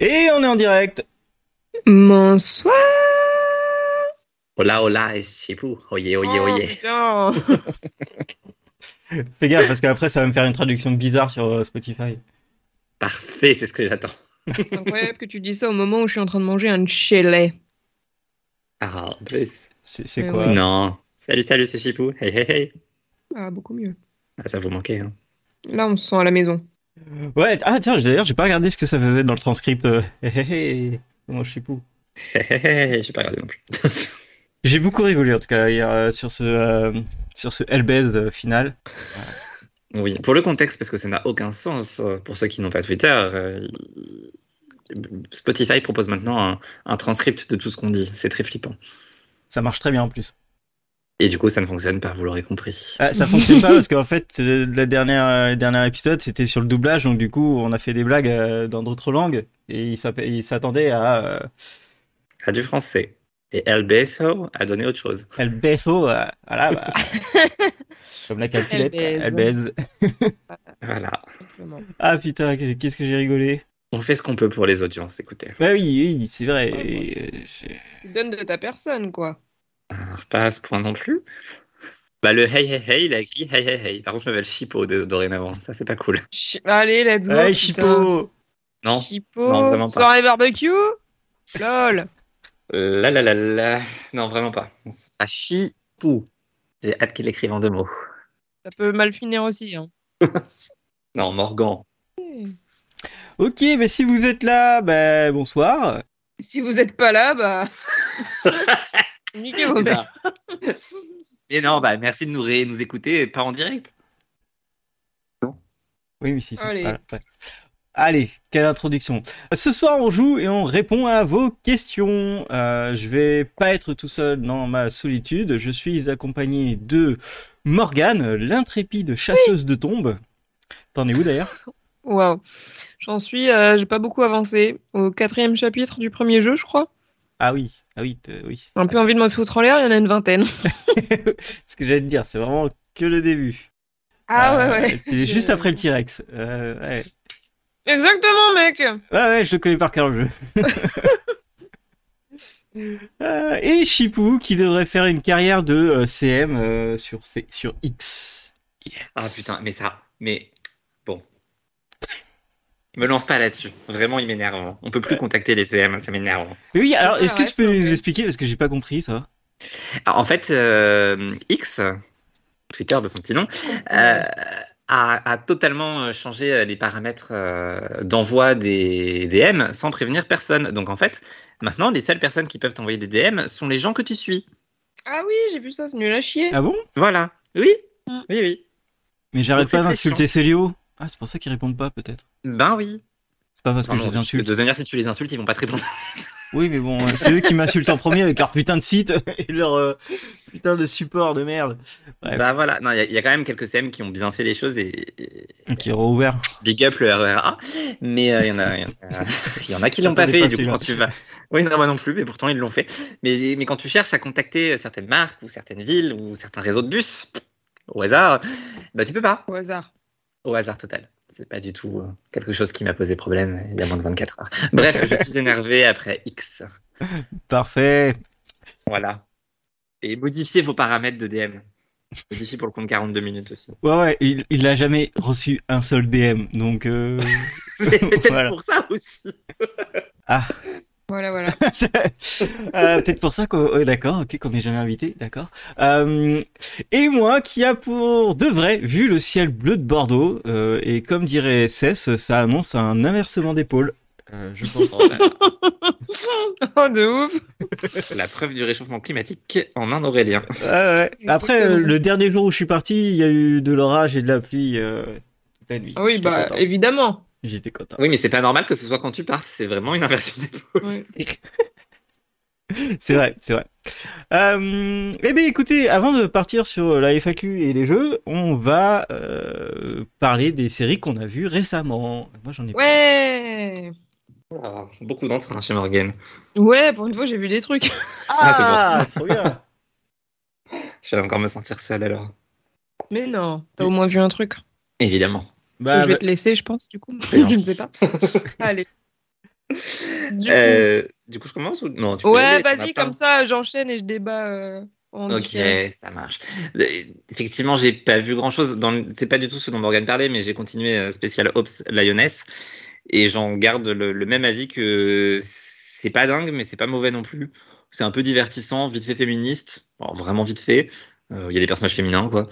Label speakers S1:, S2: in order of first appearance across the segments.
S1: Et on est en direct.
S2: Bonsoir.
S3: Hola, hola, c'est vous. Oye, oye,
S2: Oh,
S3: oye.
S2: putain.
S1: Fais gaffe parce qu'après ça va me faire une traduction bizarre sur euh, Spotify.
S3: Parfait, c'est ce que j'attends.
S2: C'est incroyable que tu dis ça au moment où je suis en train de manger un chile.
S3: Ah, en plus.
S1: C'est c'est
S2: Euh,
S1: quoi
S3: Non. Salut, salut, c'est Chipou. Hey, hey, hey.
S2: Ah, beaucoup mieux.
S3: Ah, ça vous manquait, hein.
S2: Là, on se sent à la maison.
S1: Ouais, ah tiens, d'ailleurs, j'ai pas regardé ce que ça faisait dans le transcript. euh, hé, hé, hé. Comment je suis pou.
S3: Hey, hey, hey. J'ai pas regardé non plus.
S1: J'ai beaucoup rigolé en tout cas hier euh, sur ce euh, sur ce Hellbase euh, final.
S3: oui, pour le contexte, parce que ça n'a aucun sens. euh, Pour ceux qui n'ont pas Twitter, euh, Spotify propose maintenant un, un transcript de tout ce qu'on dit. C'est très flippant.
S1: Ça marche très bien en plus.
S3: Et du coup, ça ne fonctionne pas, vous l'aurez compris.
S1: Ah, ça fonctionne pas parce qu'en fait, euh, la dernière euh, dernier épisode c'était sur le doublage, donc du coup on a fait des blagues euh, dans d'autres langues et ils s'app- ils s'attendaient à euh,
S3: À Ah, du français. Et LBSO a donné autre chose.
S1: El beso, euh, voilà, bah, comme la calculette. quoi.
S2: El
S1: El
S2: beso.
S1: beso.
S3: Voilà.
S2: Simplement.
S1: Ah putain, que- qu'est-ce que j'ai rigolé.
S3: On fait ce qu'on peut pour les audiences, écoutez.
S1: Bah oui, oui, c'est vrai. et, euh, j'ai-
S2: Tu donnes de ta personne, quoi.
S3: Alors, pas à ce point non plus. Bah, le hey hey hey, il a écrit hey hey hey. Par contre, je m'appelle Chipo de- dorénavant. Ça, c'est pas cool.
S2: Chi- Allez, let's go.
S1: Ouais,
S2: putain.
S1: Chipo
S3: Non.
S2: Chipo.
S3: Non, vraiment pas.
S2: Soirée barbecue. Lol.
S3: La la la la. Non, vraiment pas. Ça Chipou. J'ai hâte qu'il écrive en deux mots.
S2: Ça peut mal finir aussi. Hein.
S3: Non, Morgan.
S1: Ok, bah si vous êtes là, bah bonsoir.
S2: Si vous êtes pas là, bah. Niquez
S3: Oh,
S2: vos mères.
S3: Eh ben. Mais non, bah, merci de nous, ré- nous écouter, et pas en direct.
S1: Oui, mais si, c'est
S2: Allez.
S1: pas là, ouais. Allez, quelle introduction. Ce soir, on joue et on répond à vos questions. Euh, je vais pas être tout seul dans ma solitude. Je suis accompagné de Morgane, l'intrépide chasseuse de tombes. T'en es où d'ailleurs
S2: Waouh. J'en suis, euh, j'ai pas beaucoup avancé. Au quatrième chapitre du premier jeu, je crois.
S1: Ah oui, ah oui, t'es- oui.
S2: J'ai un peu envie de me foutre en l'air, il y en a une vingtaine.
S1: Ce que j'allais te dire, c'est vraiment que le début.
S2: Ah
S1: Euh,
S2: ouais, ouais.
S1: t'es
S2: Je-
S1: juste après le T-Rex. Euh, ouais.
S2: Exactement, mec.
S1: Ouais, ouais, je le connais par cœur le jeu. Euh, et Chipou qui devrait faire une carrière de euh, CM euh, sur, C- sur X. Yes.
S3: Ah putain, mais ça. Mais bon. Me lance pas là-dessus. Vraiment, il m'énerve. hein. On peut plus contacter les CM, ça m'énerve.
S1: Mais oui, alors est-ce que
S2: Ah Ouais,
S1: tu peux
S2: ouais,
S1: nous
S2: ouais.
S1: expliquer Parce que j'ai pas compris ça.
S3: Alors, en fait, euh, X, Twitter de son petit nom, euh, a, a totalement euh, changé euh, les paramètres euh, d'envoi des DM sans prévenir personne. Donc en fait, maintenant, les seules personnes qui peuvent t'envoyer des DM sont les gens que tu suis.
S2: Ah oui, j'ai vu ça, c'est nul à chier.
S1: Ah bon
S3: Voilà. Oui Oui, oui.
S1: Mais j'arrête
S3: Donc, c'est
S1: pas
S3: très
S1: d'insulter Célio. Ah, c'est pour ça qu'ils répondent pas peut-être.
S3: Ben oui.
S1: C'est pas parce que
S3: Non,
S1: je
S3: non,
S1: les insulte.
S3: De toute manière, si tu les insultes, ils vont pas te répondre.
S1: Oui, mais bon, euh, c'est eux qui m'insultent en premier avec leur putain de site et leur euh, putain de support de merde. Bref.
S3: Bah voilà. Non, il y a- il y, a quand même quelques CM qui ont bien fait les choses et, et
S1: Qui est rouvert.
S3: big up le RERA. Mais euh, il y en a- il y, en a- il y en a qui l'ont pas
S1: J'attendais
S3: fait.
S1: pas
S3: et du
S1: celui-là.
S3: coup, quand tu vas... Oui, non, moi non plus, mais pourtant ils l'ont fait. Mais, mais quand tu cherches à contacter certaines marques ou certaines villes ou certains réseaux de bus, au hasard, bah tu peux pas.
S2: Au hasard.
S3: Au hasard total. C'est pas du tout euh, quelque chose qui m'a posé problème il y a moins de 24 heures. Bref, je suis énervé après X.
S1: Parfait.
S3: Voilà. Et modifiez vos paramètres de DM. Modifiez pour le compte 42 minutes aussi.
S1: Ouais, ouais, il, il a jamais reçu un seul DM, donc euh...
S3: C'est peut-être
S1: Voilà.
S3: pour ça aussi.
S2: Voilà, voilà.
S1: Euh, peut-être pour ça qu'on, ouais, d'accord, ok, qu'on n'est jamais invité, d'accord. Euh, et moi, qui a pour de vrai vu le ciel bleu de Bordeaux, euh, et comme dirait Cess, ça annonce un inversement d'épaule. Euh, je pense.
S2: oh, de ouf.
S3: La preuve du réchauffement climatique en un Aurélien.
S1: Ouais, ouais. Après, euh, le dernier jour où je suis parti, il y a eu de l'orage et de la pluie euh, toute la nuit.
S2: Ah oui,
S1: J'étais
S2: bah,
S1: content.
S2: évidemment.
S1: J'étais content.
S3: Oui, mais c'est pas normal que ce soit quand tu partes. C'est vraiment une inversion des
S2: Ouais.
S1: C'est vrai, c'est vrai. Euh, eh bien, écoutez, avant de partir sur la FAQ et les jeux, on va euh, parler des séries qu'on a vues récemment. Moi, j'en ai
S2: Ouais.
S3: Oh, beaucoup d'entrain chez Morgan.
S2: Ouais, pour une fois, j'ai vu des trucs.
S3: Ah,
S1: c'est trop bien.
S3: Je vais encore me sentir seul alors.
S2: Mais non, t'as au moins vu un truc.
S3: Évidemment.
S1: Bah,
S2: je vais
S1: bah,
S2: te laisser, je pense, du coup.
S3: Très
S2: je ne
S3: gentil.
S2: sais pas. Allez. Du coup,
S3: Euh, du coup, je commence ou non tu peux y
S2: ouais,
S3: aller, t'en as
S2: vas-y,
S3: plein.
S2: comme ça, j'enchaîne et je débat. euh, en
S3: Ok,
S2: différé.
S3: ça marche. Euh, Effectivement, j'ai pas vu grand chose. Dans... le- C'est pas du tout ce dont Morgane parlait, mais j'ai continué euh, spécial Ops Lioness et j'en garde le, le même avis que c'est pas dingue, mais c'est pas mauvais non plus. C'est un peu divertissant, vite fait féministe, Bon, vraiment vite fait. Euh, Il y a des personnages féminins, quoi.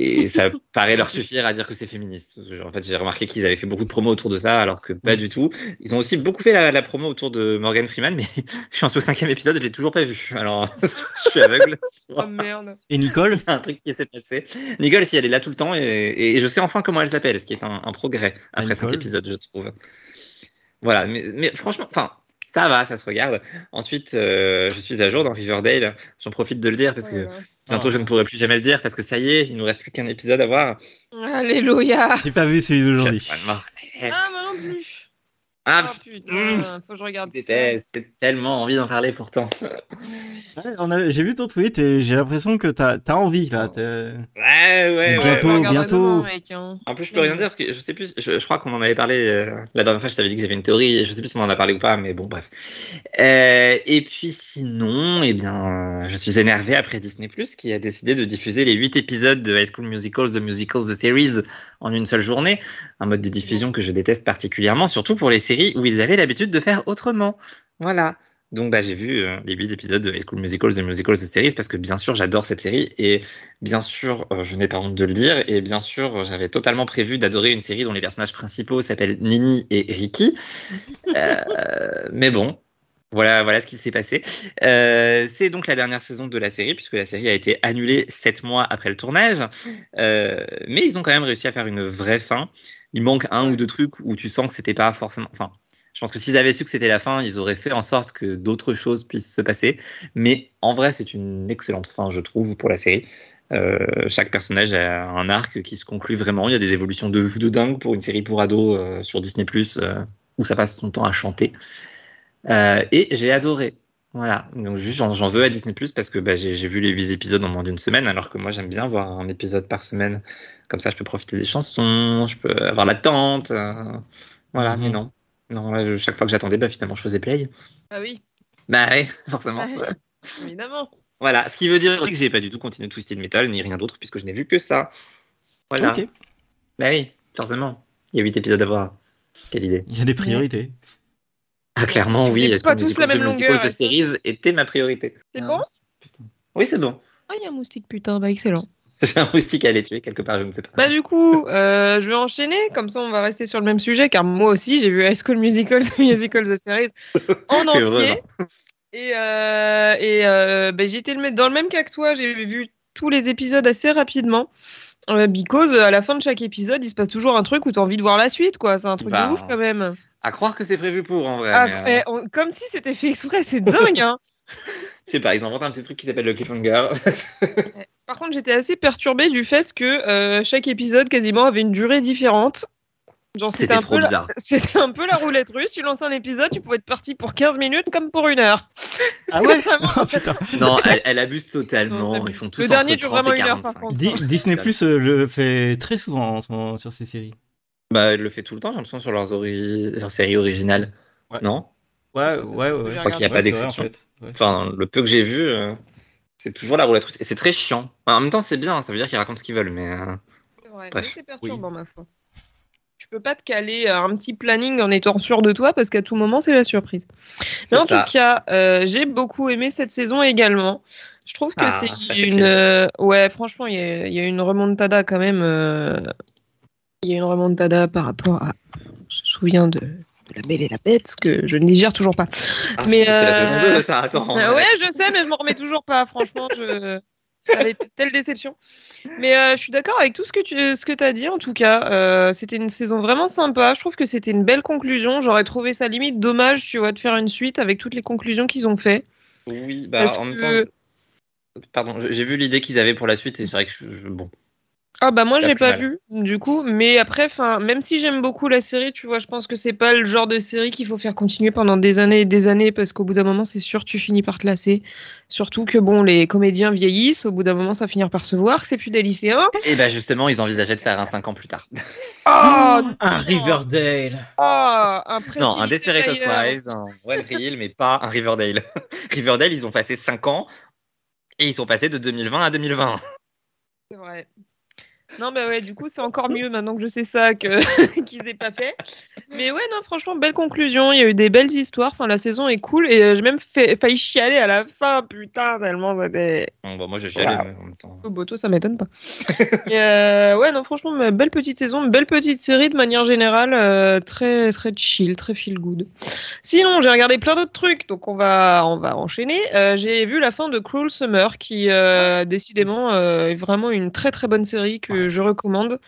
S3: Et ça paraît leur suffire à dire que c'est féministe. Genre, En fait, j'ai remarqué qu'ils avaient fait beaucoup de promos autour de ça, alors que pas du tout. Ils ont aussi beaucoup fait la, la promo autour de Morgan Freeman, mais je suis en ce cinquième épisode, je l'ai toujours pas vu. Alors, je suis aveugle.
S2: Oh merde.
S1: Et Nicole
S3: Il y a un truc qui s'est passé. Nicole, si elle est là tout le temps, et, et je sais enfin comment elle s'appelle, ce qui est un, un progrès après
S1: Nicole.
S3: cinq épisodes, je trouve. Voilà, mais, mais franchement, enfin, ça va, ça se regarde. Ensuite, euh, je suis à jour dans Riverdale. J'en profite de le dire parce
S2: Oh là
S3: que
S2: là.
S3: bientôt je ne pourrai plus jamais le dire parce que ça y est, il nous reste plus qu'un épisode à voir.
S2: Alléluia.
S1: J'ai pas vu celui d'aujourd'hui.
S3: Just one more.
S2: Ah, moi non plus.
S3: Ah,
S2: Ah,
S3: putain,
S2: putain, faut que je regarde
S3: je
S2: ça.
S3: déteste, j'ai tellement envie d'en parler pourtant.
S1: Ouais, on a- J'ai vu ton tweet et j'ai l'impression que t'as as envie là. t'es-
S3: Ouais, ouais, ouais.
S1: Bientôt,
S2: Ouais, on regardera
S1: bientôt.
S2: demain, mec, hein.
S3: En plus, je peux rien dire parce que je sais plus. Je, je crois qu'on en avait parlé euh, la dernière fois. Je t'avais dit que j'avais une théorie. et Je sais plus si on en a parlé ou pas, mais bon, bref. Euh, et puis sinon, eh bien, euh, je suis énervé après Disney Plus qui a décidé de diffuser les huit épisodes de High School Musical, The Musical, The Series en une seule journée. Un mode de diffusion que je déteste particulièrement, surtout pour les séries où ils avaient l'habitude de faire autrement. Voilà. Donc, bah, j'ai vu euh, les huit épisodes de High School Musical, The Musical, The Series parce que bien sûr, j'adore cette série et Bien sûr, euh, je n'ai pas honte de le dire, et bien sûr, euh, j'avais totalement prévu d'adorer une série dont les personnages principaux s'appellent Nini et Ricky. Euh, mais bon, voilà, voilà ce qui s'est passé. Euh, c'est donc la dernière saison de la série, puisque la série a été annulée sept mois après le tournage. Euh, mais ils ont quand même réussi à faire une vraie fin. Il manque un ou deux trucs où tu sens que c'était pas forcément. Enfin, je pense que s'ils avaient su que c'était la fin, ils auraient fait en sorte que d'autres choses puissent se passer. Mais en vrai, c'est une excellente fin, je trouve, pour la série. Euh, chaque personnage a un arc qui se conclut vraiment. Il y a des évolutions de, de dingue pour une série pour ados euh, sur Disney euh, où ça passe son temps à chanter. Euh, et j'ai adoré. Voilà. Donc juste, j'en j'en veux à Disney parce que bah, j'ai j'ai vu les huit épisodes en moins d'une semaine, alors que moi j'aime bien voir un épisode par semaine. Comme ça, je peux profiter des chansons, je peux avoir l'attente. euh, voilà.
S1: Mhm.
S3: Mais non. Non, là, je- chaque fois que j'attendais, bah, finalement, je faisais play.
S2: Ah oui,
S3: Bah ouais, forcément.
S2: Ouais. évidemment.
S3: Voilà, ce qui veut dire aussi que j'ai pas du tout continué Twisted Metal ni rien d'autre puisque je n'ai vu que ça. Voilà.
S1: Ok,
S3: Bah oui, forcément. Il y a 8 épisodes à voir. Quelle idée.
S1: il y a des priorités.
S3: Ah, clairement, oui.
S2: Ils
S3: est-ce
S2: pas
S3: que
S2: tous
S3: Musical
S2: la même
S3: The
S2: longueur,
S3: Musical The
S2: est-ce que-
S3: Series était ma priorité.
S2: C'est
S3: Ah,
S2: bon
S3: putain. Oui, c'est bon.
S2: Ah, il y a un moustique, putain, bah excellent.
S3: J'ai un moustique à aller tuer quelque part, je ne sais pas.
S2: Bah du coup, euh, je vais enchaîner, comme ça on va rester sur le même sujet, car moi aussi j'ai vu High School Musical, The Musical, The Series en
S3: C'est heureux,
S2: entier. Et, euh, et euh, bah, j'étais le- dans le même cas que toi, j'ai vu tous les épisodes assez rapidement. Euh, because euh, à la fin de chaque épisode, il se passe toujours un truc où t'as envie de voir la suite, quoi. C'est un truc
S3: Bah,
S2: de ouf quand même.
S3: À croire que c'est prévu pour en vrai.
S2: Ah,
S3: mais, euh,
S2: eh, on- comme si c'était fait exprès, c'est dingue, hein.
S3: Je sais pas, ils ont inventé un petit truc qui s'appelle le cliffhanger.
S2: Par contre, j'étais assez perturbée du fait que euh, chaque épisode quasiment avait une durée différente. Genre, c'était
S3: C'était
S2: un,
S3: trop
S2: peu la...
S3: bizarre.
S2: c'était un peu la roulette russe. Tu lançais un épisode, tu pouvais être parti pour 15 minutes comme pour une heure.
S1: Ah ouais
S2: Vraiment,
S1: Oh putain
S3: Non, elle, elle abuse
S2: Non,
S3: totalement.
S2: c'est-
S3: Ils font tous
S2: Le
S3: entre
S2: dernier dure
S3: 30 et
S2: vraiment une heure, par
S3: 45.
S2: contre.
S1: Di- Disney Plus euh, le fait très souvent en ce moment sur ces séries.
S3: Bah, elle le fait tout le temps, j'ai l'impression, sur leurs, ori- leurs séries originales.
S1: Ouais.
S3: Non
S1: Ouais, ouais, ouais.
S2: Je
S1: ouais.
S2: crois qu'il y
S1: Ouais,
S2: a
S3: pas
S1: c'est
S3: d'exception.
S1: vrai, en fait. Ouais.
S3: Enfin, le peu que j'ai vu, euh, c'est toujours la roulette russe. Et c'est très chiant. Enfin, en même temps, c'est bien, ça veut dire qu'ils racontent ce qu'ils veulent, mais. euh,
S2: C'est vrai,
S3: Bref,
S2: mais c'est perturbant, ma foi. Tu peux pas te caler à un petit planning en étant sûr de toi parce qu'à tout moment, c'est la surprise. Mais en
S3: ça.
S2: tout cas, euh, j'ai beaucoup aimé cette saison également. Je trouve que
S3: Ah,
S2: c'est
S3: ça fait
S2: une.
S3: plaisir.
S2: euh, ouais, franchement, il y, a- il y a une remontada quand même. euh, Il y a une remontada par rapport à. On se souvient de, de La Belle et la Bête, que je ne digère toujours pas.
S3: Ah,
S2: Mais,
S3: C'est la saison
S2: euh,
S3: 2, ça, attends.
S2: Euh, ouais, je sais, mais je m'en remets toujours pas. Franchement, je... ça avait été telle déception. Mais euh, je suis d'accord avec tout ce que tu ce que as dit, en tout cas. Euh, c'était une saison vraiment sympa. Je trouve que c'était une belle conclusion. J'aurais trouvé ça limite dommage, tu vois, de faire une suite avec toutes les conclusions qu'ils ont fait.
S3: Oui, bah,
S2: parce
S3: en même
S2: que-
S3: temps. Pardon, je- j'ai vu l'idée qu'ils avaient pour la suite, et c'est vrai que je. je- bon.
S2: Ah bah moi
S3: C'est
S2: j'ai
S3: pas
S2: pas
S3: plus
S2: vu du coup, mais après, 'fin, même si j'aime beaucoup la série, tu vois, je pense que c'est pas le genre de série qu'il faut faire continuer pendant des années et des années parce qu'au bout d'un moment c'est sûr tu finis par te lasser. Surtout que bon les comédiens vieillissent, au bout d'un moment ça va finir par se voir, que c'est plus des lycéens.
S3: Et bah justement, ils envisageaient de faire un 5 ans plus tard.
S2: Ah
S1: un
S2: non.
S1: Riverdale.
S2: ah, un Pretty
S3: Non, un
S2: Little
S3: Desperate
S2: Liars.
S3: Housewives, un One Tree Hill, mais pas un Riverdale. Riverdale, ils ont passé 5 ans et ils sont passés de 2020 à 2020.
S2: C'est vrai. Non, bah ouais, du coup, c'est encore mieux maintenant que je sais ça que qu'ils aient pas fait. Mais ouais, non, franchement, belle conclusion. Il y a eu des belles histoires. Enfin, la saison est cool. Et euh, j'ai même fait, failli chialer à la fin, putain, tellement c'était.
S3: Bon, bah, moi, je chialais
S2: Wow.
S3: mais en même temps.
S2: Au Boto, ça m'étonne pas. Et, euh, ouais, non, franchement, mais belle petite saison, belle petite série de manière générale. euh, très, très chill, très feel good. Sinon, j'ai regardé plein d'autres trucs, donc on va, on va enchaîner. Euh, j'ai vu la fin de Cruel Summer, qui euh, décidément euh, est vraiment une très très bonne série que je recommande.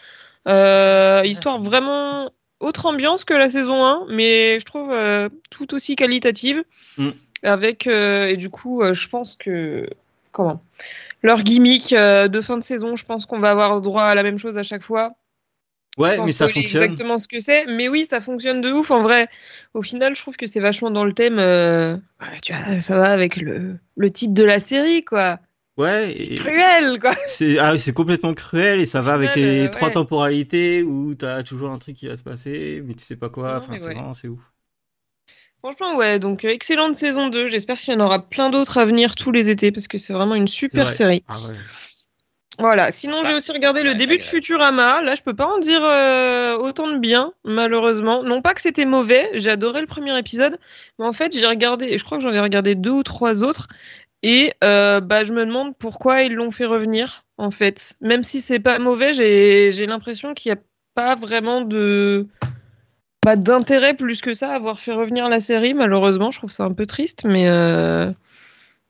S2: Euh, histoire vraiment autre ambiance que la saison 1, mais je trouve euh, tout aussi qualitative.
S1: Mm.
S2: Avec euh, et du coup, euh, je pense que comment leur gimmick euh, de fin de saison, je pense qu'on va avoir droit à la même chose à chaque fois
S1: Ouais,
S2: sans
S1: mais ça
S2: spoiler
S1: fonctionne.
S2: Exactement ce que c'est. Mais oui, ça fonctionne de ouf en vrai. Au final, je trouve que c'est vachement dans le thème. euh, bah, tu vois, ça va avec le, le titre de la série, quoi.
S1: Ouais,
S2: C'est
S1: et
S2: cruel, quoi.
S1: c'est ah oui, c'est complètement cruel et ça va avec
S2: final,
S1: les
S2: euh,
S1: trois
S2: ouais.
S1: temporalités où t'as toujours un truc qui va se passer, mais tu sais pas quoi.
S2: Non,
S1: Enfin,
S2: mais
S1: c'est
S2: ouais.
S1: vraiment c'est ouf.
S2: Franchement, ouais. Donc, euh, excellente saison 2. J'espère qu'il y en aura plein d'autres à venir tous les étés parce que c'est vraiment une super
S1: vrai.
S2: série.
S1: Ah ouais.
S2: Voilà. Sinon,
S3: Ça,
S2: j'ai aussi regardé le
S3: ouais,
S2: début de
S3: agréable.
S2: Futurama. Là, je peux pas en dire euh, autant de bien, malheureusement. Non pas que c'était mauvais, j'ai adoré le premier épisode, mais en fait, j'ai regardé, et je crois que j'en ai regardé deux ou trois autres, et euh, bah, je me demande pourquoi ils l'ont fait revenir, en fait. Même si c'est pas mauvais, j'ai j'ai l'impression qu'il n'y a pas vraiment de pas d'intérêt plus que ça à avoir fait revenir la série, malheureusement. Je trouve ça un peu triste, mais. euh,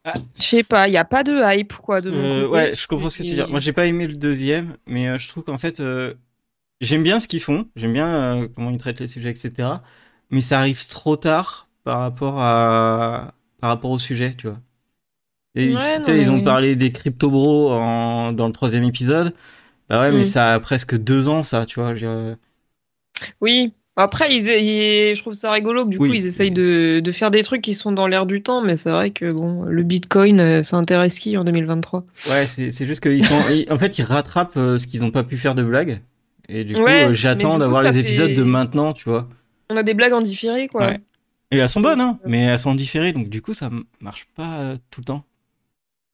S1: Ah.
S2: Je sais pas, il n'y a pas de hype quoi de mon
S1: Euh,
S2: côté.
S1: ouais, je comprends ce que tu veux dire. Moi, j'ai pas aimé le deuxième, mais euh, je trouve qu'en fait, euh, j'aime bien ce qu'ils font, j'aime bien euh, comment ils traitent les sujets, etc. Mais ça arrive trop tard par rapport à par rapport au sujet, tu vois. Et,
S2: Ouais,
S1: tu sais,
S2: non, mais
S1: ils ont
S2: oui.
S1: parlé des crypto bros en... dans le troisième épisode. Bah ouais, mais
S2: Mm.
S1: ça a presque deux ans, ça, tu vois. je- euh,
S2: Oui. Après, ils, ils- je trouve ça rigolo que du
S1: Oui.
S2: coup, ils essayent de, de faire des trucs qui sont dans l'air du temps, mais c'est vrai que bon, le Bitcoin, euh, ça intéresse qui en 2023
S1: Ouais, c'est c'est juste qu'ils sont. ils- En fait, ils rattrapent euh, ce qu'ils n'ont pas pu faire de blague. Et du coup,
S2: Ouais,
S1: euh,
S2: mais du
S1: j'attends
S2: coup,
S1: d'avoir
S2: ça
S1: les épisodes
S2: fait-
S1: de maintenant, tu vois.
S2: On a des blagues en différé, quoi.
S1: Ouais. Et elles sont bonnes, hein,
S2: Euh,
S1: mais elles sont différées, donc du coup, ça m- marche pas euh, tout le temps.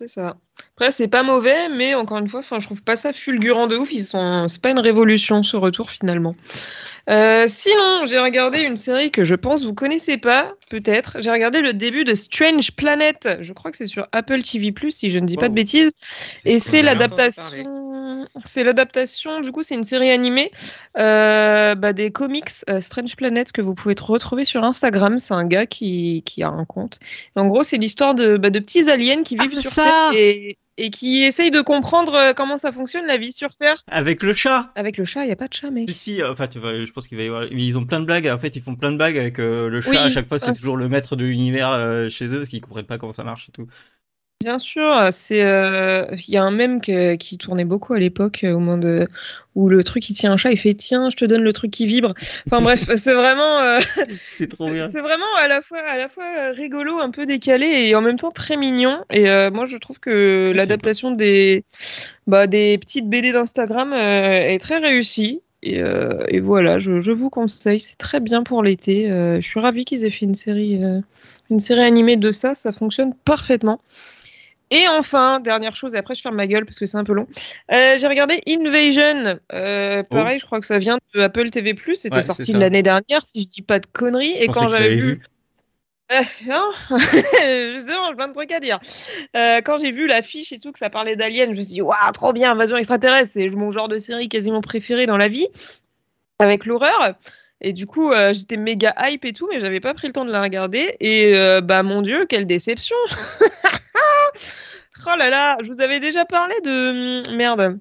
S2: C'est ça. Après, c'est pas mauvais, mais encore une fois, enfin, je trouve pas ça fulgurant de ouf. Ils sont, c'est pas une révolution ce retour finalement. Euh, sinon, j'ai regardé une série que je pense vous connaissez pas, peut-être. J'ai regardé le début de Strange Planet. Je crois que c'est sur Apple TV+, si je ne dis pas de
S1: Wow.
S2: bêtises. Et c'est
S3: j'en ai entendu
S2: l'adaptation. C'est l'adaptation, du coup, c'est une série animée euh, bah, des comics euh, Strange Planet que vous pouvez tr- retrouver sur Instagram. C'est un gars qui, qui a un compte. Et en gros, c'est l'histoire de, bah, de petits aliens qui vivent sur
S1: ça
S2: Terre et, et qui essayent de comprendre euh, comment ça fonctionne la vie sur Terre.
S1: Avec le chat
S2: Avec le chat, il n'y a pas de chat, mec.
S1: Si, si, euh, enfin, tu vas- je pense qu'il va y avoir. mais Ils ont plein de blagues, en fait, ils font plein de blagues avec euh, le chat.
S2: Oui,
S1: à chaque fois, c'est
S2: un-
S1: toujours le maître de l'univers euh, chez eux, parce qu'ils comprennent pas comment ça marche et tout.
S2: Bien sûr, c'est euh, il y a un mème que- qui tournait beaucoup à l'époque euh, au moment de où le truc il tient un chat, il fait tiens, je te donne le truc qui vibre. Enfin bref, c'est vraiment euh,
S1: C'est trop bien.
S2: C'est c'est vraiment à la fois à la fois euh, rigolo, un peu décalé et en même temps très mignon. Et euh, moi, je trouve que
S1: sympa.
S2: l'adaptation des bah, des petites BD d'Instagram euh, est très réussie. Et, euh, et voilà, je, je vous conseille, c'est très bien pour l'été. Euh, je suis ravie qu'ils aient fait une série euh, une série animée de ça, ça fonctionne parfaitement. Et enfin, dernière chose, et après je ferme ma gueule parce que c'est un peu long. Euh, J'ai regardé Invasion. Euh, pareil, je crois que ça vient de Apple TV+.
S1: Oh.
S2: C'était
S1: Ouais, c'est
S2: sorti
S1: ça.
S2: l'année dernière, si je dis pas de conneries. Et
S1: Je pensais
S2: quand
S1: que
S2: j'avais
S1: tu l'avais
S2: vu, euh, non, justement, j'ai plein de trucs à dire. Euh, quand j'ai vu l'affiche et tout, que ça parlait d'aliens, je me suis dit, waouh, trop bien, invasion extraterrestre, c'est mon genre de série quasiment préféré dans la vie, avec l'horreur. Et du coup, euh, j'étais méga hype et tout, mais j'avais pas pris le temps de la regarder. Et euh, bah, mon Dieu, quelle déception! oh là là, je vous avais déjà parlé de. hum, Merde.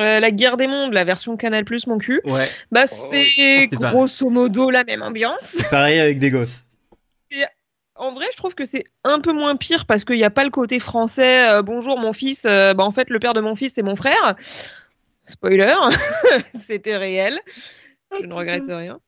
S2: Euh, la guerre des mondes, la version Canal, mon cul.
S1: Ouais,
S2: Bah, c'est
S1: c'est pas-
S2: grosso modo la même ambiance.
S1: pareil avec des gosses.
S2: En vrai, je trouve que c'est un peu moins pire parce qu'il n'y a pas le côté français. euh, Bonjour, mon fils. euh, bah, en fait, le père de mon fils, c'est mon frère. Spoiler, c'était réel. Je ne regrette rien.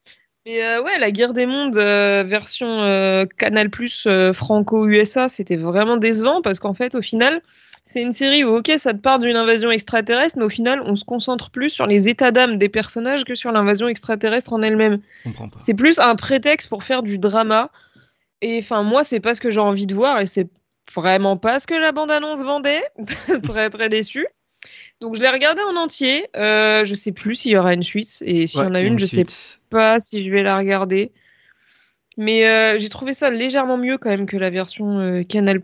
S2: Mais euh, ouais, la guerre des mondes euh, version euh, Canal Plus franco-USA, c'était vraiment décevant parce qu'en fait, au final, c'est une série où, ok, ça te part d'une invasion extraterrestre, mais au final, on se concentre plus sur les états d'âme des personnages que sur l'invasion extraterrestre en elle-même.
S1: Je comprends pas.
S2: C'est plus un prétexte pour faire du drama. Et enfin, moi, c'est pas ce que j'ai envie de voir et c'est vraiment pas ce que la bande-annonce vendait. très, très déçu. Donc, je l'ai regardé en entier. Euh, je sais plus s'il y aura une suite et s'il y en a
S1: Ouais,
S2: une, je sais
S1: suite.
S2: pas si je vais la regarder. Mais euh, j'ai trouvé ça légèrement mieux quand même que la version euh, Canal.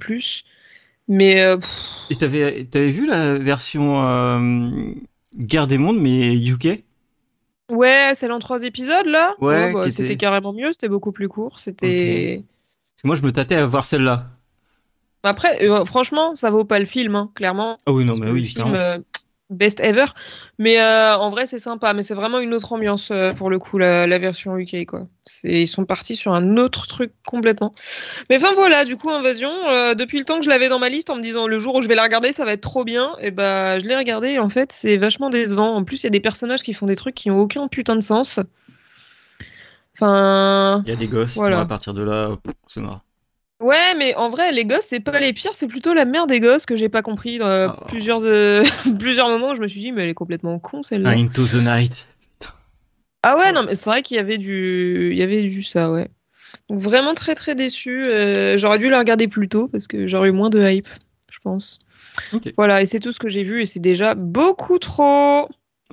S2: Mais euh, pff,
S1: Et t'avais, t'avais vu la version euh, Guerre des Mondes, mais UK
S2: ouais, celle en trois épisodes là,
S1: Ouais,
S2: bah,
S1: qui était-
S2: c'était carrément mieux, c'était beaucoup plus court. C'était.
S1: Parce que moi, je me tâtais à voir celle-là.
S2: Après, euh, franchement, ça vaut pas le film, hein, clairement.
S1: Ah oui, non,
S2: Parce
S1: mais
S2: que
S1: oui,
S2: le film,
S1: clairement.
S2: euh, best ever. Mais euh, en vrai, c'est sympa. Mais c'est vraiment une autre ambiance euh, pour le coup, la, la version UK. Quoi. C'est- Ils sont partis sur un autre truc complètement. Mais enfin voilà, du coup, Invasion, euh, depuis le temps que je l'avais dans ma liste en me disant le jour où je vais la regarder, ça va être trop bien, et bah je l'ai regardé. Et en fait, c'est vachement décevant. En plus, il y a des personnages qui font des trucs qui ont aucun putain de sens. Enfin.
S1: Il y a des gosses,
S2: Voilà.
S1: bon, à partir de là, pff, c'est mort.
S2: Ouais, mais en vrai, les gosses, c'est pas les pires, c'est plutôt la mère des gosses que j'ai pas compris. euh,
S1: Oh.
S2: plusieurs, euh, plusieurs moments où je me suis dit, mais elle est complètement con celle-là.
S1: Ah, Into the Night.
S2: Ah ouais, non, mais c'est vrai qu'il y avait du, il y avait du ça, ouais. Donc vraiment très très déçu. Euh, j'aurais dû la regarder plus tôt parce que j'aurais eu moins de hype, je pense.
S1: Ok.
S2: Voilà, et c'est tout ce que j'ai vu et c'est déjà beaucoup trop.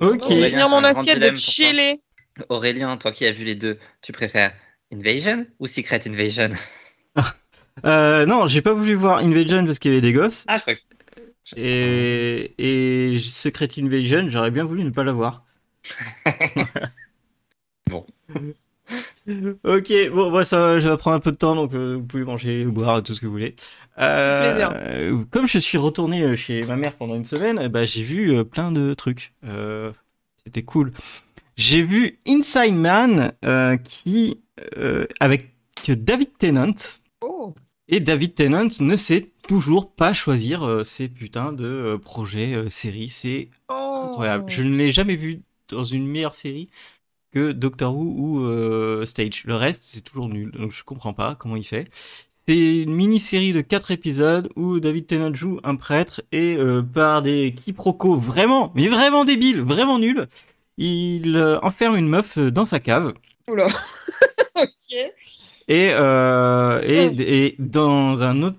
S1: Ok.
S2: Je vais
S3: Aurélien,
S2: finir
S3: c'est un
S2: mon
S3: grand
S2: assiette
S3: dilemme
S2: de
S3: pour toi.
S2: chili.
S3: Aurélien, toi qui as vu les deux, tu préfères Invasion ou Secret Invasion
S1: Euh, non, j'ai pas voulu voir Invasion parce qu'il y avait des gosses.
S3: Ah, je crois que.
S1: Et, et Secret Invasion, j'aurais bien voulu ne pas la voir.
S3: Bon.
S1: Ok, bon, moi, ça, va, ça va prendre un peu de temps, donc euh, vous pouvez manger, boire, tout ce que vous voulez.
S2: plaisir.
S1: euh, comme je suis retourné euh, chez ma mère pendant une semaine, eh ben, j'ai vu euh, plein de trucs. Euh, C'était cool. J'ai vu Inside Man euh, qui, euh, avec David Tennant,
S2: Oh.
S1: et David Tennant ne sait toujours pas choisir euh, ses putains de euh, projets, euh, séries. C'est incroyable.
S2: Oh.
S1: Je ne l'ai jamais vu dans une meilleure série que Doctor Who ou euh, Stage. Le reste, c'est toujours nul. Donc je comprends pas comment il fait. C'est une mini-série de quatre épisodes où David Tennant joue un prêtre et euh, par des quiproquos vraiment, mais vraiment débiles, vraiment nuls, il euh, enferme une meuf euh, dans sa cave.
S2: Oula.
S3: Oh.
S2: ok.
S1: Et, euh, et,
S2: Ouais.
S1: et dans un autre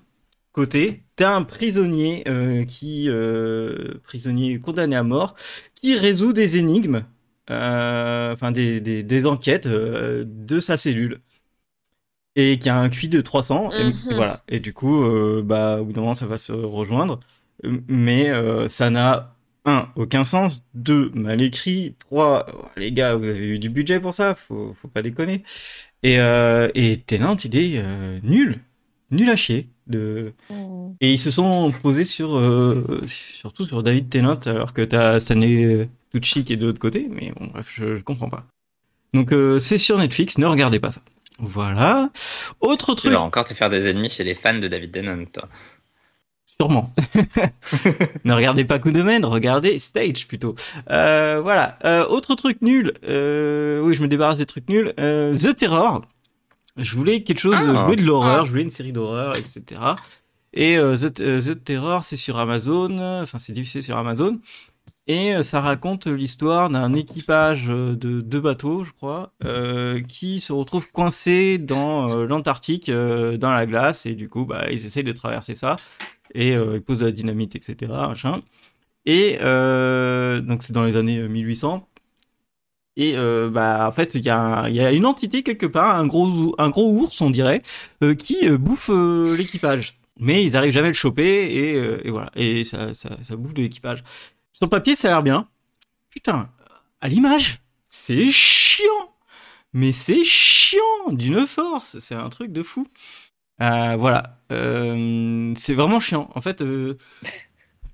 S1: côté, t'as un prisonnier euh, qui euh, prisonnier condamné à mort qui résout des énigmes, euh, enfin des, des, des enquêtes euh, de sa cellule et qui a un QI de 300. et-
S2: Mhm.
S1: et voilà. Et du coup, euh, bah au bout d'un moment, ça va se rejoindre, mais euh, ça n'a un, aucun sens. Deux, mal écrit. Trois, oh, les gars, vous avez eu du budget pour ça, faut, faut pas déconner. Et, euh, et Tennant, il est euh, nul. Nul à chier. De... Et ils se sont posés sur, euh, euh, surtout sur David Tennant, alors que t'as Stanley euh, Tucci qui est de l'autre côté. Mais bon, bref, je, je comprends pas. Donc euh, c'est sur Netflix, ne regardez pas ça. Voilà. Autre
S3: Tu
S1: truc,
S3: vas encore te faire des ennemis chez les fans de David Denon, toi.
S1: sûrement. ne regardez pas Coup de Main, regardez Stage plutôt. Euh, voilà. Euh, autre truc nul. Euh, oui, je me débarrasse des trucs nuls. Euh, The Terror. Je voulais quelque chose,
S3: Ah.
S1: je voulais de l'horreur,
S2: Ah.
S1: je voulais une série d'horreur, etc. Et euh, The, euh, The Terror, c'est sur Amazon, euh, enfin c'est diffusé sur Amazon, et euh, ça raconte l'histoire d'un équipage euh, de deux bateaux, je crois, euh, qui se retrouve coincé dans euh, l'Antarctique, euh, dans la glace, et du coup, bah, ils essayent de traverser ça, et euh, ils posent de la dynamite, etc. Machin. Et euh, donc c'est dans les années 1800. Et euh, bah en fait il y, a un- il y a une entité quelque part, un gros un gros ours on dirait, euh, qui euh, bouffe euh, l'équipage. Mais ils arrivent jamais à le choper et, euh, et voilà et ça ça, ça bouffe de l'équipage. Sur le papier ça a l'air bien. Putain à l'image c'est chiant. Mais c'est chiant d'une force, c'est un truc de fou. Euh, voilà, Euh, c'est vraiment chiant. En fait, euh,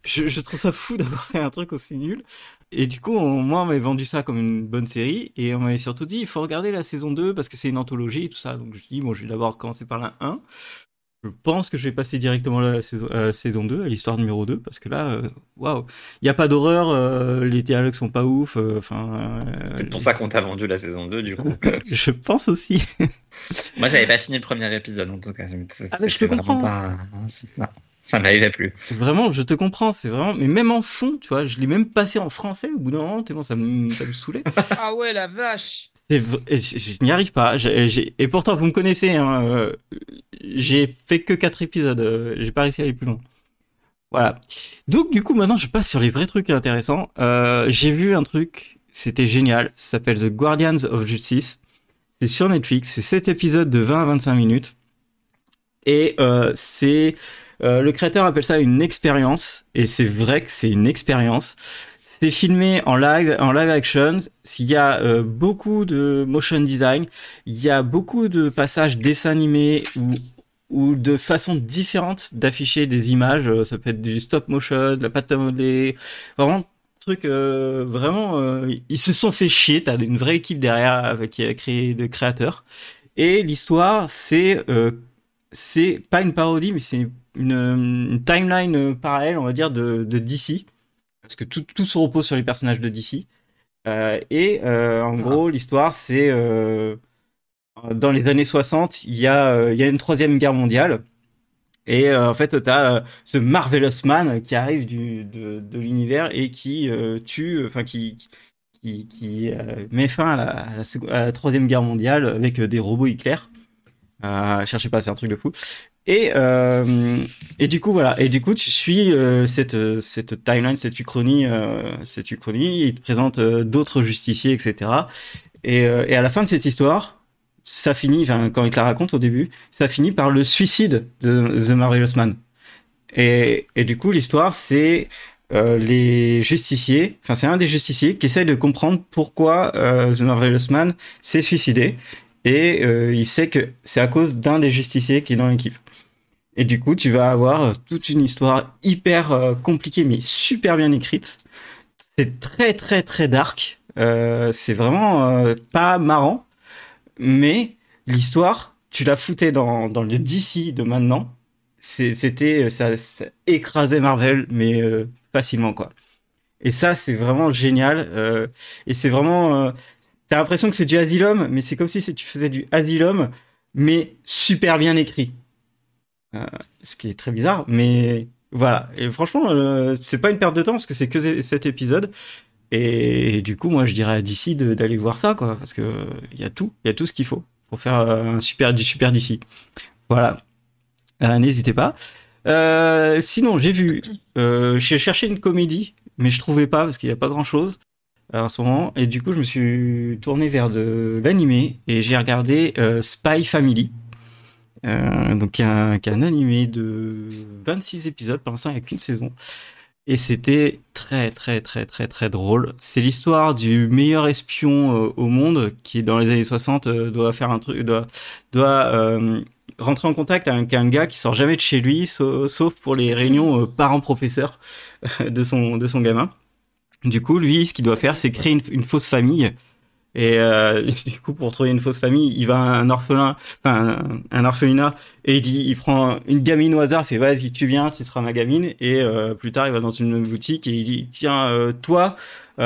S1: je, je trouve ça fou d'avoir fait un truc aussi nul. Et du coup, on- moi, on m'avait vendu ça comme une bonne série. Et on m'avait surtout dit, il faut regarder la saison 2 parce que c'est une anthologie et tout ça. Donc je dis, bon, je vais d'abord commencer par la 1. Je pense que je vais passer directement à la saison, à la saison 2, à l'histoire numéro 2, parce que là, euh, waouh, il n'y a pas d'horreur, euh, les dialogues sont pas ouf, euh, enfin... euh,
S3: C'est pour ça qu'on t'a vendu la saison 2, du coup.
S1: je pense aussi.
S3: Moi, j'avais pas fini le premier épisode, en tout cas. C'est-
S1: Ah, mais je
S3: c'était
S1: te comprends.
S3: vraiment pas- non, c'est- non, ça m'arrivait plus.
S1: Vraiment, je te comprends, c'est vraiment... Mais même en fond, tu vois, je l'ai même passé en français, au bout d'un moment, tellement ça me, ça me saoulait.
S2: Ah ouais, la vache.
S1: C'est v- et Je, je n'y arrive pas. J'ai- j'ai- Et pourtant, vous me connaissez. hein, euh, j'ai fait que quatre épisodes. euh, J'ai pas réussi à aller plus loin. Voilà. Donc, du coup, maintenant, je passe sur les vrais trucs intéressants. Euh, j'ai vu un truc. C'était génial. Ça s'appelle The Guardians of Justice. C'est sur Netflix. C'est sept épisodes de 20 à 25 minutes. Et euh, c'est. euh, le créateur appelle ça une expérience. Et c'est vrai que c'est une expérience. C'est filmé en live, en live action. Il y a euh, beaucoup de motion design. Il y a beaucoup de passages dessins animés ou, ou de façons différentes d'afficher des images. Euh, Ça peut être du stop motion, de la pâte à modeler. Vraiment, truc, euh, vraiment, euh, ils se sont fait chier. T'as une vraie équipe derrière avec qui a créé de créateurs. Et l'histoire, c'est, euh, c'est pas une parodie, mais c'est une, une timeline euh, parallèle, on va dire, de, de DC parce que tout, tout se repose sur les personnages de DC. Euh, et euh, en gros, l'histoire, c'est euh, dans les années 60, il y, a, euh, il y a une troisième guerre mondiale. Et euh, en fait, tu as ce Marvelous Man qui arrive du, de, de l'univers et qui euh, tue, enfin, qui, qui, qui euh, met fin à la, à la second- à la troisième guerre mondiale avec euh, des robots Hitler. Euh, cherchez pas, c'est un truc de fou. Et, euh, et du coup, voilà. Et du coup, tu suis euh, cette, euh, cette timeline, cette uchronie, euh, cette uchronie. Il te présente euh, d'autres justiciers, etc. Et, euh, et à la fin de cette histoire, ça finit, enfin, quand il te la raconte au début, ça finit par le suicide de The Marvelous Man. Et, et du coup, l'histoire, c'est euh, les justiciers, enfin, c'est un des justiciers qui essaye de comprendre pourquoi euh, The Marvelous Man s'est suicidé. Et euh, il sait que c'est à cause d'un des justiciers qui est dans l'équipe. Et du coup, tu vas avoir euh, toute une histoire hyper euh, compliquée, mais super bien écrite. C'est très, très, très dark. Euh, c'est vraiment euh, pas marrant. Mais l'histoire, tu la foutais dans, dans le DC de maintenant. C'est- C'était, euh, ça, ça écrasait Marvel, mais euh, facilement, quoi. Et ça, c'est vraiment génial. euh, et c'est vraiment. euh, T'as l'impression que c'est du Asylum, mais c'est comme si c'est- tu faisais du Asylum, mais super bien écrit ce qui est très bizarre, mais voilà. Et franchement, euh, c'est pas une perte de temps parce que c'est que zé- cet épisode. Et, du coup, moi, je dirais à DC de- d'aller voir ça, quoi, parce que euh, il y a tout, il y a tout ce qu'il faut pour faire euh, un super du super DC. Voilà. Euh, N'hésitez pas. Euh, sinon, j'ai vu, euh, j'ai cherché une comédie, mais je trouvais pas parce qu'il y a pas grand chose en ce moment. Et du coup, je me suis tourné vers de l'animé et j'ai regardé euh, Spy Family. Euh, donc qui est un, qui est un animé de 26 épisodes, pour l'instant il n'y a qu'une saison. Et c'était très très très très très drôle. C'est l'histoire du meilleur espion euh, au monde qui dans les années 60 euh, doit faire un truc, doit, doit euh, rentrer en contact avec un gars qui sort jamais de chez lui, sa- sauf pour les réunions euh, parents-professeurs euh, de son, de son gamin. Du coup, lui, ce qu'il doit faire, c'est créer une, une fausse famille. Et euh, du coup, pour trouver une fausse famille, il va à un orphelin enfin, un, un orphelinat et il dit il prend une gamine au hasard fait vas-y tu viens tu seras ma gamine et euh, plus tard il va dans une boutique et il dit tiens euh, toi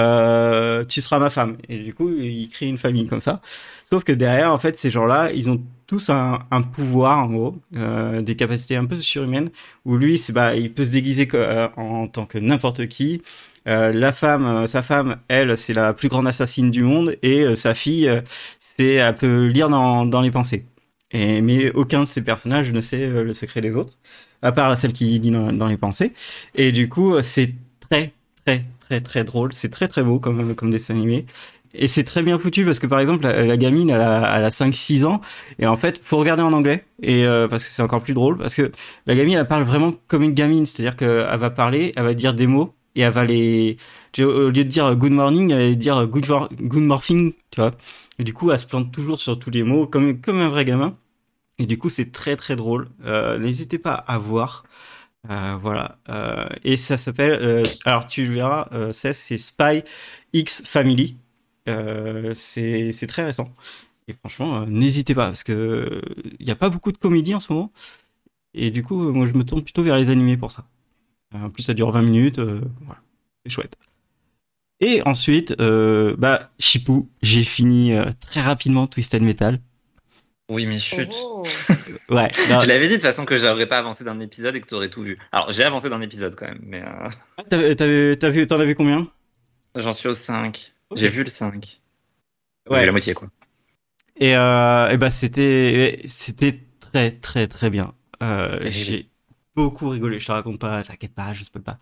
S1: euh, tu seras ma femme et du coup il crée une famille comme ça sauf que derrière en fait ces gens là ils ont tous un, un pouvoir en gros euh, des capacités un peu surhumaines où lui c'est bah il peut se déguiser co- euh, en tant que n'importe qui Euh, la femme, euh, sa femme, elle, c'est la plus grande assassine du monde, et euh, sa fille, euh, c'est elle peut lire dans, dans les pensées. Et, mais aucun de ces personnages ne sait euh, le secret des autres, à part celle qui lit dans, dans les pensées. Et du coup, euh, c'est très, très, très, très drôle. C'est très, très beau comme, euh, comme dessin animé. Et c'est très bien foutu parce que par exemple, la, la gamine, elle a, elle a 5-6 ans. Et en fait, faut regarder en anglais. Et euh, parce que c'est encore plus drôle. Parce que la gamine, elle parle vraiment comme une gamine. C'est-à-dire qu'elle va parler, elle va dire des mots. Et elle va les. tu vois, Au lieu de dire good morning, elle va dire good, mor- good morphing, tu vois. Et du coup, elle se plante toujours sur tous les mots, comme, comme un vrai gamin. Et du coup, c'est très très drôle. Euh, N'hésitez pas à voir. Euh, voilà. Euh, et ça s'appelle. euh, alors, tu le verras, euh, ça, c'est Spy X Family. Euh, c'est c'est très euh, récent. Et franchement, euh, n'hésitez pas, parce que il n'y a pas beaucoup de comédies en ce moment. Et du coup, moi, je me tourne plutôt vers les animés pour ça. Euh, En plus, ça dure 20 minutes. euh, voilà. C'est chouette. Et ensuite, euh, bah, Chipou, j'ai fini euh, très rapidement Twisted Metal.
S3: Oui, mais chut.
S2: Oh.
S1: Ouais. non,
S3: Je l'avais dit de toute façon que j'aurais pas avancé d'un épisode et que t'aurais tout vu. Alors, j'ai avancé d'un épisode quand même, mais euh,
S1: t'avais- t'avais- t'avais- T'en avais combien
S3: j'en suis au 5.
S1: Ok.
S3: J'ai vu le 5.
S1: Ouais.
S3: J'ai vu la moitié, quoi.
S1: Et, euh, et bah c'était c'était très très très bien. Euh,
S3: Très
S1: J'ai beaucoup rigolé. Je te raconte pas, t'inquiète pas, je spoil pas.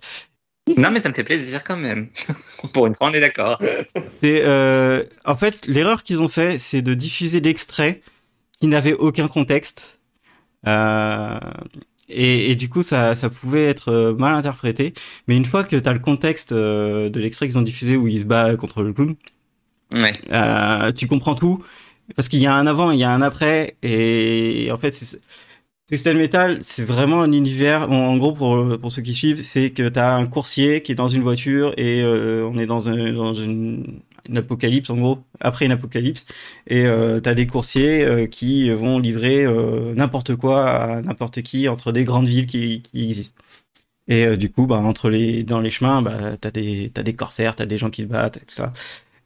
S3: Non, mais ça me fait plaisir quand même. Pour une fois, on est d'accord.
S1: C'est euh, en fait l'erreur qu'ils ont fait, c'est de diffuser l'extrait qui n'avait aucun contexte. Euh, et, et du coup, ça, ça pouvait être euh, mal interprété. Mais une fois que t'as le contexte euh, de l'extrait qu'ils ont diffusé où il se bat contre le clown,
S3: Ouais.
S1: Euh, tu comprends tout parce qu'il y a un avant, il y a un après et en fait c'est Twisted Metal, c'est vraiment un univers. En en gros, pour, pour ceux qui suivent, c'est que t'as un coursier qui est dans une voiture et euh, on est dans, un, dans une, une apocalypse, en gros, après une apocalypse. Et euh, t'as des coursiers euh, qui vont livrer euh, n'importe quoi à n'importe qui entre des grandes villes qui, qui existent. Et euh, du coup, bah, entre les, dans les chemins, bah, t'as des, t'as des corsaires, t'as des gens qui se battent, et tout ça.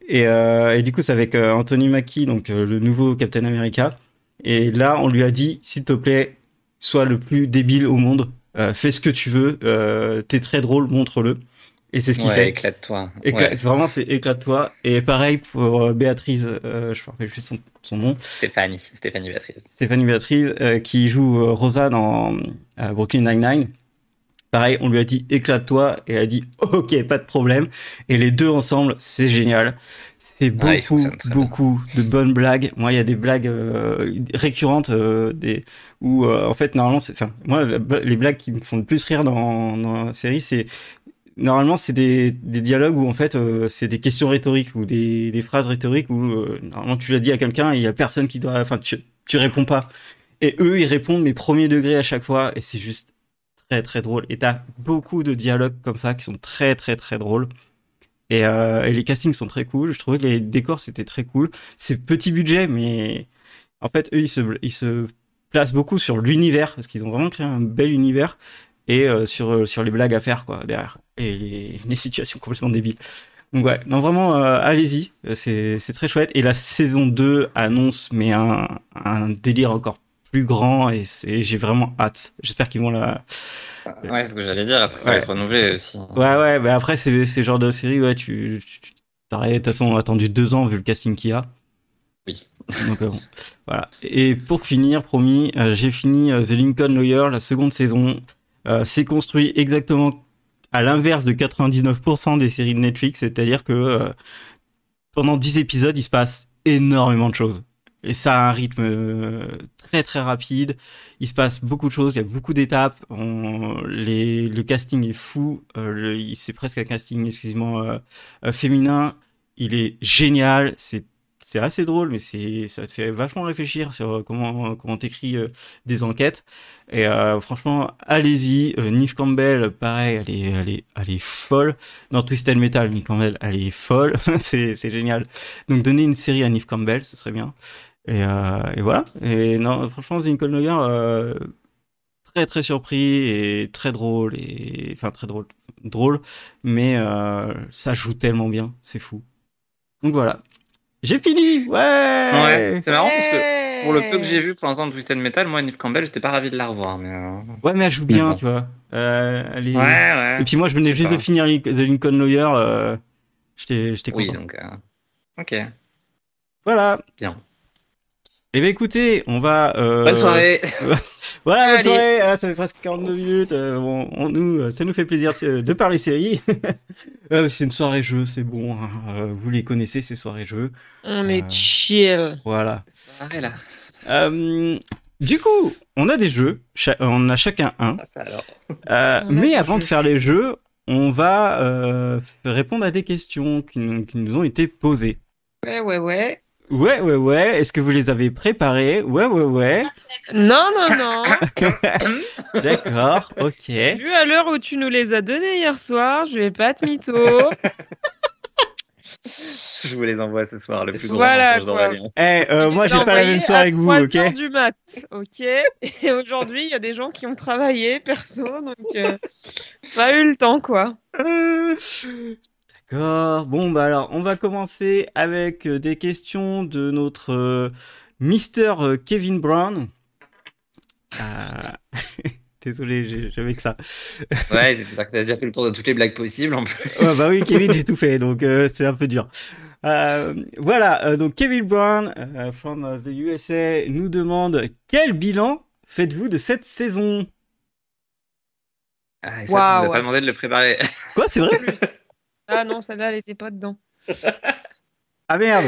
S1: Et, euh, et du coup, c'est avec euh, Anthony Mackie, donc euh, le nouveau Captain America. Et là, on lui a dit, s'il te plaît, sois le plus débile au monde. Euh, fais ce que tu veux. Euh, T'es très drôle, montre-le. Et c'est ce qu'il
S3: ouais,
S1: fait.
S3: éclate-toi.
S1: Écla-
S3: Ouais.
S1: c'est Vraiment, c'est éclate-toi. Et pareil pour euh, Béatrice, euh, je me rappelle juste son, son nom,
S3: Stéphanie, Stéphanie Béatrice.
S1: Stéphanie Béatrice, euh, qui joue euh, Rosa dans euh, Brooklyn Nine-Nine. Pareil, on lui a dit éclate-toi et elle a dit ok, pas de problème. Et les deux ensemble, c'est génial. C'est beaucoup,
S3: Ouais, ils fonctionnent très bien.
S1: beaucoup de bonnes blagues. Moi, il y a des blagues euh, récurrentes euh, des, où, euh, en fait, normalement, c'est, enfin, moi, la bla- les blagues qui me font le plus rire dans, dans la série, c'est normalement c'est des, des dialogues où en fait euh, c'est des questions rhétoriques ou des, des phrases rhétoriques où euh, normalement tu l'as dit à quelqu'un et il y a personne qui doit enfin tu, tu réponds pas et eux ils répondent mais premier degré à chaque fois et c'est juste très très drôle et t'as beaucoup de dialogues comme ça qui sont très très très drôles et, euh, et les castings sont très cool je trouvais que les décors c'était très cool c'est petit budget mais en fait eux ils se ils se placent beaucoup sur l'univers parce qu'ils ont vraiment créé un bel univers et euh, sur, euh, sur les blagues à faire quoi derrière et les, les situations complètement débiles. Donc ouais, non vraiment euh, allez-y, Euh, c'est c'est très chouette et la saison 2 annonce mais un, un délire encore plus grand et c'est j'ai vraiment hâte. J'espère qu'ils vont la
S3: Ouais, c'est ce que j'allais dire. Est-ce que ça
S1: Ouais.
S3: va être renouvelé aussi
S1: Ouais ouais, mais après c'est c'est le genre de série ouais, tu tu- tu- t'aurais de toute façon attendu deux ans vu le casting qu'il y a.
S3: Oui.
S1: Donc euh, bon, voilà. Et pour finir, promis, euh, j'ai fini euh, The Lincoln Lawyer, la seconde saison. Euh, c'est construit exactement à l'inverse de 99% des séries de Netflix, c'est-à-dire que euh, pendant 10 épisodes, il se passe énormément de choses. Et ça a un rythme euh, très très rapide. Il se passe beaucoup de choses, il y a beaucoup d'étapes. On- les- Le casting est fou. Euh, le- il- c'est presque un casting excusez-moi, euh, euh, féminin. Il est génial. C'est c'est assez drôle, mais c'est ça te fait vachement réfléchir sur euh, comment comment t'écris euh, des enquêtes. Et euh, franchement, allez-y. Euh, Neve Campbell, pareil, elle est elle est elle est folle. Dans Twisted Metal, Neve Campbell, elle est folle. c'est c'est génial. Donc donner une série à Neve Campbell, ce serait bien. Et, euh, et voilà. Et non, franchement, The Lincoln Lawyer, euh, très très surpris et très drôle et enfin très drôle, drôle, mais euh, ça joue tellement bien, c'est fou. Donc voilà. J'ai fini, ouais.
S3: Ouais, c'est marrant parce que pour le peu que j'ai vu pour l'instant de Twisted Metal, moi, Neve Campbell, j'étais pas ravi de la revoir. Mais euh,
S1: Ouais, mais elle joue bien,
S3: Mais bon.
S1: tu vois. Euh, elle est-
S3: Ouais, ouais.
S1: Et puis moi, je venais
S3: Je sais
S1: juste
S3: pas.
S1: de finir Lin- The Lincoln Lawyer. Euh... J'étais j'étais
S3: oui,
S1: content.
S3: donc. euh, Ok.
S1: Voilà.
S3: Bien.
S1: Eh bien, écoutez, on va. euh,
S3: Bonne soirée.
S1: Voilà, bonne
S2: Allez.
S1: soirée. Ah, ça fait presque 42 minutes. euh, on, on nous, euh, ça nous fait plaisir euh, de parler série. Euh, c'est une soirée jeu, c'est bon. hein. Euh, Vous les connaissez, ces soirées jeux.
S2: On
S1: Euh.
S2: est chill.
S1: Voilà.
S3: Arrête là.
S1: Euh, du coup, on a des jeux. cha- on a chacun un.
S3: Ah, ça alors.
S1: Euh,
S2: On a
S1: mais
S2: des
S1: avant de
S2: jeux.
S1: faire les jeux, on va euh, répondre à des questions qui nous- qui nous ont été posées.
S2: Ouais, ouais, ouais.
S1: Ouais, ouais, ouais. Est-ce que vous les avez préparés Ouais, ouais, ouais.
S2: Non, non, non.
S1: D'accord, ok. Eh,
S2: Vu à l'heure où
S1: Euh,
S2: tu nous les as donnés hier soir, je vais pas te mytho.
S3: Je vous les envoie ce soir, le plus grand
S2: Voilà,
S3: mensonge d'Aurélien.
S1: Eh, euh, moi, j'ai pas la même soirée que vous, ok
S2: C'est du mat, ok. Et aujourd'hui, il y a des gens qui ont travaillé perso, donc euh, pas eu le temps, quoi.
S1: Euh, D'accord. Bon, bah alors, on va commencer avec euh, des questions de notre euh, Mister euh, Kevin Brown. Ah, Désolé, j'ai- j'avais que ça.
S3: Ouais, c'est-à-dire que t'as déjà fait le tour de toutes les blagues possibles en plus.
S1: Ouais, bah oui, Kevin, j'ai tout fait, donc euh, c'est un peu dur. Euh, voilà, euh, donc Kevin Brown euh, from the USA nous demande quel bilan faites-vous de cette saison
S3: Ah, et ça, tu nous as
S2: Waouh.
S3: pas demandé de le préparer.
S1: Quoi, c'est vrai
S2: Plus. Ah non, celle-là, elle était pas dedans.
S1: Ah merde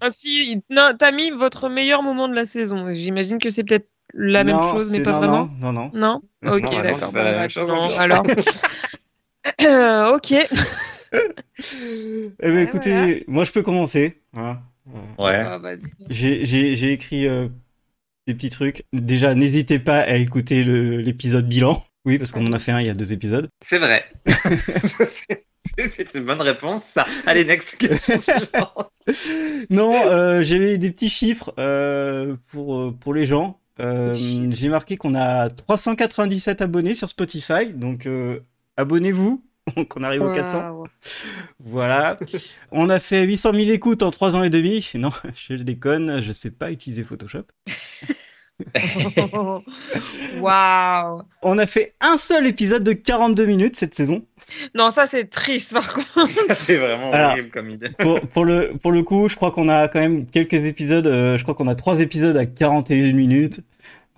S2: Ah si, il- non, t'as mis votre meilleur moment de la saison. J'imagine que c'est peut-être la même
S1: Non,
S2: chose, mais
S1: c'est-
S2: pas
S1: non,
S2: vraiment.
S1: Non, non, non.
S2: Non Ok,
S3: non, c'est
S2: d'accord.
S3: pas la
S2: Bon, bah,
S3: même chose,
S2: attends,
S1: hein.
S3: en plus.
S2: alors. Euh, ok.
S1: Eh ben,
S2: Ouais,
S1: écoutez,
S2: voilà.
S1: moi je peux commencer. hein. Euh,
S3: Ouais.
S2: Ah, vas-y.
S1: J'ai- J'ai j'ai écrit euh, des petits trucs. Déjà, n'hésitez pas à écouter le- l'épisode bilan. Oui, parce qu'on en a fait un il y a deux épisodes.
S3: C'est vrai. C'est- c'est une bonne réponse, ça. Allez, next question suivante.
S1: Non, euh, j'ai mis des petits chiffres euh, pour, euh, pour les gens. Euh, j'ai marqué qu'on a 397 abonnés sur Spotify, donc euh, abonnez-vous, qu'on arrive aux 400.
S2: Waouh.
S1: Voilà. On a fait 800 000 écoutes en 3 ans et demi. Non, je déconne, je sais pas utiliser Photoshop.
S2: Waouh.
S1: On a fait un seul épisode de 42 minutes cette saison.
S2: Non, ça c'est triste par contre.
S3: Ça, C'est vraiment
S1: Alors.
S3: horrible comme idée.
S1: pour, pour le, pour le coup, je crois qu'on a quand même quelques épisodes. euh, je crois qu'on a trois épisodes à 41 minutes.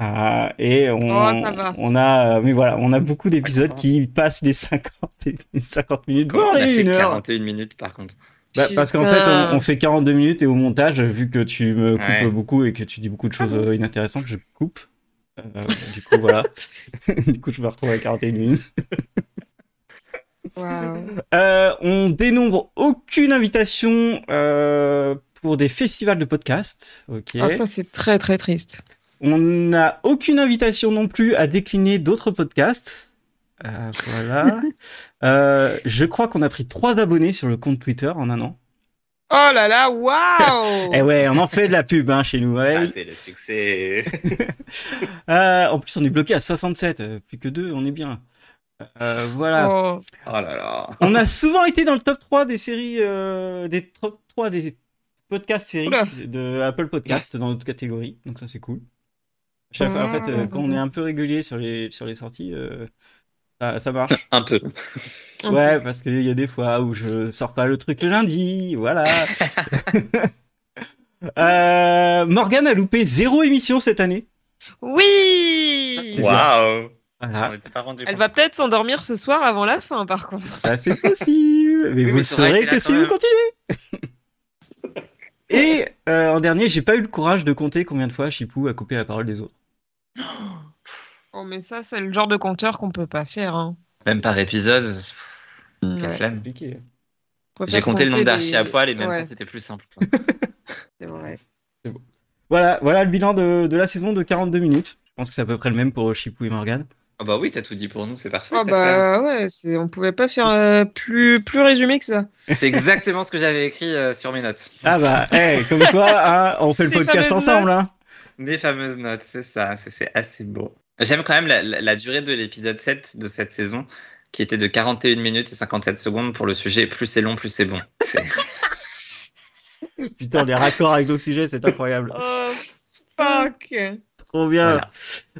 S1: Euh, et on,
S2: Oh, ça va.
S1: on a, euh, mais voilà, on a beaucoup d'épisodes qui passent les 50, et- les 50 minutes, voire
S3: on a
S1: les
S3: fait
S1: une heure.
S3: 41 minutes par contre.
S1: Bah, parce qu'en fait,
S2: Putain.
S1: on, on fait 42 minutes et au montage, vu que tu me coupes
S3: Ouais.
S1: beaucoup et que tu dis beaucoup
S3: Ah
S1: de choses euh, inintéressantes, je coupe. Euh, du coup, voilà. du coup, je me retrouve à 41 minutes.
S2: Waouh.
S1: Euh, on dénombre aucune invitation euh, pour des festivals de podcasts. Ok.
S2: Ah, ça c'est très très triste.
S1: On n'a aucune invitation non plus à décliner d'autres podcasts. Euh, voilà. Euh, je crois qu'on a pris trois abonnés sur le compte Twitter en un an.
S2: Oh là là, waouh.
S1: Eh ouais, on en fait de la pub hein, chez nous.
S3: Ah,
S1: ouais.
S3: c'est le succès.
S1: Euh, en plus, on est bloqué à 67. euh, plus que deux, on est bien. Euh, voilà.
S2: Oh.
S3: Oh là là.
S1: On a souvent été dans le top 3 des séries, euh, des top 3 des podcasts séries
S2: Oula.
S1: de Apple Podcast dans notre catégorie. Donc ça, c'est cool. Chaque fois- en fait, euh, quand on est un peu régulier sur les, sur les sorties, euh, ça- ça marche.
S3: Un peu.
S2: Un
S1: Ouais, parce qu'il y a des fois où je sors pas le truc le lundi, voilà. euh, Morgane a loupé zéro émission cette année.
S2: Oui.
S1: C'est
S3: Waouh.
S1: Voilà,
S3: On était pas rendu
S2: Elle
S3: compte.
S2: va peut-être s'endormir ce soir avant la fin par contre.
S1: ça c'est possible. Mais
S3: mais
S1: vous le
S3: ça aurait
S1: saurez
S3: été là
S1: que
S3: quand
S1: si vous
S3: même.
S1: continuez. Et euh, en dernier, j'ai pas eu le courage de compter combien de fois Chipou a coupé la parole des autres.
S2: Oh mais ça c'est le genre de compteur qu'on peut pas faire. Hein.
S3: Même par épisode. pff, Quelle
S2: Ouais.
S3: flemme.
S1: Compliqué.
S2: On peut
S3: Mmh, J'ai
S2: pas
S3: compté le nombre
S2: compter
S3: d'archis
S2: les-
S3: à poil et même
S2: Ouais,
S3: ça c'était plus simple.
S2: c'est vrai.
S1: Voilà, voilà le bilan de, de la saison de 42 minutes. Je pense que c'est à peu près le même pour Chipou et Morgane.
S3: Ah bah oui, t'as tout dit pour nous, c'est parfait.
S2: Oh
S3: ta flemme.
S2: bah ouais, c'est- on pouvait pas faire euh, plus plus résumé que ça.
S3: C'est exactement ce que j'avais écrit euh, sur mes notes.
S1: Ah bah, eh, comme quoi, hein, on fait le
S2: Les
S1: podcast
S2: fameuses
S1: ensemble. Hein.
S3: Mes fameuses notes, c'est ça, c'est- c'est assez beau. J'aime quand même la, la- la durée de l'épisode 7 de cette saison, qui était de 41 minutes et 57 secondes pour le sujet Plus c'est long, plus c'est bon. C'est-
S1: Putain, les raccords avec nos sujets, c'est incroyable.
S2: Oh fuck.
S1: Trop bien.
S3: Voilà.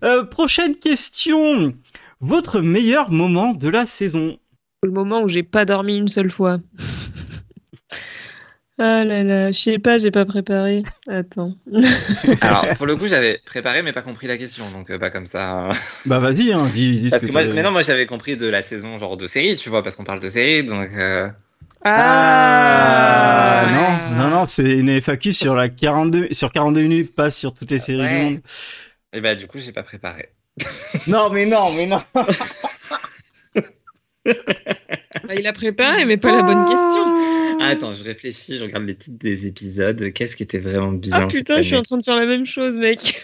S1: Euh, prochaine question. Votre meilleur moment de la saison
S2: Le moment où j'ai pas dormi une seule fois. ah là là, je sais pas, j'ai pas préparé. Attends.
S3: Alors, pour le coup, j'avais préparé mais pas compris la question, donc euh, pas comme ça. hein.
S1: Bah vas-y, hein, dis, dis
S3: Parce
S1: ce
S3: que
S1: que
S3: moi,
S1: t'as-
S3: mais non, moi j'avais compris de la saison genre de série, tu vois, parce qu'on parle de série, donc. euh,
S1: Ah,
S2: Ah,
S1: non, non, non, c'est une FAQ sur la 42, sur 42 minutes, pas sur toutes les séries
S3: ouais.
S1: du monde.
S3: Et bah, du coup, j'ai pas préparé.
S1: Non, mais non, mais non.
S2: Bah, il a préparé, mais pas la bonne question.
S3: Ah,
S2: Mmh.
S3: attends, je réfléchis, je regarde les titres des épisodes. Qu'est-ce qui était vraiment
S2: Ah
S3: bizarre cette
S2: putain, je suis en
S3: année
S2: train de faire la même chose, mec.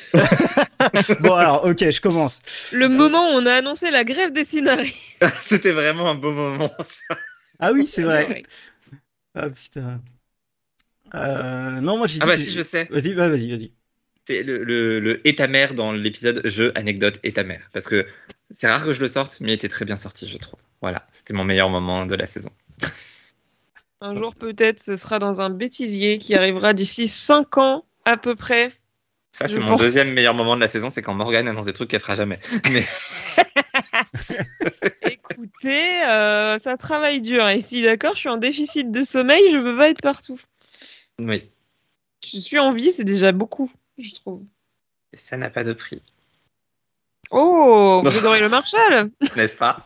S1: Ah, Bon alors, ok, je commence.
S2: Le moment où on a annoncé la grève des scénaristes.
S3: C'était vraiment un beau moment. ça.
S1: Ah oui, c'est vrai. Ah putain. Euh, non, moi j'ai
S3: Ah
S1: dit
S3: bah
S1: que-
S3: si, je sais.
S1: Vas-y, bah, vas-y, vas-y.
S3: C'est le, le, le et ta mère dans l'épisode jeu, anecdote et ta mère. Parce que c'est rare que je le sorte, mais il était très bien sorti, je trouve. Voilà, c'était mon meilleur moment de la saison.
S2: Un jour, peut-être, ce sera dans un bêtisier qui arrivera d'ici 5 ans à peu près.
S3: Ça,
S2: Je
S3: c'est mon
S2: pense.
S3: deuxième meilleur moment de la saison, c'est quand Morgane annonce des trucs qu'elle fera jamais.
S2: Écoutez, euh, ça travaille dur. Et si d'accord, je suis en déficit de sommeil, je veux pas être partout.
S3: Oui,
S2: Je suis en vie, c'est déjà beaucoup, je trouve.
S3: Et ça n'a pas de prix,
S2: Oh, Grégory Le Marchal
S3: n'est-ce pas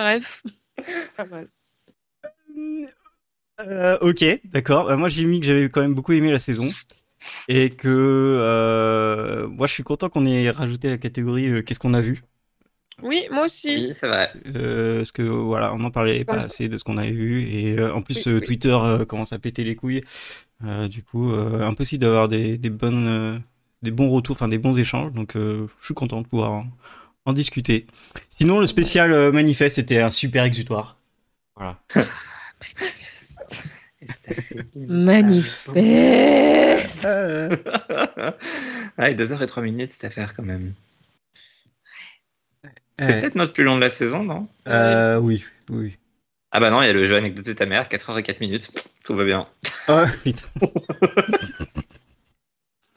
S2: rêve. Pas mal.
S1: Euh, ok, d'accord. Euh, moi j'ai mis que j'avais quand même beaucoup aimé la saison et que euh, moi je suis content qu'on ait rajouté la catégorie euh, qu'est-ce qu'on a vu.
S2: Oui, moi aussi.
S3: Oui, c'est vrai.
S1: Euh, parce que voilà, on n'en parlait pas
S2: Comme ça.
S1: assez de ce qu'on avait vu et euh, en plus
S2: Oui,
S1: euh,
S2: oui.
S1: Twitter euh, commence à péter les couilles. Euh, du coup, euh, impossible d'avoir des, des bonnes, euh, des bons retours, enfin des bons échanges. Donc euh, je suis content de pouvoir en, en discuter. Sinon, le spécial euh, manifeste était un super exutoire. Voilà.
S2: Manifeste.
S3: ouais, 2h et 3 minutes, cette affaire, quand même. C'est
S1: Ouais.
S3: peut-être notre plus long de la saison, non
S1: Eh, Euh, oui, oui.
S3: Ah bah non, il y a le jeu anecdote de ta mère, 4h et 4 minutes, Pff, tout va bien.
S1: Ah, putain.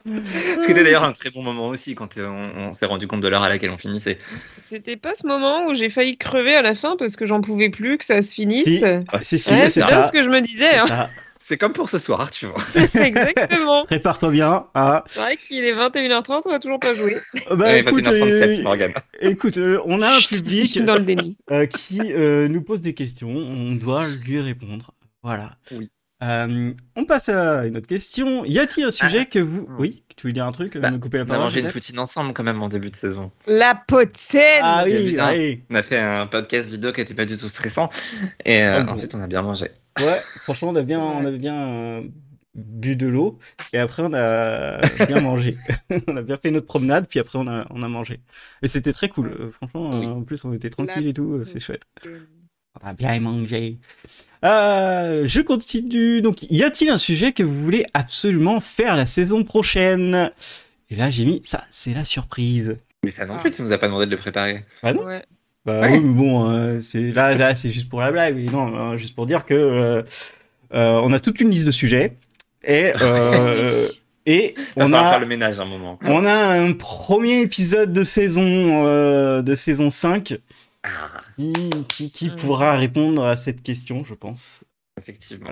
S3: Ce qui était d'ailleurs un très bon moment aussi, quand euh, on, on s'est rendu compte de l'heure à laquelle on finissait.
S2: C'était pas ce moment où j'ai failli crever à la fin parce que j'en pouvais plus que ça se finisse.
S1: Si.
S2: Ouais,
S3: Ouais,
S1: Si, si,
S2: c'est
S1: c'est
S2: bien
S1: ça.
S2: ce que je me disais.
S1: C'est
S2: hein.
S1: ça.
S3: C'est comme pour ce soir, tu vois.
S2: Exactement.
S1: Prépare-toi bien. Ah.
S2: C'est vrai qu'il est 21h30, on a toujours pas joué.
S1: Bah,
S3: Ouais,
S1: écoute,
S3: 21h37,
S1: euh,
S3: Morgane.
S1: écoute euh, on a un
S2: Je
S1: public
S2: suis dans le déni.
S1: euh, qui euh, nous pose des questions. On doit lui répondre. Voilà.
S3: Oui.
S1: Euh, on passe à une autre question. Y a-t-il un sujet que vous. Oui, tu veux dire un truc
S3: Ah. Hmm.
S1: euh,
S3: Bah,
S1: Me couper la
S3: On a
S1: parole
S3: mangé une
S1: peut-être
S3: poutine ensemble quand même en début de saison.
S2: La potène
S1: Ah
S3: Il y a
S1: oui,
S3: eu un.
S1: oui.
S3: On a fait un podcast vidéo qui n'était pas du tout stressant. Et euh,
S1: Ah bon.
S3: ensuite, on a bien mangé.
S1: Ouais, franchement, on a bien, on a bien euh, bu de l'eau et après on a bien mangé. on a bien fait notre promenade, puis après on a, on a mangé. Et c'était très cool. euh, Franchement, euh,
S3: Oui.
S1: en plus, on était tranquille et tout, euh, c'est chouette.
S2: Euh,
S1: On a bien mangé. Euh, je continue. Donc, y a-t-il un sujet que vous voulez absolument faire la saison prochaine Et là, j'ai mis ça, c'est la surprise.
S3: Mais ça non
S2: Ah.
S3: plus, tu nous as pas demandé de le préparer.
S2: Ouais.
S1: Bah
S3: Ouais.
S1: oui, mais bon, euh, c'est là, là, c'est juste pour la blague, mais non, euh, juste pour dire que euh, euh, on a toute une liste de sujets et euh, et
S3: On
S1: on
S3: va falloir faire
S1: a
S3: le ménage un moment.
S1: on a un premier épisode de saison euh, de saison 5
S3: Ah,
S1: qui, qui, qui
S2: Mm.
S1: pourra répondre à cette question, je pense.
S3: effectivement.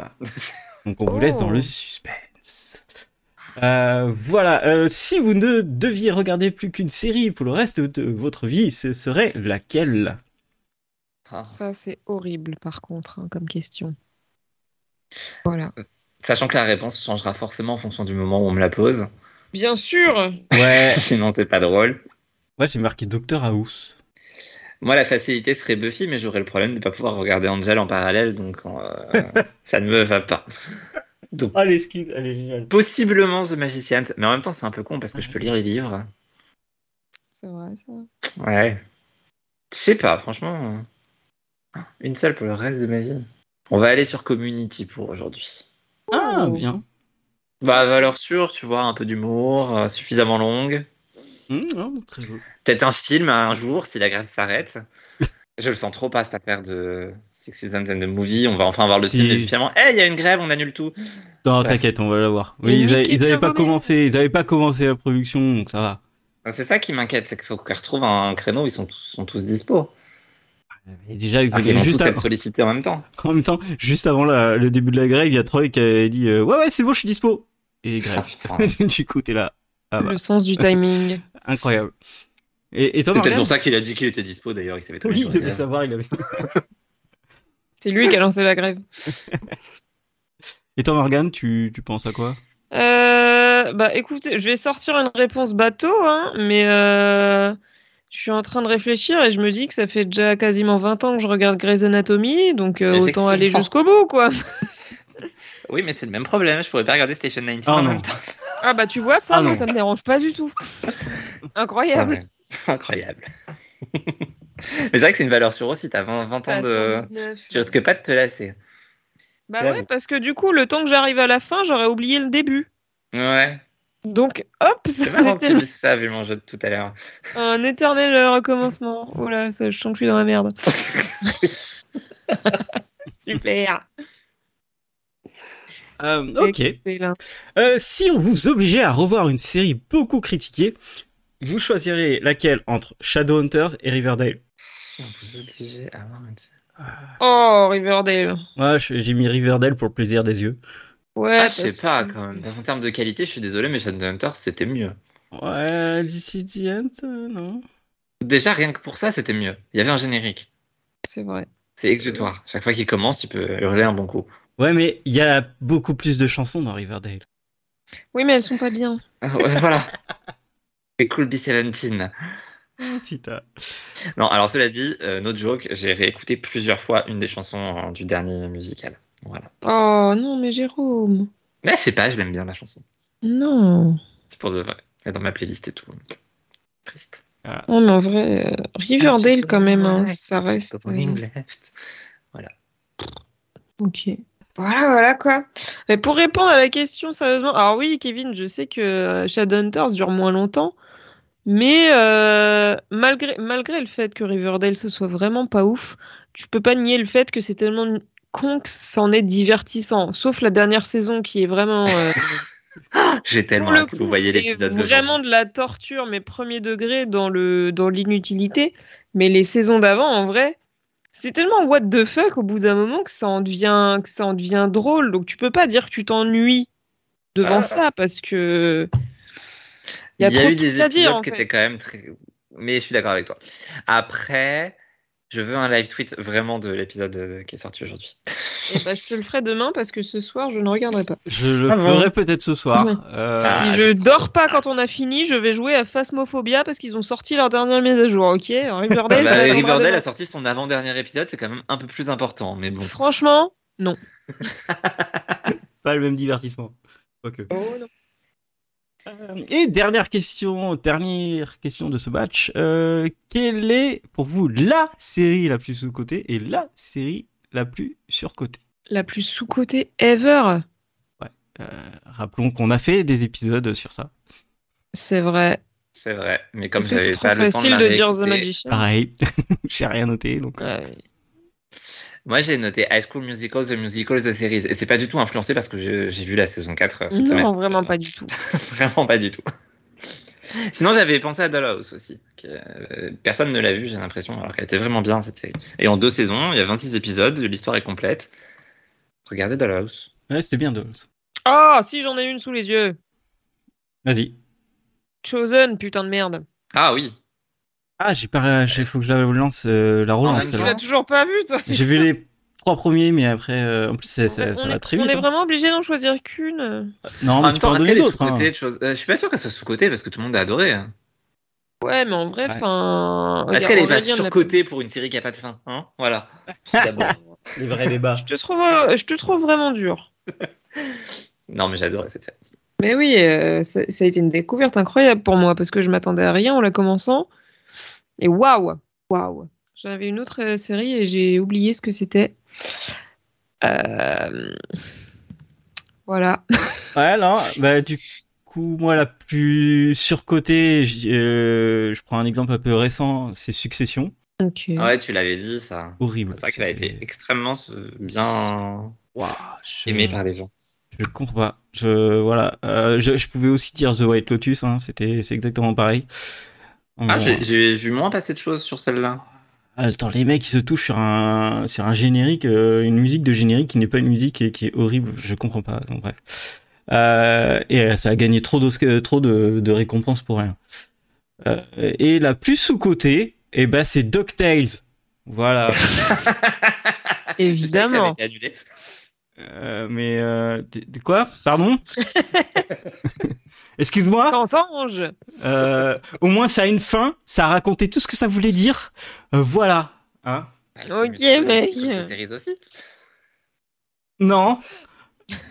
S1: Donc on vous laisse dans
S2: Oh.
S1: le suspense. Euh, voilà, euh, si vous ne deviez regarder plus qu'une série pour le reste de votre vie, ce serait laquelle
S3: Ah.
S2: Ça, c'est horrible, par contre, hein, comme question. Voilà.
S3: Sachant que la réponse changera forcément en fonction du moment où on me la pose.
S2: Bien sûr
S1: Ouais,
S3: Sinon, c'est pas drôle.
S1: moi j'ai marqué Doctor House.
S3: Moi, la facilité serait Buffy, mais j'aurais le problème de ne pas pouvoir regarder Angel en parallèle, donc euh, ça ne me va pas.
S1: Ah, l'esquisse, elle est géniale.
S3: Possiblement The Magicians, mais en même temps, c'est un peu con parce que je peux lire les livres.
S2: C'est vrai, ça.
S3: Ouais. Je sais pas, franchement. euh, Une seule pour le reste de ma vie. On va aller sur Community pour aujourd'hui.
S1: Ah,
S2: Oh.
S1: bien.
S3: Bah, valeur sûre, tu vois, un peu d'humour, euh, suffisamment longue.
S1: Mmh, non, très beau.
S3: Peut-être un film un jour si la grève s'arrête. Je le sens trop pas cette affaire de Six Seasons and the Movie. On va enfin voir le
S1: Si.
S3: film et puis finalement, hé, il y a une grève, on annule tout.
S1: Non,
S3: Bref.
S1: t'inquiète, on va la voir.
S2: Et
S1: Oui, ils,
S2: Nick
S1: avaient,
S2: et
S1: ils avaient pas
S2: Pierre
S1: commencé, ils avaient pas commencé la production, donc ça va.
S3: C'est ça qui m'inquiète, c'est qu'il faut qu'elle retrouve un créneau où ils sont tous, sont tous dispo.
S1: Et déjà, ils
S3: Ah, ils
S1: venaient
S3: vont
S1: juste
S3: tous
S1: avant-
S3: être sollicités en même temps.
S1: en même temps, juste avant la- le début de la grève, il y a Troy qui a dit euh, ouais ouais c'est bon, je suis dispo. Et
S3: Ah,
S1: grève.
S3: putain.
S1: du coup, t'es là, Ah bah.
S2: Le sens du timing.
S1: incroyable. Et, et toi,
S3: C'est peut-être
S1: Morgane
S3: pour ça qu'il a dit qu'il était dispo d'ailleurs, il savait très
S1: Oui,
S3: bien.
S1: il
S3: qu'il
S1: devait savoir, il avait.
S2: C'est lui qui a lancé la grève.
S1: Et toi, Morgane, tu, tu penses à quoi
S2: Euh, bah écoutez, je vais sortir une réponse bateau, hein, mais euh, je suis en train de réfléchir et je me dis que ça fait déjà quasiment 20 ans que je regarde Grey's Anatomy, donc euh, autant
S3: Effectivement.
S2: aller jusqu'au bout, quoi.
S3: Oui, mais c'est le même problème, je pourrais pas regarder Station 90
S1: Ah,
S3: en
S1: non.
S3: même temps.
S2: Ah bah tu vois, ça,
S1: Ah
S2: moi,
S1: non.
S2: ça me dérange pas du tout. Incroyable.
S3: Ouais. Incroyable. mais c'est vrai que c'est une valeur sûre aussi, t'as 20, 20 ans
S2: Pas
S3: de.
S2: 119.
S3: Tu risques pas de te lasser.
S2: Bah
S3: Là,
S2: ouais,
S3: vous-
S2: parce que du coup, le temps que j'arrive à la fin, j'aurais oublié le début.
S3: Ouais.
S2: Donc, hop,
S3: C'est
S2: ça a
S3: marrant que tu
S2: été
S3: dises ça vu mon jeu de tout à l'heure.
S2: un éternel euh, recommencement. Oh là, ça, je sens que je suis dans la merde. Super.
S1: Euh, ok.
S2: Excellent.
S1: Euh, si on vous obligeait à revoir une série beaucoup critiquée, vous choisirez laquelle entre Shadowhunters et Riverdale
S3: Si on vous obligeait à avoir une série.
S2: Oh, Riverdale.
S1: Moi, je- j'ai mis Riverdale pour le plaisir des yeux.
S2: Ouais,
S3: Ah, je sais
S2: parce
S3: pas
S2: que-
S3: quand même. Parce qu'en termes de qualité, je suis désolé, mais Shadowhunter, c'était mieux.
S1: Ouais, d'ici the end, euh, non
S3: Déjà, rien que pour ça, c'était mieux. Il y avait un générique.
S2: C'est vrai.
S3: C'est exutoire. Chaque fois qu'il commence, il peut hurler un bon coup.
S1: Ouais, mais il y a beaucoup plus de chansons dans Riverdale.
S2: Oui, mais elles sont pas bien.
S3: Ah, ouais, voilà. C'est cool B17.
S1: Oh, putain.
S3: Non, alors cela dit, euh, no joke, j'ai réécouté plusieurs fois une des chansons euh, du dernier musical. Voilà.
S2: Oh non, mais Jérôme.
S3: Mais je sais pas, je l'aime bien la chanson.
S2: Non.
S3: C'est pour de vrai. Elle est dans ma playlist et tout. Triste.
S2: Non, mais en vrai,
S3: Ah,
S2: euh, Riverdale, quand même, hein, ça reste. euh,
S3: Turning left.
S2: Ok. Voilà, voilà quoi. Mais pour répondre à la question sérieusement, alors oui, Kevin, je sais que euh, Shadowhunters dure moins longtemps, mais euh, malgré, malgré le fait que Riverdale ce soit vraiment pas ouf, tu peux pas nier le fait que c'est tellement con que ça en est divertissant. Sauf la dernière saison qui est vraiment. euh, Ah,
S3: J'ai
S2: pour
S3: tellement
S2: le
S3: hâte que vous
S2: coup,
S3: voyez
S2: c'est
S3: l'épisode de
S2: vraiment de la torture, mais premier degré dans le dans l'inutilité. Mais les saisons d'avant, en vrai, c'est tellement what the fuck au bout d'un moment que ça en devient que ça en devient drôle. Donc tu peux pas dire que tu t'ennuies devant
S3: Ah.
S2: ça parce que
S3: Il y a,
S2: trop
S3: eu
S2: de
S3: des
S2: trucs à
S3: épisodes
S2: dire en
S3: qui
S2: fait.
S3: étaient quand même très. Mais je suis d'accord avec toi. Après, je veux un live tweet vraiment de l'épisode euh, qui est sorti aujourd'hui.
S2: Et bah, je te le ferai demain parce que ce soir je ne regarderai pas.
S1: Je le
S3: Ah bon
S1: ferai peut-être ce soir.
S2: Ouais.
S1: Euh,
S3: Ah,
S2: si je dors pas quand on a fini, je vais jouer à Phasmophobia parce qu'ils ont sorti leur dernière mise à jour. Ok, Alors,
S3: Bah,
S2: Riverdale. ça attendra
S3: Riverdale
S2: demain.
S3: a sorti son avant-dernier épisode, c'est quand même un peu plus important, mais bon.
S2: Franchement,
S1: Pas le même divertissement. Ok. Euh, Et dernière question, dernière question de ce match. Euh, quelle est pour vous la série la plus sous-cotée et la série la plus surcotée
S2: la plus sous-cotée ever.
S1: Euh, Rappelons qu'on a fait des épisodes sur ça.
S2: C'est vrai.
S3: C'est vrai, mais comme
S2: Parce que c'est
S3: j'avais
S2: trop
S3: pas le temps de,
S2: facile
S3: la
S2: de, dire The
S3: réécouter-
S2: Magician.
S1: Pareil, j'ai rien noté. Donc, euh,
S2: Ouais.
S3: Moi, j'ai noté High School Musical, The Musical, The Series. Et c'est pas du tout influencé parce que je- j'ai vu la saison 4 euh, cette semaine.
S2: Non, vraiment pas du tout.
S3: Vraiment pas du tout. Sinon, j'avais pensé à Dollhouse aussi. que, euh, personne ne l'a vu, j'ai l'impression, alors qu'elle était vraiment bien cette série. Et en deux saisons, il y a 26 épisodes, l'histoire est complète. Regardez Dollhouse.
S1: ouais, c'était bien de.
S2: Ah, si j'en ai une sous les yeux.
S1: Vas-y.
S2: Chosen, putain de merde.
S3: Ah oui,
S1: Ah, j'ai pas. j'ai- Faut que je la relance, euh, la relance.
S3: même
S2: Tu
S3: temps,
S1: alors.
S2: l'as toujours pas vu, toi.
S1: J'ai vu les trois premiers, mais après, euh, en plus, ça, ça-
S2: On
S1: ça
S2: est-
S1: va très
S2: On
S1: vite.
S2: est
S1: hein.
S2: vraiment obligé d'en choisir qu'une.
S1: Non,
S3: en
S1: mais tu
S3: même
S1: peux
S3: temps,
S1: en
S3: est-ce
S1: donner
S3: qu'elle est
S1: d'autres. hein.
S3: sous-cotée de choses Euh, Je suis pas sûr qu'elle soit sous-cotée parce que tout le monde a adoré. hein.
S2: Ouais, mais en vrai,
S1: Ouais.
S2: enfin.
S3: Est-ce qu'elle est pas
S2: sur
S3: surcotée pour une série qui a pas de fin hein Voilà. D'abord.
S1: Les vrais débats.
S2: Je te trouve, euh, je te trouve vraiment dur.
S3: non, mais j'adorais cette série.
S2: Mais oui, euh, ça, ça a été une découverte incroyable pour moi parce que je m'attendais à rien en la commençant. Et waouh, waouh. J'avais une autre euh, série et j'ai oublié ce que c'était. Euh, Voilà.
S1: Ouais, non, bah, du coup, moi, la plus surcotée, je, euh, je prends un exemple un peu récent, c'est Succession.
S2: Ok.
S3: Ah Ouais, tu l'avais dit ça.
S1: Horrible.
S3: C'est vrai qu'elle a été extrêmement euh, bien
S1: Ouah, Ah, je...
S3: aimée par les gens.
S1: Je comprends pas. Je, voilà. Euh, je, je pouvais aussi dire The White Lotus, hein, c'était, c'est exactement pareil.
S3: Ah,
S1: Euh,
S3: j'ai- j'ai vu moins passer de choses sur celle-là.
S1: Attends, les mecs, ils se touchent sur un, sur un générique, euh, une musique de générique qui n'est pas une musique et qui est horrible. Je comprends pas. Donc, bref. Euh, et euh, ça a gagné trop, d'Osc- trop de, de récompenses pour rien. Euh, et la plus sous-cotée, eh ben, c'est DuckTales. Voilà.
S3: Je savais que ça avait
S2: Évidemment.
S3: été annulé.
S1: Euh, mais, euh, t'es- t'es quoi? Pardon? Excuse-moi?
S2: Qu'entends-je
S1: Euh, au moins, ça a une fin. Ça a raconté tout ce que ça voulait dire. Euh, voilà. Hein
S3: Ah,
S2: Ok,
S3: c'est une
S2: mec.
S3: musique, c'est séries aussi.
S1: non.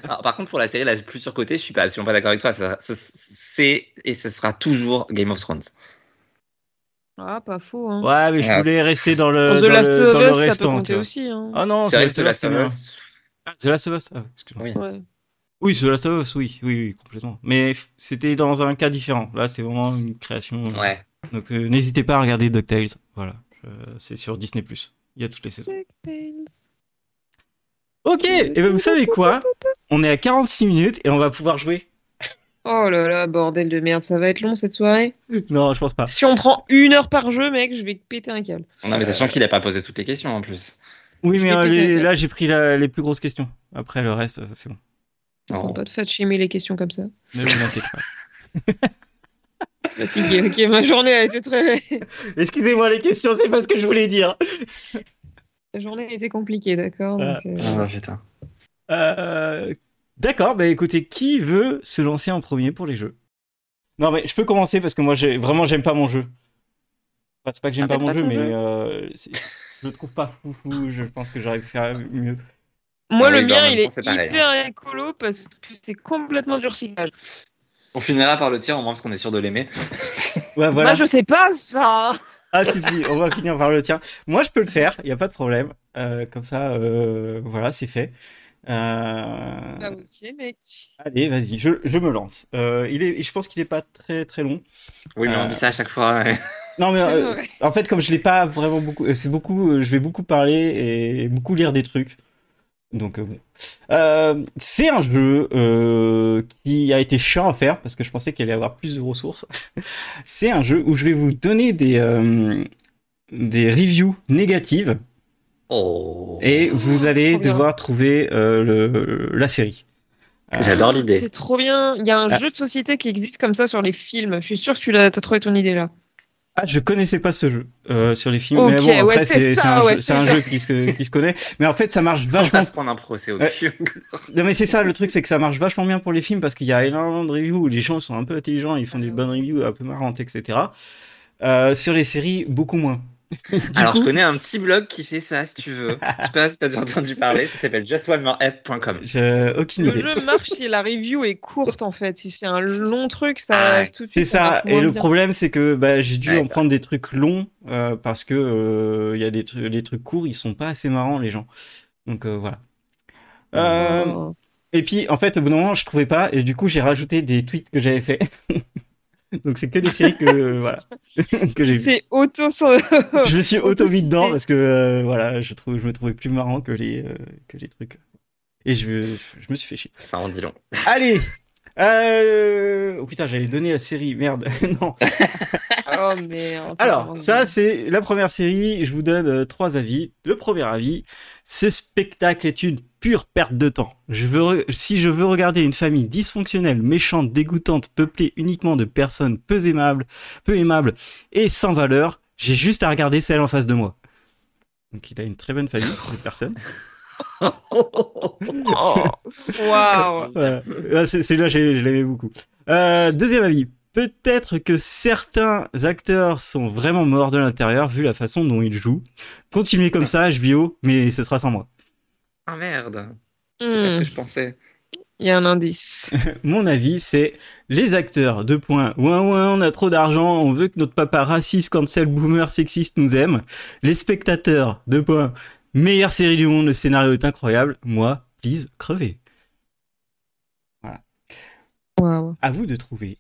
S3: Alors, par contre, pour la série la plus surcotée, je suis pas absolument pas d'accord avec toi. Ça- ce- C'est et ce sera toujours Game of Thrones.
S2: Ah, pas faux. Hein.
S1: Ouais, mais je
S3: Ah,
S1: voulais
S3: c'est-
S1: rester dans
S2: Dans
S1: le,
S2: The
S1: dans
S2: Last
S1: le,
S2: of
S1: dans le
S2: Us, ça peut
S1: restant. tu
S2: compter
S1: vois.
S2: aussi. hein.
S1: Ah non,
S3: Oh, C'est
S1: c'est
S3: vrai que The
S1: Last
S3: Last
S1: of Us,
S3: of
S1: c'est bien.
S3: Us,
S1: Ah, The Last of Us, ah, excuse-moi.
S3: Oui.
S2: Ouais.
S1: Oui, The Last of Us, oui, oui, oui, complètement. Mais f- c'était dans un cas différent. Là, c'est vraiment une création. euh,
S3: Ouais.
S1: Donc euh, n'hésitez pas à regarder DuckTales. Voilà, Je- c'est sur Disney+. Il y a toutes les saisons. Ok, et ben vous savez quoi On est à 46 minutes et on va pouvoir jouer.
S2: Oh là là, bordel de merde, ça va être long cette soirée.
S1: Non, je pense pas.
S2: Si on prend une heure par jeu, mec, je vais péter un câble.
S3: Non, mais sachant qu'il a pas posé toutes les questions en plus.
S1: Oui,
S2: Je
S1: mais
S2: vais
S1: euh,
S2: poser
S1: les-
S2: la-
S1: là, j'ai pris la- les plus grosses questions. Après, le reste, euh, c'est bon.
S2: C'est
S3: Oh.
S2: sympa de fat chimer les questions comme ça.
S1: Ne vous inquiétez pas.
S2: Fatigué, ok, ma journée a été très.
S1: Excusez-moi, les questions, c'est pas ce que je voulais dire.
S2: La journée a été compliquée, d'accord donc, euh,
S3: Ah, putain.
S1: Euh, D'accord, bah écoutez, qui veut se lancer en premier pour les jeux Non, mais je peux commencer parce que moi, j'ai- vraiment, j'aime pas mon jeu. Enfin, c'est pas que j'aime pas
S2: Ah, t'aimes
S1: mon
S2: pas
S1: jeu,
S2: ton
S1: mais
S2: jeu
S1: euh, c'est- je le trouve pas foufou. Je pense que j'aurais pu faire mieux.
S2: Moi,
S3: Ah
S2: le
S3: oui, bah, en
S2: mien,
S3: même
S2: il
S3: temps,
S2: est
S3: c'est pareil, hein.
S2: hyper écolo parce que c'est complètement du recyclage.
S3: On finira par le tir au moins parce qu'on est sûr de l'aimer.
S1: Ouais, voilà.
S2: Moi, Bah, je sais pas ça.
S1: Ah si si, on va finir par le tien. Moi je peux le faire, il y a pas de problème. Euh, comme ça, euh, voilà, c'est fait. Euh,
S3: Ah,
S2: ok, mec.
S1: Allez, vas-y, je, je me lance. Euh, il est, je pense qu'il est pas très très long.
S3: Oui, mais
S1: Euh.
S3: on dit ça à chaque fois. ouais.
S1: Non mais
S2: C'est
S1: euh,
S2: vrai.
S1: en fait comme je l'ai pas vraiment beaucoup, euh, c'est beaucoup, euh, je vais beaucoup parler et beaucoup lire des trucs. Donc euh, bon. Euh, c'est un jeu euh, qui a été chiant à faire parce que je pensais qu'il allait avoir plus de ressources. c'est un jeu où je vais vous donner des euh, des reviews négatives.
S3: Oh.
S1: Et vous allez
S2: Ah, Trop bien.
S1: devoir trouver euh, le, la série. Euh,
S3: J'adore l'idée.
S2: C'est trop bien. Il y a un
S1: Ah.
S2: jeu de société qui existe comme ça sur les films. Je suis sûre que tu as, trouvé ton idée là.
S1: Ah, je connaissais pas ce jeu euh, sur les films,
S2: Ok,
S1: mais bon, après,
S2: ouais, c'est
S1: c'est
S2: ça,
S1: c'est un,
S2: ouais,
S1: jeu-
S2: c'est
S1: c'est un
S2: ça.
S1: jeu qui se, qui se connaît. Mais en fait, ça marche
S3: On va
S1: vachement.
S3: se prendre un procès au
S1: Ouais.
S3: cul.
S1: Non, mais c'est ça, le truc, c'est que ça marche vachement bien pour les films parce qu'il y a énormément de reviews où les gens sont un peu intelligents, ils font des bonnes reviews un peu marrantes, etc. Euh, sur les séries, beaucoup moins. Du
S3: Alors,
S1: coup,
S3: je connais un petit blog qui fait ça, si tu veux. je sais pas si t'as déjà entendu parler, ça s'appelle justonemoreapp.com.
S1: j'ai aucune
S2: Le
S1: idée.
S2: jeu marche si la review est courte en fait. Si c'est un long truc,
S3: Ah
S2: ça.
S3: ouais.
S2: tout de
S1: C'est
S2: suite,
S1: ça.
S2: marche
S1: Et
S2: moins
S1: le
S2: bien.
S1: problème, c'est que bah, j'ai dû
S3: Ouais,
S1: en
S3: ça.
S1: prendre des trucs longs euh, parce que euh, il y a des trucs, les trucs courts, ils sont pas assez marrants les gens. Donc euh, voilà. Euh,
S2: Oh.
S1: Et puis en fait, au bout d'un moment, je trouvais pas et du coup, j'ai rajouté des tweets que j'avais fait. Donc c'est que des séries que voilà que j'ai. vues.
S2: C'est auto.
S1: Je me suis auto mis
S2: Auto-cité.
S1: dedans parce que euh, voilà, je trouve, je me trouvais plus marrant que les euh, que les trucs. Et je, je me suis fait chier.
S3: Ça en dit long.
S1: Allez. Euh... Oh putain, j'avais donné la série, merde. non.
S2: oh merde.
S1: Alors,
S2: commence
S1: ça,
S2: bien.
S1: c'est la première série. Je vous donne euh, trois avis. Le premier avis, ce spectacle est une pure perte de temps. Je veux re- Si je veux regarder une famille dysfonctionnelle, méchante, dégoûtante, peuplée uniquement de personnes peu aimables, peu aimables et sans valeur, j'ai juste à regarder celle en face de moi. Donc, il a une très bonne famille, cette personne.
S2: Oh. Waouh.
S1: Voilà. Là, Ah, c'est- Celui-là, j'ai- je l'aimais beaucoup. Euh, deuxième avis. Peut-être que certains acteurs sont vraiment morts de l'intérieur vu la façon dont ils jouent. Continuez comme ça, HBO, mais ce sera sans moi.
S3: Ah merde. C'est pas ce
S2: Hmm,
S3: que je pensais.
S2: Il y a un indice.
S1: Mon avis, c'est les acteurs, deux points. Ouin ouin, on a trop d'argent, on veut que notre papa raciste, cancel, boomer, sexiste nous aime. Les spectateurs, deux points. Meilleure série du monde, le scénario est incroyable. Moi, please, crever.
S2: Waouh.
S1: À vous de trouver.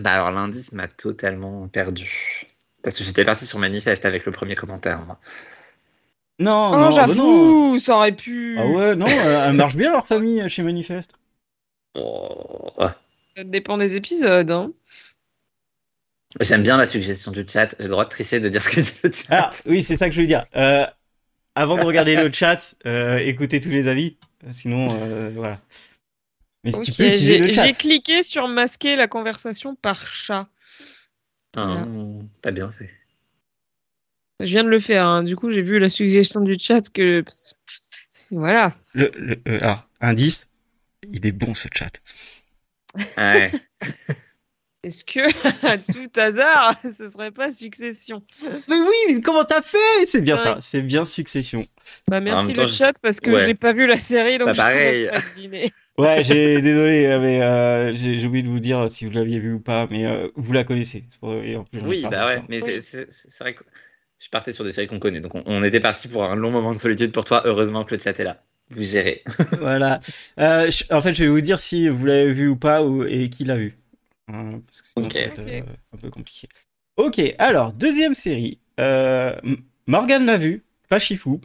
S3: Bah alors, l'indice m'a totalement perdu. Parce que j'étais parti sur Manifeste avec le premier commentaire. moi.
S1: Non,
S2: Oh,
S1: non, bah non.
S2: j'avoue, ça aurait pu.
S1: Ah ouais, non, euh, elle marche bien leur famille euh, chez Manifest.
S3: Oh.
S2: Ça dépend des épisodes. Hein.
S3: J'aime bien la suggestion du chat. J'ai le droit de tricher, de dire ce que dit le chat.
S1: Ah oui, c'est ça que je veux dire. Euh, avant de regarder le chat, euh, écoutez tous les avis. Sinon, euh, voilà. Mais si tu
S2: Ok,
S1: peux utiliser
S2: j'ai-
S1: le chat.
S2: J'ai cliqué sur masquer la conversation par chat.
S3: Ah, T'as bien fait.
S2: Je viens de le faire. hein. Du coup, j'ai vu la suggestion du chat que. Voilà.
S1: Le, le- euh, alors, indice, il est bon ce chat.
S3: Ouais.
S2: Est-ce que, à tout hasard, ce serait pas succession
S1: Mais oui, mais comment t'as fait C'est bien
S2: Ouais.
S1: ça, c'est bien Succession.
S2: Bah
S3: En
S2: merci
S3: même temps,
S2: le
S3: je-
S2: chat parce que
S3: ouais.
S2: j'ai pas vu la série donc
S3: Bah,
S2: je commence
S3: pareil.
S2: pas à deviner.
S1: Ouais, j'ai désolé, euh, mais euh, j'ai j'ai oublié de vous dire si vous l'aviez vu ou pas, mais euh, vous la connaissez. C'est pour- et en plus, j'en ai
S3: Oui,
S1: parlé
S3: bah
S1: ce
S3: ouais,
S1: soir.
S3: mais
S2: Oui.
S3: c'est- c'est c'est vrai que je partais sur des séries qu'on connaît, donc on, on était parti pour un long moment de solitude pour toi. Heureusement que le chat est là. vous gérez.
S1: voilà. Euh, je- en fait, je vais vous dire si vous l'avez vu ou pas ou- et qui l'a vu. Hein, parce que sinon,
S3: Ok.
S1: ça va être,
S2: Ok.
S1: euh, un peu compliqué. Ok, alors, deuxième série. Euh, M- Morgane l'a vu, pas Chifou.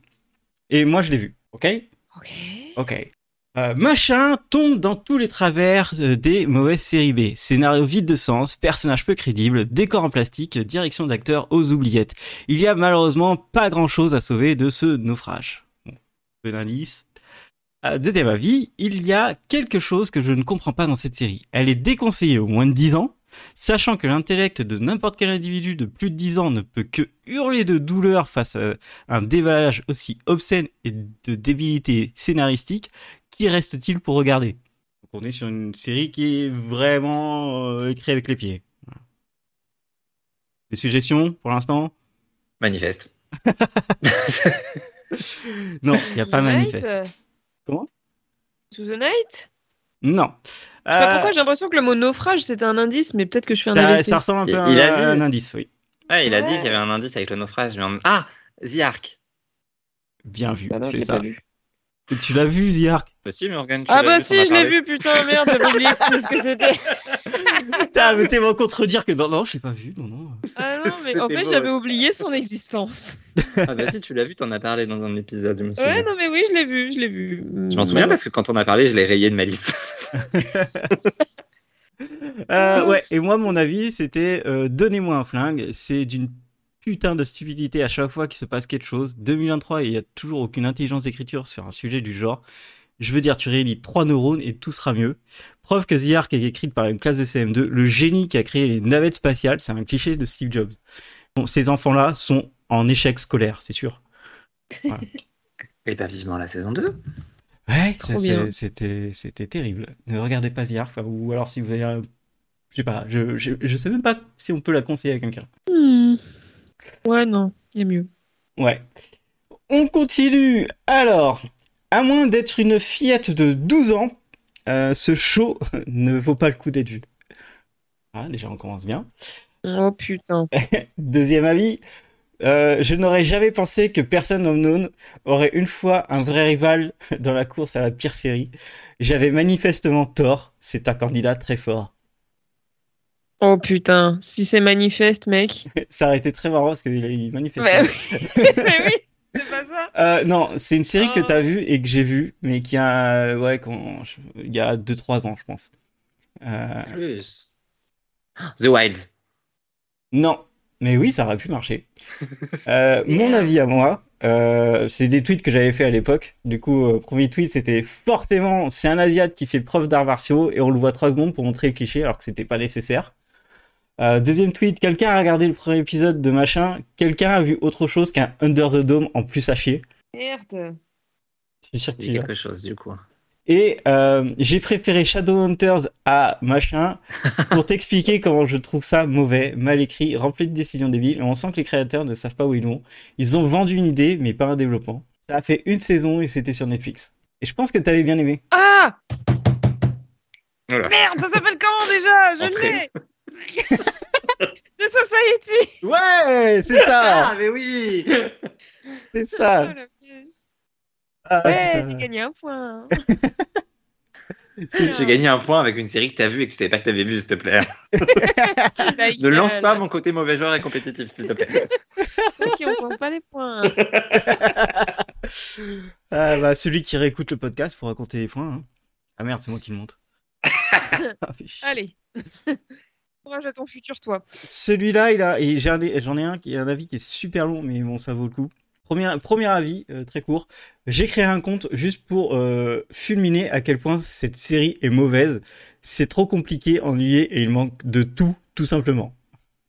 S1: Et moi, je l'ai vu. Ok
S2: Ok.
S1: Ok. Euh, machin tombe dans tous les travers euh, des mauvaises séries B. Scénario vide de sens, personnage peu crédible, décor en plastique, direction d'acteur aux oubliettes. Il y a malheureusement pas grand chose à sauver de ce naufrage. Bon, peu d'indices. Euh, deuxième avis, il y a quelque chose que je ne comprends pas dans cette série. Elle est déconseillée au moins de 10 ans, sachant que l'intellect de n'importe quel individu de plus de 10 ans ne peut que hurler de douleur face à, un dévalage aussi obscène et de débilité scénaristique, qui reste-t-il pour regarder Donc on est sur une série qui est vraiment euh, écrite avec les pieds. Voilà. Des suggestions pour l'instant
S3: Manifeste.
S1: Non, il n'y a pas
S2: To the
S1: manifeste.
S2: Night
S1: Comment
S2: To the Night
S1: Non.
S2: Je sais pas
S1: Euh,
S2: pourquoi, j'ai l'impression que le mot naufrage c'était un indice, mais peut-être que je suis un
S1: ça,
S2: AVC.
S1: ça ressemble un peu à
S3: Il
S1: un,
S3: a
S1: un
S3: dit.
S1: indice, oui.
S3: Ouais, Ah, il a dit
S2: Ouais.
S3: qu'il y avait un indice avec le naufrage. Mais en- Ah, The Ark.
S1: Bien vu,
S2: Bah non, je
S1: c'est
S2: l'ai
S1: ça.
S2: pas vu.
S1: Et tu l'as vu, The Ark
S3: Bah si, Morgane, tu
S2: Ah
S3: l'as
S2: bah
S3: vu,
S2: si,
S3: t'en as
S2: je l'ai
S3: parlé.
S2: vu, putain, merde, j'avais oublié que c'est ce que c'était.
S1: Putain, mais t'es mon contredire que non, non, je l'ai pas vu, non, non.
S2: Ah non, mais en
S3: C'était
S2: fait,
S3: beau,
S2: j'avais
S3: ouais.
S2: oublié son existence.
S3: Ah bah si, tu l'as vu, t'en as parlé dans un épisode, je me souviens.
S2: Ouais, non, mais oui, je l'ai vu, je l'ai vu.
S3: Je m'en souviens parce que quand on a parlé, je l'ai rayé de ma liste.
S1: Euh, ouais, et moi, mon avis, c'était euh, donnez-moi un flingue. C'est d'une putain de stupidité à chaque fois qu'il se passe quelque chose. 2023, il n'y a toujours aucune intelligence d'écriture sur un sujet du genre. Je veux dire, tu réélis trois neurones et tout sera mieux. Preuve que The Ark est écrite par une classe de CM2, le génie qui a créé les navettes spatiales, c'est un cliché de Steve Jobs. Bon, ces enfants-là sont en échec scolaire, c'est sûr.
S3: Et bah vivement la saison 2.
S1: Ouais,
S2: Trop
S1: ça, c'est-
S2: bien.
S1: c'était c'était terrible. Ne regardez pas The Ark, enfin, ou alors si vous avez un... Je sais pas, je, je, je sais même pas si on peut la conseiller à quelqu'un.
S2: Hmm. Ouais, non, il y a mieux.
S1: Ouais. On continue. Alors, à moins d'être une fillette de 12 ans, euh, ce show ne vaut pas le coup d'être vu. Ah, déjà, on commence bien.
S2: Oh putain.
S1: Deuxième avis, euh, je n'aurais jamais pensé que Person Unknown aurait une fois un vrai rival dans la course à la pire série. J'avais manifestement tort, c'est un candidat très fort.
S2: Oh putain. Si c'est manifeste, mec.
S1: Ça aurait été très marrant parce qu'il a eu
S2: mais
S1: manifestement.
S2: oui, mais oui, c'est pas ça.
S1: Euh, non, c'est une série
S3: Oh.
S1: que
S2: Ah.
S1: t'as vue et que j'ai vue, mais qui a, euh, ouais, quand, je- il y a 2-3 ans, je pense. Euh,
S3: Plus. The Wild.
S1: non, mais oui, ça aurait pu marcher. Euh, mon avis à moi, euh, c'est des tweets que j'avais fait à l'époque. Du coup, euh, premier tweet, c'était forcément, c'est un Asiate qui fait preuve d'arts martiaux et on le voit 3 secondes pour montrer le cliché alors que c'était pas nécessaire. Euh, deuxième tweet, quelqu'un a regardé le premier épisode de machin, quelqu'un a vu autre chose qu'un Under the Dome en plus à chier.
S2: Merde.
S1: Je suis sûr que
S3: Il
S1: tu
S3: y a
S1: l'as.
S3: quelque chose du coup.
S1: Et euh, j'ai préféré Shadowhunters à machin pour t'expliquer comment je trouve ça mauvais, mal écrit, rempli de décisions débiles. Et on sent que les créateurs ne savent pas où ils vont. Ils ont vendu une idée, mais pas un développement. Ça a fait une saison et c'était sur Netflix. Et je pense que t'avais bien aimé.
S2: Ah
S3: Voilà.
S2: Merde, ça s'appelle comment déjà Je
S3: Entrée.
S2: l'ai C'est Society
S1: Ouais, c'est
S2: Ah,
S1: ça,
S3: mais oui
S1: c'est
S2: Oh,
S1: ça.
S2: le piège.
S1: Ah,
S2: Ouais,
S1: putain.
S2: j'ai gagné un point.
S3: J'ai gagné un point avec une série que t'as vue et que tu savais pas que t'avais vue, s'il te plaît.
S2: Ne
S3: Ne lance pas mon côté mauvais joueur et compétitif, s'il te plaît.
S2: Ok, on compte pas les points.
S1: Ah, bah, celui qui réécoute le podcast pour raconter les points. hein. Ah merde, c'est moi qui le monte. Ah, fait chier.
S2: Allez. Courage à ton futur, toi.
S1: Celui-là, il a, et j'ai un- j'en ai, un qui est un avis qui est super long, mais bon, ça vaut le coup. Premier, premier avis, euh, très court. J'ai créé un compte juste pour euh, fulminer à quel point cette série est mauvaise. C'est trop compliqué, ennuyé et il manque de tout, tout simplement.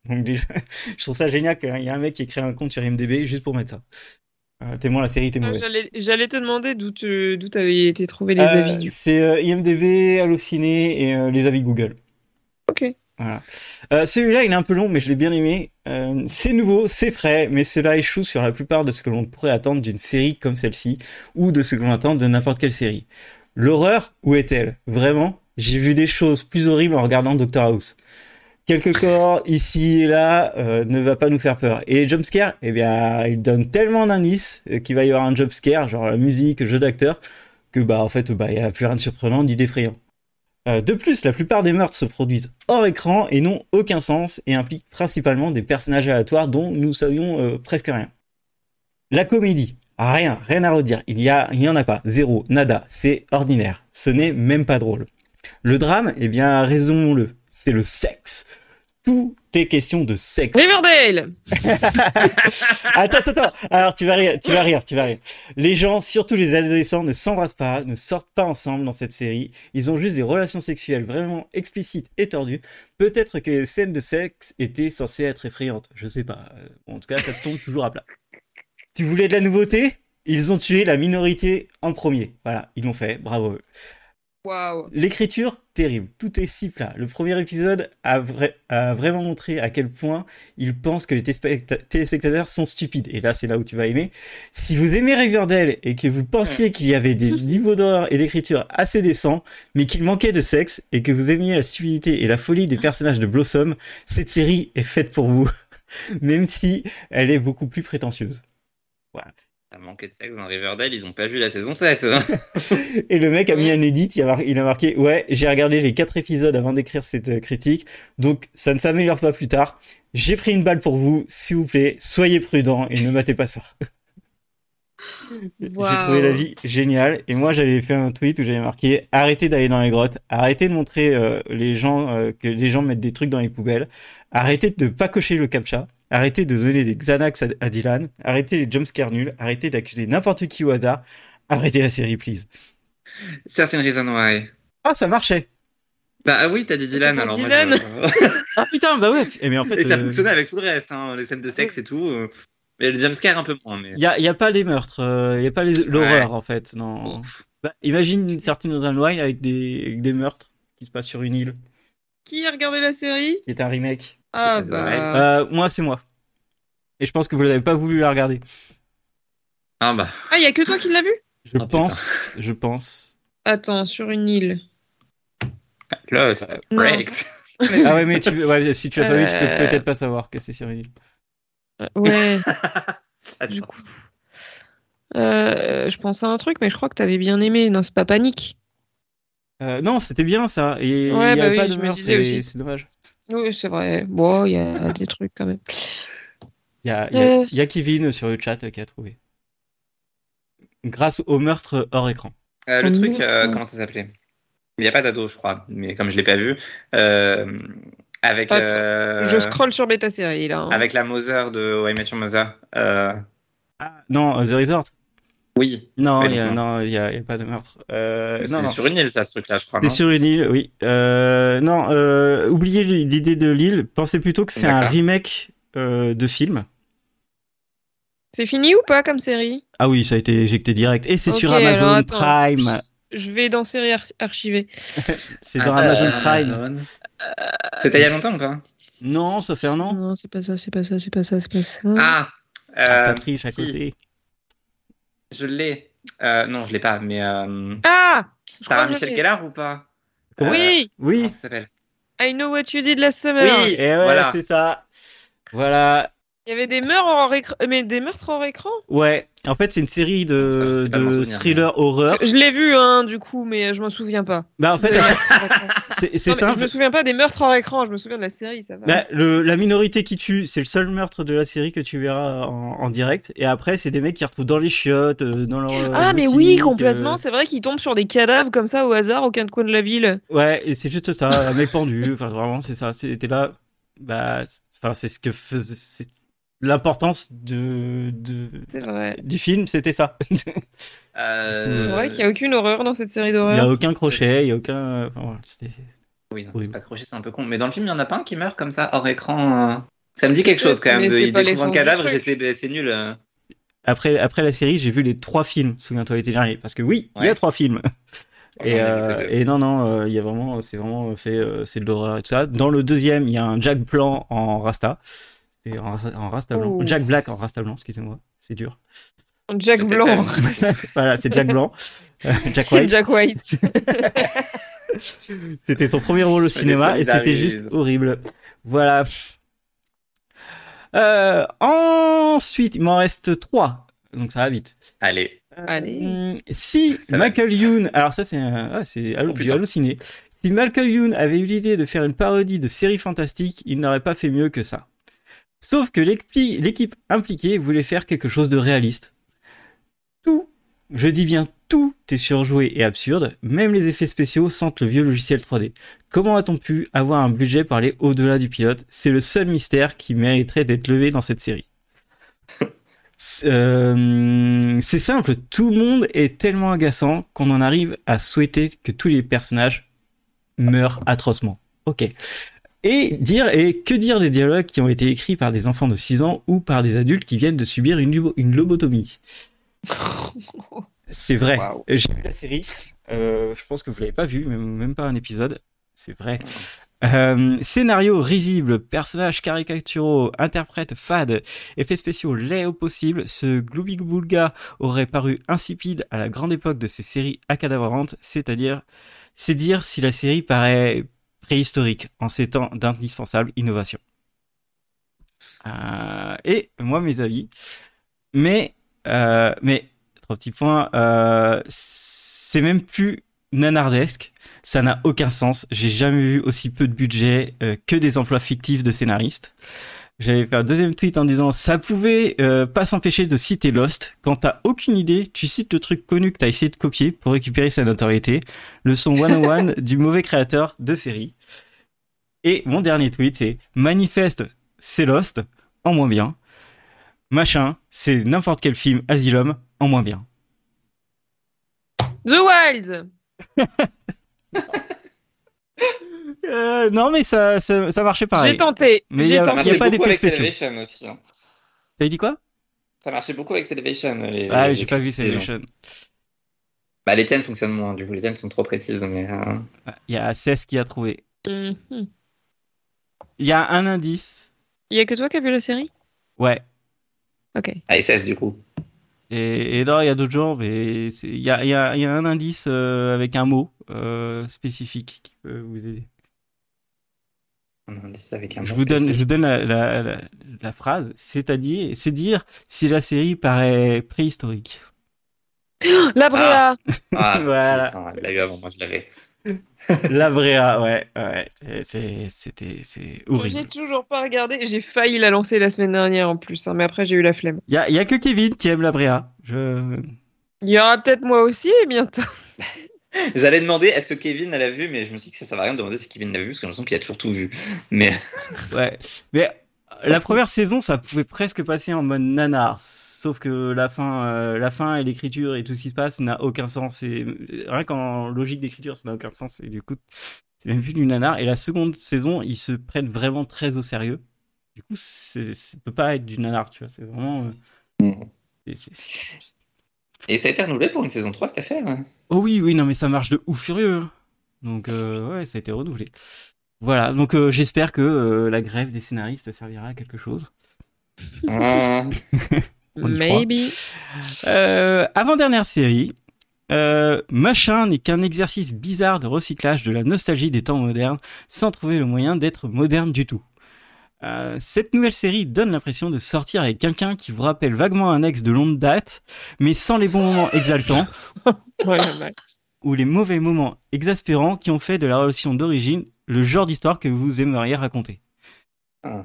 S1: Donc déjà, je trouve ça génial qu'il y ait un mec qui ait créé un compte sur IMDb juste pour mettre ça. Euh, témoin, la série était mauvaise.
S2: J'allais j'allais te demander d'où tu d'où t'avais été trouvé les
S1: Euh,
S2: avis du
S1: C'est euh, IMDb, Allociné et euh, les avis Google.
S2: Ok.
S1: Voilà. Euh, Celui-là, il est un peu long, mais je l'ai bien aimé. Euh, c'est nouveau, c'est frais, mais cela échoue sur la plupart de ce que l'on pourrait attendre d'une série comme celle-ci, ou de ce que l'on attend de n'importe quelle série. L'horreur, où est-elle Vraiment J'ai vu des choses plus horribles en regardant Doctor House. quelques corps ici et là euh, ne va pas nous faire peur. Et les jumpscares, eh bien, ils donnent tellement d'indices euh, qu'il va y avoir un jumpscare, genre la musique, jeu d'acteur, que bah en fait, bah il n'y a plus rien de surprenant ni d'effrayant. Euh, de plus, la plupart des meurtres se produisent hors écran et n'ont aucun sens et impliquent principalement des personnages aléatoires dont nous savions euh, presque rien. La comédie, Ah, rien, rien à redire, il y, a, il y en a pas, zéro, nada, c'est ordinaire, ce n'est même pas drôle. Le drame, eh bien, raisonnons-le, c'est le sexe. Tout est question de sexe.
S2: Riverdale
S1: Attends, attends, attends. Alors, tu vas rire, tu vas rire, tu vas rire. Les gens, surtout les adolescents, ne s'embrassent pas, ne sortent pas ensemble dans cette série. Ils ont juste des relations sexuelles vraiment explicites et tordues. Peut-être que les scènes de sexe étaient censées être effrayantes. Je sais pas. Euh, bon, en tout cas, ça tombe toujours à plat. Tu voulais de la nouveauté Ils ont tué la minorité en premier. Voilà, ils l'ont fait. Bravo. à eux.
S2: Waouh
S1: L'écriture, terrible. Tout est si plat. Le premier épisode a, vra- a vraiment montré à quel point ils pensent que les téléspecta- téléspectateurs sont stupides. Et là, c'est là où tu vas aimer. Si vous aimez Riverdale et que vous pensiez qu'il y avait des niveaux d'horreur et d'écriture assez décents, mais qu'il manquait de sexe et que vous aimiez la stupidité et la folie des personnages de Blossom, cette série est faite pour vous. Même si elle est beaucoup plus prétentieuse.
S3: Ça manquait de sexe dans Riverdale, ils ont pas vu la saison 7. hein.
S1: Et le mec a mis un edit, il a, mar- il a marqué Ouais, j'ai regardé les quatre épisodes avant d'écrire cette euh, critique, donc ça ne s'améliore pas plus tard. J'ai pris une balle pour vous, s'il vous plaît, soyez prudents et ne matez pas ça. J'ai trouvé la vie géniale. Et moi, j'avais fait un tweet où j'avais marqué Arrêtez d'aller dans les grottes, arrêtez de montrer euh, les gens, euh, que les gens mettent des trucs dans les poubelles, arrêtez de ne pas cocher le captcha, arrêtez de donner des Xanax à, à Dylan, arrêtez les jumpscares nuls, arrêtez d'accuser n'importe qui au hasard, arrêtez la série, please.
S3: Certain Reason Why.
S1: Ah, ça marchait
S3: Bah ah oui, t'as dit Dylan
S2: pour
S3: alors.
S2: Dylan.
S3: Moi,
S1: Ah putain, bah ouais. Et mais en
S3: je-
S1: fait,
S3: et ça
S1: euh,
S3: fonctionnait avec tout le reste, hein, les scènes de sexe et tout. euh, Mais le jumpscare un peu moins. Mais...
S1: y a, y a pas les meurtres, euh, y a pas les- l'horreur en fait. Non. Bah, imagine certaines dans un Wild avec des, avec des meurtres qui se passent sur une île,
S2: Qui a regardé la série
S1: qui est un remake.
S2: Ah
S3: C'est
S2: bah...
S1: Euh, moi, c'est moi. Et je pense que vous l'avez pas voulu la regarder.
S3: Ah bah.
S2: Ah, il y a que toi qui l'as vu
S1: Je
S3: Ah,
S1: pense, je pense.
S2: Attends, sur une île.
S3: Lost.
S2: Non.
S3: Wrecked.
S1: Ah ouais, mais tu, ouais, si tu l'as pas vu, tu
S2: Euh.
S1: peux peut-être pas savoir que c'est sur une île.
S2: Ouais,
S1: Ah,
S3: Attends.
S2: du coup... Euh, je pense à un truc, mais je crois que t'avais bien aimé. Non, c'est pas Panique.
S1: Euh, non, c'était bien ça. Et il
S2: Ouais,
S1: y
S2: bah
S1: avait
S2: oui,
S1: pas de
S2: je me
S1: meurtre,
S2: disais
S1: et
S2: aussi.
S1: c'est dommage.
S2: Oui, c'est vrai. Bon, il y a des trucs quand même.
S1: Il y a, y a-
S2: Euh.
S1: y a Kevin sur le chat euh, qui a trouvé. Grâce au meurtre hors écran.
S3: Euh, le
S2: Son
S3: truc,
S2: nom,
S3: euh,
S2: ouais.
S3: comment ça s'appelait Il n'y a pas d'ado, je crois, mais comme je l'ai pas vu, euh, avec,
S2: Attends,
S3: euh,
S2: Je scroll sur Beta Série, là. hein.
S3: avec la Mother de How I Met Your Mother. euh,
S1: Ah, non, euh, The Resort.
S3: oui,
S1: Non,
S3: Ouais,
S1: il n'y a,
S3: donc,
S1: non, il y a, il y a pas de meurtre. Euh, non,
S3: c'est
S1: non.
S3: sur une île, ça, ce truc-là, je crois.
S1: C'est
S3: non
S1: sur une île, oui. Euh, non, euh, oubliez l'idée de l'île. Pensez plutôt que c'est un
S3: D'accord.
S1: remake euh, de film.
S2: C'est fini ou pas comme série
S1: Ah oui, ça a été éjecté direct. Et c'est sur
S2: Ok, alors
S1: Amazon
S2: attends.
S1: Prime.
S2: Je vais dans série ar- archivée.
S1: C'est dans
S3: Attends,
S1: Amazon Prime.
S3: Ah, Amazon.
S2: Euh,
S3: C'était il y a longtemps ou pas
S2: hmm.
S1: Non, ça fait un
S3: euh,
S1: an.
S2: Non, c'est pas ça, c'est pas ça, c'est pas ça, c'est pas ça.
S3: Ah, euh,
S1: Ah, ça triche à
S3: si,
S1: côté.
S3: Je l'ai. Euh, non, je l'ai pas, mais. euh,
S2: Ah Je
S3: Sarah
S2: crois que je
S3: Michel
S2: l'ai.
S3: Gellar ou pas Euh,
S1: Comment
S2: Oui
S3: Comment
S1: Euh, Oui.
S3: ça s'appelle
S2: I know what you did last summer.
S3: Oui.
S1: Et ouais,
S3: Voilà.
S1: c'est ça. Voilà.
S2: Il y avait des meurtres hors écran. Mais des meurtres hors écran
S1: Ouais. En fait, c'est une série de,
S3: Ça, c'est pas mon
S1: de
S3: souvenir,
S1: thriller horreur.
S2: Je l'ai vu, hein, du coup, mais je m'en souviens pas.
S1: Bah, en fait,
S2: Des meurtres hors écran.
S1: c'est c'est
S2: Non, mais Je
S1: simple.
S2: me souviens pas des meurtres hors écran, je me souviens de la série, ça va.
S1: Bah, le- la minorité qui tue, c'est le seul meurtre de la série que tu verras en, en direct. Et après, c'est des mecs qui retrouvent dans les chiottes, euh, dans leur. euh,
S2: ah, mais oui,
S1: boutique,
S2: complètement,
S1: euh,
S2: c'est vrai qu'ils tombent sur des cadavres comme ça au hasard, aucun coin de la ville.
S1: Ouais, et c'est juste ça, un mec pendu. Enfin, vraiment, c'est ça. C'était là. Bah, c'est- enfin, c'est ce que faisait. c'est- L'importance de, de
S2: C'est vrai.
S1: du film, c'était ça.
S3: Euh,
S2: C'est vrai qu'il n'y a
S3: oui,
S2: aucune horreur dans cette série
S1: Il y a
S2: d'horreur.
S1: aucun crochet, il y a aucun. euh, enfin, voilà, c'était-
S3: non,
S1: Oui.
S3: c'est pas accroché, c'est un peu con. Mais dans le film, il y en a pas un qui meurt comme ça, hors écran. euh. Ça me dit quelque chose quand
S2: Mais
S3: même. De,
S2: c'est
S3: il
S2: pas
S3: découvre un
S2: l'essence du
S3: cadavre,
S2: truc.
S3: j'étais, bah, c'est nul. euh.
S1: après, après la série, j'ai vu les trois films. Souviens-toi l'été dernier, parce que oui, il y a
S3: Ouais.
S1: trois films.
S3: On en
S1: Et,
S3: a
S1: euh,
S3: vu que deux.
S1: et non, non, euh, il y a vraiment, c'est vraiment fait, euh, c'est de l'horreur et tout ça. Dans le deuxième, il y a un Jack Blanc en Rasta, et en, Rasta- en Rasta Blanc,
S2: Oh.
S1: Jack Black en Rasta Blanc, excusez-moi, c'est dur.
S2: Jack
S3: C'était
S2: Blanc,
S1: voilà, c'est Jack Blanc, Euh, Jack White.
S2: Jack White.
S1: C'était son premier rôle au cinéma et c'était
S3: solidarise.
S1: juste horrible. Voilà. Euh, ensuite, il m'en reste trois. Donc ça va vite.
S3: Allez.
S2: Allez.
S1: Hum, Si
S3: Ça va
S1: Michael Youn, alors ça c'est un- ah, c'est hallo-
S3: Oh,
S1: du
S3: putain.
S1: halluciné. Si Michael Youn avait eu l'idée de faire une parodie de série fantastique, il n'aurait pas fait mieux que ça. Sauf que l'équi- l'équipe impliquée voulait faire quelque chose de réaliste. Tout, je dis bien tout, est surjoué et absurde. Même les effets spéciaux sentent le vieux logiciel 3D. Comment a-t-on pu avoir un budget pour aller au-delà du pilote C'est le seul mystère qui mériterait d'être levé dans cette série. Euh, c'est simple, tout le monde est tellement agaçant qu'on en arrive à souhaiter que tous les personnages meurent atrocement. Ok. Et dire et que dire des dialogues qui ont été écrits par des enfants de 6 ans ou par des adultes qui viennent de subir une, lubo- une lobotomie. C'est vrai.
S3: Waouh.
S1: J'ai vu la série. euh, je pense que vous l'avez pas vu, même, même pas un épisode. C'est vrai. Euh, scénario risible, personnages caricaturaux, interprètes fades, effets spéciaux laids au possible, ce Gloobie-Boulga aurait paru insipide à la grande époque de ces séries accadabrantes, c'est-à-dire, c'est dire si la série paraît préhistorique en ces temps d'indispensable innovation. Euh, et moi, mes avis. Mais, euh, mais, trois petits points, euh, c'est même plus nanardesque. Ça n'a aucun sens. J'ai jamais vu aussi peu de budget euh, que des emplois fictifs de scénaristes. J'avais fait un deuxième tweet en disant ça pouvait euh, pas s'empêcher de citer Lost. Quand t'as aucune idée, tu cites le truc connu que t'as essayé de copier pour récupérer sa notoriété. Leçon 101 du mauvais créateur de série. Et mon dernier tweet c'est manifeste, c'est Lost en moins bien. Machin, c'est n'importe quel film Asylum en moins bien.
S2: The Wild.
S1: Euh, non mais ça, ça, ça marchait pareil.
S2: J'ai tenté.
S1: Mais
S2: J'ai
S1: y a
S3: Ça
S2: tenté.
S1: pas
S3: marchait beaucoup
S1: d'effets
S3: avec
S1: spéciaux.
S3: Celebration aussi. hein.
S1: T'avais dit quoi
S3: Ça marchait beaucoup avec Celebration. Les,
S1: Ah
S3: les-
S1: j'ai
S3: les
S1: pas vu
S3: critiques des gens.
S1: Celebration.
S3: Bah, les thèmes fonctionnent moins. Du coup, les thèmes sont trop précises. Mais, euh,
S1: Ah, Il y a 16 qui a trouvé.
S2: Mhm.
S1: Il y a un indice.
S2: Il y a que toi qui as vu la série
S1: Ouais.
S2: Ok.
S3: ASS, du coup.
S1: Et, et non, il y a d'autres genres, mais c'est- il y a, il y a- il y a un indice euh, avec un mot euh, spécifique qui peut vous aider.
S3: Un indice avec un
S1: Je
S3: mot
S1: vous donne, je
S3: spécifique.
S1: vous donne la, la- la- la phrase, c'est-à-dire, c'est dire si la série paraît préhistorique.
S2: La Brea.
S3: Ah,
S1: Voilà.
S3: putain, elle l'a eu avant, moi je l'avais.
S1: La Bréa, ouais, ouais, c'est- c'est- c'était, c'est
S2: J'ai
S1: horrible.
S2: toujours pas regardé. J'ai failli la lancer la semaine dernière en plus, hein, mais après j'ai eu la flemme.
S1: Il y a, il y a que Kevin qui aime la Bréa. Je...
S2: Il y aura peut-être moi aussi eh bientôt.
S3: J'allais demander est-ce que Kevin l'a vu, mais je me suis dit que ça ne servait à rien de demander si Kevin l'avait vu, parce que j'ai l'impression qu'il a toujours tout vu. Mais
S1: Ouais. Mais euh, la première saison, ça pouvait presque passer en mode nanar. Sauf que la fin, euh, la fin et l'écriture et tout ce qui se passe n'a aucun sens. Et euh, rien qu'en logique d'écriture, ça n'a aucun sens. Et du coup, c'est même plus du nanar. Et la seconde saison, ils se prennent vraiment très au sérieux. Du coup, c'est- ça peut pas être du nanar, tu vois. C'est vraiment. euh,
S3: Mhm.
S1: c'est- c'est- c'est-
S3: Et ça a été renouvelé pour une saison 3, cette affaire hein.
S1: Oh oui, oui, non, mais ça marche de ouf furieux. hein. Donc, euh, ouais, ça a été renouvelé. Voilà, donc euh, j'espère que euh, la grève des scénaristes servira à quelque chose.
S3: Ah,
S1: On y croit.
S2: Maybe.
S1: Euh, Avant-dernière série, euh, Machin n'est qu'un exercice bizarre de recyclage de la nostalgie des temps modernes sans trouver le moyen d'être moderne du tout. Euh, cette nouvelle série donne l'impression de sortir avec quelqu'un qui vous rappelle vaguement un ex de longue date, mais sans les bons moments exaltants
S2: Ouais, pas mal.
S1: ou les mauvais moments exaspérants qui ont fait de la relation d'origine le genre d'histoire que vous aimeriez raconter.
S3: Ah.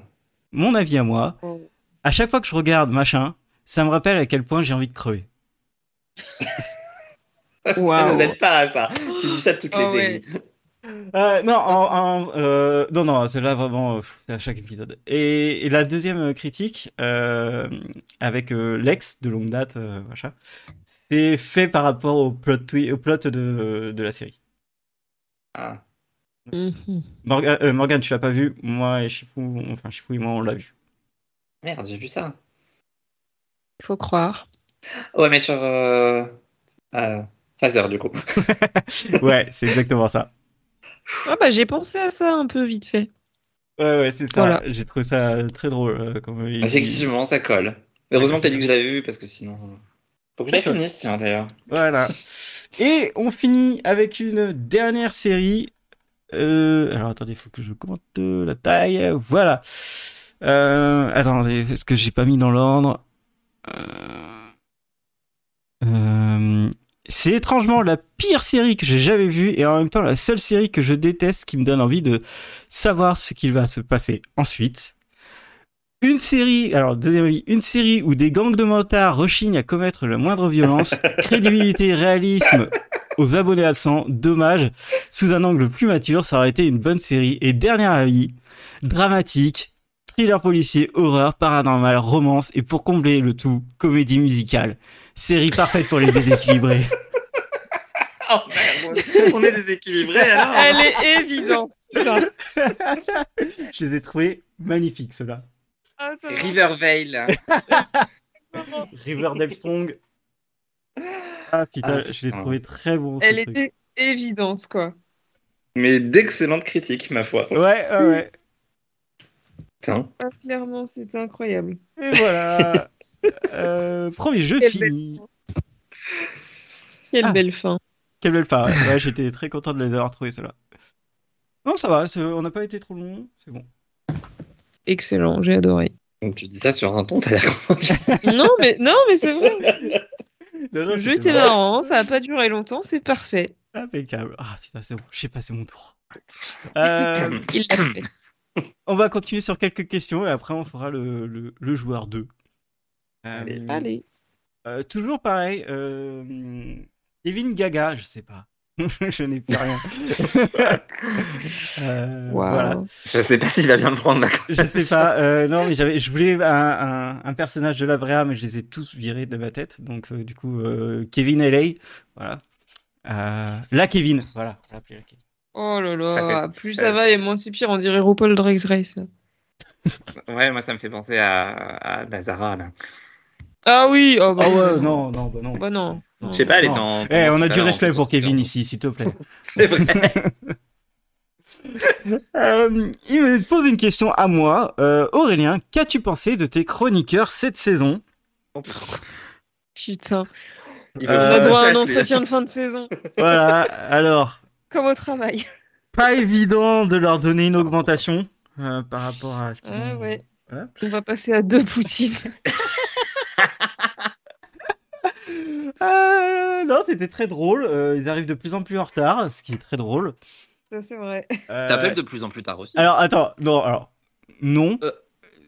S1: Mon avis à moi,
S2: Oh.
S1: à chaque fois que je regarde Machin, ça me rappelle à quel point j'ai envie de crever.
S2: Waouh.
S3: Vous n'êtes pas à ça. Tu dis ça de toutes
S2: Oh,
S3: les
S2: ouais.
S3: séries.
S1: Euh, non, en- en- euh, non, non, celle-là vraiment, euh, pff, c'est à chaque épisode. Et, et la deuxième euh, critique, euh, avec euh, l'ex de longue date, euh, machin, c'est fait par rapport au plot, twi- au plot de, de la série.
S3: Ah.
S2: Mhm.
S1: Morgan, euh, Morgane, tu l'as pas vu, moi et Chifou, on- enfin Chifou et moi, on l'a vu.
S3: Merde, j'ai vu ça.
S2: Faut croire.
S3: Ouais, mais sur. Euh... euh, Phaser, du coup.
S1: Ouais, c'est exactement ça.
S2: Ah bah j'ai pensé à ça un peu vite fait.
S1: Ouais, ouais, c'est ça.
S2: Voilà.
S1: J'ai trouvé ça très drôle. euh, comme il-
S3: Effectivement, ça colle. Heureusement que t'as dit que je l'avais vu, parce que sinon. euh, Faut que je la finisse, tiens, d'ailleurs.
S1: Voilà. Et on finit avec une dernière série Euh, alors attendez, il faut que je commente euh, la taille. Voilà. Euh, attendez, est-ce que j'ai pas mis dans l'ordre Euh, euh, C'est étrangement la pire série que j'ai jamais vue et en même temps la seule série que je déteste qui me donne envie de savoir ce qu'il va se passer ensuite. Une série, alors deuxième avis, une série où des gangs de motards rechignent à commettre la moindre violence, crédibilité, réalisme aux abonnés absents, dommage. Sous un angle plus mature, ça aurait été une bonne série. Et dernier avis, dramatique, thriller policier, horreur, paranormal, romance et pour combler le tout, comédie musicale. Série parfaite pour les déséquilibrés.
S3: Oh, merde, on est déséquilibré alors.
S2: Elle est évidente.
S1: Je les ai trouvés magnifiques, ceux-là.
S2: Ah, ça va.
S3: Rivervale.
S1: Riverdale Strong. Ah putain,
S3: Ah,
S1: je l'ai
S3: putain.
S1: trouvé très bon. ce
S2: Elle
S1: truc.
S2: était évidente, quoi.
S3: Mais d'excellentes critiques, ma foi.
S1: Ouais, ouais, ouais.
S3: Putain.
S2: Ah, clairement, c'était incroyable.
S1: Et voilà. Euh, premier jeu
S2: Quelle
S1: fini.
S2: Quelle
S1: Ah.
S2: belle fin.
S1: Quelle belle part. Ouais, j'étais très content de les avoir trouvés, ceux-là. Non, ça va, c'est- on n'a pas été trop long, c'est bon.
S2: Excellent, j'ai adoré.
S3: Donc tu dis ça sur un ton, t'as l'air
S2: non, mais, non, mais c'est vrai.
S1: Non, non,
S2: Le jeu
S1: c'était
S2: était
S1: vraiment
S2: marrant, ça a pas duré longtemps, c'est parfait.
S1: Impeccable. Ah putain, c'est bon, j'ai passé mon tour. Euh,
S2: Il l'a fait.
S1: on va continuer sur quelques questions et après on fera le, le- le joueur 2. Euh,
S3: Allez.
S2: Allez.
S1: Euh, toujours pareil, euh, Kevin Gaga, je sais pas. je n'ai plus rien. Euh,
S2: Waouh.
S1: Voilà.
S3: Je sais pas s'il va bien le prendre, d'accord.
S1: Je sais pas. euh, non, mais j'avais, je voulais un, un- un personnage de la Brea, mais je les ai tous virés de ma tête. Donc euh, du coup, euh, Kevin LA, voilà. Euh, la Kevin, voilà. on va l'appeler la Kevin.
S2: Oh là
S3: Ça
S2: là, plus
S3: ça-
S2: ça va et moins c'est pire, on dirait RuPaul Drake's Race. là.
S3: Ouais, moi ça me fait penser à, à Bazara là.
S2: Ah oui, oh bah,
S1: Ah ouais, non, non, bah non.
S2: Bah non.
S1: Non.
S3: Je sais pas, elle
S1: Non.
S3: était en.
S1: Eh, on a du
S3: en-
S1: respect pour
S3: en-
S1: Kevin ici, s'il te plaît.
S3: C'est vrai.
S1: Euh, il me pose une question à moi. Euh, Aurélien, qu'as-tu pensé de tes chroniqueurs cette saison
S2: Putain.
S3: Il
S1: Euh,
S2: On a
S3: veut-
S2: droit à
S3: Ouais,
S2: un
S3: c'est-
S2: entretien de fin de saison,
S1: Voilà, alors,
S2: comme au travail.
S1: pas évident de leur donner une augmentation euh, par rapport à ce qu'ils
S2: Ah
S1: ont-
S2: ouais.
S1: Voilà.
S2: On va passer à deux poutines.
S1: Euh, non, c'était très drôle. Euh, ils arrivent de plus en plus en retard, ce qui est très drôle.
S2: Ça, c'est vrai.
S1: Euh,
S3: T'appelles de plus en plus tard aussi.
S1: Alors, attends, non, alors, non.
S3: Euh,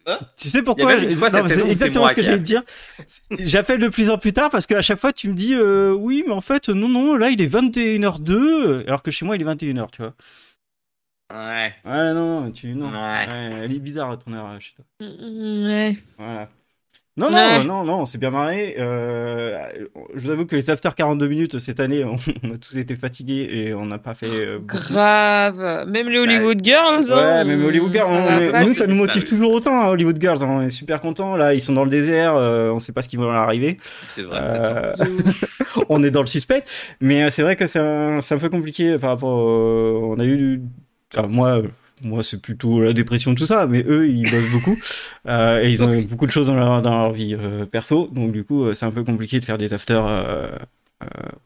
S3: hein
S1: tu sais
S3: Il y
S1: pourquoi
S3: a même une
S1: je-
S3: fois cette
S1: mais C'est
S3: saison où c'est
S1: exactement
S3: moi
S1: ce que
S3: qui
S1: je voulais te dire. J'appelle de plus en plus tard parce qu'à chaque fois, tu me dis euh, oui, mais en fait, non, non, là, il est 21h02, alors que chez moi, il est 21h, tu vois.
S3: Ouais.
S1: Ouais, non, non, tu, non.
S3: Ouais.
S1: Ouais, elle est bizarre, ton heure euh, chez toi.
S2: Mm, Ouais.
S1: Voilà. Non, non,
S2: Ouais.
S1: non, non, c'est bien marré. Euh, je vous avoue que les after 42 minutes cette année, on, on a tous été fatigués et on n'a pas fait. euh, beaucoup.
S2: Grave. Même les Hollywood Girls.
S1: Ouais,
S2: hein,
S1: même Hollywood Girls,
S2: ça
S1: on
S2: va
S1: est-
S2: pas.
S1: nous ça nous
S3: c'est
S1: motive
S3: ça, oui.
S1: toujours autant, hein, Hollywood Girls, on est super contents, là ils sont dans le désert, euh, on sait pas ce qui va leur arriver,
S3: C'est vrai. ça sent-
S1: Euh, on est dans le suspect, mais euh, c'est vrai que c'est un, c'est un peu compliqué par rapport, au- on a eu, du- enfin moi, euh, moi c'est plutôt la dépression tout ça, mais eux ils bossent beaucoup, euh, et ils ont beaucoup de choses dans leur, dans leur vie euh, perso, donc du coup euh, c'est un peu compliqué de faire des afters euh, euh,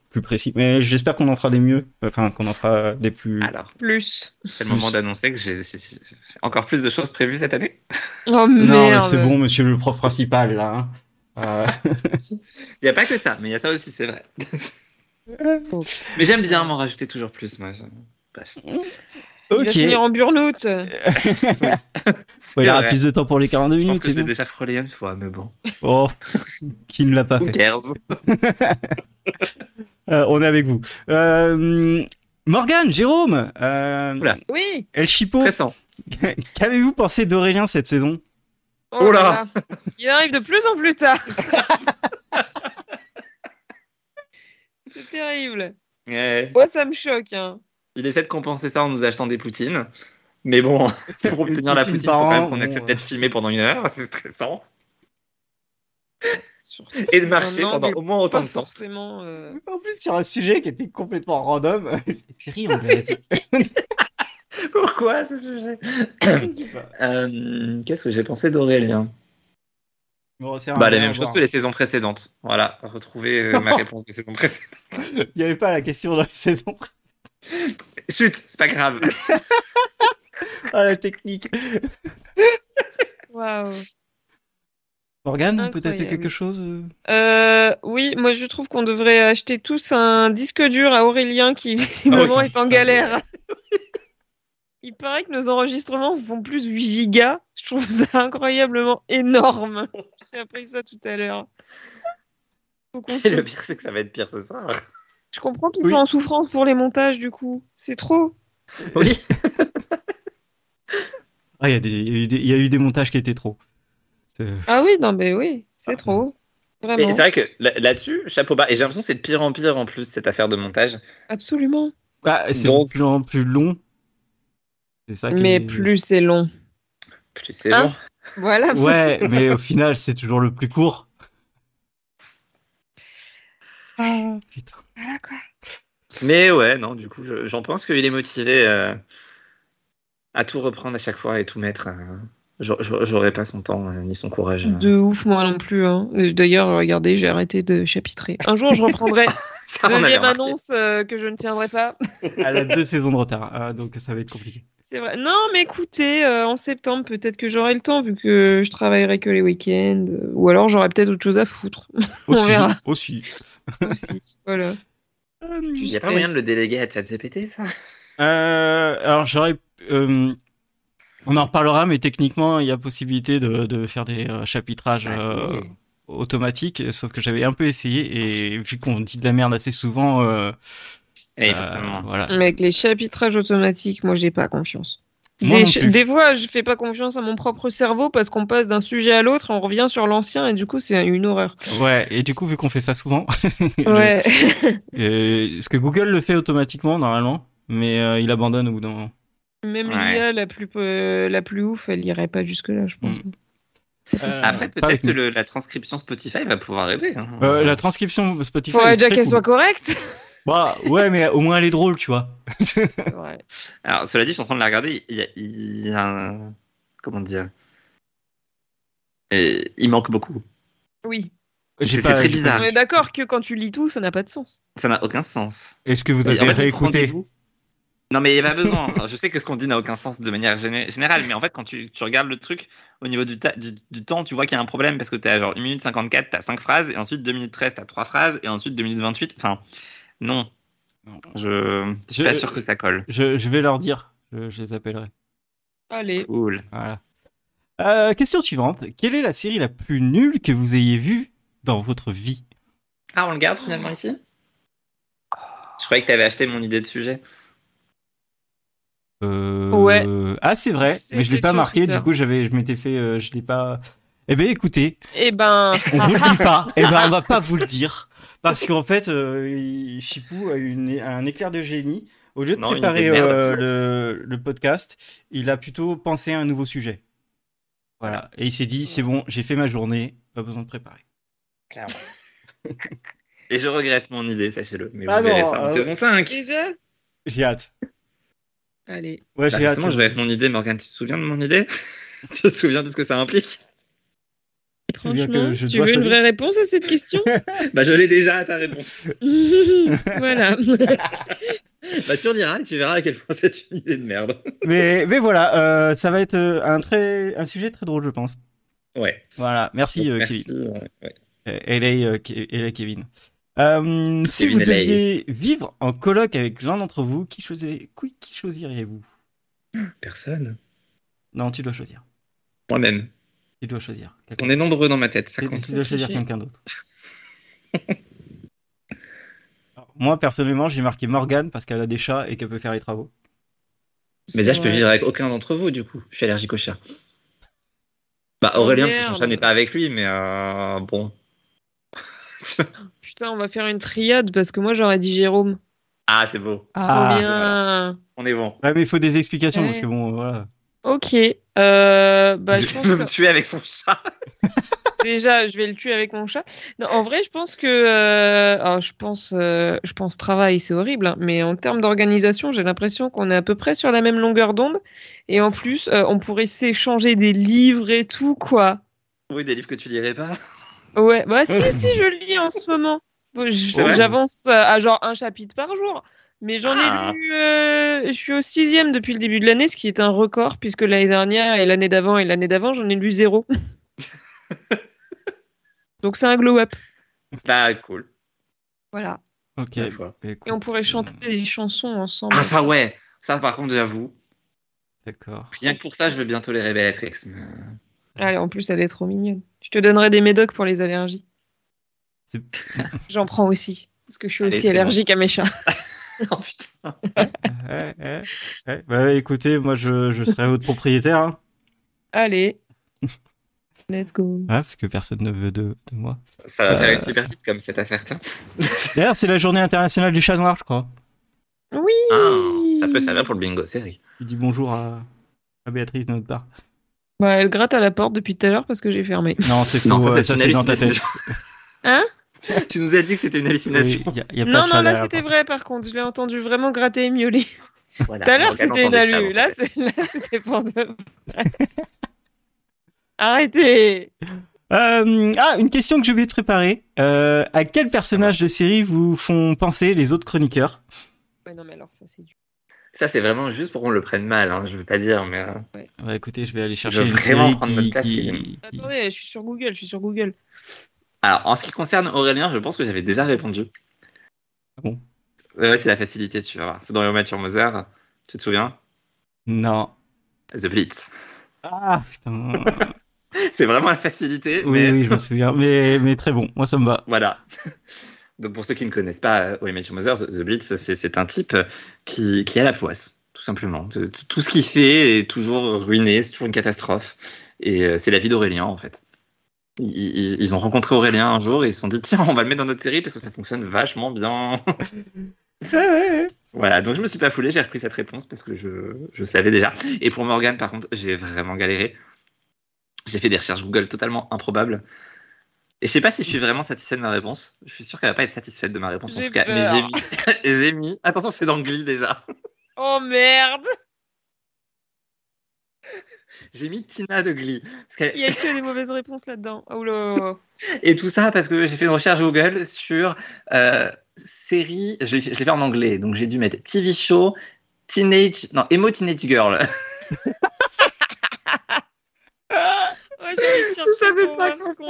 S1: plus précis, mais j'espère qu'on en fera des mieux, enfin qu'on en fera des plus...
S3: Alors,
S2: Plus.
S3: c'est le moment d'annoncer que j'ai j'ai- j'ai encore plus de choses prévues cette année.
S2: Oh
S1: Non, mais
S2: merde.
S1: c'est bon, monsieur le prof principal, là. hein. Euh,
S3: Il n'y a pas que ça, mais il y a ça aussi, c'est vrai.
S1: Euh,
S3: mais j'aime bien m'en rajouter toujours plus, moi. Bref.
S2: Il va finir en burn-out.
S1: Euh, Ouais, il aura
S3: Ouais.
S1: plus de temps pour les 42
S3: Je pense
S1: minutes.
S3: que je
S1: c'est
S3: l'ai
S1: bien.
S3: déjà frôlé une fois, mais bon.
S1: Oh, qui ne l'a pas
S3: Who
S1: fait.
S3: cares
S1: Euh, on est avec vous. Euh, Morgane, Jérôme, euh,
S3: Oula.
S2: Oui.
S1: El Chipo,
S3: Pressant.
S1: qu'avez-vous pensé d'Aurélien cette saison
S3: Oh là
S2: là. Il arrive de plus en plus tard. c'est terrible.
S3: Ouais.
S2: Moi, ça me choque. Hein.
S3: Il essaie de compenser ça en nous achetant des poutines. Mais bon, pour obtenir la
S1: poutine
S3: poutine, il faut
S1: par
S3: quand
S1: an,
S3: même qu'on
S1: bon,
S3: accepte
S1: ouais.
S3: d'être filmé pendant une heure, c'est stressant.
S2: Surtout
S3: Et de marcher
S2: Non,
S3: pendant
S2: mais
S3: au moins
S2: pas
S3: autant de temps.
S2: forcément. euh,
S1: En plus, sur un sujet qui était complètement random. Série anglaise.
S3: Pourquoi ce sujet Euh, Qu'est-ce que j'ai pensé d'Aurélien
S1: bon, c'est
S3: Bah,
S1: un-
S3: la
S1: à
S3: même chose
S1: voir.
S3: que les saisons précédentes. Voilà, retrouver euh, ma réponse des saisons précédentes.
S1: Il n'y avait pas la question dans la saison.
S3: Chut, c'est pas grave.
S1: Ah, la technique.
S2: Waouh.
S1: Morgane, peut-être
S2: Incroyable.
S1: quelque chose euh
S2: Euh, oui, moi je trouve qu'on devrait acheter tous un disque dur à Aurélien qui visiblement
S1: Ah oui.
S2: est en galère. Il paraît que nos enregistrements font plus de 8 gigas. Je trouve ça incroyablement énorme. J'ai appris ça tout à l'heure. Faut qu'on
S3: Et
S2: se-
S3: le pire, c'est que ça va être pire ce soir.
S2: Je comprends qu'ils
S1: Oui.
S2: soient en souffrance pour les montages du coup. C'est trop.
S3: Oui.
S1: Ah, il y, a des- il y a eu des- il y a eu des montages qui étaient trop. C'est-
S2: Ah oui, non mais oui, c'est trop.
S3: Et
S2: Vraiment.
S3: c'est vrai que là- là-dessus, chapeau bas. Et j'ai l'impression que c'est de pire en pire en plus, cette affaire de montage.
S2: Absolument.
S1: Ah, c'est de
S3: Bah, Donc-
S1: plus en plus long. C'est ça Ah, qui
S2: Mais
S1: est-
S2: plus c'est long.
S3: Plus c'est
S2: Hein
S3: bon.
S2: Voilà.
S1: Ouais, mais au final, c'est toujours le plus court. Ah, putain.
S2: Voilà quoi.
S3: Mais ouais, non, du coup, je- j'en pense qu'il est motivé euh, à tout reprendre à chaque fois et tout mettre. euh, j'a- j'a- J'aurais pas son temps euh, ni son
S1: Ah.
S3: courage. euh.
S2: De ouf, moi non plus. hein. Et D'ailleurs, regardez, j'ai arrêté de chapitrer. Un jour, je reprendrai.
S3: Ça, on avait
S2: Deuxième
S3: remarqué.
S2: annonce euh, que je ne tiendrai pas.
S1: Elle a deux saisons de retard, hein, donc ça va être compliqué.
S2: C'est vrai. Non, mais écoutez, euh, en septembre, peut-être que j'aurai le temps vu que je travaillerai que les week-ends. euh, Ou alors, j'aurai peut-être autre chose à foutre
S1: Aussi,
S2: verra.
S1: aussi.
S2: aussi. Voilà.
S3: Il n'y a pas moyen de le déléguer à ChatGPT, ça
S1: Euh, alors j'aurais. euh, on en reparlera, mais techniquement, il y a possibilité de, de faire des euh, chapitrages euh,
S3: Bah, Ah, Oui.
S1: automatiques. Sauf que j'avais un peu essayé et vu qu'on dit de la merde assez souvent, euh,
S3: Eh,
S1: euh,
S3: forcément.
S1: voilà.
S2: Mais avec les chapitrages automatiques, moi, j'ai pas confiance.
S1: Moi
S2: des,
S1: non
S2: ch-
S1: plus.
S2: des fois, je fais pas confiance à mon propre cerveau parce qu'on passe d'un sujet à l'autre, on revient sur l'ancien et du coup, c'est une horreur.
S1: Ouais. Et du coup, vu qu'on fait ça souvent,
S2: Mm. Ouais.
S1: euh, parce que Google le fait automatiquement normalement, mais euh, il abandonne au bout d'un moment.
S2: Même
S3: Ouais.
S2: l'IA la plus euh, la plus ouf, elle irait pas jusque là, je pense.
S1: Mm. Euh,
S3: Après,
S1: pas avec
S3: peut-être que
S1: nous.
S3: le- la transcription Spotify va pouvoir aider. hein.
S1: Euh, la transcription Spotify.
S2: Faudrait
S1: est
S2: déjà
S1: très
S2: qu'elle
S1: cool.
S2: soit correcte.
S1: Bah ouais, mais au moins elle est drôle, tu vois.
S2: Ouais.
S3: Alors, cela dit, je suis en train de la regarder. Il y a, il y a un... Comment dire Et Il manque beaucoup.
S2: Oui.
S1: J'ai
S3: C'est
S1: pas-
S3: très
S1: j'ai pas-
S3: bizarre.
S2: On est d'accord que quand tu lis tout, ça n'a pas de sens.
S3: Ça n'a aucun sens.
S1: Est-ce que vous
S3: Et
S1: avez
S3: en fait, il prend des
S1: réécouté
S3: bouts. Non, mais il n'y a pas besoin. Alors, je sais que ce qu'on dit n'a aucun sens de manière géné- générale, mais en fait, quand tu, tu regardes le truc, au niveau du, ta- du, du temps, tu vois qu'il y a un problème parce que tu as genre 1 minute 54, tu as 5 phrases, et ensuite 2 minutes 13, tu as 3 phrases, et ensuite 2 minutes 28. Enfin, non,
S1: Non.
S3: je je suis
S1: Je-
S3: pas sûr que ça colle.
S1: Je, je vais leur dire, je, je les appellerai.
S2: Allez.
S3: Cool.
S1: Voilà. Euh, question suivante. Quelle est la série la plus nulle que vous ayez vue dans votre vie
S3: Ah, on le garde finalement ici Je croyais que tu avais acheté mon idée de sujet.
S1: Euh,
S2: Ouais.
S1: Ah, c'est vrai, mais je l'ai
S2: C'était
S1: pas
S2: sur
S1: marqué,
S2: Twitter.
S1: du coup, j'avais, je m'étais fait. euh, je l'ai pas. Eh ben écoutez,
S2: Eh ben,
S1: on vous le dit pas. Eh ben, on va pas vous le dire. Parce qu'en fait, euh, il- Chipou a eu une- un éclair de génie. Au lieu de
S3: Non, une idée
S1: préparer
S3: de merde.
S1: euh, le, le podcast, il a plutôt pensé à un nouveau sujet. Voilà. Et il s'est dit, c'est bon, j'ai fait ma journée, pas besoin de préparer.
S3: Clairement. et je regrette mon idée, sachez-le. Mais
S1: Ah
S3: vous verrez
S1: non,
S3: ça en
S1: euh,
S3: saison 5.
S2: déjà.
S1: J'ai hâte.
S2: Allez.
S1: Ouais,
S3: Bah,
S1: j'ai hâte.
S3: forcément, je regrette mon idée, Morgane. Tu te souviens de mon idée Tu te souviens de ce que ça implique
S1: C'est bien
S2: Franchement,
S1: que je
S2: tu
S1: dois
S2: veux une
S1: choisir.
S2: vraie réponse à cette question
S3: Bah, je l'ai déjà à ta réponse.
S2: Voilà.
S3: Bah, tu reliras et tu verras à quel point c'est une idée de merde.
S1: Mais, mais voilà, euh, ça va être euh, un, très, un sujet très drôle, je pense.
S3: Ouais.
S1: Voilà, merci, euh,
S3: Merci.
S1: Kevin.
S3: euh, ouais.
S1: Euh, LA, euh, Ke- LA Kevin. Euh, si
S3: Kevin
S1: vous
S3: LA.
S1: deviez vivre en coloc avec l'un d'entre vous, qui, choisi- qui- qui choisiriez-vous
S3: Personne.
S1: Non, tu dois choisir.
S3: Moi-même.
S1: Tu dois choisir. quelqu'un.
S3: On est nombreux dans ma tête, ça
S1: Tu-
S3: compte.
S1: tu dois choisir
S2: Tricher.
S1: quelqu'un d'autre. Alors, Moi, personnellement, j'ai marqué Morgane parce qu'elle a des chats et qu'elle peut faire les travaux.
S3: Mais là, je peux
S2: Ouais.
S3: vivre avec aucun d'entre vous, du coup. Je suis allergique au chat. Bah, Aurélien,
S2: Oh,
S3: parce que son chat
S2: merde.
S3: n'est pas avec lui, mais euh, bon.
S2: Putain, on va faire une triade parce que moi j'aurais dit Jérôme.
S3: ah, c'est beau.
S2: Trop bien.
S3: On est bon.
S1: Ouais, mais il faut des explications
S2: Ouais.
S1: parce que bon, voilà.
S2: Ok. Euh, bah, je
S3: Tu
S2: pense
S3: peux me
S2: que-
S3: tuer avec son chat.
S2: Déjà, je vais le tuer avec mon chat. Non, en vrai, je pense que. euh, alors, je pense, euh, je pense travail, c'est horrible, hein, mais en termes d'organisation, j'ai l'impression qu'on est à peu près sur la même longueur d'onde. Et en plus, euh, on pourrait s'échanger des livres et tout, quoi.
S3: Oui, des livres que tu lirais pas.
S2: Ouais, bah si, si, je lis en ce moment. Bon,
S3: C'est
S2: je-
S3: vrai
S2: J'avance euh, à genre un chapitre par jour. Mais j'en
S3: Ah.
S2: ai lu. euh, je suis au sixième depuis le début de l'année, ce qui est un record, puisque l'année dernière et l'année d'avant et l'année d'avant, j'en ai lu zéro. Donc c'est un glow-up.
S3: Bah, cool.
S2: Voilà.
S1: Ok. Bah, euh,
S3: ma foi.
S2: Et on pourrait chanter des chansons ensemble.
S3: Ah, ça, ouais. Ça, par contre, j'avoue.
S1: D'accord.
S3: Rien que pour ça, je veux bientôt les Bellatrix. mais-
S2: Allez, en plus, elle est trop mignonne. Je te donnerai des médocs pour les allergies.
S1: C'est-
S2: J'en prends aussi, parce que je suis
S3: Allez,
S2: aussi
S3: c'est bon.
S2: allergique à mes chats.
S3: Oh putain.
S1: Eh, eh, eh. Bah, écoutez, moi je, je serai votre propriétaire, hein.
S2: Allez. Let's go.
S1: Ouais, parce que personne ne veut de, de moi.
S3: Ça va faire
S1: Euh.
S3: une super site comme cette affaire, tiens.
S1: D'ailleurs, c'est la journée internationale du chat noir, je crois.
S2: Oui
S3: Ah, ça peut servir pour le bingo série.
S1: Je dis bonjour à, à Béatrice de notre part.
S2: Bah, Elle gratte à la porte depuis tout à l'heure parce que j'ai fermé.
S1: Non, c'est faux,
S3: Non, ça,
S1: euh,
S3: c'est
S1: ça
S3: une
S1: c'est dans ta tête.
S3: hallucination.
S2: Hein
S3: Ah, Tu nous as dit que c'était une hallucination.
S1: Oui, y a- y a pas de
S2: Non, non,
S1: chat
S2: là
S1: derrière,
S2: c'était
S1: par
S2: vrai par contre. Je l'ai entendu vraiment gratter et miauler.
S1: Bah,
S3: Voilà,
S2: Tout à l'heure
S3: on regarde
S2: c'était une
S3: encore des chats dans
S2: allure.
S3: cette
S2: Là
S3: tête.
S2: c'est- là, c'était pour de vrai. Arrêtez
S1: Euh, ah, une question que j'ai oublié de préparer. Euh, à quel personnage de série vous font penser les autres chroniqueurs
S2: Ouais, Non mais alors ça c'est du...
S3: Ça, c'est vraiment juste pour qu'on le prenne mal, hein, je veux pas dire, mais. euh,
S1: Bah, Écoutez, je vais aller
S3: Je
S1: chercher
S3: veux
S1: une
S3: vraiment
S1: série
S3: prendre
S1: qui...
S3: notre place,
S1: qui-
S3: Kevin.
S1: qui-
S2: Attendez, je suis sur Google, je suis sur Google.
S3: Alors, en ce qui concerne Aurélien, je pense que j'avais déjà répondu.
S1: Ah bon
S3: Euh, ouais, c'est la facilité, tu vas voir. C'est dans Your Mature Mother. Tu te souviens
S1: Non.
S3: The Blitz.
S1: Ah, putain.
S3: C'est vraiment la facilité,
S1: oui,
S3: mais
S1: oui, je me souviens. Mais, mais très bon, moi ça me va.
S3: Voilà. Donc pour ceux qui ne connaissent pas euh, How I Met Your Mother, The The Blitz, c'est c'est un type euh, qui, qui a la poisse, tout simplement. Tout tout ce qu'il fait est toujours ruiné, c'est toujours une catastrophe. Et euh, c'est la vie d'Aurélien, en fait. Ils- Ils, ils ont rencontré Aurélien un jour et ils se sont dit tiens, on va le mettre dans notre série parce que ça fonctionne vachement bien. voilà, donc je me suis pas foulé, j'ai repris cette réponse parce que je, je savais déjà. Et pour Morgane, par contre, j'ai vraiment galéré. J'ai fait des recherches Google totalement improbables. Et je sais pas si je suis vraiment satisfait de ma réponse. Je suis sûr qu'elle va pas être satisfaite de ma réponse en
S2: J'ai
S3: tout cas. Mais
S2: peur.
S3: j'ai mis, j'ai mis. Attention, c'est dans Glee déjà.
S2: Oh merde
S3: J'ai mis Tina de Glee. Parce qu'elle-
S2: Il y a que des mauvaises réponses là-dedans. Oh là
S3: Et tout ça parce que j'ai fait une recherche Google sur euh, série. Je l'ai fait je l'ai fait en anglais, donc j'ai dû mettre TV show, teenage. Non, emo teenage girl.
S2: Ouais, j'allais dire
S3: Je
S2: ça
S3: savais
S2: pour
S3: pas
S2: voir
S3: quoi
S2: ce qu'on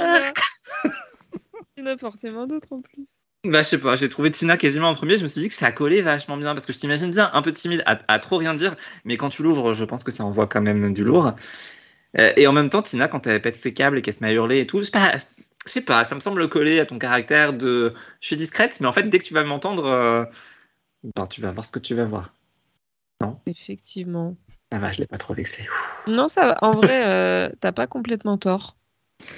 S2: a. Il y en a forcément d'autres en plus.
S3: Bah, je sais pas, j'ai trouvé Tina quasiment en premier. Je me suis dit que ça collait vachement bien parce que je t'imagine bien un peu timide à, à trop rien dire, mais quand tu l'ouvres, je pense que ça envoie quand même du lourd. Euh, et en même temps, Tina, quand elle pète ses câbles et qu'elle se met à hurler et tout, je sais pas, je sais pas, ça me semble coller à ton caractère de je suis discrète, mais en fait, dès que tu vas m'entendre, euh, ben, tu vas voir ce que tu vas voir.
S2: Effectivement.
S3: Ça va, je l'ai pas trop vexé. Ouh.
S2: Non, ça va. En vrai, euh, t'as pas complètement tort.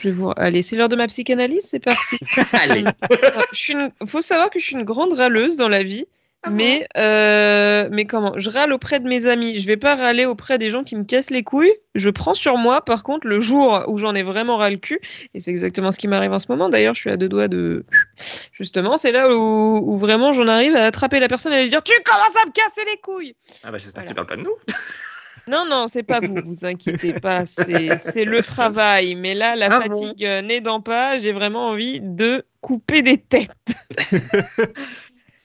S2: Je vais vous... Allez, c'est l'heure de ma psychanalyse, c'est parti.
S3: Allez,
S2: Euh, je suis une- Faut savoir que je suis une grande râleuse dans la vie.
S3: Ah
S2: Mais, euh, mais comment Je râle auprès de mes amis. Je vais pas râler auprès des gens qui me cassent les couilles. Je prends sur moi. Par contre, le jour où j'en ai vraiment ras le cul, et c'est exactement ce qui m'arrive en ce moment. D'ailleurs, je suis à deux doigts de. Justement, c'est là où, où vraiment j'en arrive à attraper la personne et à lui dire Tu commences à me casser les couilles
S3: ah bah, j'espère
S2: Voilà.
S3: que tu parles pas de nous.
S2: Non, non, c'est pas vous, vous inquiétez pas, c'est c'est le travail. Mais là, la
S3: Ah bon
S2: fatigue euh, n'aidant pas, j'ai vraiment envie de couper des têtes.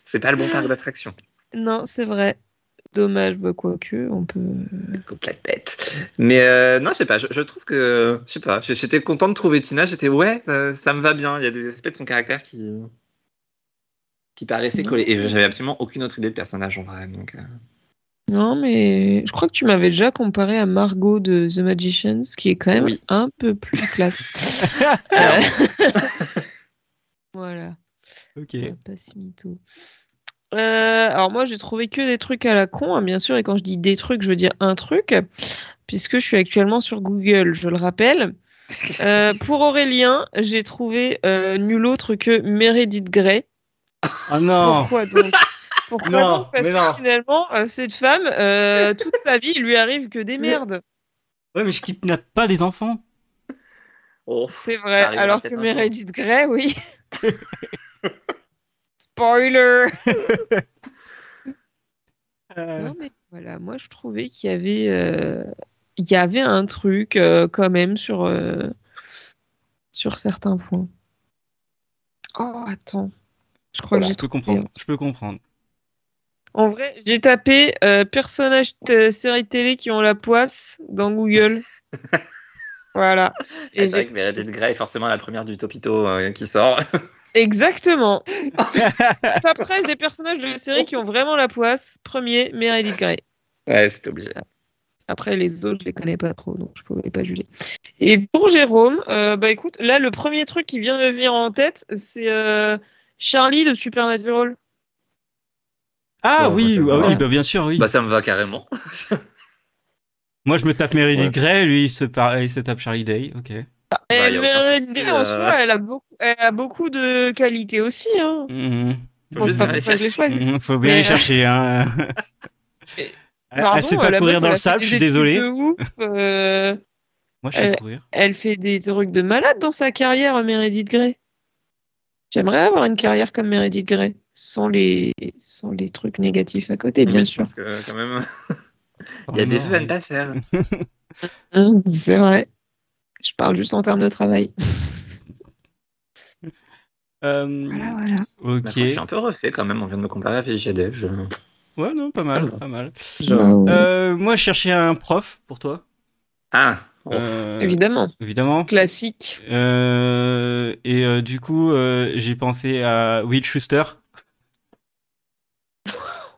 S3: C'est pas le bon parc d'attraction.
S2: Non, c'est vrai. Dommage, bah, quoique, on peut.
S3: coupe la tête. Mais euh, non, je sais pas, je, je trouve que. Je sais pas, j'- j'étais content de trouver Tina, j'étais ouais, ça, ça me va bien. Il y a des aspects de son caractère qui. qui paraissaient collés. Et j'avais absolument aucune autre idée de personnage en vrai. Donc, euh.
S2: Non, mais je crois que tu m'avais déjà comparé à Margot de The Magicians, qui est quand même
S3: Oui.
S2: un peu plus classe. Euh,
S3: Alors,
S2: voilà.
S1: ok.
S2: Ouais, Pas si mytho. Euh, alors moi j'ai trouvé que des trucs à la con, hein, bien sûr, et quand je dis des trucs, je veux dire un truc, puisque je suis actuellement sur Google, je le rappelle. Euh, pour Aurélien, j'ai trouvé euh, nul autre que Meredith Grey.
S1: Oh non
S2: Pourquoi donc Pourquoi
S1: Non,
S2: donc Parce
S1: mais non.
S2: que finalement, euh, cette femme, euh, toute sa vie, il lui arrive que des merdes.
S1: Ouais, mais je kidnappe pas des enfants.
S3: oh,
S2: C'est vrai,
S3: Ça arrivera
S2: alors que
S3: peut-être un jour.
S2: Meredith Grey, oui. Spoiler
S1: Euh,
S2: Non, mais voilà, moi je trouvais qu'il y avait, euh, il y avait un truc euh, quand même sur, euh, sur certains points. Oh, attends. Je crois
S1: Voilà,
S2: que j'ai
S1: je peux
S2: trouvé.
S1: comprendre. Je peux comprendre.
S2: En vrai, j'ai tapé euh, personnages t- séries télé qui ont la poisse dans Google. voilà. Et
S3: Attends,
S2: j'ai-
S3: avec Meredith Grey, forcément la première du Topito euh, qui sort.
S2: Exactement. Top 13 des personnages de séries qui ont vraiment la poisse. Premier, Meredith Grey.
S3: ouais, c'était obligé.
S2: Après, les autres, je les connais pas trop, donc je pouvais pas juger. Et pour Jérôme, euh, bah écoute, là, le premier truc qui vient de me venir en tête, c'est euh, Charlie de Supernatural.
S1: Ah
S3: Ouais,
S1: oui,
S3: moi, ça me
S1: ah
S3: va.
S1: oui, bah, bien sûr, oui.
S3: Bah, ça me va carrément.
S1: Moi, je me tape Meredith
S3: Ouais.
S1: Grey, lui, il se, par- il se tape Charlie Day, ok.
S3: Bah,
S2: Eh,
S3: y a aucun
S2: Meredith
S3: souci,
S2: Grey, en
S3: euh.
S2: soi, elle a beaucoup, elle a beaucoup de qualités aussi. Hein.
S1: Mhm.
S2: Bon, c'est
S3: Juste
S2: pas
S3: aller
S2: pour ça que je l'ai
S3: chercher.
S2: choisi.
S1: Mhm, Faut bien
S2: Mais,
S1: les
S2: euh,
S1: chercher, hein. Ah,
S2: Et-
S1: Elle-
S2: Pardon, euh,
S1: elle sait pas
S2: la
S1: courir
S2: meuf,
S1: dans
S2: elle a
S1: le
S2: fait
S1: sable,
S2: des
S1: je suis
S2: études
S1: désolé.
S2: de ouf, euh,
S1: Moi, je sais courir.
S2: elle fait des trucs de malade dans sa carrière, euh, Meredith Grey. J'aimerais avoir une carrière comme Meredith Grey, sans les, sans les trucs négatifs à côté, bien
S3: Oui, Je
S2: sûr.
S3: pense que quand même, il y a des
S1: Vraiment,
S3: vues à
S1: oui.
S3: ne pas faire.
S2: Hum, C'est vrai. Je parle juste en termes de travail.
S1: Euh,
S2: Voilà, voilà.
S1: ok.
S3: Maintenant, Bah, Je suis un peu refait quand même. On vient de me comparer à Felicia Je...
S1: Ouais, non, pas
S3: Ça
S1: mal,
S3: me va.
S1: pas mal.
S2: Bah ouais,
S1: Euh, moi, je cherchais un prof pour toi.
S3: Ah, bon.
S1: Euh,
S2: Évidemment.
S1: évidemment.
S2: Classique.
S1: Euh, et euh, du coup, euh, j'ai pensé à Will Schuster.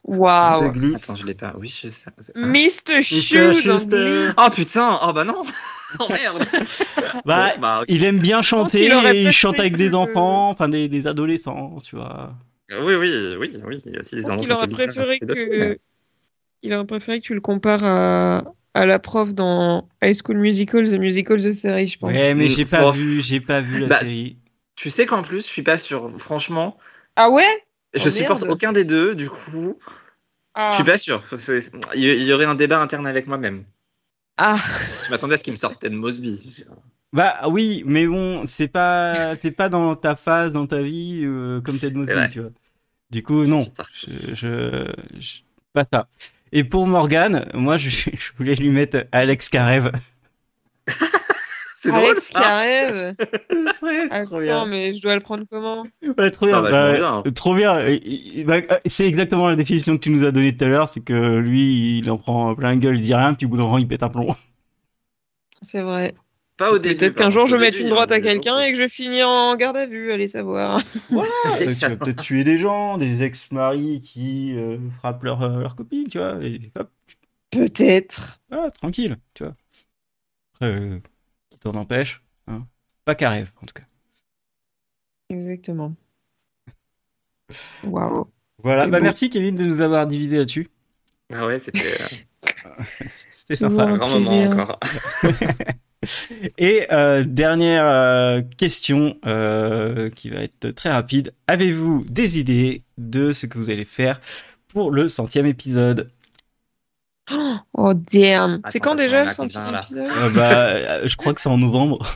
S2: Waouh. Ah hein.
S1: de Glee.
S3: attends, je l'ai pas. Oui, je sais. c'est- ah.
S2: Mr.
S1: Mr.
S2: Shoe dans Glee.
S1: Schuster.
S3: Oh putain, oh bah non. Oh merde.
S1: Bah,
S3: Bon, bah, ok.
S1: il aime bien chanter
S2: qu'il aurait
S1: et il
S2: peut-être
S1: chante
S2: fait
S1: avec des
S2: plus, euh,
S1: enfants, enfin des, des adolescents, tu vois.
S3: Oui, oui, oui, oui. Il y a aussi
S2: Je
S3: des
S2: pense
S3: annonces
S2: qu'il
S3: un peu
S2: aurait
S3: bizarres
S2: préféré
S3: entre les deux films.
S2: que... Il aurait préféré que tu le compares à, à la prof dans High School Musical, The Musical de série, je pense.
S1: Ouais, mais j'ai pas
S3: Prof.
S1: vu, j'ai pas vu la
S3: Bah,
S1: série.
S3: Tu sais qu'en plus, je suis pas sûr. Franchement,
S2: Ah ouais
S3: je
S2: Oh,
S3: supporte
S2: merde.
S3: aucun des deux. Du coup, je
S2: Ah.
S3: suis pas sûr. Faut- c'est- Il y il y aurait un débat interne avec moi-même.
S2: Ah.
S3: Je m'attendais à ce qu'il me sorte Ted Mosby.
S1: Bah oui, mais bon, c'est pas, t'es pas dans ta phase dans ta vie euh, comme Ted Mosby,
S3: C'est vrai.
S1: tu vois. Du coup, non,
S3: C'est sorti.
S1: je, je, je- pas ça. Et pour Morgan, moi, je, je voulais lui mettre Alex Karev.
S3: C'est drôle hein.
S2: Alex
S3: ça.
S2: Karev.
S1: Ce serait trop
S2: Attends,
S1: bien.
S2: mais je dois le prendre comment
S1: Ouais, trop bien.
S3: Ah, bah, je
S1: Bah,
S3: m'en viens.
S1: trop bien. Et- et- bah, c'est exactement la définition que tu nous as donnée tout à l'heure, c'est que lui, il en prend plein la gueule, il dit rien, puis au bout d'un moment, il pète un plomb.
S2: C'est vrai.
S3: Pas Ah, au début.
S2: Peut-être
S3: par
S2: qu'un
S3: contre,
S2: jour
S3: au
S2: je vais
S3: début, hein,
S2: mettre une droite
S3: il y en
S2: à
S3: disait
S2: quelqu'un
S3: beaucoup.
S2: et que je finis en garde à vue, allez savoir.
S1: Euh, tu vas peut-être tuer des gens, des ex-maris qui euh, frappent leur, euh, leur copine, tu vois, et hop,
S2: Peut-être.
S1: voilà, Ah, tranquille, tu vois. Après, euh, qui t'en empêche, hein. Pas qu'à rêve, en tout cas.
S2: Exactement. Oh, Waouh.
S1: Voilà,
S2: C'est
S1: bah
S2: beau.
S1: merci Kevin de nous avoir divisé là-dessus.
S3: Ah ouais, c'était euh,
S1: C'était sympa.
S3: un
S2: Un
S3: grand moment
S2: plaisir.
S3: encore.
S1: Et euh, dernière euh, question euh, qui va être très rapide. Avez-vous des idées de ce que vous allez faire pour le centième épisode
S2: Oh damn.
S3: Attends,
S2: C'est quand
S3: parce qu'on
S2: déjà
S3: en a
S2: le centième
S3: combien, là
S2: épisode
S1: Euh, Bah, euh, je crois que c'est en novembre.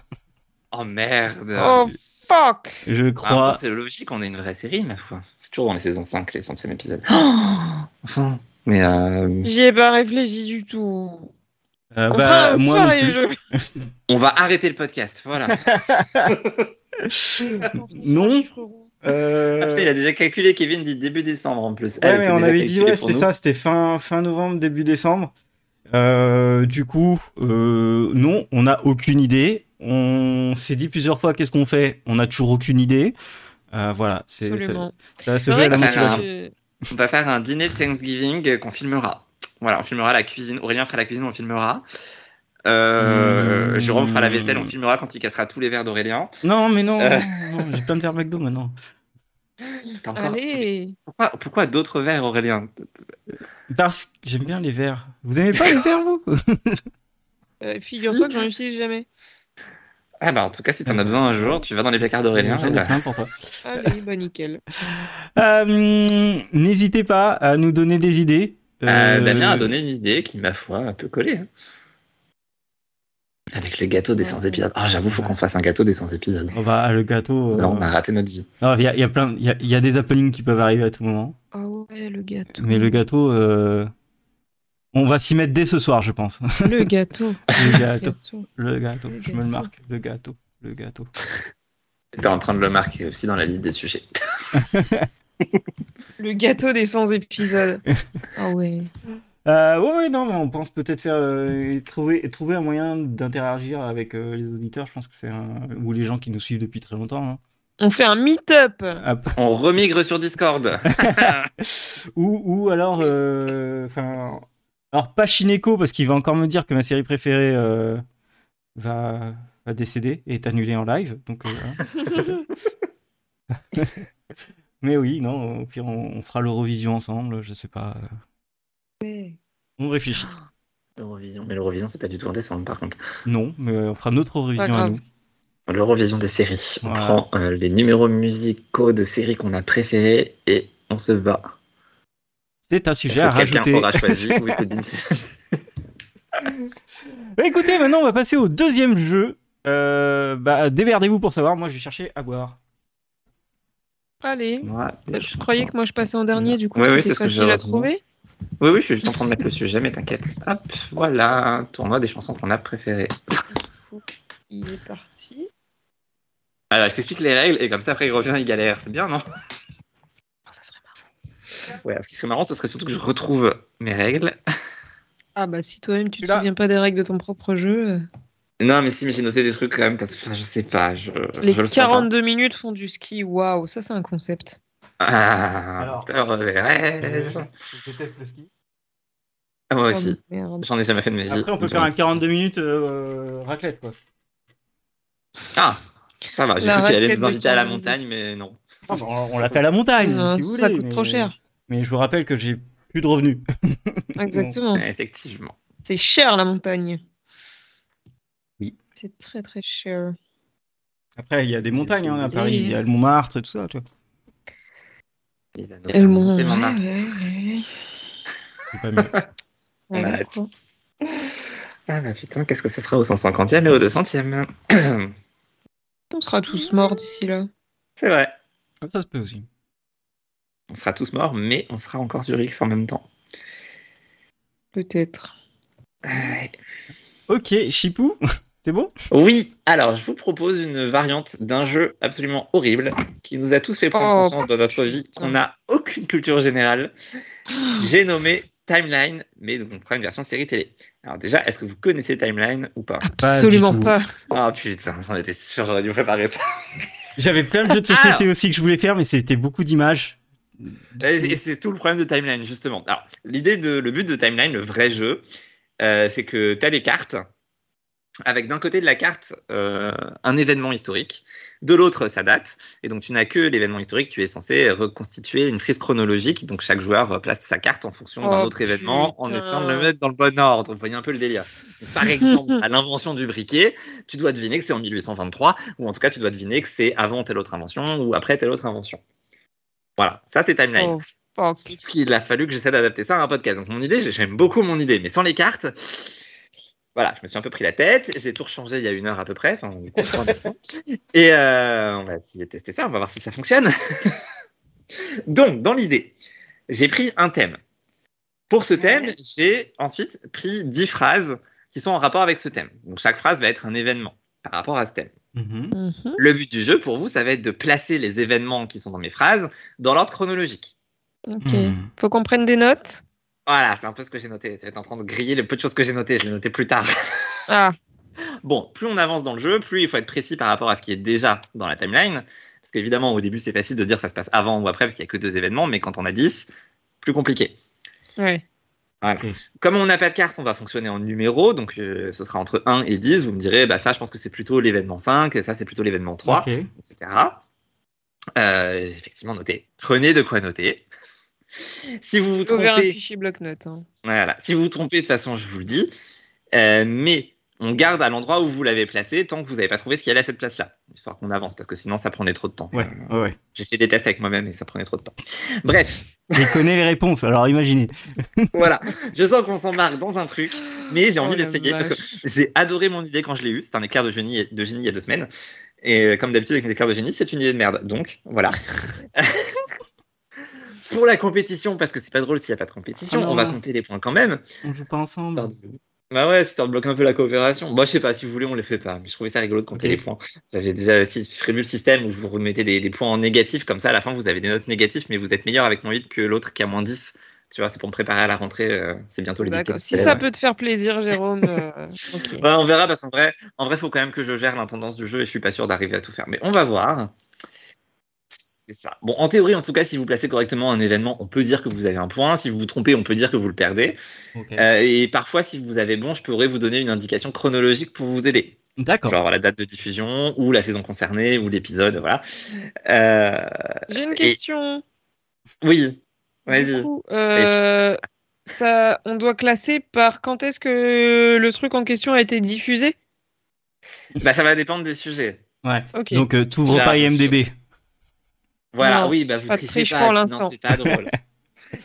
S3: Oh merde.
S2: Oh fuck.
S1: Je
S3: En même temps,
S1: crois.
S3: c'est logique, on est une vraie série, ma foi. C'est toujours dans les saisons 5, les centièmes épisodes.
S2: Oh.
S3: On sent. Mais euh,
S2: J'y ai pas réfléchi du tout.
S1: Euh, bah,
S2: Enfin,
S1: moi
S2: soir,
S1: non
S2: et
S1: plus.
S2: je-
S3: on va arrêter le podcast, voilà.
S1: Non. Euh,
S3: Ah, Putain, il a déjà calculé Kevin dit début décembre en plus.
S1: Ouais,
S3: Elle,
S1: mais
S3: c'est
S1: on
S3: déjà
S1: avait dit,
S3: calculé
S1: ouais,
S3: pour
S1: c'était
S3: nous.
S1: ça, c'était fin, fin novembre, début décembre. Euh, du coup, euh, non, on n'a aucune idée. On s'est dit plusieurs fois qu'est-ce qu'on fait. On n'a toujours aucune idée. Euh, voilà, c'est ça,
S2: Absolument.
S1: ça va se
S2: C'est
S1: jouer à
S2: vrai
S1: la
S3: que-
S1: motivation.
S2: que-
S3: On va faire un dîner de Thanksgiving euh, qu'on filmera. Voilà, on filmera la cuisine. Aurélien fera la cuisine, on filmera. Euh,
S1: Mmh.
S3: Jérôme fera la vaisselle, on filmera quand il cassera tous les verres d'Aurélien.
S1: Non, mais non,
S3: Euh.
S1: non, j'ai plein de verres McDo maintenant.
S3: T'as encore-
S2: Allez.
S3: Pourquoi, pourquoi d'autres verres, Aurélien
S1: Parce que j'aime bien les verres. Vous aimez pas les verres, vous
S2: Euh, Figure-toi que j'en utilise jamais.
S3: Ah bah en tout cas, si t'en as besoin un jour, tu vas dans les placards d'Aurélien.
S1: Euh, J'en ai
S3: et bah,
S1: plein pour toi.
S2: Allez, bah nickel.
S1: Euh, N'hésitez pas à nous donner des idées.
S3: Euh,
S1: Euh,
S3: Damien a donné une idée qui, ma foi, a un peu collé. hein. Avec le gâteau des 100 épisodes. Ah, j'avoue, faut qu'on se fasse un gâteau des 100 épisodes.
S1: Oh bah, le gâteau. euh,
S3: Non, on a raté notre vie.
S1: Non, il y a, il y a plein, il y a, il y a des happenings qui peuvent arriver à tout moment.
S2: Ah ouais, le gâteau.
S1: Mais le gâteau, euh, on va s'y mettre dès ce soir, je pense.
S2: Le gâteau.
S1: Le
S2: Le
S1: gâteau,
S2: gâteau.
S1: le gâteau, je me le
S2: gâteau.
S1: marque, le gâteau, le gâteau.
S3: T'es en train de le marquer aussi dans la liste des sujets.
S2: Le gâteau des 100 épisodes. Ah ouais.
S1: Euh, ouais, ouais, non, mais on pense peut-être faire euh, trouver trouver un moyen d'interagir avec euh, les auditeurs. Je pense que c'est un... ou les gens qui nous suivent depuis très longtemps. hein.
S2: On fait un meet-up.
S1: Après-
S3: On remigre sur Discord.
S1: ou ou alors, euh, enfin, alors pas Shineko parce qu'il va encore me dire que ma série préférée euh, va va décéder et est annulée en live. Donc. euh, voilà. mais oui, non, au pire on, on fera l'Eurovision ensemble. Je sais pas. On réfléchit.
S3: L'Eurovision. Mais l'Eurovision, c'est pas du tout en décembre, par contre.
S1: Non, mais on fera notre Eurovision à
S2: grave.
S1: nous.
S3: L'Eurovision des séries. On
S1: Ouais.
S3: prend euh, les numéros musicaux de séries qu'on a préférées et on se bat.
S1: C'est un
S3: Est-ce
S1: sujet à
S3: que quelqu'un
S1: rajouter.
S3: aura choisi Wikipédia
S1: Bah, écoutez, maintenant on va passer au deuxième jeu. Euh, bah, démerdez-vous pour savoir. Moi, j'ai cherché à boire.
S2: Allez.
S3: Moi, des
S2: Je croyais
S3: chansons.
S2: que moi je passais en dernier, du coup,
S3: Ouais, ouais,
S2: c'était
S3: c'est ce que
S2: facile à
S3: j'avais
S2: trouver.
S3: Oui, oui, je suis juste en train de mettre le sujet, mais t'inquiète. Hop, voilà, tournoi des chansons qu'on a préférées.
S2: Il est parti.
S3: Alors, je t'explique les règles et comme ça, après, il revient, il galère. C'est bien, non
S2: Oh, ça serait marrant.
S3: Ouais, ce qui serait marrant, ce serait surtout que je retrouve mes règles.
S2: Ah bah si toi-même tu te
S1: Celui-là.
S2: souviens pas des règles de ton propre jeu, euh,
S3: Non, mais si, mais j'ai noté des trucs quand même, parce que enfin, je sais pas. Je,
S2: les
S3: je le sens pas.
S2: 42 minutes font du ski, waouh, ça c'est un concept.
S3: Ah,
S1: Alors.
S3: te reverrai-je.
S1: déteste Euh, le ski.
S3: Ah, Moi
S2: Oh,
S3: aussi,
S2: merde.
S3: j'en ai jamais fait de ma vie.
S1: Après, on peut
S3: donc-
S1: faire un 42 minutes euh, raclette, quoi.
S3: Ah, ça va, j'ai
S2: La
S3: cru qu'il allait
S2: raclette
S3: nous
S2: de
S3: inviter à la
S2: 42
S3: montagne, mais non.
S1: Non, bah, on l'a fait à la montagne,
S2: Non,
S1: si vous
S2: Ah, euh, ça
S1: voulez,
S2: coûte
S1: mais-
S2: trop cher.
S1: Mais je vous rappelle que j'ai plus de revenus.
S2: Exactement.
S3: Effectivement.
S2: C'est cher la montagne.
S1: Oui.
S2: C'est très très cher.
S1: Après, il y a des montagnes hein, à
S3: Et-
S1: Paris. Il y a le Montmartre et tout ça, tu vois.
S3: Il va nous
S2: Elles
S3: faire
S2: m'ont-
S3: monter, mon
S2: ouais,
S3: Marc.
S2: ouais, ouais.
S1: C'est pas mieux.
S3: On
S2: Ouais,
S3: arrête.
S2: quoi.
S3: Ah bah putain, qu'est-ce que ce sera au 150e et au 200e
S2: On sera tous morts d'ici là.
S3: C'est vrai.
S1: Ah, ça se peut aussi.
S3: On sera tous morts, mais on sera encore sur X en même temps.
S2: Peut-être.
S3: Euh,
S1: Ok, Chipou, c'est bon
S3: Oui, alors je vous propose une variante d'un jeu absolument horrible qui nous a tous fait prendre
S2: Oh,
S3: conscience dans notre vie qu'on n'a aucune culture générale. J'ai nommé Timeline, mais donc on prend une version série télé. Alors déjà, est-ce que vous connaissez Timeline ou pas
S1: Pas du
S2: Absolument
S1: tout.
S2: pas.
S3: Ah putain, j'en étais sûr, j'aurais dû préparer ça.
S1: J'avais plein de jeux de
S2: Ah
S1: société aussi que je voulais faire, mais c'était beaucoup d'images.
S3: Et c'est- et c'est tout le problème de Timeline, justement. Alors, l'idée de, le but de Timeline, le vrai jeu, euh, c'est que tu as les cartes, avec d'un côté de la carte, euh, un événement historique, de l'autre, sa date, et donc tu n'as que l'événement historique, tu es censé reconstituer une frise chronologique, donc chaque joueur place sa carte en fonction d'un
S2: Oh,
S3: autre événement, en
S2: putain.
S3: essayant de le mettre dans le bon ordre, vous voyez un peu le délire. Donc, Par exemple, à l'invention du briquet, tu dois deviner que c'est en 1823, ou en tout cas, tu dois deviner que c'est avant telle autre invention, ou après telle autre invention. Voilà, ça c'est Timeline.
S2: Oh, fuck.
S3: Sauf qu'il a fallu que j'essaie d'adapter ça à un podcast. Donc mon idée, j'ai- j'aime beaucoup mon idée, mais sans les cartes, voilà, je me suis un peu pris la tête. J'ai tout rechangé il y a une heure à peu près. Enfin, du coup, trois maintenant. Et euh, on va essayer de tester ça, on va voir si ça fonctionne. Donc, dans l'idée, j'ai pris un thème. Pour ce thème, j'ai ensuite pris dix phrases qui sont en rapport avec ce thème. Donc chaque phrase va être un événement par rapport à ce thème.
S1: Mhm.
S2: Mhm.
S3: Le but du jeu pour vous, ça va être de placer les événements qui sont dans mes phrases dans l'ordre chronologique.
S2: Ok.
S1: Mhm.
S2: Faut qu'on prenne des notes.
S3: Voilà, c'est un peu ce que j'ai noté. Tu es en train de griller le peu de choses que j'ai notées. Je l'ai noté plus tard.
S2: Ah,
S3: Bon, plus on avance dans le jeu, plus il faut être précis par rapport à ce qui est déjà dans la timeline. Parce qu'évidemment, au début, c'est facile de dire ça se passe avant ou après parce qu'il n'y a que deux événements. Mais quand on a 10, plus compliqué.
S2: ouais.
S3: Comme on n'a pas de carte, on va fonctionner en numéros. Donc, euh, ce sera entre 1 et 10. Vous me direz, bah, ça, je pense que c'est plutôt l'événement 5, et ça, c'est plutôt l'événement 3,
S1: Ok.
S3: etc. Euh, j'ai effectivement noté. Prenez de quoi noter. Si vous vous
S2: Faut ouvrir un
S3: trompez.
S2: fichier bloc-notes. hein.
S3: Voilà. Si vous vous trompez, de toute façon, je vous le dis. Euh, mais on garde à l'endroit où vous l'avez placé tant que vous n'avez pas trouvé ce qu'il y allait à cette place-là. Histoire qu'on avance, parce que sinon, ça prenait trop de temps.
S1: Ouais, ouais, ouais.
S3: J'ai fait des tests avec moi-même et ça prenait trop de temps. Bref,
S1: Je connais les réponses, alors imaginez.
S3: voilà. Je sens qu'on s'embarque dans un truc, mais j'ai envie
S2: Oh la
S3: d'essayer parce que
S2: vache.
S3: j'ai adoré mon idée quand je l'ai eue. C'était un éclair de génie, de génie il y a deux semaines. Et euh, comme d'habitude, avec les éclairs de génie, c'est une idée de merde. Donc, voilà. Pour la compétition, parce que c'est pas drôle s'il n'y a pas de compétition,
S1: Ah non.
S3: on va compter les points quand même.
S1: On joue pas ensemble.
S3: Pardon. Bah ouais, histoire de bloquer un peu la coopération. Bah, je sais pas, si vous voulez, on les fait pas. Mais je trouvais ça rigolo de compter
S1: Ok.
S3: les points. Vous avez déjà aussi prévu le système où vous remettez des, des points en négatif, comme ça, à la fin, vous avez des notes négatives, mais vous êtes meilleur avec moins 8 que l'autre qui a moins 10. Tu vois, c'est pour me préparer à la rentrée, euh, c'est bientôt les
S2: D'accord.
S3: dictées.
S2: Si ça peut te faire plaisir, Jérôme. euh, ok.
S3: Ouais, on verra parce qu'en vrai, en vrai, faut quand même que je gère l'intendance du jeu et je suis pas sûr d'arriver à tout faire. Mais on va voir. C'est ça. Bon, en théorie, en tout cas, si vous placez correctement un événement, on peut dire que vous avez un point. Si vous vous trompez, on peut dire que vous le perdez.
S1: Ok.
S3: Euh, et parfois, si vous avez bon, je pourrais vous donner une indication chronologique pour vous aider.
S1: D'accord.
S3: Genre la date de diffusion, ou la saison concernée, ou l'épisode, voilà. Euh,
S2: J'ai une question.
S3: oui,
S2: Du
S3: vas-y.
S2: coup, euh, ça, on doit classer par quand est-ce que le truc en question a été diffusé
S3: Bah, ça va dépendre des sujets.
S1: Ouais.
S2: Ok.
S1: Donc, euh, t'ouvres
S3: Là,
S1: pas
S3: je suis
S1: IMDB.
S3: Voilà,
S2: Non,
S3: oui, bah vous
S2: pas de
S3: trichez
S2: triche
S3: pas,
S2: pour
S3: sinon
S2: l'instant.
S3: C'est pas drôle.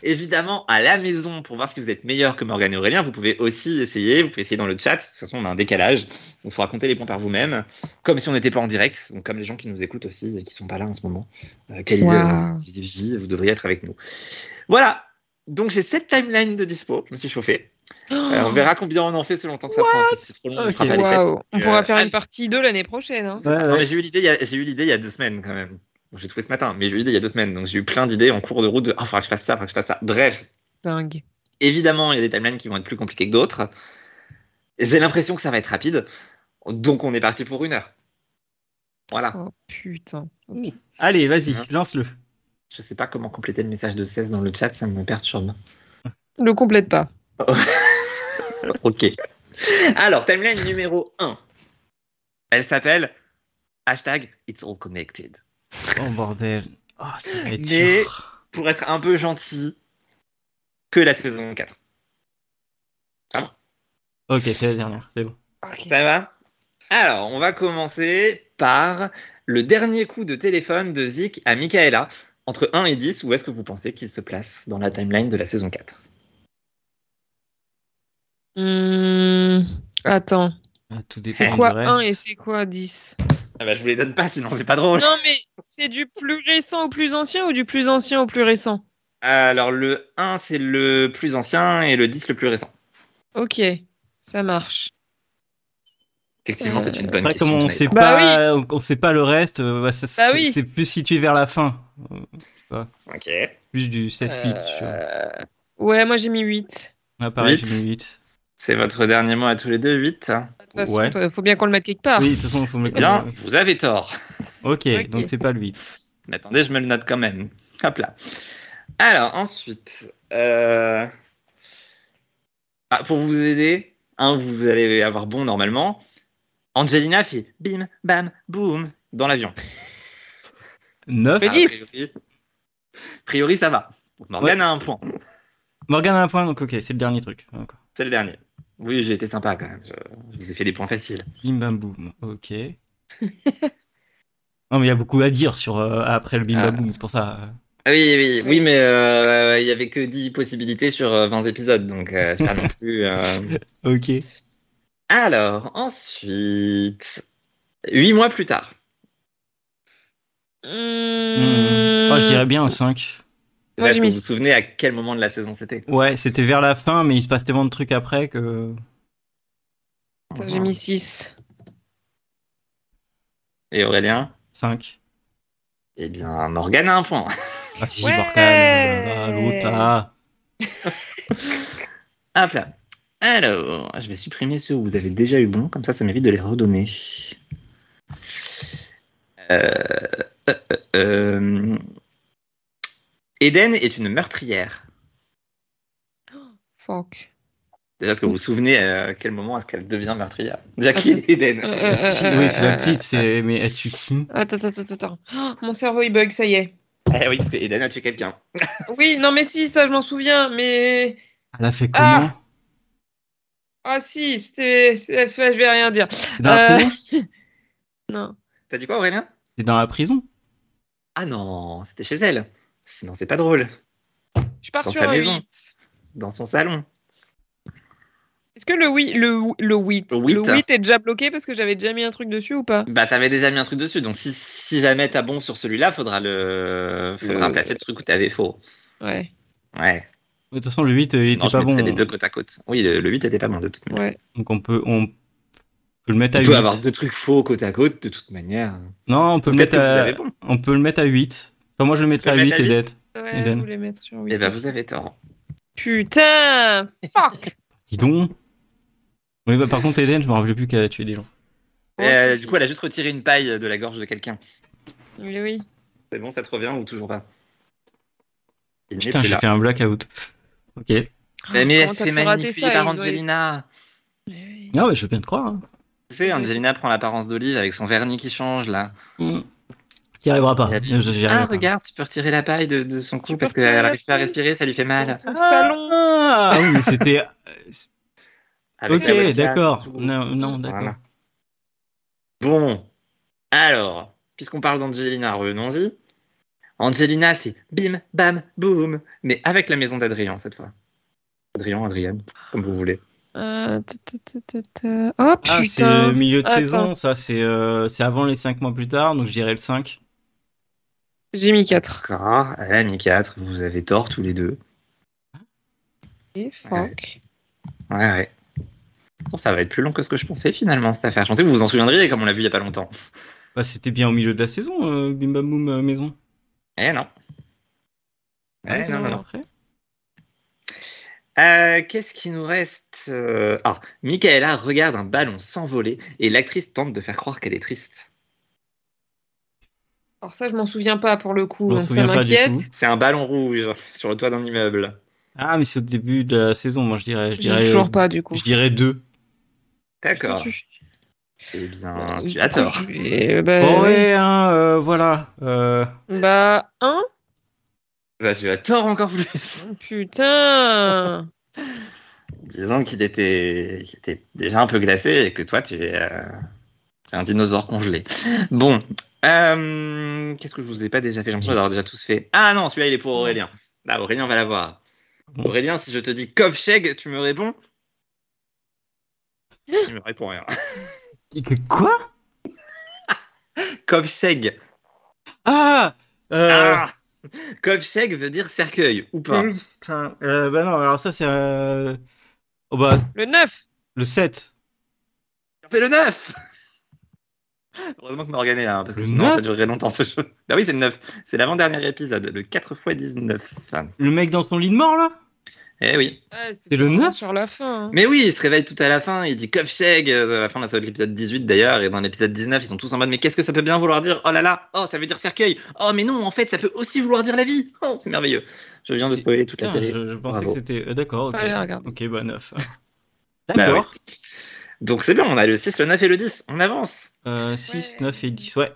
S3: Évidemment, à la maison, pour voir si vous êtes meilleur que Morgane et Aurélien, vous pouvez aussi essayer. Vous pouvez essayer dans le chat. De toute façon, on a un décalage. Donc, il faut raconter les points par vous-même. Comme si on n'était pas en direct. Donc, comme les gens qui nous écoutent aussi et qui sont pas là en ce moment. Euh, quelle idée,
S2: Waouh.
S3: euh, vie, vous devriez être avec nous. Voilà. Donc, j'ai cette timeline de dispo. Je me suis chauffé.
S2: Oh,
S3: Euh, on verra combien on en fait selon le temps que ça prend. Si c'est trop long, on
S1: Ok.
S3: fera pas les fêtes.
S2: Waouh. On
S3: Euh,
S2: pourra faire
S3: ah,
S2: une partie 2 l'année prochaine. hein.
S1: Ouais,
S3: non,
S1: Ah ouais.
S3: mais j'ai eu l'idée il y a- j'ai eu l'idée il y a deux semaines quand même. Bon, J'ai trouvé ce matin, mais j'ai eu l'idée il y a deux semaines. Donc j'ai eu plein d'idées en cours de route de Ah, faudra que je fasse ça, faudra que je fasse ça. Bref,
S2: Dingue.
S3: évidemment, il y a des timelines qui vont être plus compliquées que d'autres. J'ai l'impression que ça va être rapide. Donc on est parti pour une heure. Voilà.
S2: Oh putain.
S1: Allez, vas-y,
S3: Hein.
S1: lance-le.
S3: Je sais pas comment compléter le message de 16 dans le chat, ça me perturbe.
S2: Le complète pas.
S3: ok. Alors, timeline numéro 1. Elle s'appelle hashtag It's All Connected.
S1: Oh bordel. Oh, ça va être
S3: Mais-
S1: dur.
S3: pour être un peu gentil que la saison 4.
S1: Ok, c'est la dernière, c'est bon.
S3: Ça va Alors, on va commencer par le dernier coup de téléphone de Zik à Michaela. Entre 1 et 10, où est-ce que vous pensez qu'il se place dans la timeline de la saison 4
S2: Hmm, Attends.
S1: Ah, Tout dépend
S3: C'est
S1: du
S2: Quoi
S1: reste.
S2: 1 et c'est quoi 10
S3: ah bah, Je vous les donne pas, sinon c'est pas drôle.
S2: Non mais c'est du plus récent au plus ancien ou du plus ancien au plus récent
S3: Alors, le 1, c'est le plus ancien et le 10, le plus récent.
S2: Ok, ça marche.
S3: Effectivement, c'est une bonne
S1: Après,
S3: question.
S1: comme on
S3: je
S1: sait
S3: n'avais
S2: Bah
S1: pas, on sait pas le reste, euh, bah, ça-
S2: Bah
S1: c'est-
S2: oui.
S1: c'est plus situé vers la fin,
S3: pas. Ok.
S1: plus du 7-8.
S2: Euh, Ouais, moi j'ai mis 8.
S1: Ah, pareil,
S3: huit.
S1: j'ai mis 8.
S3: C'est votre dernier mot à tous les deux, 8.
S2: De toute façon,
S1: Ouais.
S2: t- faut bien qu'on le mette quelque part.
S1: Oui, de toute façon, faut me le
S3: Bien, vous avez tort.
S1: ok,
S2: Ah. Ok.
S1: donc c'est pas lui.
S3: Mais attendez, je me le note quand même. Hop là. Alors, ensuite, euh, ah, pour vous aider, hein, vous allez avoir bon normalement. Angelina fait bim, bam, boum dans l'avion. Ah,
S1: 9.
S2: Mais
S3: A
S2: dix.
S3: priori, a priori, ça va. Donc, Morgane a un point.
S1: Morgane a un point, donc ok, c'est le dernier truc. D'accord.
S3: C'est le dernier. Oui, j'ai été sympa quand même. Je, je vous ai fait des points faciles.
S1: Bim bam boum, ok. non, mais il y a beaucoup à dire sur, euh, après le bim bam
S3: Ah.
S1: boum, c'est pour ça.
S3: Ah Oui, oui, oui, mais euh, il y avait que 10 possibilités sur euh, 20 épisodes, donc euh, c'est pas non plus. euh,
S1: euh. Ok.
S3: Alors, ensuite, huit mois plus tard.
S1: Hmm. Oh, je dirais
S2: Hmm,
S1: bien un 5.
S2: Moi,
S3: Est-ce
S2: j'ai
S3: que vous
S2: mis-
S3: vous souvenez à quel moment de la saison c'était
S1: Ouais, c'était vers la fin, mais il se passe tellement de trucs après que.
S2: Putain, J'ai mis 6.
S3: Et Aurélien
S1: 5.
S3: Eh bien, Morgane a un point.
S1: Ah, si,
S2: Ouais.
S1: Morgane, euh, là, l'autre, là.
S3: Hop là. Alors, je vais supprimer ceux où vous avez déjà eu bon, comme ça, ça m'évite de les redonner. Euh, euh, euh, Eden est une meurtrière.
S2: Fuck.
S3: Déjà, est-ce que vous vous souvenez euh, à quel moment est-ce qu'elle devient meurtrière Jackie Eden.
S2: Euh,
S1: La
S2: euh,
S1: petite-
S2: euh,
S1: oui, c'est la
S2: euh,
S1: petite, c'est. Mais es-tu qui
S2: Attends, attends, attends, attends. Oh, mon cerveau il bug, ça y est.
S3: Eh oui, parce que Eden a tué quelqu'un.
S2: Oui, non mais si, ça je m'en souviens, mais.
S1: Elle a fait
S2: Ah.
S1: comment
S2: Ah si, c'était. c'est- Je vais rien dire.
S1: C'est dans, la
S2: Euh.
S1: prison
S2: Non.
S3: T'as dit quoi, Aurélien
S1: C'est dans la prison
S3: Ah non, c'était chez elle. Sinon, c'est pas drôle.
S2: Je pars
S3: Dans
S2: sur
S3: sa
S2: un
S3: maison.
S2: 8.
S3: Dans son salon.
S2: Est-ce que le, oui, le, le 8
S3: Le huit.
S2: Le 8 est déjà bloqué parce que j'avais déjà mis un truc dessus ou pas
S3: Bah, t'avais déjà mis un truc dessus. Donc, si, si jamais t'as bon sur celui-là, faudra le. Faudra
S2: Le-
S3: placer le truc où t'avais faux.
S2: Ouais.
S3: Ouais.
S1: De toute façon, le 8 euh, il
S3: Sinon,
S1: était
S3: je
S1: pas bon.
S3: mettrais les deux côte à côte. Oui, le, le 8 était pas bon de toute manière.
S2: Ouais.
S1: Donc on peut, on peut le mettre à
S3: On
S1: 8.
S3: peut avoir deux trucs faux côte à côte de toute manière.
S1: Non, on peut, le mettre
S3: Peut-être que vous
S1: à...
S3: avez bon.
S1: on peut le mettre à 8. Enfin, moi je le mettrai
S3: On
S1: à
S3: peut le
S1: 8
S3: mettre à
S1: et
S3: huit.
S1: d'être.
S2: Ouais,
S1: Eden.
S2: je voulais mettre sur huit.
S3: Eh ben, vous avez tort.
S2: Putain Fuck
S1: Dis donc. Oui, bah par contre, Eden, je me rappelais plus qu'elle a tué des gens.
S3: Euh, du coup, elle a juste retiré une paille de la gorge de quelqu'un.
S2: Oui, oui.
S3: C'est bon, ça te revient ou toujours pas Il n'est
S1: Putain,
S3: plus
S1: j'ai
S3: là.
S1: fait un blackout. Ok.
S3: Mais, mais elle
S2: Comment
S3: se
S2: t'as
S3: fait
S2: pu rater
S3: manipuler
S2: ça,
S3: par
S2: ils ont-
S3: Angelina.
S2: Mais oui.
S1: Non, mais je veux bien te croire. hein.
S3: Tu sais, Angelina prend l'apparence d'Olive avec son vernis qui change là.
S1: Mm. Qui arrivera pas.
S3: Et elle
S1: Je-
S3: dit,
S1: j'y
S3: ah,
S1: arriverai pas.
S3: regarde, tu peux retirer la paille de, de son cou
S2: peux
S3: parce
S2: retirer
S3: qu'elle
S2: la
S3: n'arrive pas à
S2: paille.
S3: respirer, ça lui fait mal.
S2: Dans ton salon.
S1: Ah oui, mais c'était.
S3: Avec la
S1: ok,
S3: webcam,
S1: d'accord.
S3: tout.
S1: Non, non d'accord.
S3: Voilà. Bon, alors, puisqu'on parle d'Angelina, revenons-y. Angelina fait bim, bam, boum, mais avec la maison d'Adrien cette fois. Adrien, Adrien, comme vous voulez.
S2: Euh, ta, ta, ta, ta, ta. Oh
S1: Ah, c'est
S2: putain
S1: le milieu de
S2: Attends.
S1: saison, ça. C'est euh, c'est avant les 5 mois plus tard, donc je dirais le 5.
S2: J'ai mis 4.
S3: D'accord, elle a mis 4, vous avez tort tous les deux.
S2: Et fuck.
S3: Ouais, ouais. Bon, ça va être plus long que ce que je pensais finalement, cette affaire. Je pensais que vous vous en souviendriez, comme on l'a vu il y a pas longtemps.
S1: Bah, c'était bien au milieu de la saison, euh, Bim Bam Boum euh, Maison.
S3: Eh non. Eh
S1: Ah, c'est
S3: non, non, non.
S1: après
S3: Euh, Qu'est-ce qui nous reste Euh, Ah, Michaela regarde un ballon s'envoler et l'actrice tente de faire croire qu'elle est triste.
S2: Alors ça, je m'en souviens pas pour le
S1: Je
S2: coup,
S1: m'en
S2: donc ça
S1: souviens pas du
S2: m'inquiète.
S1: tout.
S3: C'est un ballon rouge sur le toit d'un immeuble.
S1: Ah, mais c'est au début de la saison, moi je dirais. Je
S2: J'ai
S1: dirais, euh,
S2: toujours pas du coup.
S1: je dirais 2.
S3: D'accord.
S2: Tu-
S3: Eh
S1: Ah,
S3: bien, tu as tort.
S2: Et bah,
S1: Bon, ouais, hein, euh, voilà. Euh,
S2: bah, hein
S3: Bah, tu as tort encore plus.
S2: Oh, Putain
S3: Disons qu'il était... qu'il était déjà un peu glacé et que toi, tu es, euh, tu es un dinosaure congelé. Bon. euh, Qu'est-ce que je vous ai pas déjà fait J'ai l'impression d'avoir déjà tous fait. Ah non, celui-là, il est pour Aurélien. Là, Aurélien va l'avoir. Aurélien, si je te dis Kovcheg, tu me réponds Tu me réponds rien.
S1: Quoi
S3: Kovcheg.
S1: Ah euh,
S3: Ah bah. Kovcheg veut dire cercueil, ou pas
S1: euh, putain. Euh, bah non, alors ça c'est. euh, Oh bah,
S2: Le 9
S1: le 7.
S3: C'est le 9 Heureusement que Morgan est là, hein, parce que
S1: Le
S3: sinon
S1: 9?
S3: ça durerait longtemps ce jeu. Ah oui, c'est le 9. C'est l'avant-dernier épisode, le 4x19.
S1: Le mec dans son lit de mort là
S3: Eh oui.
S1: C'est le 9?
S2: Sur la fin. hein.
S3: Mais oui, il se réveille tout à la fin, il dit Kovcheg, euh, à la fin de la série de l'épisode 18 d'ailleurs, et dans l'épisode 19, ils sont tous en mode Mais qu'est-ce que ça peut bien vouloir dire Oh là là, oh ça veut dire cercueil Oh mais non, en fait ça peut aussi vouloir dire la vie Oh c'est merveilleux Je viens de
S1: C'est-
S3: spoiler toute la
S1: Putain,
S3: série.
S1: je, je pensais
S3: Bravo.
S1: que c'était. euh, D'accord, ok.
S2: Allez, regarde.
S1: Ok, bah 9.
S2: Bah
S3: oui.
S1: D'accord.
S3: Donc c'est bien, on a le 6, le 9 et le 10, on avance
S1: Euh, 6,
S2: Ouais.
S1: 9 et 10, ouais.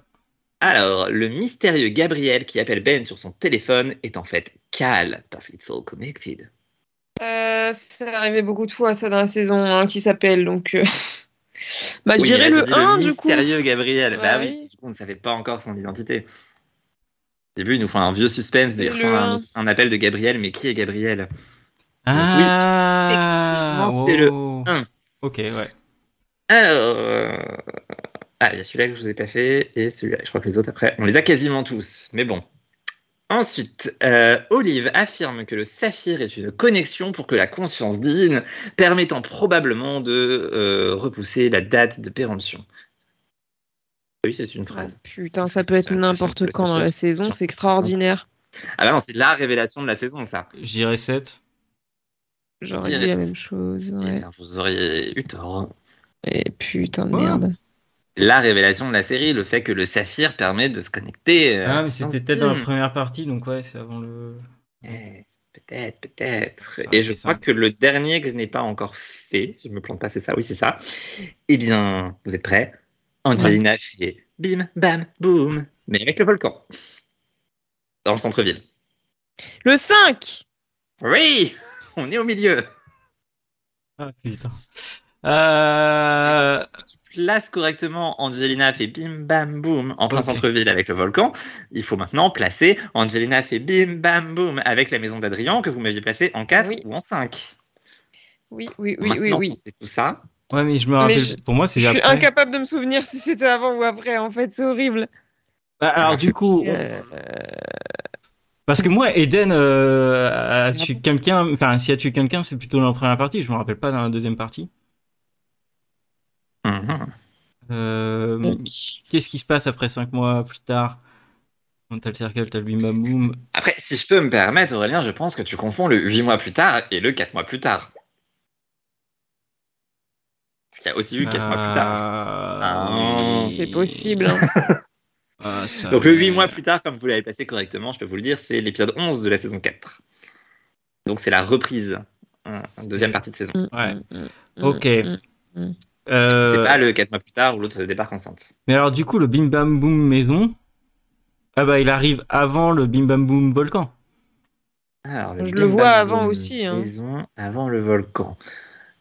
S3: Alors, le mystérieux Gabriel qui appelle Ben sur son téléphone est en fait Cal, parce qu'ils sont connected.
S2: Euh, ça arrivait beaucoup de fois, ça, dans la saison hein, qui s'appelle, donc... euh, bah, je
S3: Oui,
S2: dirais
S3: mais là,
S2: le
S3: j'ai dit
S2: 1, du coup.
S3: mystérieux Gabriel. bah
S2: Ouais,
S3: oui,
S2: oui.
S3: on ne savait pas encore son identité. Au début, ils nous font un vieux suspense, de
S2: Et
S3: ils reçoivent
S2: le
S3: un,
S2: un.
S3: un appel de Gabriel, mais qui est Gabriel
S1: Ah
S3: effectivement, c'est le
S1: wow.
S3: un.
S1: Ok, ouais.
S3: Alors... euh, Ah, il y a celui-là que je vous ai pas fait, et celui-là, je crois que les autres après, on les a quasiment tous, mais bon. Ensuite, euh, Olive affirme que le saphir est une connexion pour que la conscience divine permettant probablement de euh, repousser la date de péremption. Oui, c'est une phrase.
S2: Ah, Putain, ça peut être
S3: Ça, ça,
S2: n'importe
S3: ça,
S2: quand
S3: ça,
S2: dans
S3: ça,
S2: la
S3: ça,
S2: saison,
S3: ça, ça.
S2: c'est extraordinaire.
S3: Ah bah non, c'est la révélation de la saison, ça.
S1: J'irais 7.
S2: J'aurais
S3: Yes.
S2: dit la même chose,
S3: Eh
S2: ouais.
S3: bien, vous auriez eu tort. hein.
S2: Et putain de
S1: Ouais.
S2: merde.
S3: La révélation de la série, le fait que le saphir permet de se connecter. euh,
S1: Ah, mais
S3: sans
S1: c'était peut-être dans la
S3: film.
S1: première partie, donc ouais, c'est avant le.
S3: Eh, Peut-être, peut-être.
S1: Ça
S3: Et
S1: aurait
S3: je
S1: été
S3: crois
S1: simple.
S3: que le dernier que je n'ai pas encore fait, si je me plante pas, c'est ça, oui, c'est ça. Eh bien, vous êtes prêts Angelina fait bim, bam, boum, mais avec le volcan. Dans le centre-ville.
S2: Le 5
S3: Oui On est au milieu
S1: Ah, putain. Euh.
S3: Place correctement, Angelina fait bim, bam, boum, en plein
S1: Ok.
S3: centre-ville avec le volcan. Il faut maintenant placer Angelina fait bim, bam, boum avec la maison d'Adrien que vous m'aviez placée en 4
S2: Oui.
S3: ou en 5.
S2: Oui, oui, oui, oui, oui.
S3: C'est tout ça.
S1: Ouais, mais je me
S2: Mais
S1: rappelle.
S2: je-
S1: Pour moi, c'est
S2: Je suis
S1: Ah, après.
S2: incapable de me souvenir si c'était avant ou après, en fait, c'est horrible.
S1: Bah, alors, du coup, on-
S2: Euh,
S1: Parce que moi, Eden euh, a tué quelqu'un. Enfin, si a tué quelqu'un, c'est plutôt dans la première partie. Je me rappelle pas dans la deuxième partie.
S3: Mhm.
S1: Euh,
S2: Oui.
S1: Qu'est-ce qui se passe après cinq mois plus tard Quand T'as le circle, t'as le bim bam boum.
S3: Après, si je peux me permettre, Aurélien, je pense que tu confonds le 8 mois plus tard et le 4 mois plus tard. Parce qu'il y a aussi eu 4 mois plus tard.
S1: Ah,
S3: Ah.
S1: oui.
S2: C'est possible. hein.
S1: Ah, ça-
S3: Donc le 8 mois plus tard, comme vous l'avez passé correctement, je peux vous le dire, c'est l'épisode 11 de la saison 4. Donc c'est la reprise, hein, deuxième partie de saison.
S1: Ouais.
S2: Mm, mm,
S1: Ok.
S2: mm.
S1: Euh,
S3: C'est pas le 4 mois plus tard où l'autre débarque enceinte.
S1: Mais alors, du coup, le bim bam boum maison. Ah bah, il arrive avant le bim bam boum volcan.
S3: Alors,
S2: Je
S3: Bim
S2: le
S3: Bam
S2: vois avant
S3: Boom
S2: aussi, hein.
S3: Maison avant le volcan.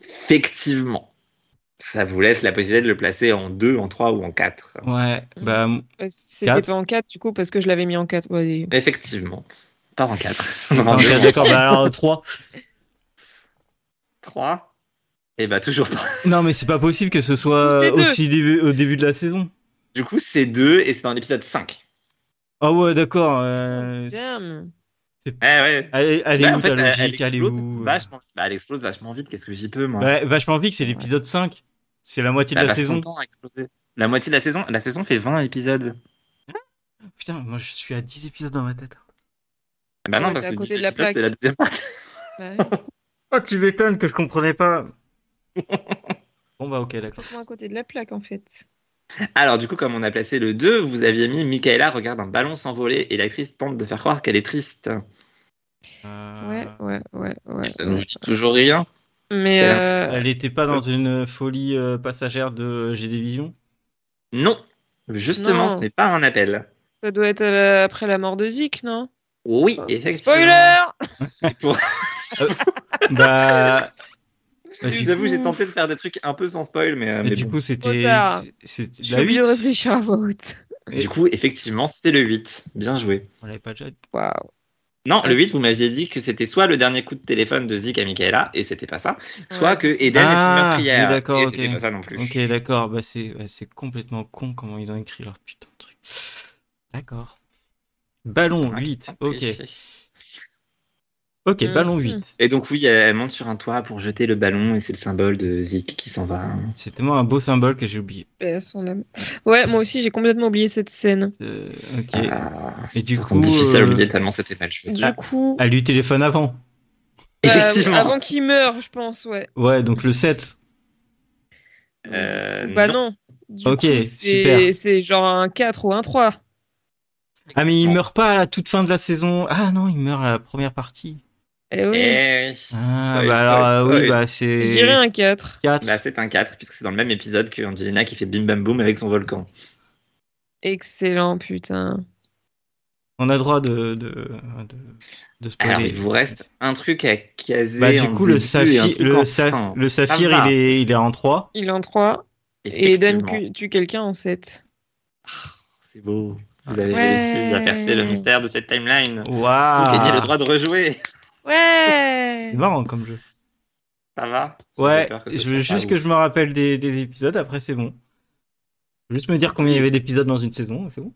S3: Effectivement. Ça vous laisse la possibilité de le placer en 2, en 3 ou en 4.
S1: Ouais. Bah,
S2: Euh, C'était
S1: Quatre.
S2: pas en 4 du coup parce que je l'avais mis en 4. Ouais.
S3: Effectivement. Pas en 4.
S1: ah, ok, d'accord. Bah alors, trois.
S3: 3. Et bah toujours pas.
S1: Non, mais c'est pas possible que ce soit
S2: C'est
S1: au
S2: deux.
S1: petit début, au début de la saison.
S3: Du coup, c'est 2 et c'est dans l'épisode 5.
S1: Ah ouais, d'accord. euh,
S2: Damn.
S3: Eh ouais.
S1: allez, allez
S3: Bah,
S1: où ta
S3: elle- elle
S1: logique Allez
S3: explose
S1: où
S3: vachement, bah, elle explose vachement vite, qu'est-ce que j'y peux moi
S1: Ouais, Vachement vite, c'est l'épisode 5. C'est Bah, la moitié
S3: Elle
S1: de la
S3: passe son
S1: saison.
S3: temps à exploser. La moitié de la saison, la saison fait 20 épisodes.
S1: Putain, moi je suis à 10 épisodes dans ma tête.
S3: Bah non,
S2: Ouais,
S3: parce
S2: t'es à
S3: que
S2: côté
S3: 10
S2: de la
S3: épisodes,
S2: plaque.
S3: c'est la deuxième partie.
S2: Ouais,
S1: Oh, tu m'étonnes que je comprenais pas. bon, bah ok, d'accord.
S2: complètement à côté de la plaque en fait.
S3: Alors du coup, comme on a placé le 2, vous aviez mis Michaela regarde un ballon s'envoler et l'actrice tente de faire croire qu'elle est triste.
S1: Euh,
S2: Ouais, ouais, ouais, ouais.
S3: Et ça ne vous dit toujours rien.
S2: Mais
S3: Quelle
S2: euh,
S1: Elle était pas dans une folie euh, passagère de euh, J'ai des visions
S3: Non, justement,
S2: Non.
S3: ce n'est pas un appel.
S2: ça doit être euh, après la mort de Zik, non
S3: Oui,
S1: Ah,
S3: effectivement.
S2: Spoiler
S1: Bah. bah,
S3: Je
S1: du
S3: vous avoue,
S1: coup,
S3: j'ai tenté de faire des trucs un peu sans spoil, mais, euh,
S1: mais
S3: mais
S1: du
S3: bon.
S1: coup, c'était.
S2: tard.
S1: c'est- c'est-
S2: Je
S1: La
S2: suis obligée de
S1: 8
S2: réfléchir à voix haute.
S1: coup-
S3: Du coup, effectivement, c'est le 8. Bien joué.
S1: On l'avait pas déjà dit.
S2: Waouh.
S3: Non, le 8, vous m'aviez dit que c'était soit le dernier coup de téléphone de Zeke à Michaela, et c'était pas ça, soit que Eden
S1: Ah,
S3: est une meurtrière,
S1: oui, d'accord,
S3: et
S1: ok.
S3: c'était pas ça non plus.
S1: Ok, d'accord. Bah, c'est ouais, c'est complètement con comment ils ont écrit leur putain de truc. D'accord. Ballon
S3: Ouais,
S1: 8. Ok. Ok,
S2: Mm.
S1: ballon 8.
S3: Et donc oui, elle monte sur un toit pour jeter le ballon, et c'est le symbole de Zeke qui s'en va.
S1: C'est tellement un beau symbole que j'ai oublié.
S2: Paix à son âme. Ouais, moi aussi j'ai complètement oublié cette scène.
S1: Euh, ok.
S3: Ah,
S1: Et
S3: c'est
S1: du
S3: pourtant
S1: coup,
S3: difficile à
S1: euh,
S3: oublier tellement c'était mal joué.
S1: Ah,
S2: Du coup,
S1: Elle lui téléphone avant.
S2: euh,
S3: Effectivement.
S2: avant qu'il meure, je pense, ouais.
S1: Ouais, donc le 7.
S3: Euh,
S2: Bah non. Du
S1: Ok,
S2: coup,
S1: super.
S2: c'est c'est genre un 4 ou un 3.
S1: Ah, mais il
S3: Non.
S1: meurt pas à la toute fin de la saison. Ah non, il meurt à la première partie.
S2: Eh oui.
S3: Eh oui.
S1: Ah,
S3: Spoil,
S1: bah alors, euh,
S3: spoil,
S1: oui,
S3: spoil.
S1: bah
S2: Je dirais
S1: c'est.
S2: un 4.
S1: 4.
S3: Là, c'est un 4, puisque c'est dans le même épisode que Angelina qui fait bim bam boum avec son volcan.
S2: Excellent, putain.
S1: On a droit de. de, de, de spoiler.
S3: Alors, il vous reste un truc à caser.
S1: Ah, Bah,
S3: en
S1: du coup, le,
S3: début et un
S1: saphi-
S3: truc
S1: le,
S3: en
S1: saf-
S3: fin.
S1: le saphir,
S3: Ça va.
S1: il est, il est en 3.
S2: Il en 3. Et Dan
S3: Effectivement.
S2: cu- tue quelqu'un en 7.
S3: C'est beau. Vous avez
S2: Ouais.
S3: réussi à percer le mystère de cette timeline. Vous gagnez le
S1: Waouh!
S3: droit de rejouer.
S2: Ouais
S1: C'est marrant comme jeu.
S3: Ça va
S1: Ouais,
S3: J'ai peur que ce
S1: je veux
S3: soit
S1: juste
S3: pas
S1: que je me rappelle des, des épisodes, après c'est bon. Je veux Juste me dire combien il y avait d'épisodes dans une saison, c'est bon.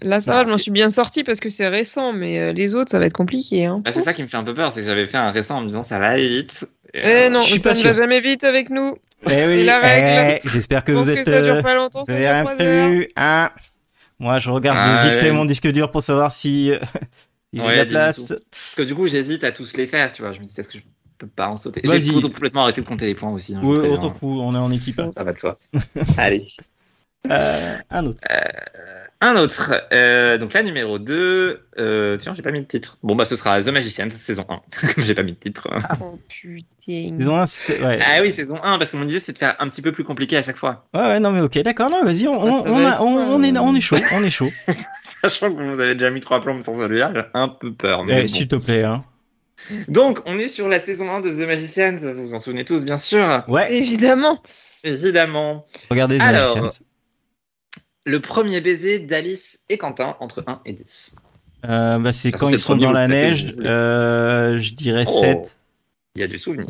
S2: Là, ça
S3: Non,
S1: Bah,
S2: va, je m'en
S3: c'est-
S2: suis bien sortie parce que c'est récent, mais euh, les autres, ça va être compliqué. Hein.
S3: ouf. Ah, c'est ça qui me fait un peu peur, c'est que j'avais fait un récent en me disant ça va aller vite. Et,
S2: Eh
S3: euh,
S2: non,
S1: je suis
S2: ça
S1: pas
S2: ne va
S1: sûr.
S2: jamais vite avec nous.
S1: Eh
S2: C'est la règle.
S1: eh, j'espère que
S2: Je pense
S1: vous
S2: que
S1: êtes.
S2: ça
S1: euh,
S2: dure pas longtemps,
S1: vous
S2: ça
S1: avez
S2: dure
S1: rien
S2: 3 heures.
S1: prévu, hein Moi, je regarde
S3: Ah,
S1: vite fait
S3: ouais.
S1: mon disque dur pour savoir si. euh, il y a
S3: Ouais,
S1: de la
S3: dis-nous
S1: place.
S3: Parce que du coup, j'hésite à tous les faire, tu vois. Je me dis, est-ce que je peux pas en sauter
S1: Vas-y.
S3: J'ai complètement arrêté de compter les points aussi. hein, je
S1: Ouais,
S3: vous
S1: on
S3: préviens.
S1: s'en fout, on est en équipe. hein.
S3: Ça va de soi. Allez.
S1: Euh, un autre.
S3: Un autre. euh, donc la numéro 2. tiens, j'ai pas mis de titre. Bon, bah ce sera The Magician, saison 1. Comme j'ai pas mis de titre.
S2: Oh putain.
S1: Saison un, c'est- Ah ouais.
S3: Ah oui, saison 1, parce que mon idée, c'est de faire un petit peu plus compliqué à chaque fois.
S1: ouais, ouais, non, mais ok, d'accord, non, vas-y, on,
S2: Ah, Ça, ça
S1: on,
S2: va
S1: a-
S2: être
S1: on-
S2: quoi,
S1: on est,
S2: euh
S1: on est chaud, on est chaud.
S3: Sachant que vous avez déjà mis trois plombes sur celui-là, j'ai un peu peur. mais
S1: Eh,
S3: bon.
S1: S'il te plaît, hein.
S3: Donc, on est sur la saison 1 de The Magicians, vous vous en souvenez tous, bien sûr,
S1: Ouais,
S2: Évidemment.
S3: évidemment.
S1: regardez The
S3: Alors,
S1: Magicians.
S3: Le premier baiser d'Alice et Quentin, entre 1 et 10.
S1: Euh, bah, c'est
S3: Parce
S1: quand
S3: que
S1: ils
S3: c'est
S1: sont
S3: le premier
S1: dans
S3: où
S1: la
S3: vous placez
S1: neige,
S3: le jeu.
S1: euh, je dirais
S3: Oh.
S1: 7.
S3: Il y a du souvenir.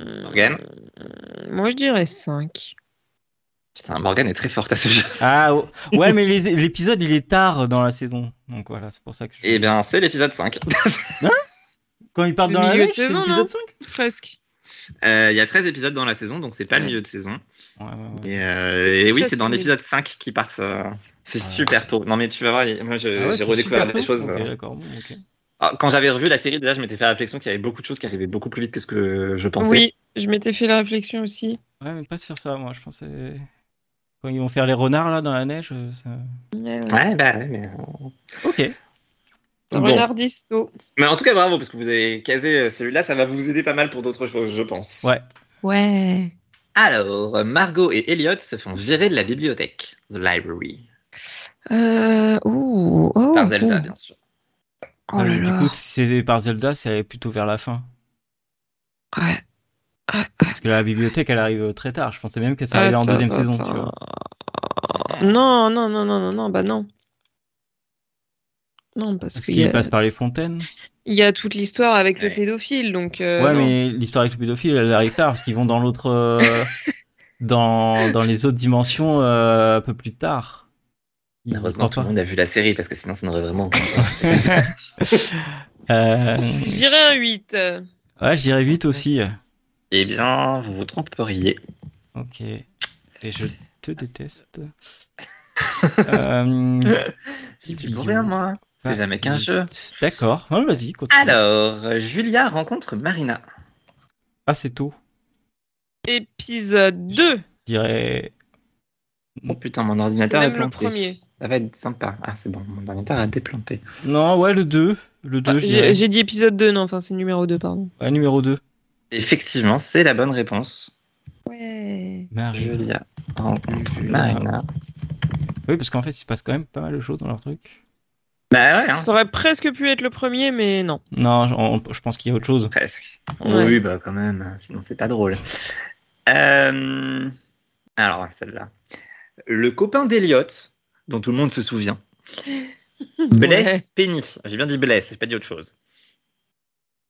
S2: Euh,
S3: Morgane
S2: euh, Moi, je dirais 5.
S3: Putain, Morgan est très forte à ce jeu.
S1: Ah ouais, mais les- l'épisode il est tard dans la saison, donc voilà, c'est pour ça que. Je...
S3: Eh bien, c'est l'épisode 5.
S1: Quand il parle
S2: Le
S1: dans la
S2: milieu de
S1: neige, c'est
S2: saison,
S1: l'épisode 5
S2: Presque.
S3: Euh, Il y a 13 épisodes dans la saison, donc c'est pas le milieu de saison.
S1: Ouais, ouais, ouais.
S3: Et, euh, et oui,
S2: Ça,
S3: c'est dans
S2: c'est-
S3: l'épisode 5 qui part. ça. euh, C'est
S1: Ah.
S3: super tôt. Non, mais tu vas voir, il- moi je-
S1: Ah ouais,
S3: Euh, j'ai
S1: c'est
S3: redécouvert
S1: super
S3: des
S1: tôt
S3: choses.
S1: Ok,
S3: euh,
S1: d'accord, bon, ok.
S3: ah, Quand j'avais revu la série, déjà, je m'étais fait la réflexion qu'il y avait beaucoup de choses qui arrivaient beaucoup plus vite que ce que je pensais.
S2: Oui, je m'étais fait la réflexion aussi.
S1: Ouais, mais pas sur ça, moi, je pensais. Quand ils vont faire les renards là dans la neige, euh, ça-
S2: Ouais, ouais.
S3: Ouais, bah ouais, mais. euh,
S1: Ok.
S2: Un
S3: Ah, bon.
S2: Renard disto.
S3: Mais en tout cas, bravo, parce que vous avez casé euh, celui-là, ça va vous aider pas mal pour d'autres choses, je pense.
S1: Ouais.
S2: Ouais.
S3: Alors, Margot et Elliot se font virer de la bibliothèque, The Library,
S2: Euh... Ouh. Oh,
S3: par Zelda,
S2: ouh.
S3: bien sûr.
S2: Oh là
S1: Ouais, Ah, Euh, Du
S2: là.
S1: coup, si c'est par Zelda, c'est plutôt vers la fin.
S2: Ouais. Oh Ouais.
S1: Parce que la bibliothèque, elle arrive euh, très tard. Je pensais même qu'elle serait arrivée en
S2: Ah, Attends,
S1: deuxième
S2: attends,
S1: saison, tu
S2: attends.
S1: vois.
S2: Oh. Non, non, non, non, non, non, bah non. Non, parce
S1: Parce
S2: qu'il y,
S1: qu'il
S2: a-
S1: passe par les fontaines.
S2: il y a toute l'histoire avec le
S3: Ouais.
S2: pédophile, donc. euh,
S1: ouais,
S2: non.
S1: mais l'histoire avec le pédophile, elle arrive tard, parce qu'ils vont dans l'autre. euh, dans, dans les autres dimensions euh, un peu plus tard. Ils
S3: Heureusement, tout
S1: croient
S3: le monde a vu la série, parce que sinon, ça n'aurait vraiment.
S1: pas. Euh,
S2: Je dirais un 8. euh,
S1: ouais, je dirais vite aussi.
S3: eh bien, vous vous tromperiez.
S1: Ok. Et je te déteste. Euh,
S3: J'y suis pour rien, moi. C'est jamais qu'un jeu.
S1: D'accord. Ouais, Vas-y, continue.
S3: Alors, euh, Julia rencontre Marina.
S1: Ah, c'est tôt.
S2: Épisode 2.
S1: Je dirais.
S3: Oh putain, mon
S2: C'est
S3: ordinateur est
S2: même le
S3: planté.
S2: premier.
S3: Ça va être sympa. Ah, c'est bon, mon ordinateur a déplanté.
S1: Non, ouais, le 2. Le 2,
S2: Ah,
S1: je dirais.
S2: J'ai j'ai dit épisode 2, non, enfin c'est numéro 2, pardon.
S1: Ouais, numéro 2.
S3: Effectivement, c'est la bonne réponse.
S2: Ouais.
S1: Marie.
S3: Julia rencontre
S1: Julia.
S3: Marina.
S1: Oui, parce qu'en fait, il se passe quand même pas mal de choses dans leur truc.
S3: Bah ouais, hein,
S2: Ça aurait presque pu être le premier, mais non.
S1: Non, on- je pense qu'il y a autre chose.
S3: presque.
S2: Ouais.
S3: Oui, bah quand même, hein, sinon c'est pas drôle. Euh, Alors, celle-là. Le copain d'Eliot, dont tout le monde se souvient, blesse
S2: Ouais.
S3: Penny. Ah, J'ai bien dit blesse, j'ai pas dit autre chose.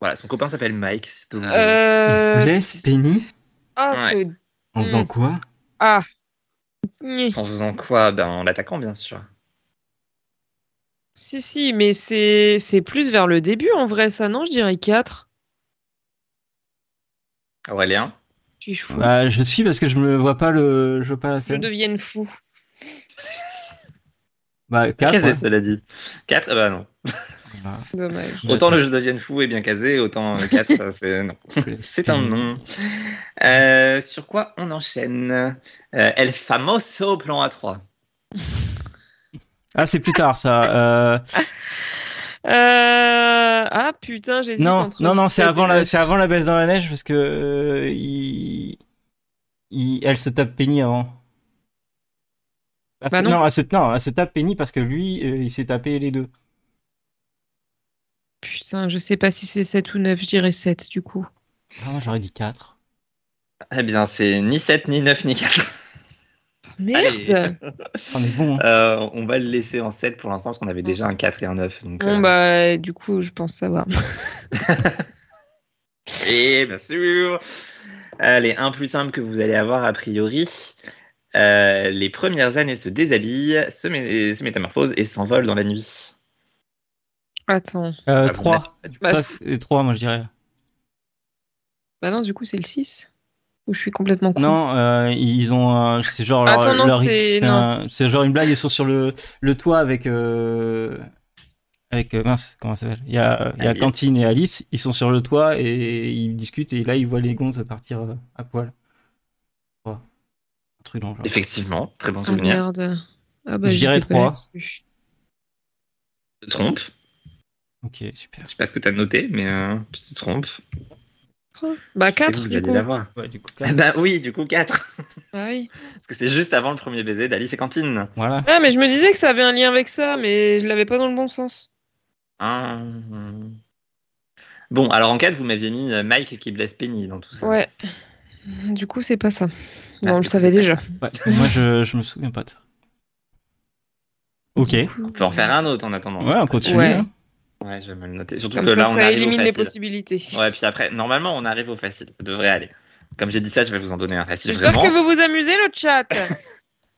S3: Voilà, son copain s'appelle Mike. si peut vous-
S2: Euh...
S1: Bless Penny
S2: Ah, c'est-
S1: en faisant quoi
S2: Ah. Ni.
S3: En faisant quoi ben, En l'attaquant, bien sûr.
S2: Si, si, mais c'est c'est plus vers le début en vrai, ça, non Je dirais 4.
S3: Aurélien
S2: Je suis fou.
S1: Bah, je suis parce que je me vois pas le, je vois pas la
S2: Je
S1: scène.
S2: devienne fou.
S1: Bah, 4.
S3: Casé, cela dit. 4, bah non.
S2: Dommage.
S3: Autant le jeu devienne fou et bien casé, autant 4, c'est non. C'est
S1: Hmm.
S3: un nom. Euh, sur quoi on enchaîne Euh, El famoso plan A3.
S1: Ah, c'est plus tard ça. Euh,
S2: Euh... Ah putain, j'hésite
S1: non,
S2: entre
S1: non, non, c'est
S2: sept
S1: avant
S2: et
S1: la,
S2: neuf.
S1: c'est avant la baisse dans la neige parce que euh, il, il- elle se tape Penny avant. Ah,
S2: Bah
S1: c'est-
S2: non.
S1: non, elle se, non, elle se tape Penny parce que lui, euh, il s'est tapé les deux.
S2: Putain, je sais pas si c'est 7 ou 9, je dirais 7 du coup.
S1: Ah, j'aurais dit 4.
S3: Eh bien, c'est ni 7, ni 9, ni 4.
S2: Merde
S3: Allez.
S1: On est bon. hein.
S3: Euh, on va le laisser en 7 pour l'instant, parce qu'on avait déjà un 4 et un 9. Donc, euh,
S2: Bon bah du coup, je pense savoir.
S3: Et bien sûr, euh, les 1 plus simple que vous allez avoir a priori. Euh, les premières années se déshabillent, se, mé- se métamorphosent et s'envolent dans la nuit.
S2: Attends.
S1: Euh,
S3: Ah,
S1: 3.
S2: Bah,
S1: Ça,
S2: c'est-
S1: c'est 3, moi je dirais.
S2: bah non, du coup, c'est le 6. Ou je suis complètement con.
S1: Non, euh, ils ont. un- C'est genre. leur-
S2: Attends, non,
S1: leur-
S2: c'est-
S1: un- C'est genre une blague, ils sont sur le, le toit avec. euh, Avec. euh, mince, comment ça s'appelle Il y a, il y a
S3: Alice.
S1: Cantine et Alice, ils sont sur le toit et ils discutent et là ils voient les gonzes partir euh, à poil. Voilà. Un truc dans le genre.
S3: Effectivement, très bon
S2: Ah,
S3: souvenir.
S2: merde. Ah bah
S1: Je dirais
S2: j'étais pas
S1: trois.
S2: là-dessus.
S3: Tu te trompes,
S1: Ok, super.
S3: je sais pas ce que tu as noté, mais euh, tu te trompes.
S2: Bah
S3: Je sais que
S2: 4
S3: vous
S2: du
S3: allez
S2: coup.
S3: l'avoir.
S1: Ouais, du coup,
S3: Ah
S1: quatre.
S3: bah oui, du coup 4.
S2: Ah oui.
S3: Parce que c'est juste avant le premier baiser d'Alice et Cantine.
S1: Voilà.
S2: Ah mais je me disais que ça avait un lien avec ça, mais je l'avais pas dans le bon sens.
S3: Ah. Bon, alors en 4, vous m'aviez mis euh, Mike qui blesse Penny dans tout ça. Ah,
S2: Ouais. Du coup, c'est pas ça. Bon, on
S3: du
S2: le
S3: coup,
S2: savait
S3: c'est
S2: déjà.
S1: Ouais, moi je, je me souviens pas de ça. Ok. Ouais,
S3: On peut en faire un autre en attendant.
S1: on continue.
S2: Ouais.
S1: hein.
S3: Ouais, je vais me le noter. Surtout
S2: Comme
S3: que
S2: ça,
S3: là, on
S2: ça
S3: arrive au
S2: élimine les
S3: facile.
S2: possibilités.
S3: Ouais, puis après, normalement, on arrive au facile. Ça devrait aller. Comme j'ai dit ça, je vais vous en donner un. Ah, si
S2: J'espère
S3: vraiment.
S2: que vous vous amusez, le chat.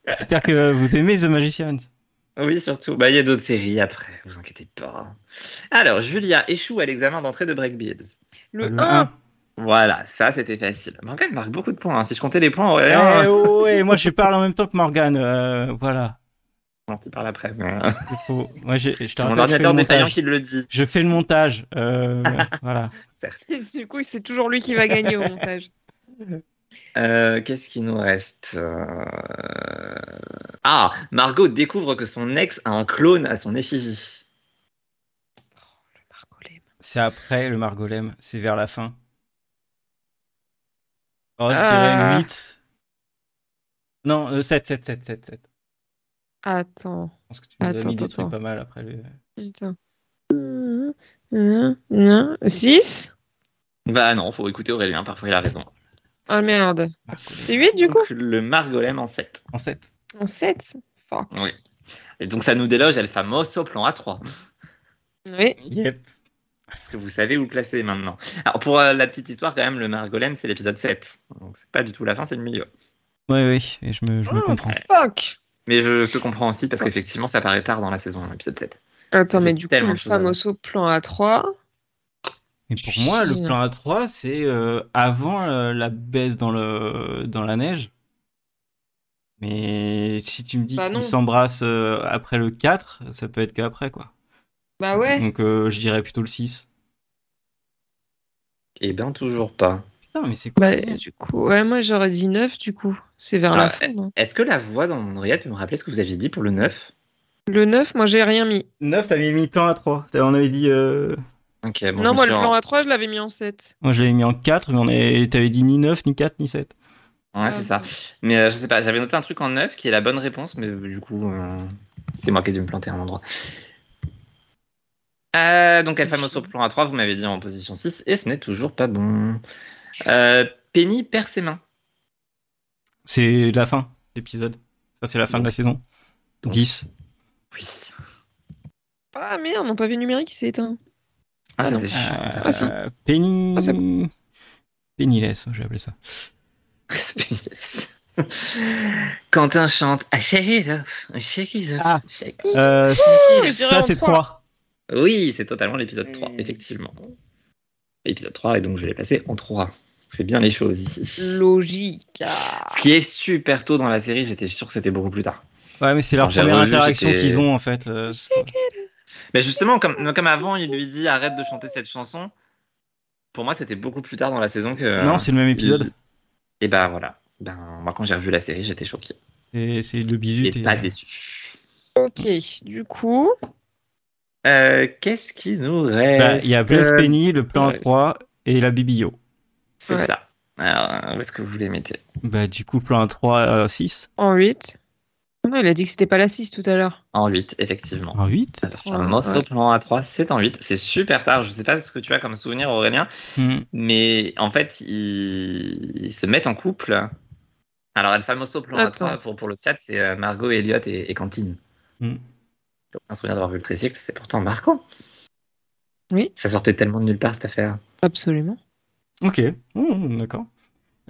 S1: J'espère que vous aimez The Magicians.
S3: Oui, surtout. Bah, il y a d'autres séries après, vous inquiétez pas. Alors, Julia échoue à l'examen d'entrée de Breakbeats.
S2: Le
S1: Le
S2: 1.
S3: Voilà, ça c'était facile. Morgane marque beaucoup de points. hein. Si je comptais les points, ouais,
S1: Eh oh, ouais, moi je parle en même temps que Morgane. euh, voilà.
S3: on t'y parle après. mais-
S1: Il faut- Moi, je, je te
S3: C'est
S1: rappelle,
S3: mon
S1: je fais
S3: ordinateur
S1: le
S3: défaillant
S1: montage.
S3: qui le dit.
S1: Je fais le montage. euh, voilà.
S2: Du coup, c'est toujours lui qui va gagner au montage.
S3: Euh, Qu'est-ce qu'il nous reste Euh, Ah, Margot découvre que son ex a un clone à son effigie.
S2: Marcolé.
S1: C'est après le Margolem. C'est vers la fin. Oh, je
S2: Ah.
S1: dirais 8. Non, euh, 7, 7, 7, 7, 7.
S2: Attends.
S1: Je pense que tu nous as
S2: Attends,
S1: mis des
S2: attends,
S1: trucs
S2: attends.
S1: pas mal après le.
S2: Attends. 6
S3: Bah non, faut écouter Aurélien, parfois il a raison.
S2: Ah merde.
S1: Margolem.
S2: C'est 8 du coup
S3: Donc, le Margolem en 7.
S1: En 7.
S2: En 7 Fuck.
S3: Oui. Et donc ça nous déloge El Famoso plan A3.
S2: Oui.
S1: Yep.
S3: Parce que vous savez où le placer maintenant. Alors pour euh, la petite histoire, quand même, le Margolem, c'est l'épisode 7. Donc c'est pas du tout la fin, c'est le milieu.
S1: Oui, oui, et je me, je me
S3: Ah,
S2: Oh,
S1: comprends.
S2: Fuck.
S3: Mais je te comprends aussi parce qu'effectivement, ça paraît tard dans la saison, l'épisode 7.
S2: Attends,
S3: C'est
S2: mais du coup,
S3: tellement
S2: le
S3: faisable.
S2: famoso plan A3.
S1: Mais pour moi, le plan A3, c'est euh, avant euh, la baisse dans, le, dans la neige. Mais si tu me dis
S2: Bah non.
S1: qu'ils s'embrassent euh, après le 4, ça peut être qu'après, quoi.
S2: Bah ouais.
S3: Mm.
S1: Donc euh, je dirais plutôt le 6.
S3: Eh ben toujours pas.
S1: Putain, mais c'est quoi
S2: Bah, du coup, ouais, moi j'aurais dit 9 du coup. C'est vers la
S3: Ah,
S2: fin. hein. non
S3: Est-ce que la voix dans mon oreillette peut me rappeler ce que vous aviez dit pour le 9
S2: Le 9, moi j'ai rien mis.
S1: 9, t'avais mis plan A3. T'avais- On avait dit. euh,
S3: Ok, bon, je me
S2: non, moi
S3: suis
S2: le
S3: en-
S2: plan A3, je l'avais mis en 7.
S1: Moi, je l'avais mis en 4, mais on avait... t'avais dit ni 9, ni 4, ni 7.
S3: Ouais, c'est ça. Mais euh, je sais pas, j'avais noté un truc en 9 qui est la bonne réponse, mais euh, du coup, euh, c'est moi qui ai dû me planter à un endroit. Euh, donc, El Famoso plan A3, vous m'avez dit en position 6, et ce n'est toujours pas bon. Euh, Penny perd ses mains.
S1: C'est la fin de l'épisode. Ça, c'est la fin de la saison. 10.
S3: Oui.
S2: Ah merde, mon pavé numérique il s'est éteint.
S3: Ah, ça,
S2: Ah,
S3: c'est chiant, ça.
S1: Euh, Penny.
S2: Ah, c'est
S1: Pennyless, j'ai appelé ça.
S3: Yes. Quentin chante I shake it off, I shake it off,
S1: Ah.
S3: shake
S1: Euh,
S2: je dirais
S1: ça,
S2: en
S1: c'est
S2: trois.
S1: 3.
S3: Oui, c'est totalement l'épisode 3,
S2: Hmm.
S3: effectivement. L'épisode 3, et donc je l'ai placé en 3. Je fais bien les choses ici.
S2: Logique. Ah.
S3: Ce qui est super tôt dans la série, j'étais sûr que c'était beaucoup plus tard.
S1: Ouais, mais c'est leur
S3: Quand j'ai
S1: première
S3: revu,
S1: interaction
S3: j'étais-
S1: qu'ils ont en fait. euh,
S3: Mais justement, comme, comme avant, il lui dit arrête de chanter cette chanson. Pour moi, c'était beaucoup plus tard dans la saison que.
S1: Non, c'est le même épisode.
S3: Et ben voilà. Ben, moi, quand j'ai revu la série, j'étais choqué.
S1: Et c'est le bisu.
S3: Et
S1: t'es- ah.
S3: pas déçu.
S2: Ok, du coup,
S3: Euh, Qu'est-ce qui nous reste
S1: Bah, Il y a Blaise
S2: euh,
S1: Penny, le plan
S3: ouais,
S1: 3 et la Bibio.
S3: C'est
S2: Ouais.
S3: ça. Alors, euh, où est-ce que vous les mettez
S1: Bah, du coup, plan 3, euh, 6.
S2: en 8. Non, il ah, a dit que c'était pas la 6 tout à l'heure.
S3: En 8, effectivement.
S1: En 8.
S3: Alors, Moi, ce
S2: Ouais.
S3: plan A3, c'est en 8. C'est super tard. Je sais pas ce que tu as comme souvenir, Aurélien,
S1: Hmm.
S3: mais en fait, ils, ils se mettent en couple. Alors, El Famoso plan
S2: Attends.
S3: A3, pour, pour le chat, c'est euh, Margot, Elliot et, et Cantine.
S1: Mm.
S3: J'ai aucun souvenir d'avoir vu le tricycle, c'est pourtant marquant.
S2: Oui.
S3: Ça sortait tellement de nulle part, cette affaire.
S2: Absolument.
S1: Ok, Hmm, d'accord.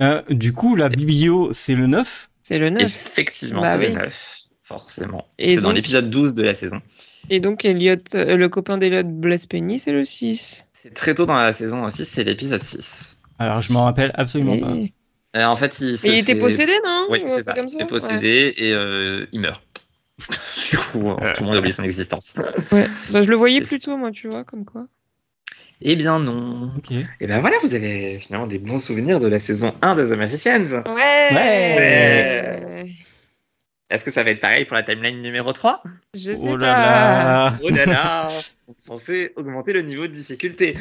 S1: Euh, du coup, la Bibio, c'est le 9.
S2: C'est le 9.
S3: Effectivement,
S2: Bah
S3: c'est
S2: oui.
S3: le 9. Forcément.
S2: Et
S3: C'est dans
S2: donc-
S3: l'épisode 12 de la saison.
S2: Et donc, Elliot, euh, le copain d'Eliot Blaise Penny, c'est le 6.
S3: C'est très tôt dans la saison aussi, c'est l'épisode 6.
S1: Alors, je m'en rappelle absolument
S2: Et-
S1: pas.
S2: Eh. Mais
S3: Euh, en fait, il se
S2: il était
S3: fait-
S2: possédé, non
S3: Oui,
S2: Ou un
S3: c'est
S2: truc
S3: ça.
S2: comme
S3: Il se fait
S2: Ouais.
S3: posséder et euh, il meurt. du coup, euh, tout le monde oublie son existence.
S2: Ouais. Bah, je le voyais
S3: C'est-
S2: plus tôt, moi, tu vois, comme quoi.
S3: Eh bien non.
S1: Ok.
S3: Eh bien voilà, vous avez finalement des bons souvenirs de la saison 1 de The Magicians.
S2: Ouais.
S1: Ouais.
S3: Est-ce que ça va être pareil pour la timeline numéro 3
S2: Je sais
S1: Oh
S2: pas.
S1: là là.
S3: Oh là là On est censé augmenter le niveau de difficulté.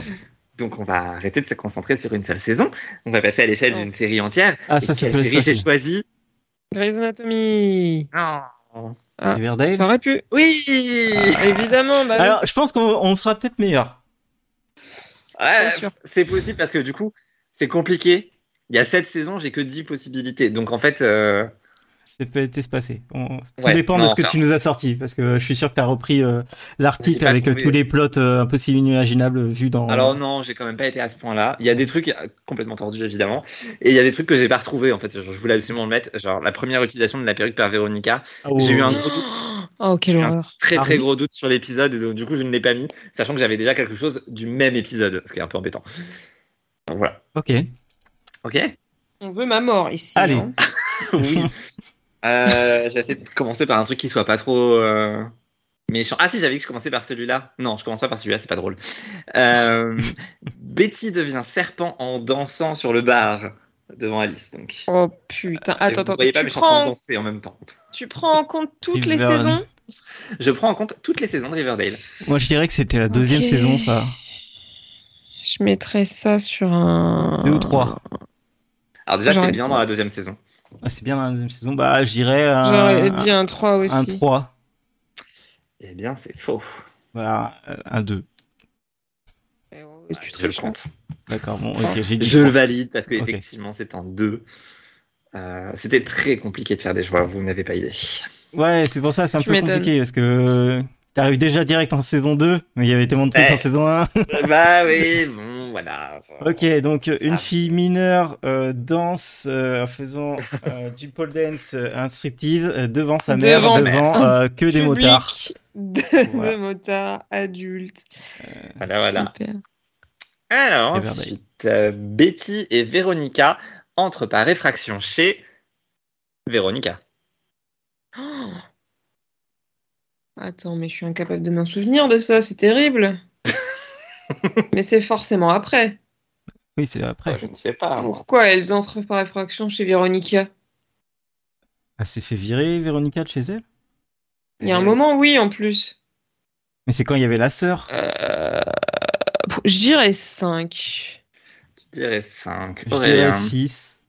S3: Donc on va arrêter de se concentrer sur une seule saison. On va passer à l'échelle
S2: Oh.
S3: d'une série entière.
S1: Ah,
S3: Et
S1: ça, c'est
S3: quelle série j'ai
S1: facile.
S3: choisi
S2: Grey's Anatomy.
S3: Non.
S2: Ah.
S1: Riverdale.
S2: Ça aurait pu.
S3: Oui
S2: Évidemment. Bah, oui.
S1: Alors, je pense qu'on on sera peut-être meilleur.
S3: Ouais,
S2: Ah, Bien sûr.
S3: c'est possible parce que du coup, c'est compliqué. Il y a 7 saisons, j'ai que 10 possibilités. Donc en fait, euh,
S1: c'est peut être espacé. On... Tout
S3: Ouais,
S1: dépend de
S3: non,
S1: ce que
S3: enfin-
S1: tu nous as sorti, parce que je suis sûr que tu as repris euh, l'article
S3: J'ai pas
S1: avec euh,
S3: trouvé.
S1: tous les plots euh, impossibles, inimaginables vus dans.
S3: Alors non, j'ai quand même pas été à ce point-là. Il y a des trucs euh, complètement tordus évidemment, et il y a des trucs que j'ai pas retrouvés en fait. Genre, je voulais absolument le mettre. Genre la première utilisation de la perruque par Véronica,
S1: Oh.
S3: j'ai eu un gros doute,
S2: Oh, quelle
S3: J'ai un
S2: horreur.
S3: très
S1: Ah
S3: très
S1: oui.
S3: gros doute sur l'épisode, et donc, du coup je ne l'ai pas mis, sachant que j'avais déjà quelque chose du même épisode, ce qui est un peu embêtant. Donc voilà.
S1: Ok.
S3: Ok.
S2: On veut ma mort ici.
S1: Allez.
S2: hein.
S3: oui. Euh, J'essaie de commencer par un truc qui soit pas trop euh, méchant. Ah si, j'avais dit que je commençais par celui-là. Non, je commence pas par celui-là, c'est pas drôle. Euh, Betty devient serpent en dansant sur le bar devant Alice. Donc.
S2: Oh putain, attends,
S3: Et vous
S2: attends.
S3: voyez pas,
S2: tu,
S3: mais je suis en train de
S2: prends,
S3: danser en même temps.
S2: tu prends en compte toutes les
S1: River.
S2: saisons
S3: Je prends en compte toutes les saisons de Riverdale.
S1: Moi, je dirais que c'était la deuxième
S2: Ok.
S1: saison, ça.
S2: Je mettrais ça sur un.
S1: Deux ou trois.
S3: Alors déjà,
S2: J'aurais
S3: c'est bien
S2: dit-
S3: dans la deuxième saison.
S1: Ah, c'est bien dans la deuxième saison. Bah, je dirais un,
S2: J'aurais dit un 3 aussi.
S1: un 3.
S3: Eh bien, c'est faux.
S1: Voilà, euh, un 2.
S2: Eh ouais, tu
S3: Ah, je le
S2: triches, là.
S3: compte.
S1: D'accord, bon, ok, j'ai dit.
S3: Je le
S1: trois.
S3: valide parce que
S1: Ok.
S3: effectivement, c'est en deux. Euh, C'était très compliqué de faire des choix, vous n'avez pas idée.
S1: Ouais, c'est pour ça, c'est un
S2: Tu
S1: peu
S2: m'étonnes.
S1: compliqué parce que euh, t'arrives déjà direct en saison 2, mais il y avait tellement de trucs
S3: Ouais.
S1: en saison 1.
S3: bah oui, bon, voilà.
S1: Ok, donc euh, une
S3: Ça.
S1: fille mineure euh, danse euh, en faisant euh, du pole dance, euh, un striptease euh, devant sa mère,
S2: Devant
S1: devant euh, que des
S2: Public
S1: motards.
S2: De,
S1: Voilà.
S2: de motards adultes.
S3: Voilà, Ah, voilà.
S2: Super.
S3: Alors
S1: Riverdale.
S3: ensuite, euh, Betty et Véronica entrent par effraction chez Véronica.
S2: Oh. Attends, mais je suis incapable de m'en souvenir de ça, c'est terrible. mais c'est forcément après.
S1: Oui, c'est après.
S3: Je ne sais pas.
S2: Pourquoi elles entrent par effraction chez Véronica
S1: Elle s'est fait virer, Véronica, de chez elle.
S2: Il y
S1: Eh.
S2: a un moment, oui, en plus.
S1: Mais c'est quand il y avait la sœur.
S2: Euh, Je dirais 5.
S3: Tu dirais 5.
S1: Je dirais 6.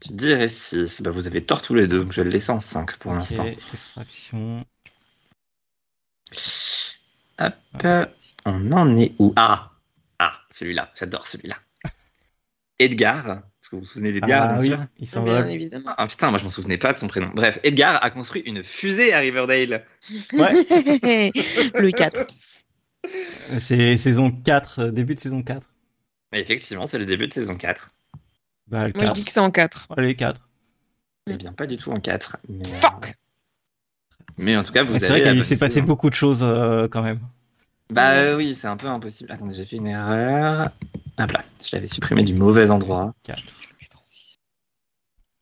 S3: Tu dirais 6. Bah, vous avez tort tous les deux, donc je vais le laisser en 5 pour l'instant.
S1: Effraction. Ah,
S3: Hop, euh, on en est où Ah Ah, celui-là, j'adore celui-là. Edgar, parce que vous vous souvenez d'Edgar,
S1: Ah
S3: bien
S1: oui,
S3: sûr.
S1: il s'en
S2: Bien
S1: va.
S2: évidemment.
S3: Ah putain, moi je m'en souvenais pas de son prénom. Bref, Edgar a construit une fusée à Riverdale.
S1: Ouais,
S2: Le 4.
S1: c'est saison 4, euh, début de saison 4.
S3: Mais effectivement, c'est le début de saison 4.
S1: Bah, le
S2: Moi, je
S1: 4.
S2: dis que c'est en 4.
S1: Allez, 4.
S3: Eh bien, pas du tout en 4. Mais, euh,
S2: Fuck
S3: mais en tout cas, vous
S1: Ouais,
S3: avez.
S1: C'est vrai
S3: la
S1: qu'il
S3: bonne
S1: s'est passé
S3: saison.
S1: beaucoup de choses euh, quand même.
S3: Bah euh, oui, c'est un peu impossible. Attendez, j'ai fait une erreur. Hop là, je l'avais supprimé du mauvais endroit.
S1: 4.
S2: Je vais mettre en six.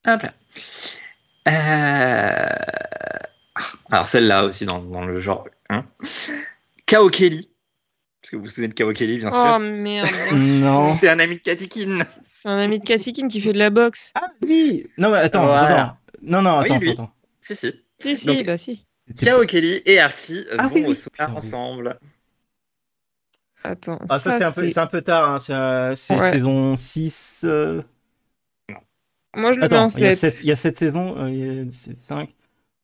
S3: Hop là. Euh, Alors celle-là aussi dans, dans le genre 1. Kao Kelly. Parce que vous vous souvenez de Kao Kelly, bien
S2: Oh
S3: sûr.
S2: merde.
S1: Non.
S3: C'est un ami de Katikin.
S2: C'est un ami de Kassikin qui fait de la boxe.
S1: Ah oui Non, mais attends,
S3: Voilà.
S1: attends. Non, non,
S3: Oui,
S1: attends,
S3: lui.
S1: attends.
S3: Si, si.
S2: Si, si,
S3: Donc-
S2: bah si.
S1: C'était-
S3: Kao Kelly et Archie
S1: Ah
S3: vont
S1: oui,
S3: au
S1: oui.
S3: soir
S1: Putain, oui.
S3: ensemble.
S2: Attends.
S1: Ah, ça, c'est un, peu- c'est un peu tard, hein. c'est euh, c'est
S2: Ouais.
S1: saison 6. euh,
S2: Moi, je le mets
S1: Attends,
S2: en
S1: il y, a
S2: 7.
S1: sept- il y a 7 saisons, euh, il y a 5.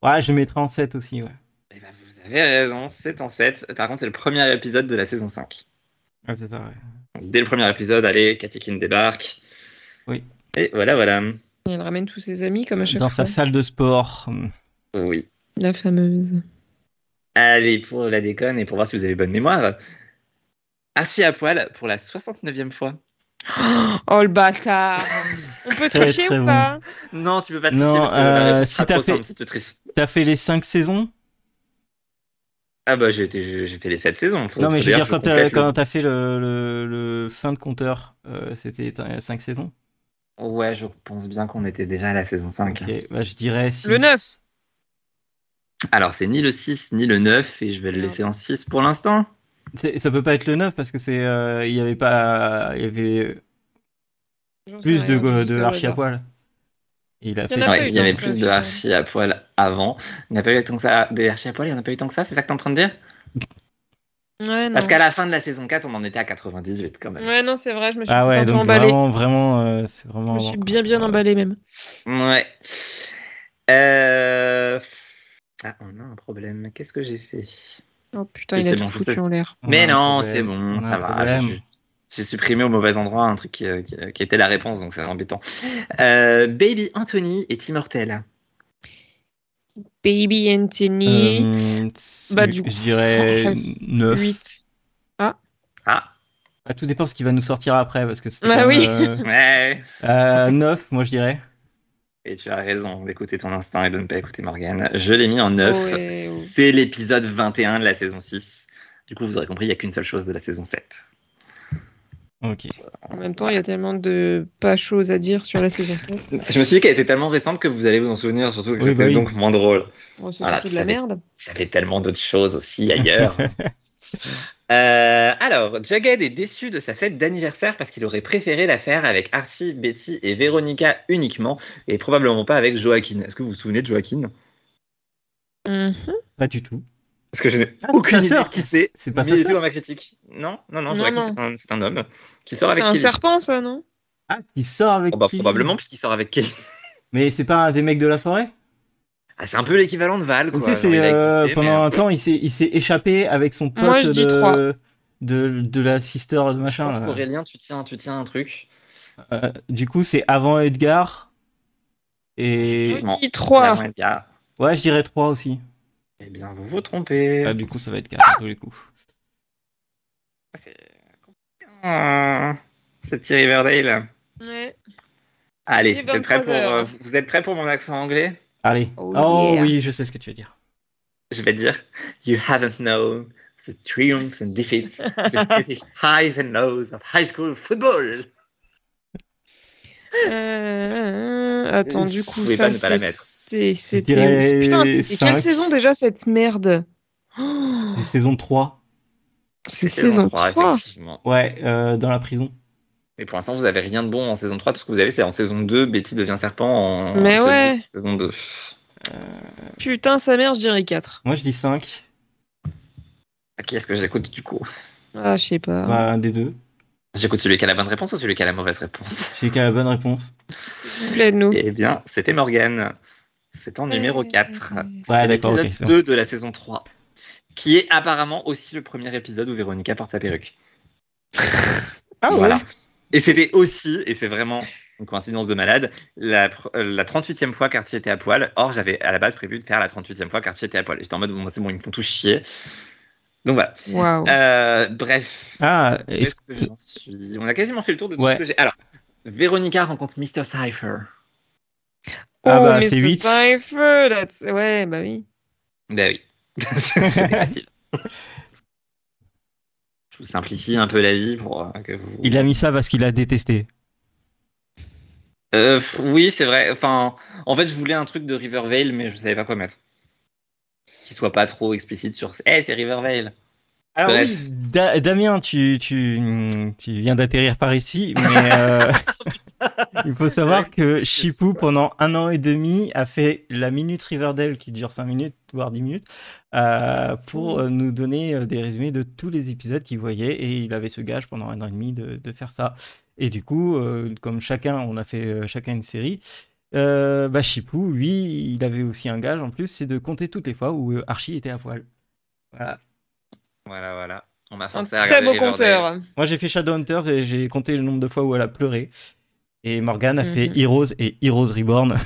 S1: Ouais, je mettrai en 7 aussi, ouais.
S3: Eh ben, vous avez raison, 7 en 7. Par contre, c'est le premier épisode de la saison 5.
S1: Ah, c'est ça, ouais.
S3: Dès le premier épisode, allez, Katikin débarque.
S1: Oui.
S3: Et voilà, voilà.
S2: Elle ramène tous ses amis, comme à chaque
S1: Dans
S2: fois.
S1: sa salle de sport.
S3: Oui.
S2: La fameuse.
S3: Allez, pour la déconne et pour voir si vous avez bonne mémoire. Archie à poil pour la 69e fois.
S2: Oh, le bâtard On peut
S1: Très,
S2: tricher
S1: très
S2: ou
S1: bon.
S2: pas
S3: Non, tu peux pas tricher
S1: Non,
S3: parce que la
S1: euh,
S3: réponse
S1: si
S3: sera
S1: t'as
S3: trop
S1: fait-
S3: simple si tu triches.
S1: T'as fait les 5 saisons
S3: Ah bah j'ai été- j'ai j'ai fait les 7 saisons. Faut-
S1: Non, mais
S3: faut
S1: je veux
S3: d'ailleurs
S1: dire,
S3: que
S1: quand euh,
S3: complète
S1: t'as
S3: le-
S1: quand t'as fait le, le, le fin de compteur, euh, c'était 5 saisons.
S3: Ouais, je pense bien qu'on était déjà à la saison 5.
S1: Ok, bah, je dirais 6.
S2: Le neuf.
S3: Alors c'est ni le 6 ni le 9 et je vais le
S2: Merde.
S3: laisser en 6 pour l'instant.
S1: C'est- Ça peut pas être le 9 parce que c'est euh, il y avait pas il y avait
S2: J'en sais
S1: plus de
S2: rien,
S1: de,
S2: je sais
S1: Archie à
S2: pas.
S1: poil. Et il a
S2: Il y en
S1: fait
S2: a pas
S3: Ouais,
S2: eu
S3: il y avait
S2: tant que
S3: plus
S2: ça,
S3: de
S2: je
S3: Archie à poil avant. Il n'y en a pas eu tant que ça. Des Archie à poil, il n'y en a pas eu tant que ça, c'est ça que t'es en train de dire
S2: Ouais, non.
S3: Parce qu'à la fin de la saison 4, on en était à 98 quand même.
S2: Ouais, non, c'est vrai, je me suis
S1: Ah
S2: tout
S1: ouais,
S2: un peu
S1: donc
S2: emballée.
S1: vraiment vraiment euh, c'est
S2: Je
S1: vraiment
S2: me suis bien, bien emballée, même.
S3: Ouais. Euh... Ah, on a un problème. Qu'est-ce que j'ai fait
S2: Oh putain,
S3: Et
S2: il a
S3: c'est
S2: tout
S3: bon, je sais.
S2: foutu en l'air.
S1: On
S3: Mais
S1: a un
S3: non,
S1: problème,
S3: c'est bon,
S1: on a
S3: ça
S1: un
S3: va.
S1: problème.
S3: j'ai- J'ai supprimé au mauvais endroit un truc qui, euh, qui- qui était la réponse, donc c'est embêtant. Euh, Baby Anthony est immortel.
S2: Baby Anthony,
S1: Euh,
S2: Bah, du coup,
S1: je dirais 9.
S2: 8.
S3: Ah,
S1: Ah, tout dépend ce qui va nous sortir après, parce que c'est.
S2: Bah
S1: quand même,
S2: oui.
S1: euh,
S3: ouais.
S1: euh, 9, moi je dirais.
S3: Et tu as raison d'écouter ton instinct et de ne pas écouter Morgane. Je l'ai mis en 9.
S2: Ouais, ouais.
S3: C'est l'épisode 21 de la saison 6. Du coup, vous aurez compris, il n'y a qu'une seule chose de la saison 7.
S1: Ok.
S2: En même temps, il y a tellement de pas choses à dire sur la saison 5.
S3: Je me suis dit qu'elle était tellement récente que vous allez vous en souvenir, surtout que
S1: Oui,
S3: c'était
S1: bah oui.
S3: donc moins drôle.
S2: Bon, Oh, c'est
S3: Voilà,
S2: surtout
S3: tu
S2: de la
S3: savais.
S2: merde.
S3: Ça fait tellement d'autres choses aussi ailleurs. Euh, alors, Jughead est déçu de sa fête d'anniversaire parce qu'il aurait préféré la faire avec Archie, Betty et Véronica uniquement et probablement pas avec Joaquin. Est-ce que vous vous souvenez de Joaquin
S2: Mhm.
S1: Pas du tout.
S3: Parce que je n'ai
S1: Ah,
S3: aucune
S1: ta
S3: idée
S1: sœur.
S3: de qui c'est,
S1: C'est pas
S3: mais
S1: Bah, ça.
S3: il était dans ma critique. Non, non,
S2: Non,
S3: non, Joaquin,
S2: non.
S3: c'est un- c'est un, homme qui sort
S2: C'est
S3: avec
S2: un
S3: Kelly.
S2: serpent, ça, non
S1: Ah, il sort avec.
S3: Oh, bah,
S1: qui
S3: probablement, puisqu'il sort avec Kelly.
S1: Mais c'est pas un des mecs de la forêt
S3: Ah, c'est un peu l'équivalent de Val,
S1: Donc,
S3: quoi.
S1: Tu sais,
S3: Genre,
S1: c'est,
S3: il a
S1: euh,
S3: existé, mais-
S1: pendant un temps, il s'est, il s'est échappé avec son pote
S2: Moi, je dis trois.
S1: de, de, de la sister de
S3: Je
S1: machin. euh,
S3: pense
S1: là.
S3: qu'Aurélien, tu tiens, tu tiens un truc.
S1: Euh, du coup, c'est avant Edgar. Et
S3: Effectivement.
S2: Oui, 3.
S3: Vraiment, Edgar.
S1: ouais, je dirais 3 aussi.
S3: Bah, Eh bien, vous vous trompez.
S1: Ah, du coup, ça va être 4 tous les coups.
S3: Ah, C'est compliqué, hein, ce petit Riverdale.
S2: Ouais. Il
S3: Allez,
S2: est
S3: vous êtes, prêts pour,
S2: 23 heures.
S3: euh, vous êtes prêts pour mon accent anglais
S1: Allez.
S2: Oh
S1: Oh,
S2: yeah.
S1: oui, je sais ce que tu veux dire.
S3: Je vais dire You haven't known the triumphs and defeats, the epic highs and lows of high school football.
S2: Euh, attends, du coup,
S3: Vous pouvez
S2: ça,
S3: pas ne pas la
S2: c'est-
S3: mettre.
S2: c'est-
S1: dirais
S2: c'était... Putain, c'était
S1: cinq.
S2: quelle saison déjà, cette merde Oh,
S1: C'était saison 3.
S2: C'est saison 3.
S3: effectivement.
S1: Ouais, euh, dans la prison.
S3: Mais pour l'instant, vous avez rien de bon en saison 3. Tout ce que vous avez, c'est en saison 2, Betty devient serpent en
S2: Mais
S3: en
S2: ouais.
S3: saison 2.
S2: Putain, sa mère, je dirais 4.
S1: Moi, je dis 5.
S3: À qui est-ce que j'écoute du coup
S2: Ah, je sais pas.
S1: Bah, un des deux.
S3: J'écoute celui qui a la bonne réponse ou celui qui a la mauvaise réponse
S1: Celui qui a la bonne réponse.
S2: Plaide, nous.
S3: Eh bien, c'était Morgane. C'est en numéro
S2: Euh,
S3: 4.
S1: Ouais,
S3: C'est
S1: d'accord, ok.
S3: l'épisode
S1: c'est bon.
S3: 2 de la saison 3, qui est apparemment aussi le premier épisode où Véronica porte sa perruque.
S1: Ah, ouais.
S3: Voilà. Et c'était aussi, et c'est vraiment une coïncidence de malade, la, pr- euh, la 38e fois qu'Archie était à poil. Or, j'avais à la base prévu de faire la 38e fois qu'Archie était à poil. J'étais en mode, bon, c'est bon, ils me font tout chier. Donc voilà.
S2: Waouh.
S3: Euh, bref.
S1: Ah,
S3: Où
S1: est-ce
S3: est-ce que j'en suis On a quasiment fait le tour de tout
S1: Ouais.
S3: ce que j'ai. Alors, Véronica rencontre Mr. Cypher.
S1: ah
S2: Oh,
S1: bah,
S2: Mr.
S1: c'est huit.
S2: Cypher, that's- Ouais, bah oui.
S3: Ben oui. C'était facile. Je vous simplifie un peu la vie pour euh, que vous.
S1: il a mis ça parce qu'il a détesté.
S3: Euh, f- oui, c'est vrai. Enfin, en fait, je voulais un truc de Rivervale, mais je savais pas quoi mettre. Qui soit pas trop explicite sur. Eh, c'est Rivervale.
S1: Alors
S3: Bref.
S1: oui, Da- Damien, tu, tu, tu viens d'atterrir par ici, mais euh, il faut savoir que Chipou, pendant un an et demi, a fait la Minute Riverdale, qui dure 5 minutes, voire 10 minutes, euh, pour euh, nous donner euh, des résumés de tous les épisodes qu'il voyait, et il avait ce gage pendant un an et demi de, de faire ça. Et du coup, euh, comme chacun, on a fait euh, chacun une série, euh, bah Chipou, lui, il avait aussi un gage en plus, c'est de compter toutes les fois où euh, Archie était à poil. Voilà.
S3: Voilà, voilà. On m'a
S2: Un
S3: forcé à
S2: très
S3: regarder
S2: beau
S3: Riverdale.
S2: compteur.
S1: Moi, j'ai fait Shadowhunters et j'ai compté le nombre de fois où elle a pleuré. Et Morgane a
S2: Mhm.
S1: fait Heroes et Heroes Reborn.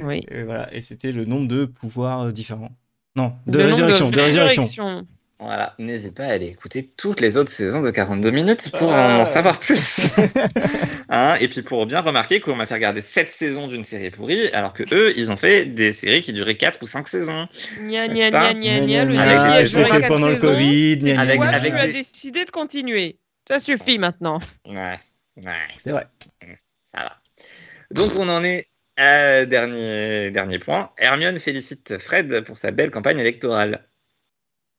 S2: Oui.
S1: Et voilà, et c'était le nombre de pouvoirs euh, différents. Non, de
S2: Le nombre
S1: résurrection, de, résurrection.
S2: résurrections.
S3: Voilà. N'hésite pas à aller écouter toutes les autres saisons de 42 minutes pour
S1: Ah.
S3: en savoir plus. Hein, et puis pour bien remarquer qu'on m'a fait regarder 7 saisons d'une série pourrie, alors que eux, ils ont fait des séries qui duraient 4 ou 5 saisons.
S2: Gna
S3: N'est-ce
S2: gna
S3: pas
S2: gna gna gna, le
S3: gna,
S2: mec,
S3: gna,
S2: il a
S3: je
S2: joué
S3: l'ai fait
S2: quatre
S1: pendant le
S2: saisons,
S1: Covid,
S2: c'est
S1: gna,
S3: gna,
S2: toi,
S3: gna,
S2: tu
S3: gna.
S2: as décidé de continuer. Ça suffit maintenant.
S3: Ouais. Ouais.
S1: C'est vrai.
S3: Ça va. Donc on en est à dernier, dernier point. Hermione félicite Fred pour sa belle campagne électorale.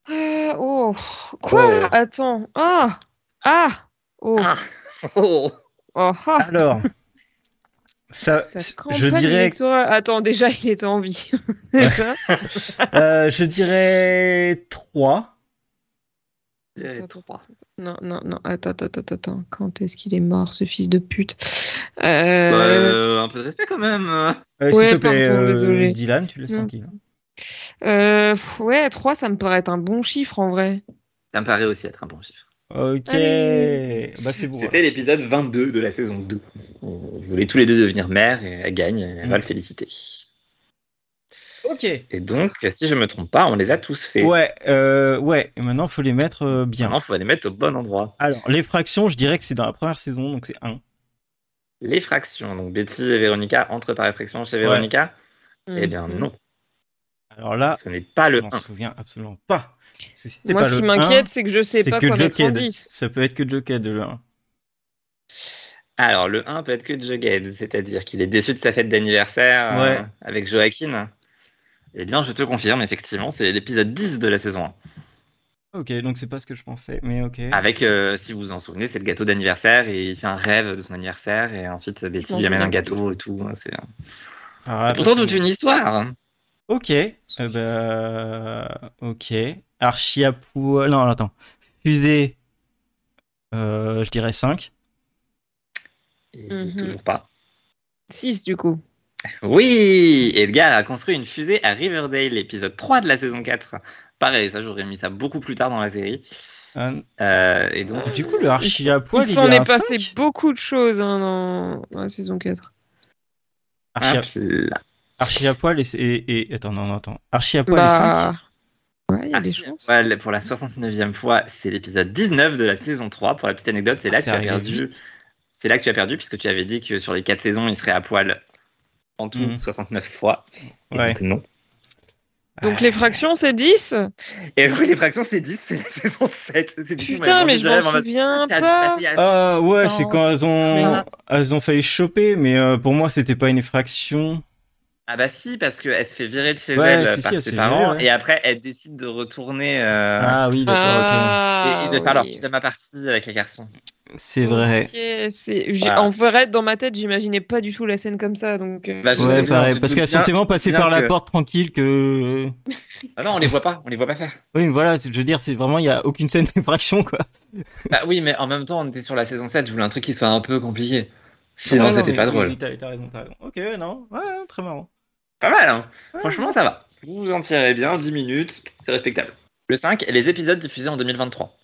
S2: Euh, oh. Quoi
S3: Oh.
S2: Attends. Ah Ah Oh
S3: Ah. Oh.
S2: Oh ah
S1: Alors, ça,
S2: Ta
S1: je
S2: campagne
S1: dirais,
S2: électorale- Attends, déjà, il était en vie. Déjà
S1: euh, je dirais 3.
S3: Euh,
S2: Attends, attends, attends. Non, non, non, attends, attends, attends, attends. Quand est-ce qu'il est mort, ce fils de pute Euh,
S3: bah, euh, un peu de respect quand même.
S2: Ouais,
S1: S'il te plaît,
S2: pardon,
S1: euh,
S2: désolé.
S1: Dylan, tu laisses
S2: Non.
S1: tranquille. hein.
S2: euh, pff, ouais, 3, ça me paraît être un bon chiffre en vrai.
S3: Ça me paraît aussi être un bon chiffre.
S1: Ok,
S2: Allez.
S1: bah c'est bon.
S3: C'était l'épisode 22 de la saison 2. Mm. Ils voulaient tous les deux devenir mères et elle gagne et elle va
S1: Mm.
S3: le féliciter.
S1: Ok.
S3: Et donc, si je me trompe pas, on les a tous faits.
S1: Ouais, euh, ouais. Et maintenant, faut les mettre euh, bien.
S3: Maintenant, il faut les mettre au bon endroit.
S1: Alors, les fractions, je dirais que c'est dans la première saison, donc c'est 1.
S3: Les fractions, donc Betty et Véronica entrent par effraction chez Véronica Eh
S2: Mm.
S3: bien, non,
S1: Alors là,
S3: ce n'est pas
S1: je
S3: le
S1: m'en
S3: 1.
S1: souviens absolument pas. Parce que si c'était
S2: Moi,
S1: pas
S2: ce qui
S1: le 1,
S2: m'inquiète, c'est que je sais
S1: c'est
S2: pas
S1: que
S2: quoi mettre en
S1: Jughead.
S2: 10.
S1: Ça peut être que Jughead, le 1.
S3: Alors, le 1 peut être que Jughead, c'est-à-dire qu'il est déçu de sa fête d'anniversaire euh,
S1: Ouais.
S3: avec Joaquin. Eh bien, je te confirme, effectivement, c'est l'épisode 10 de la saison 1.
S1: Ok, donc c'est pas ce que je pensais, mais ok.
S3: Avec, euh, si vous vous en souvenez, c'est le gâteau d'anniversaire et il fait un rêve de son anniversaire et ensuite euh, Betty
S2: m'en
S3: lui amène un
S2: souviens
S3: gâteau et tout. hein, C'est
S1: Ah,
S3: pourtant
S1: parce
S3: toute
S1: que-
S3: une histoire. hein.
S1: Ok. Euh, bah, ok. Archiapou. euh, Non, attends. Fusée. euh, je dirais 5.
S3: Et
S2: Mhm.
S3: Toujours pas.
S2: 6 du coup.
S3: Oui, Edgar a construit une fusée à Riverdale, l'épisode 3 de la saison 4. Pareil, ça j'aurais mis ça beaucoup plus tard dans la série. Euh, et donc,
S1: du coup, le Archiapou.
S2: Il
S1: il
S2: s'en
S1: a un
S2: est passé
S1: cinq
S2: beaucoup de choses hein, dans, dans la saison 4.
S1: Archia-
S3: hop là.
S1: Archie à poil et, et, et- Attends, non, non, attends. Archie à poil et
S2: Bah. Ouais, il y a des
S3: Archie
S2: chances.
S3: Well, pour la 69e fois, c'est l'épisode 19 de la saison 3. Pour la petite anecdote, c'est
S1: Ah,
S3: là
S1: c'est
S3: que tu as
S1: arrivé
S3: perdu. C'est là que tu as perdu puisque tu avais dit que sur les 4 saisons, il serait à poil en tout
S1: Mhm.
S3: 69 fois. Et
S1: 5. Ouais.
S3: donc, non.
S2: Donc les fractions, c'est 10
S3: Et oui, les fractions, c'est 10, c'est la saison 7. C'est du coup,
S2: Putain,
S3: ils m'ont
S2: mais
S3: dit,
S2: je
S3: rêve en
S2: m'en
S3: mode,
S2: souviens
S3: ça a dû se
S2: pas.
S3: passer il y a-
S1: Ah ouais, c'est
S2: Attends.
S1: quand elles ont, elles ont failli choper, mais euh, pour moi, c'était pas une effraction.
S3: Ah bah si, parce qu'elle se fait virer de chez
S1: Ouais,
S3: elle
S1: si,
S3: par
S1: si, elle se
S3: ses
S1: fait
S3: parents,
S1: virer, ouais.
S3: et après, elle décide de retourner euh,
S1: Ah oui, d'accord, ok.
S2: Ah,
S3: et, et de faire leur
S2: oui.
S3: pyjama party avec les garçons.
S1: C'est vrai.
S2: Ok, c'est- j'ai-
S3: Voilà.
S2: En vrai, dans ma tête, j'imaginais pas du tout la scène comme ça. Donc, euh,
S3: Bah, je sais
S1: Ouais,
S3: bien,
S1: pareil,
S3: tu
S1: parce
S3: te
S1: qu'elles
S3: souviens-
S1: sont tellement
S3: tu te
S1: passées
S3: souviens
S1: par la
S3: que-
S1: porte tranquille que.
S3: Ah non, on les voit pas, on les voit pas faire.
S1: Oui, mais voilà, c'est- je veux dire, c'est vraiment, il y a aucune scène d'effraction, quoi.
S3: Bah oui, mais en même temps, on était sur la saison 7, je voulais un truc qui soit un peu compliqué.
S1: Ouais,
S3: Sinon,
S1: Ah non,
S3: c'était
S1: mais-
S3: pas
S1: oui,
S3: drôle.
S1: oui, T'as t'as raison, t'as raison. Ok, non, ouais, très marrant.
S3: Pas mal, hein
S1: Ouais.
S3: Franchement, ça va. Vous vous en tirez bien, 10 minutes, c'est respectable. Le 5, les épisodes diffusés en 2023.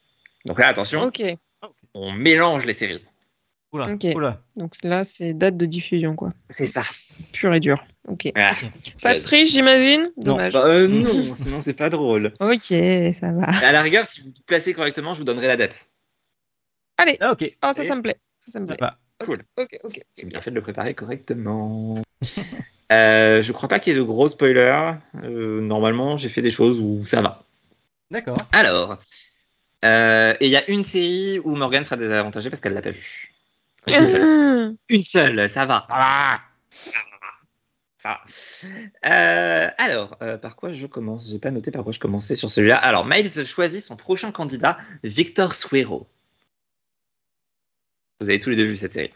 S3: Donc là, attention,
S2: ok.
S3: on mélange les séries.
S1: Oula,
S2: Ok.
S1: oula.
S2: Donc là, c'est date de diffusion, quoi.
S3: C'est ça.
S2: Pure et dure. Ok.
S3: Ah.
S2: Pas de triche, j'imagine Dommage.
S3: Bah, euh, non, sinon c'est pas drôle.
S2: Ok, ça va.
S3: À la rigueur, si vous placez correctement, je vous donnerai la date.
S1: Ah, ok. bah,
S2: Ah, ça, ça me plaît. Ça, ça me plaît.
S1: Sympa.
S3: Cool.
S2: Ok, ok.
S3: J'ai bien fait de le préparer correctement. Euh, je crois pas qu'il y ait de gros spoilers. Euh, normalement, j'ai fait des choses où ça va.
S1: D'accord.
S3: Alors, euh, et il y a une série où Morgan sera désavantagée parce qu'elle l'a pas vue. Mais Une seule,
S2: Hum,
S3: Une seule, ça va.
S1: Ah
S3: Ça va. Euh, alors, euh, par quoi je commence J'ai pas noté par quoi je commençais sur celui-là. Alors, Miles choisit son prochain candidat, Victor Suero. Vous avez tous les deux vu cette série.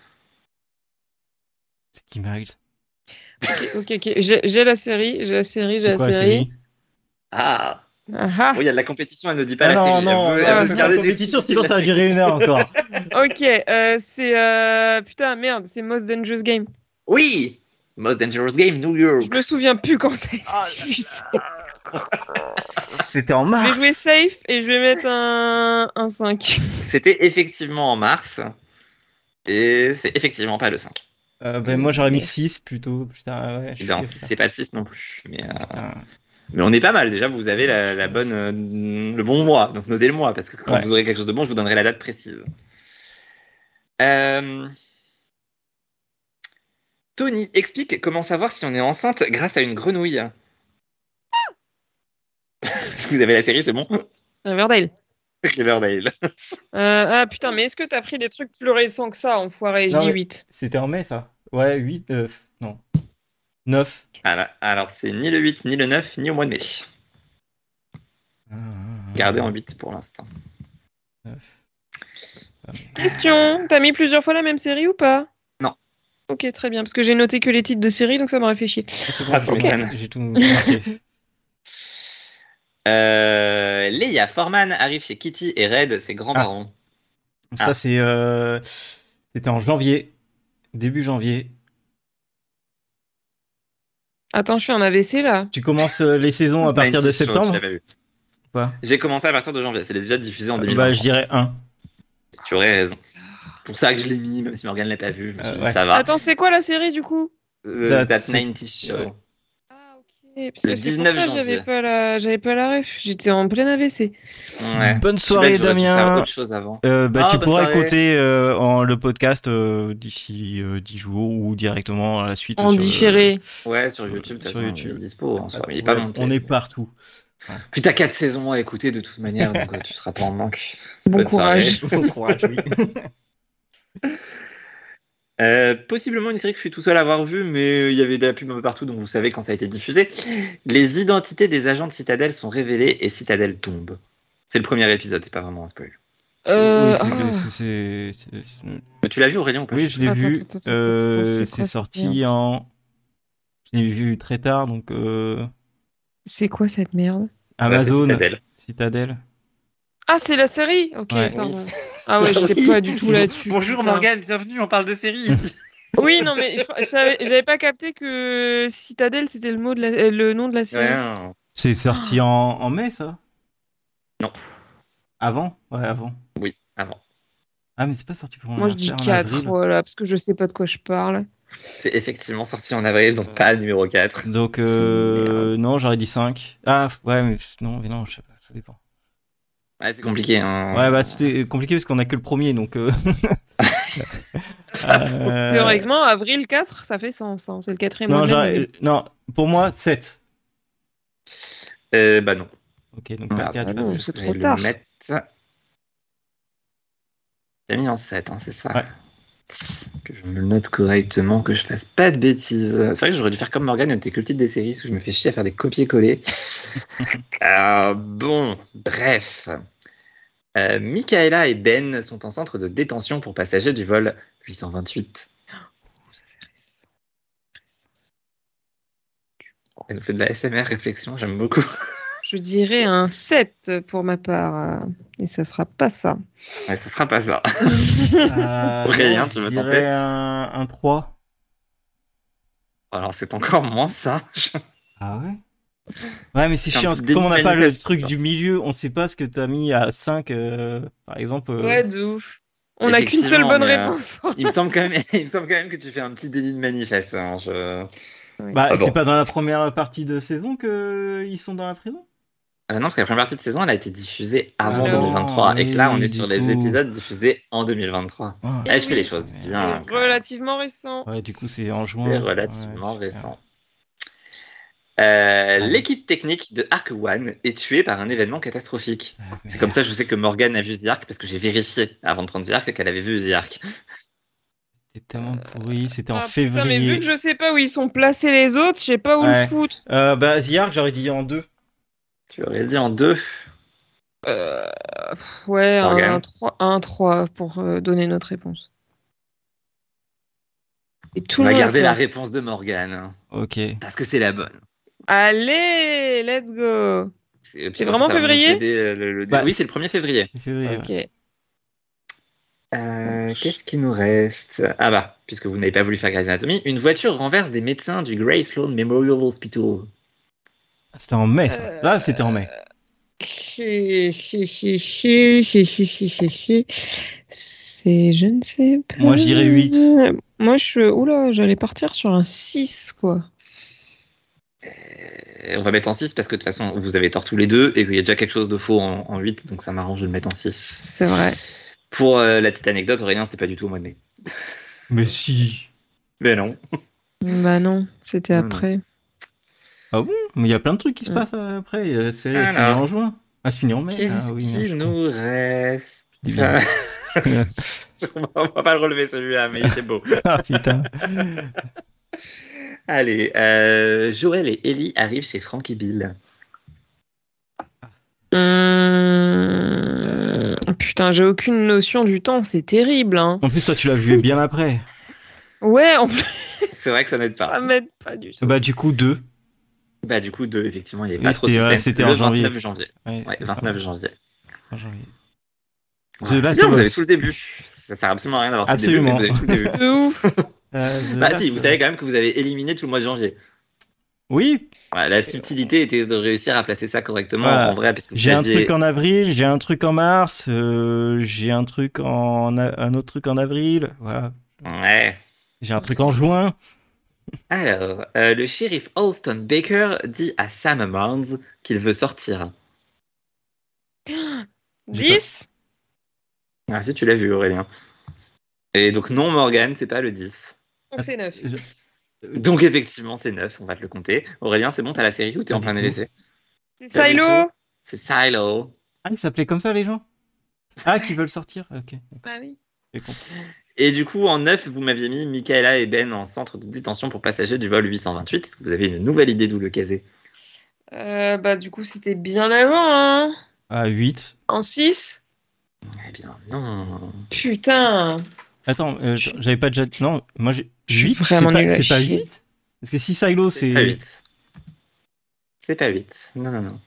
S1: C'est qui mérite
S2: ok, ok, ok. J'ai j'ai la série, j'ai la série, j'ai
S1: C'est quoi,
S2: la
S1: la
S2: série.
S1: série
S3: Ah
S2: Ah,
S3: Oui, il y a de la compétition, elle ne dit pas
S1: Ah
S3: la
S1: non,
S3: série.
S1: non,
S3: Bah, elle veut,
S1: non,
S3: elle veut
S1: non,
S3: se
S1: c'est
S3: garder
S1: pas
S3: des
S1: compétition,
S3: secrets.
S1: sinon ça a duré une heure encore.
S2: ah. ok, euh, c'est. euh, Putain, merde, c'est Most Dangerous Game.
S3: Oui Most Dangerous Game, New
S2: Je
S3: York
S2: me souviens plus quand ça a été
S3: Ah,
S2: diffusé.
S1: C'était en
S2: Je vais
S1: mars.
S2: jouer safe et je vais mettre un, un 5.
S3: C'était effectivement en mars. Et c'est effectivement pas le 5.
S1: Euh, ben, moi, j'aurais mis 6 plutôt. Putain, ouais. je
S3: Eh
S1: suis-
S3: bien, c'est pas le 6 non plus. Mais, euh,
S1: Putain.
S3: mais on est pas mal. Déjà, vous avez la, la bonne, euh, le bon mois. Donc notez le mois. Parce que quand
S1: Ouais.
S3: vous aurez quelque chose de bon, je vous donnerai la date précise. Euh, Tony explique comment savoir si on est enceinte grâce à une grenouille. Est-ce que vous avez la série C'est bon
S2: Riverdale.
S3: Riverdale.
S2: Euh, ah putain, mais est-ce que t'as pris des trucs plus récents que ça, enfoiré Je
S1: Non,
S2: dis
S1: mais-
S2: 8.
S1: C'était en mai, ça Ouais, 8, 9. Non. 9.
S3: Voilà. Ah, Alors, c'est ni le 8, ni le 9, ni au mois de mai.
S1: Ah,
S3: Gardez en 8 pour l'instant.
S2: Question, t'as mis plusieurs fois la même série ou pas
S3: Non.
S2: Ok, très bien, parce que j'ai noté que les titres de séries, donc ça m'aurait fait chier.
S3: Ah, tu m'étonnes.
S1: J'ai tout marqué.
S3: Euh, Leia Forman arrive chez Kitty et Red, ses grands-parents. Ah.
S1: Ça, c'est. euh, C'était en janvier. Début janvier.
S2: Attends, je fais un AVC là.
S1: Tu commences euh, les saisons à partir de
S3: 90 show, tu
S1: septembre
S3: l'as pas vu.
S1: Quoi
S3: J'ai commencé à partir de janvier. C'est déjà diffusé en 2020.
S1: Bah, je dirais 1.
S3: Tu aurais raison. Pour ça que je l'ai mis, même si Morgan l'a pas vu. Je me suis
S1: Euh,
S3: dit,
S1: ouais.
S3: ça va.
S2: Attends, c'est quoi la série du coup
S3: Euh, that
S1: That's-
S3: 90 show.
S2: Ah, ok. Et parce que
S3: Le
S2: c'est pour
S3: 19
S2: ça que
S3: janvier.
S2: J'avais pas la, j'avais pas la ref. J'étais en plein AVC.
S3: Ouais.
S1: Bonne
S3: Je sais pas que
S1: soirée,
S3: j'aurais dû faire
S1: Damien.
S3: autre chose avant.
S1: Euh, bah,
S3: Ah,
S1: tu
S3: bonne
S1: pourras
S3: soirée.
S1: écouter euh, en, le podcast euh, d'ici euh, 10 jours ou directement à la suite.
S2: En
S1: sur le-
S2: différé.
S3: Ouais, sur
S1: Sur-
S3: YouTube, de toute
S1: sur
S3: façon,
S1: YouTube.
S3: il est dispo en soi, mais il est
S1: Ouais,
S3: pas monté.
S1: on est partout.
S3: Puis t'as 4 saisons à écouter de toute manière, donc euh, tu seras pas en manque.
S2: Bon
S3: euh, Bonne
S2: courage.
S1: Bon courage, oui.
S3: Euh, possiblement une série que je suis tout seul à avoir vue, mais euh, il y avait de la pub un peu partout, donc vous savez quand ça a été diffusé. Les identités des agents de Citadel sont révélées et Citadel tombe. C'est le premier épisode, c'est pas vraiment un spoil.
S2: Euh,
S1: Oui, c'est-
S2: ah.
S1: c'est- c'est- c'est-
S3: Mais tu l'as vu Aurélien ou pas
S1: Oui, je l'ai
S2: Attends,
S1: vu.
S2: attends, attends,
S1: Euh,
S2: attends, c'est
S1: c'est
S2: quoi,
S1: sorti en. Je l'ai vu très tard, donc euh,
S2: C'est quoi cette merde
S1: Amazon,
S3: Ouais, c'est Bah, Ah Citadel.
S1: Citadel.
S2: Ah, c'est la série Ok,
S1: Ouais.
S2: pardon. Ah ouais, j'étais pas du tout là-dessus.
S3: Bonjour
S2: putain.
S3: Morgane, bienvenue, on parle de série ici.
S2: Oui, non, mais je- je savais- j'avais pas capté que Citadel, c'était le, mot de la- euh, le nom de la série.
S3: Ouais, hein.
S1: C'est sorti en, en mai, ça
S3: Non.
S1: Avant Ouais, avant.
S3: oui, avant.
S1: Ah, mais c'est pas sorti pour mon
S2: Moi, je dis
S1: anniversaire, en
S2: 4,
S1: avril.
S2: voilà, parce que je sais pas de quoi je parle.
S3: C'est effectivement sorti en avril, donc pas numéro 4.
S1: Donc, euh, non, j'aurais dit 5. Ah, f- ouais, mais f- non, mais non, je sais pas, ça dépend.
S3: Ouais, c'est compliqué. Hein.
S1: Ouais, bah, c'était compliqué parce qu'on a que le premier, donc. euh, euh,
S2: Théoriquement, avril 4, ça fait sens. hein, C'est le quatrième.
S1: Non, euh,
S2: mois de l'année.
S1: j'aurais- non, pour moi, 7.
S3: Euh, bah non.
S1: Ok, donc
S3: Bah,
S1: pas 4.
S3: bah non,
S2: c'est
S3: je
S2: trop
S3: vais
S2: tard.
S3: Le mettre... J'ai mis en 7, hein, c'est ça.
S1: Ouais.
S3: Que je me le note correctement, que je fasse pas de bêtises. C'est vrai que j'aurais dû faire comme Morgane et noter que le titre des séries, parce que je me fais chier à faire des copier-coller. Ah, bon, bref. Euh, Michaela et Ben sont en centre de détention pour passagers du vol 828.
S2: Ça, c'est récent.
S3: Elle nous fait de la SMR réflexion, j'aime beaucoup.
S2: Je dirais un 7 pour ma part. euh, Et ça sera pas ça.
S3: Ouais, ce sera pas ça.
S1: Euh,
S3: Aurélien,
S1: non,
S3: tu
S1: je
S3: veux
S1: dirais
S3: tenter
S1: un, un 3.
S3: Alors c'est encore moins ça.
S1: Ah ouais Ouais, mais c'est
S3: C'est un
S1: chiant. parce
S3: petit
S1: que Comme on n'a
S3: délit
S1: pas le
S3: manifeste,
S1: truc
S3: quoi.
S1: du milieu, on sait pas ce que t'as mis à 5, par exemple. euh,
S2: Ouais, de ouf. On a qu'une seule
S3: Effectivement,
S2: bonne
S3: mais, euh,
S2: réponse.
S3: Il me semble quand même, il me semble quand même que tu fais un petit délit de manifeste. hein, je-
S1: Bah,
S3: Ah bon.
S1: c'est pas dans la première partie de saison que euh, ils sont dans la prison
S3: Ah bah non, parce que la première partie de saison, elle a été diffusée avant
S2: Alors,
S3: 2023, et que là, on
S1: oui,
S3: est
S1: du
S3: sur les
S1: coup.
S3: épisodes diffusés en 2023.
S1: Ah,
S3: Eh, je fais les choses bien.
S2: C'est relativement récent.
S1: Ouais, du coup, c'est en juin.
S3: C'est relativement
S1: Ouais,
S3: récent.
S1: Ah.
S3: Euh, L'équipe technique de Arc One est tuée par un événement catastrophique.
S1: super.
S3: C'est comme ça, je sais que Morgane a vu The Ark parce que j'ai vérifié avant de prendre The Ark qu'elle avait vu The Ark.
S1: C'était tellement pourri. C'était en
S2: Ah, putain, mais
S1: février.
S2: vu que je sais pas où ils sont placés les autres, je sais pas où
S1: Ouais.
S2: le foutre.
S1: Euh, bah, The Ark, j'aurais dit en 2.
S3: Tu aurais dit en deux.
S2: Euh, ouais, un,
S3: Morgane.
S2: 3, un 3 pour euh, donner notre réponse. Et tout
S3: on
S2: le
S3: va
S2: monde
S3: garder la
S2: là.
S3: réponse de Morgane hein,
S1: Ok.
S3: parce que c'est la bonne.
S2: Allez, let's go.
S3: Et puis
S2: C'est
S3: comme
S2: vraiment
S3: ça, ça va nous
S2: février
S3: aider, euh, le- le-
S1: Bah,
S3: Oui, c'est le 1er février.
S1: Février.
S2: Ok.
S1: ouais.
S3: Euh, qu'est-ce qui nous reste Ah bah, puisque vous n'avez pas voulu faire Grey's Anatomy, une voiture renverse des médecins du Grey Sloan Memorial Hospital.
S1: C'était en mai, ça.
S2: Euh,
S1: Là, c'était en mai.
S2: Chi- chi- chi- chi- chi- chi- chi- chi- chi. C'est. Je ne sais pas.
S1: Moi, je dirais huit.
S2: Moi, je. Oula, j'allais partir sur un 6, quoi.
S3: Euh, on va mettre en 6 parce que de toute façon, vous avez tort tous les deux et qu'il y a déjà quelque chose de faux en, 8, donc ça m'arrange de le mettre en 6.
S2: C'est vrai.
S3: Pour euh, la petite anecdote, Aurélien, c'était pas du tout au mois de mai.
S1: Mais si.
S3: Mais non.
S2: Bah non, c'était
S3: Non, non.
S2: après.
S1: Mais il y a plein de trucs qui se
S2: Mm.
S1: passent euh, après. La série elle se finit
S3: Alors.
S1: en juin. Ah, se finit en mai.
S3: Qu'est-ce
S1: Ah, oui, hein,
S3: qui
S1: je
S3: nous reste
S1: dis bien.
S3: On va pas le relever celui-là, mais il était beau.
S1: ah, putain.
S3: Allez, euh, Joël et Ellie arrivent chez Frankie Bill.
S2: Hum, Putain, j'ai aucune notion du temps, c'est terrible. Hein.
S1: En plus, toi, tu l'as vu bien après.
S2: Ouais, en plus,
S3: C'est vrai que ça n'aide pas.
S2: ça m'aide pas du tout.
S1: Bah, du coup, 2.
S3: Bah du coup, deux, effectivement, il est
S1: Oui,
S3: pas trop
S1: c'était,
S3: de suspense.
S1: ouais, c'était
S3: le
S1: en janvier.
S3: 29 janvier. Ouais,
S1: c'est
S3: 29 janvier.
S1: en janvier.
S3: Ouais,
S1: The
S3: c'est
S1: Last
S3: bien,
S1: of
S3: vous avez
S1: Us.
S3: tout le début. Ça sert absolument à rien d'avoir tout le début,
S1: Absolument.
S3: mais vous avez tout le début.
S2: De ouf.
S1: Euh, The
S3: bah
S1: Last
S3: si,
S1: of
S3: vous
S1: Us.
S3: savez quand même que vous avez éliminé tout le mois de janvier.
S1: Oui,
S3: Ouais, la subtilité était de réussir à placer ça correctement
S1: Voilà.
S3: en vrai, parce que vous
S1: j'ai un
S3: aviez...
S1: truc en avril, j'ai un truc en mars, euh, j'ai un truc en un autre truc en avril, voilà.
S3: Ouais.
S1: J'ai un truc en juin.
S3: Alors, euh, le shérif Alston Baker dit à Sam Barnes qu'il veut sortir.
S2: 10
S3: Ah si, tu l'as vu, Aurélien. Et donc non, Morgan, c'est pas le 10.
S2: Donc c'est 9.
S1: Je-
S3: Donc effectivement, c'est 9, on va te le compter. Aurélien, c'est bon, t'as la série ou t'es
S1: Pas
S3: en
S1: du
S3: plein
S1: tout.
S3: DLC
S2: C'est Silo
S3: C'est Silo.
S1: Ah, ils s'appelaient comme ça, les gens Ah, qui veulent sortir Ok.
S2: Bah oui.
S1: j'ai compris.
S3: Et du coup, en 9, vous m'aviez mis Michaela et Ben en centre de détention pour passagers du vol 828. Est-ce que vous avez une nouvelle idée d'où le caser
S2: Euh, bah du coup, c'était bien avant, hein.
S1: Ah, 8.
S2: En 6
S3: Eh bien, non.
S2: Putain
S1: Attends, euh, j- j'avais pas déjà. Non, moi j'ai. 8 C'est
S2: vraiment
S1: pas,
S2: nulle à
S1: c'est pas
S2: chier.
S1: 8 Parce que si Silo,
S3: C'est pas
S1: c'est.
S3: 8. C'est pas 8. Non, non, non.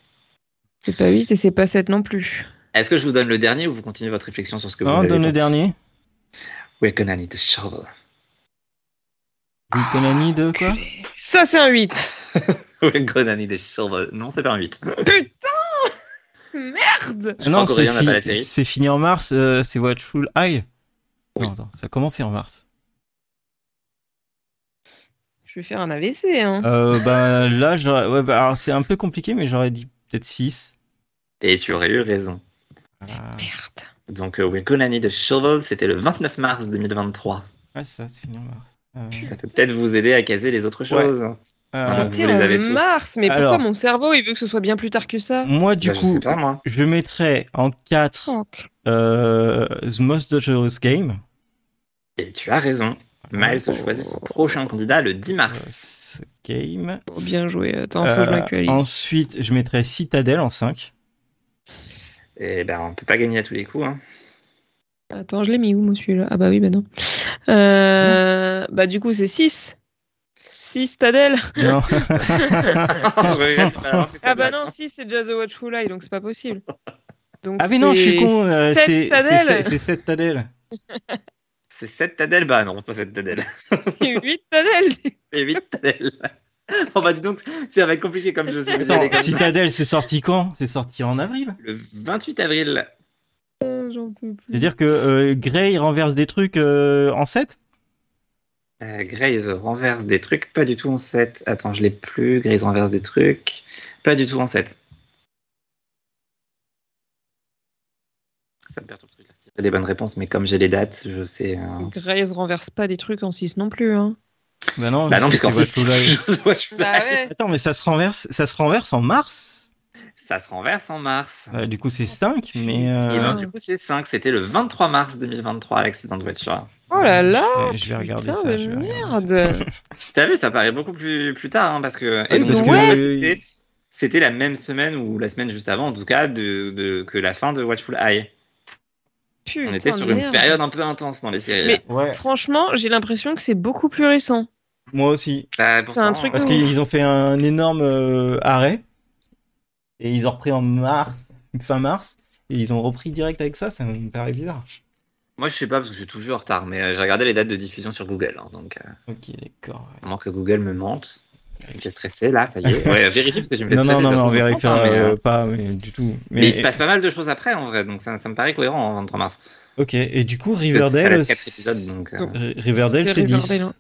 S2: C'est pas 8 et c'est pas 7 non plus.
S3: Est-ce que je vous donne le dernier ou vous continuez votre réflexion sur ce que vous
S1: Non,
S3: avez
S1: donne le
S3: pensé
S1: dernier.
S3: We're gonna need a shovel. Ah,
S1: L'économie de quoi
S2: Ça, c'est un 8
S3: We're gonna need a shovel. Non, c'est pas un 8.
S2: Putain Merde
S3: Je
S1: Ah Non,
S3: crois
S1: c'est
S3: qu'Aurélien n'a pas la
S1: fi-
S3: série.
S1: c'est fini en mars, euh, c'est Watchful Eye.
S3: Oui.
S1: Non, attends, ça a commencé en mars.
S2: Je vais faire un AVC, hein.
S1: Euh, bah, là, j'aurais- ouais, bah, alors c'est un peu compliqué, mais j'aurais dit peut-être Euh, 6.
S3: Et tu aurais eu raison.
S1: Voilà.
S2: Merde.
S3: Donc, euh, We're gonna need a shovel, c'était le 29 mars 2023.
S1: Ouais, c'est ça, c'est fini en mars. Euh,
S3: Ça peut peut-être vous aider à caser les autres
S1: Ouais.
S3: choses.
S1: euh,
S3: vous
S2: C'était
S3: les avez
S2: en
S3: tous.
S2: mars, mais pourquoi
S1: Alors. Mm.
S2: mon cerveau, il veut que ce soit bien plus tard que ça
S1: moi, du
S3: Bah, je
S1: coup,
S3: sais pas, moi.
S1: je mettrais en 4
S2: Fuck.
S1: euh, The Most Dangerous Game.
S3: Et tu as raison. Miles choisit son prochain candidat le 10
S1: Euh,
S3: mars.
S1: ce game.
S2: Oh, bien joué. Attends, faut que je
S1: Euh,
S2: m'actualise.
S1: ensuite, je mettrais Citadel en 5.
S3: Et ben, on peut pas gagner à tous les coups. Hein.
S2: Attends, je l'ai mis où, moi, celui-là Ah bah oui, bah non. Euh,
S1: Mm.
S2: Bah du coup, c'est 6. 6, Tadel
S1: Non,
S3: Je regrette de pas avoir fait ça
S2: Ah bah
S3: de
S2: non, 6, c'est déjà The Watchful Eye, donc c'est pas possible. Donc,
S1: ah mais non, je suis con. euh,
S2: c'est
S1: c'est-
S2: 7
S1: c'est
S2: Tadel
S1: c'est 7 Tadel.
S3: C'est 7 Tadel Bah non, pas 7 Tadel.
S2: et 8 Tadel
S3: C'est 8 Tadel. On va donc, ça va être compliqué comme je suis. vous
S1: Attends,
S3: allez comme ça.
S1: Citadel, c'est sorti quand C'est sorti en avril.
S3: Le 28 avril.
S2: Euh, J'en peux plus.
S1: C'est-à-dire que euh, Grey renverse des trucs euh, en 7
S3: Euh, Graze renverse des trucs, pas du tout en 7. Attends, je l'ai plus. Graze renverse des trucs, pas du tout en 7. Ça me perturbe parce que je l'ai retiré des bonnes réponses, mais comme j'ai les dates, je sais. euh,
S2: Graze renverse pas des trucs en 6 non plus. Hein.
S1: Bah non,
S3: Bah non,
S1: c'est
S3: parce qu'en fait,
S1: Watchful Eye.
S2: Bah ouais.
S1: Attends, mais ça se renverse, ça se renverse en mars
S3: ça se renverse en mars.
S1: Euh, Du coup, c'est 5, mais...
S3: Et
S1: euh,
S3: ben, du coup, c'est 5. C'était le 23 mars 2023, l'accident de voiture.
S2: Oh là là
S1: je vais- je vais regarder
S2: putain,
S1: ça,
S2: mais
S1: je vais regarder ça.
S2: merde
S3: T'as vu, ça paraît beaucoup plus, plus tard, hein, parce que.
S1: Oui,
S3: et donc,
S1: parce
S3: en
S1: que-
S3: fait,
S1: oui, oui.
S3: c'était- C'était la même semaine ou la semaine juste avant, en tout cas, de, de- que la fin de Watchful Eye.
S2: Putain,
S3: On était sur une
S2: merde.
S3: période un peu intense dans les séries.
S2: Mais-
S1: Ouais,
S2: Franchement, j'ai l'impression que c'est beaucoup plus récent.
S1: moi aussi.
S3: Bah, pourtant,
S2: un truc
S1: Parce
S2: Ouh.
S1: qu'ils ont fait un énorme euh, arrêt, et ils ont repris en mars, fin mars, et ils ont repris direct avec ça, ça me paraît bizarre.
S3: Moi, je sais pas, parce que je suis toujours en retard, mais euh, j'ai regardé les dates de diffusion sur Google. hein, donc, euh,
S1: Ok, d'accord. ouais.
S3: vraiment que Google me mente. Je suis stressé, là, ça y est. Ouais, vérifie, parce que je me fais
S1: Non, non,
S3: stresser,
S1: non,
S3: ça
S1: non, on
S3: se trouve,
S1: vérifie
S3: hein, mais, euh,
S1: euh, pas mais du tout.
S3: mais il se passe pas mal de choses après, en vrai, donc ça, ça me paraît cohérent, en 23 mars.
S1: Ok, et du coup,
S3: Parce que ça
S1: Riverdale...
S3: laisse 4 épisodes, donc... euh,
S2: Donc-
S1: euh, Riverdale,
S2: C'est
S1: c'est 10.
S2: Riverdale, hein.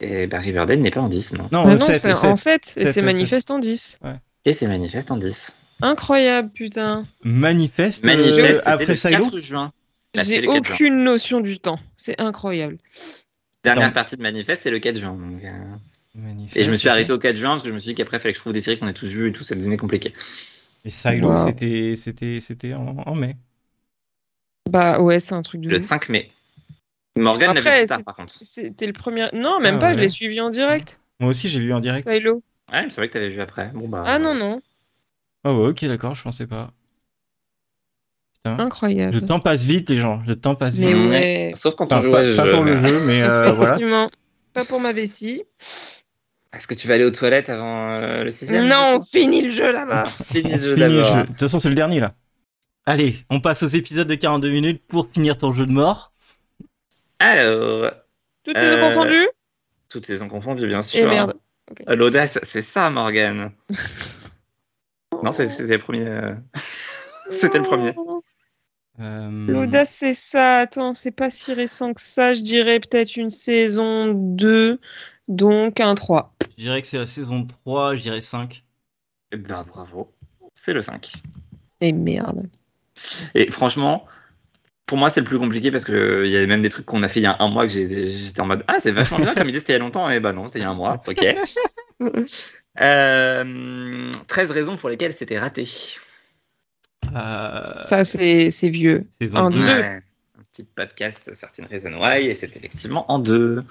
S3: Et bah, Riverdale n'est pas en 10, non.
S1: Non,
S2: Bah non,
S1: 7,
S2: c'est en 7 et
S1: Oh, Sept,
S2: c'est
S1: sept,
S2: manifeste en 10.
S3: Et c'est manifeste en 10.
S2: Incroyable, putain.
S1: Manifeste, euh,
S3: Manifeste, c'était
S1: après
S3: le
S1: Silo
S3: 4 juin. La
S2: J'ai
S3: télé quatre juin.
S2: aucune notion du temps. C'est incroyable.
S3: Dernière
S1: Non.
S3: partie de Manifeste, c'est le 4 juin. donc, euh,
S1: Manifeste.
S3: Et je me suis arrêté au 4 juin parce que je me suis dit qu'après, il fallait que je trouve des séries qu'on a tous vues et tout, ça devenait compliqué.
S1: Et Silo,
S2: Wow.
S1: c'était, c'était, c'était en, en mai.
S2: Bah ouais, c'est un truc de.
S3: Le
S2: ouf.
S3: 5 mai. Morgan
S2: Après,
S3: l'avait plus tard,
S2: c'est-
S3: par contre.
S2: C'était le premier. Non, même
S1: Ah
S2: pas, je
S1: ouais.
S2: l'ai suivi en direct.
S1: Moi aussi, j'ai vu en direct.
S2: Silo.
S3: Ouais, c'est vrai que t'avais vu après. Bon, bah,
S2: Ah non, non.
S1: Ah ouais, ok, d'accord, je pensais pas. Putain. Le
S2: Incroyable.
S1: temps passe vite, les gens. Le temps passe
S2: Ah, Mais
S1: vite.
S3: Mm.
S2: ouais.
S3: Sauf quand on
S1: Enfin,
S3: joue
S1: pas,
S3: à ce
S1: pas
S3: jeu,
S1: pour
S3: mais-
S1: le jeu, mais euh, voilà.
S2: Effectivement. Pas pour ma vessie.
S3: Est-ce que tu vas aller aux toilettes avant euh, le 6
S2: Non, on finit le jeu là-bas.
S3: Finis le jeu
S1: Fini le
S3: d'abord.
S1: jeu. De toute façon, c'est le dernier là. Allez, on passe aux épisodes de 42 minutes pour finir ton jeu de mort.
S3: Alors,
S2: Toutes les deux
S3: Euh,
S2: confondues
S3: toutes saisons confondues, bien sûr. Euh,
S2: Et merde.
S3: L'audace, c'est ça, Morgan. non, c'est- c'était le premier. euh, c'était le premier.
S2: Non.
S1: Hmm. Euh,
S2: Oh, L'audace, c'est ça. Attends, c'est pas si récent que ça. Je dirais peut-être une saison 2 Donc un 3.
S1: Je dirais que c'est la saison 3, je dirais 5.
S3: Eh ben, bravo. C'est le 5.
S2: Et merde.
S3: Et franchement, pour moi, c'est le plus compliqué parce qu'il y a même des trucs qu'on a fait il y a un mois que j'ai- j'étais en mode Ah, c'est vachement bien comme idée, c'était il y a longtemps. Et bah non, c'était il y a un mois. Ok. Euh, 13 raisons pour lesquelles c'était raté.
S1: Euh,
S2: Ça, c'est c'est vieux.
S1: saison
S2: un,
S1: deux.
S2: deux.
S3: Ouais. Un petit podcast, Certain Reason Why, et c'est effectivement en deux.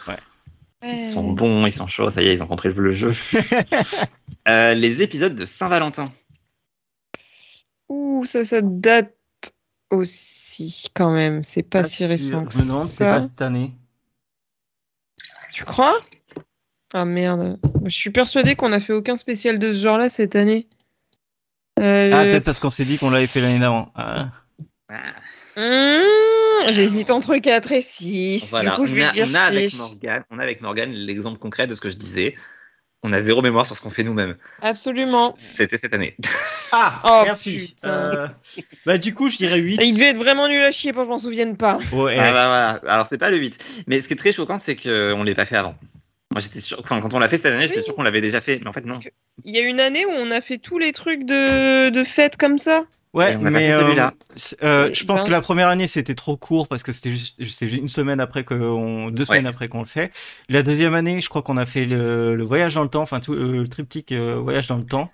S3: Ils sont bons, ils sont chauds, ça y est, ils ont compris le jeu. Euh, les épisodes de Saint-Valentin.
S2: Ouh, ça, ça date aussi, quand même. C'est pas si récent que
S1: Je me demande, c'est
S2: ça.
S1: pas cette année.
S2: Tu crois Ah merde. Je suis persuadée qu'on a fait aucun spécial de ce genre-là cette année. Euh,
S1: Ah, peut-être parce qu'on s'est dit qu'on l'avait fait l'année d'avant. Ah.
S3: Ah,
S2: hmm, J'hésite entre 4 et 6.
S3: Voilà,
S2: du coup, je
S3: on
S2: vais
S3: a,
S2: dire
S3: on a avec
S2: chiche.
S3: Morgane, on a avec Morgane l'exemple concret de ce que je disais. On a zéro mémoire sur ce qu'on fait nous-mêmes.
S2: Absolument.
S3: C'était cette année.
S1: Ah,
S2: Oh,
S1: merci.
S2: putain.
S1: Euh, bah, du coup, je dirais 8.
S2: Et Il devait être vraiment nul à chier pour que je m'en souvienne pas.
S1: Ouais,
S3: Ah bah voilà. Alors c'est pas le 8. Mais ce qui est très choquant, c'est qu'on l'ait pas fait avant. Moi j'étais sûr, enfin, quand on l'a fait cette année, j'étais
S2: Oui.
S3: sûr qu'on l'avait déjà fait, mais en fait non.
S2: Parce que- Il y a une année où on a fait tous les trucs de, de fête comme ça.
S1: ouais,
S3: Et on a pas
S1: mais
S3: fait
S1: euh,
S3: celui-là.
S1: c'est- euh,
S2: Et
S1: je pense
S2: ben-
S1: que la première année c'était trop court parce que c'était juste c'est une semaine après que on- deux semaines
S3: Ouais.
S1: après qu'on le fait. La deuxième année, je crois qu'on a fait le, le voyage dans le temps, enfin tout euh, le triptyque euh, voyage dans le temps.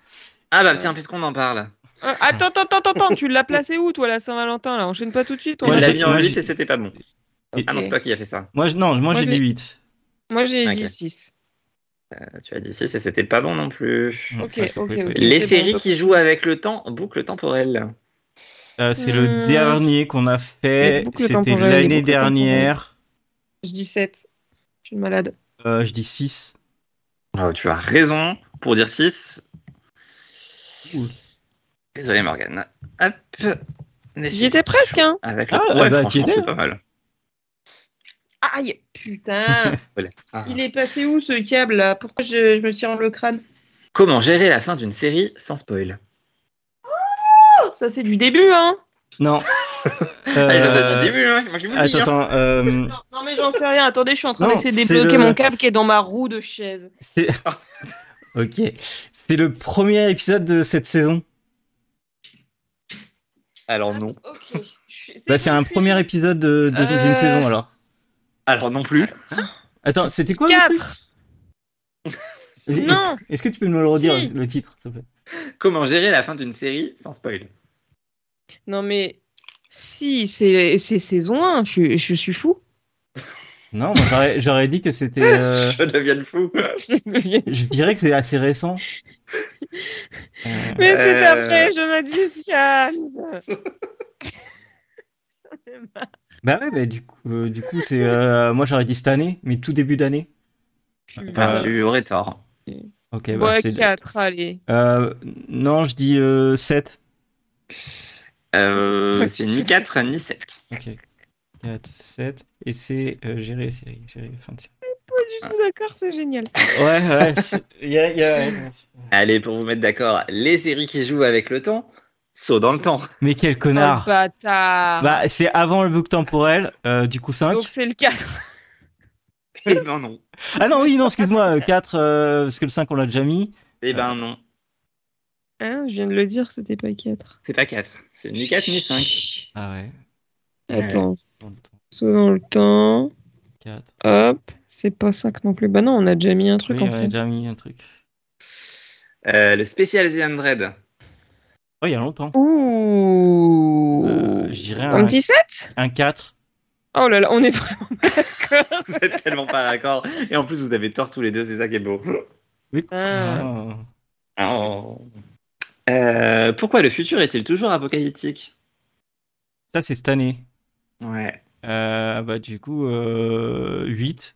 S3: Ah bah tiens, puisqu'on en parle.
S2: Euh, attends, attends, attends, attends. tu l'as placé où, toi, la Saint-Valentin là Enchaîne pas tout de suite. on
S3: On
S1: Moi,
S2: va-
S3: l'a
S1: j'ai-
S3: mis en
S1: moi,
S3: 8
S1: j'ai-
S3: et c'était pas bon.
S2: Ok.
S3: Ah non, c'est toi qui as fait ça.
S1: Moi, je- non, moi,
S2: Moi,
S1: j'ai
S2: je
S1: dit
S2: l'ai-
S1: 8.
S2: Moi, j'ai
S3: Ok.
S2: dit 6.
S3: Euh, Tu as dit 6 et c'était pas bon non plus.
S1: Ouais,
S2: Ok,
S1: ça, ça
S2: ok,
S1: peut-
S2: ok.
S3: Les
S2: C'est bon,
S3: séries
S2: donc-
S3: qui jouent avec le temps, boucle temporelle.
S1: Euh, c'est
S2: Hmm.
S1: le dernier qu'on a
S2: Les
S1: fait.
S2: boucles
S1: C'était
S2: temporelles, les
S1: l'année
S2: boucles
S1: dernière.
S2: Je dis 7. Je suis malade.
S1: Euh, je dis 6.
S3: Oh, tu as raison pour dire 6.
S1: Ouh.
S3: Désolé Morgane. Hop. Les
S2: J'y
S3: séries
S2: étais presque, hein
S3: Avec le
S1: Ah,
S3: temps. Ouais,
S1: bah, t'y
S3: franchement,
S1: étais.
S3: c'est pas mal.
S2: Aïe Putain
S3: Voilà. Ah.
S2: Il est passé où ce câble là Pourquoi je, je me suis rendu le crâne
S3: Comment gérer la fin d'une série sans spoil
S1: Euh,
S2: Oh, Ça c'est du début, hein
S1: Non.
S3: Ah, ils ont
S1: Euh,
S3: ça du début, hein, c'est moi qui vous le dis.
S1: Attends, attends. euh,
S2: Non, non, mais j'en sais rien, attendez, je suis en train
S1: Non,
S2: d'essayer de
S1: c'est
S2: débloquer
S1: le-
S2: mon câble qui est dans ma roue de chaise.
S1: c'est- ok. C'est le premier épisode de cette saison.
S3: Alors Oh non.
S2: Ok. Je suis-
S1: Bah, c'est
S2: bon,
S1: un
S2: je suis-
S1: premier épisode de- de- d'une
S2: Euh.
S1: saison alors.
S3: Alors non plus.
S1: Attends, c'était quoi le truc
S2: Quatre
S1: Est- est-
S2: Non
S1: Est-ce que tu peux me le redire
S2: Si.
S1: le titre, s'il te plaît
S3: Comment gérer la fin d'une série sans spoil
S2: Non mais. Si, c'est c'est saison 1, je, suis- je suis fou.
S1: Non, moi, j'aurais- j'aurais dit que c'était. euh,
S3: Je deviens fou.
S2: Je deviens-
S1: Je dirais que c'est assez récent. Euh,
S2: Mais c'est
S3: Euh.
S2: après, je m'a dit Siams J'en ai marre.
S1: Bah ouais, bah, du coup, euh, du coup, c'est euh, moi j'aurais dit cette année, mais tout début d'année.
S3: Ah,
S2: Bah, eh
S1: Euh,
S3: tu aurais tort.
S1: Ok, bah,
S2: Ouais,
S1: c'est-
S2: 4, allez.
S1: Euh, non, je dis euh, 7.
S3: Euh, c'est ni 4 ni 7.
S1: Ok. 4, 7. Et c'est euh, gérer les séries. Gérer les fins de série.
S2: Pas du tout d'accord, c'est génial.
S1: Ouais, ouais. je- y a- y a-
S3: Allez, pour vous mettre d'accord, les séries qui jouent avec le temps, saut dans le temps.
S1: Mais quel
S2: Oh,
S1: connard.
S2: bâtard.
S1: Bah, c'est avant le book temporel, euh, du coup 5.
S2: Donc c'est le 4.
S3: Eh ben non.
S1: Ah non, oui, non, excuse-moi, 4, parce que le 5 on l'a déjà mis.
S3: Eh ben non.
S2: Hein, je viens de le dire, c'était pas 4.
S3: C'est pas 4. C'est ni 4 ni 5.
S1: Ah ouais.
S2: Attends, saut dans le temps.
S1: 4.
S2: Hop, c'est pas 5 non plus. Bah non, on a déjà mis un
S1: Oui,
S2: truc
S1: on a
S2: ensemble.
S1: déjà mis un truc.
S3: Euh, le spécial The Dread.
S1: Oh, il y a longtemps.
S2: Ouh.
S1: Euh, je dirais
S2: un
S1: un-
S2: petit 7
S1: Un 4.
S2: Oh là là, on est vraiment pas d'accord.
S3: Vous êtes tellement pas d'accord. Et en plus, vous avez tort tous les deux, c'est ça qui est beau.
S1: Oui.
S2: Ah.
S1: Ah.
S3: Oh. Euh, pourquoi le futur est-il toujours apocalyptique
S1: Ça, c'est cette année.
S3: Ouais.
S1: Euh, bah, du coup, euh, 8.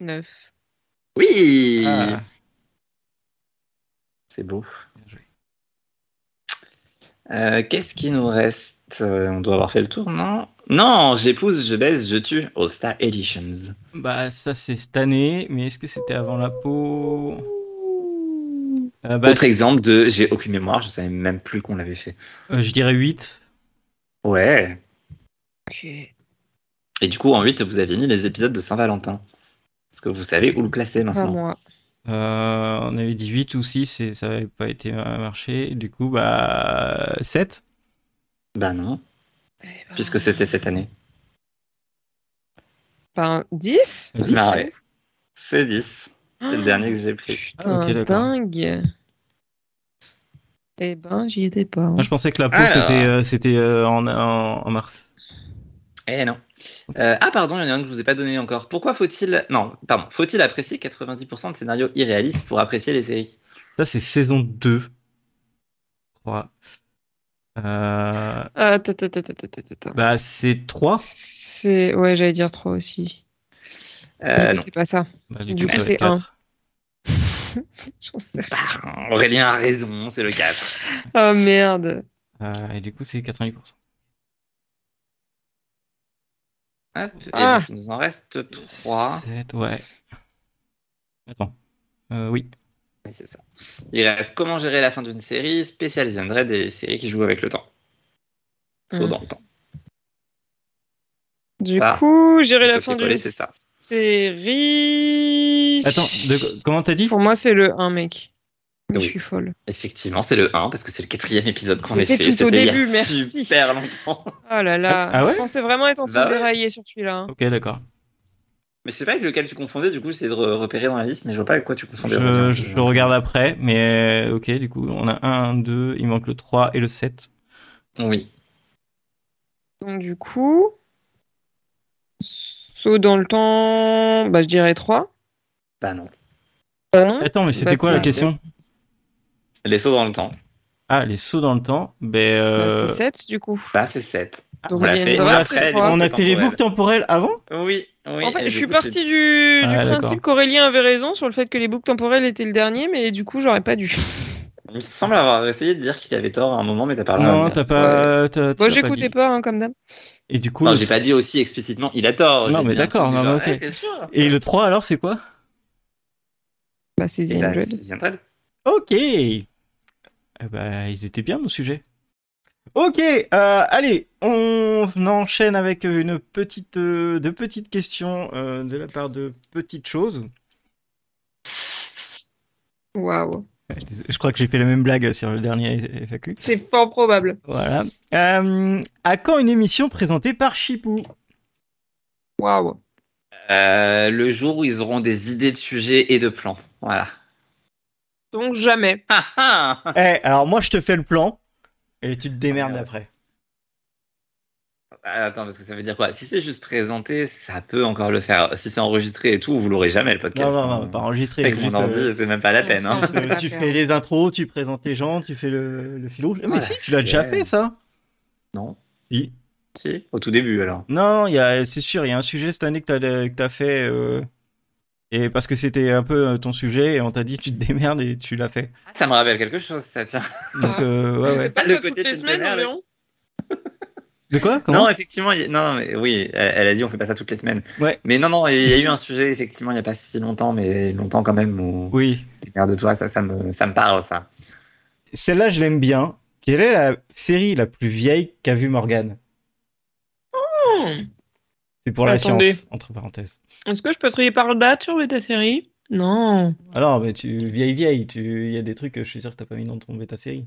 S2: 9.
S3: Oui
S1: Ah.
S3: C'est beau.
S1: Bien joué.
S3: Euh, Qu'est-ce qui nous reste Euh, On doit avoir fait le tour, non Non, j'épouse, je baise, je tue. All Star Editions.
S1: Bah, ça, c'est cette année, mais est-ce que c'était avant la peau
S2: Ouh.
S1: Euh, bah,
S3: Autre exemple de j'ai aucune mémoire, je savais même plus qu'on l'avait fait.
S1: euh, je dirais 8.
S3: Ouais.
S2: Ok.
S3: Et du coup, en 8, vous avez mis les épisodes de Saint-Valentin. Est-ce que vous savez où le placer
S2: Pas
S3: maintenant
S2: moi.
S1: Euh, on avait dit 8 ou 6 et ça n'avait pas été un marché. Du coup, bah 7.
S3: Bah non,
S2: Eh ben,
S3: puisque c'était cette année.
S2: ben, 10
S3: Je me suis marré. Bah C'est 10. C'est le dernier que j'ai pris.
S2: Putain,
S1: Ah, ok, d'accord.
S2: dingue. Eh ben, j'y étais pas. hein.
S1: Moi, Ah, je pensais que la peau
S3: Alors.
S1: c'était euh, c'était euh, en, en, en mars.
S3: Eh non. Euh, ah pardon, il y en a un que je vous ai pas donné encore. Pourquoi faut-il... Non, pardon. Faut-il apprécier 90% de scénarios irréalistes pour apprécier les séries
S1: Ça, c'est saison 2. Je crois. Euh,
S2: Ah, ta, ta, ta, ta, ta, ta, ta, ta.
S1: bah, c'est 3.
S2: C'est. Ouais, j'allais dire 3 aussi.
S3: euh,
S2: Mais
S3: non.
S2: c'est pas ça.
S1: Bah, du,
S2: Du
S1: coup,
S2: coup,
S1: ça va
S2: c'est
S1: être quatre.
S2: J'en sais rien.
S3: Bah, Aurélien a raison, c'est le 4.
S2: Oh merde.
S1: Euh, et du coup, c'est 90%.
S3: Hop, et
S2: Ah.
S3: donc, il nous en reste 3.
S1: 7, ouais. Attends. Euh, oui.
S3: Oui, c'est ça. Il reste comment gérer la fin d'une série, spécial The Undead et les séries qui jouent avec le temps. Saut
S2: Mm.
S3: dans le temps.
S2: Du
S3: Ah.
S2: coup, gérer la fin
S3: Copier-coller,
S2: d'une
S3: c'est ça.
S2: série.
S1: Attends, de- comment t'as dit
S2: Pour moi, c'est le 1, mec. Mais
S3: Oui.
S2: je suis folle.
S3: Effectivement, c'est le 1 parce que c'est le quatrième épisode qu'on a fait.
S2: C'était tout au
S3: C'était il y a
S2: début, merci.
S3: super longtemps.
S2: Oh là là.
S1: Ah ouais
S2: je pensais vraiment être en train
S3: Bah
S2: de
S3: ouais.
S2: dérailler sur celui-là. hein.
S1: Ok, d'accord.
S3: Mais c'est pas avec lequel tu confondais, du coup, j'essaie de re- repérer dans la liste, mais je vois pas avec quoi tu confondais.
S1: Je, je le regarde après, mais euh, ok, du coup, on a 1, 2, il manque le 3 et le 7.
S3: Oui.
S2: Donc, du coup. Saut dans le temps. Bah, je dirais 3.
S3: Bah non.
S2: Bah non.
S1: Attends, mais c'était
S2: Bah,
S1: quoi
S2: c'est
S1: la
S3: un
S1: question
S3: Les sauts dans le temps.
S1: Ah, les sauts dans le temps. Ben, euh,
S2: Bah, c'est 7, du coup.
S3: Bah, c'est 7.
S2: Donc,
S3: on bah, l'a
S2: il y a
S3: fait
S2: une
S1: on
S2: vraie
S1: a
S3: après,
S2: c'est
S1: fait,
S3: les
S2: trois.
S1: on a
S3: boucles
S1: fait les
S3: temporelles.
S1: boucles temporelles avant
S3: Oui, oui.
S2: En fait,
S3: et
S2: je
S3: du
S2: suis
S3: coup, tu-
S2: partie du, du
S1: Ah, d'accord.
S2: principe qu'Aurélien avait raison sur le fait que les boucles temporelles étaient le dernier, mais du coup, j'aurais pas dû.
S3: Il me semble avoir essayé de dire qu'il avait tort à un moment, Ah, mais t'as pas le droit de
S1: Non,
S3: le dire.
S1: t'as pas. t'as- t'as
S2: Moi,
S1: pas
S2: j'écoutais
S1: dit.
S2: pas, hein, comme d'hab.
S1: Et du coup,
S3: Non,
S1: le-
S3: j'ai pas dit aussi explicitement, il a tort.
S1: Non,
S3: J'ai
S1: mais
S3: dit un
S1: d'accord,
S3: truc du
S1: non,
S3: genre,
S1: mais
S3: Eh, t'es sûr
S1: et le 3 alors, c'est quoi
S2: Bah, c'est The
S3: Et bah,
S2: Hundred.
S3: c'est The Undead.
S1: Ok Eh ben, ils étaient bien, nos sujets. Ok, euh, allez, on enchaîne avec une petite, euh, deux petites questions euh, de la part de Petites Choses.
S2: Waouh.
S1: Je crois que j'ai fait la même blague sur le dernier FAQ.
S2: C'est fort probable.
S1: Voilà. Euh, à quand une émission présentée par Chipou
S2: Waouh.
S3: Euh, le jour où ils auront des idées de sujets et de plans. Voilà.
S2: Donc, jamais.
S3: Ah, ah
S1: Eh, alors moi je te fais le plan et tu te démerdes après.
S3: Ah, Attends, parce que ça veut dire quoi Si c'est juste présenté, ça peut encore le faire. Si c'est enregistré et tout, vous l'aurez jamais le podcast.
S1: Non, non,
S3: hein.
S1: non, pas enregistré.
S3: Avec
S1: juste,
S3: mon ordi,
S1: euh,
S3: c'est même pas la
S2: on
S3: peine. hein.
S2: s'en
S1: juste, euh, tu
S2: Faire.
S1: fais les intros, tu présentes les gens, tu fais le, le fil rouge. Mais
S3: Voilà.
S1: si, tu l'as déjà
S3: Ouais.
S1: fait ça
S3: Non
S1: Si.
S3: Si Au tout début alors.
S1: Non, il y a- c'est sûr, il y a un sujet cette année que t'as que t'as fait. euh, et parce que c'était un peu euh, ton sujet et on t'a dit tu te démerdes et tu l'as fait.
S3: Ah, Ça me rappelle quelque chose, ça tient.
S1: Donc, euh, ouais, ouais.
S2: Pas
S3: Le
S2: ça toutes
S3: côté
S2: les
S3: de
S2: semaines,
S3: Tinder,
S2: environ.
S1: De quoi Comment
S3: non, effectivement, il- non, non, mais oui, elle, elle a dit on fait pas ça toutes les semaines.
S1: Ouais.
S3: Mais non, non, il y a eu un sujet, effectivement, il y a pas si longtemps, mais longtemps quand même, où
S1: Oui.
S3: t'es merde de toi, ça, ça, me, ça me parle, ça.
S1: Celle-là, je l'aime bien. Quelle est la série la plus vieille qu'a vue Morgane
S2: Hmm.
S1: C'est pour la
S2: Attendez.
S1: science, entre parenthèses.
S2: Est-ce que je peux trier par date sur ta série Non.
S1: Alors, mais tu vieille vieille, tu il y a des trucs que je suis sûr que t'as pas mis dans ton bêta série.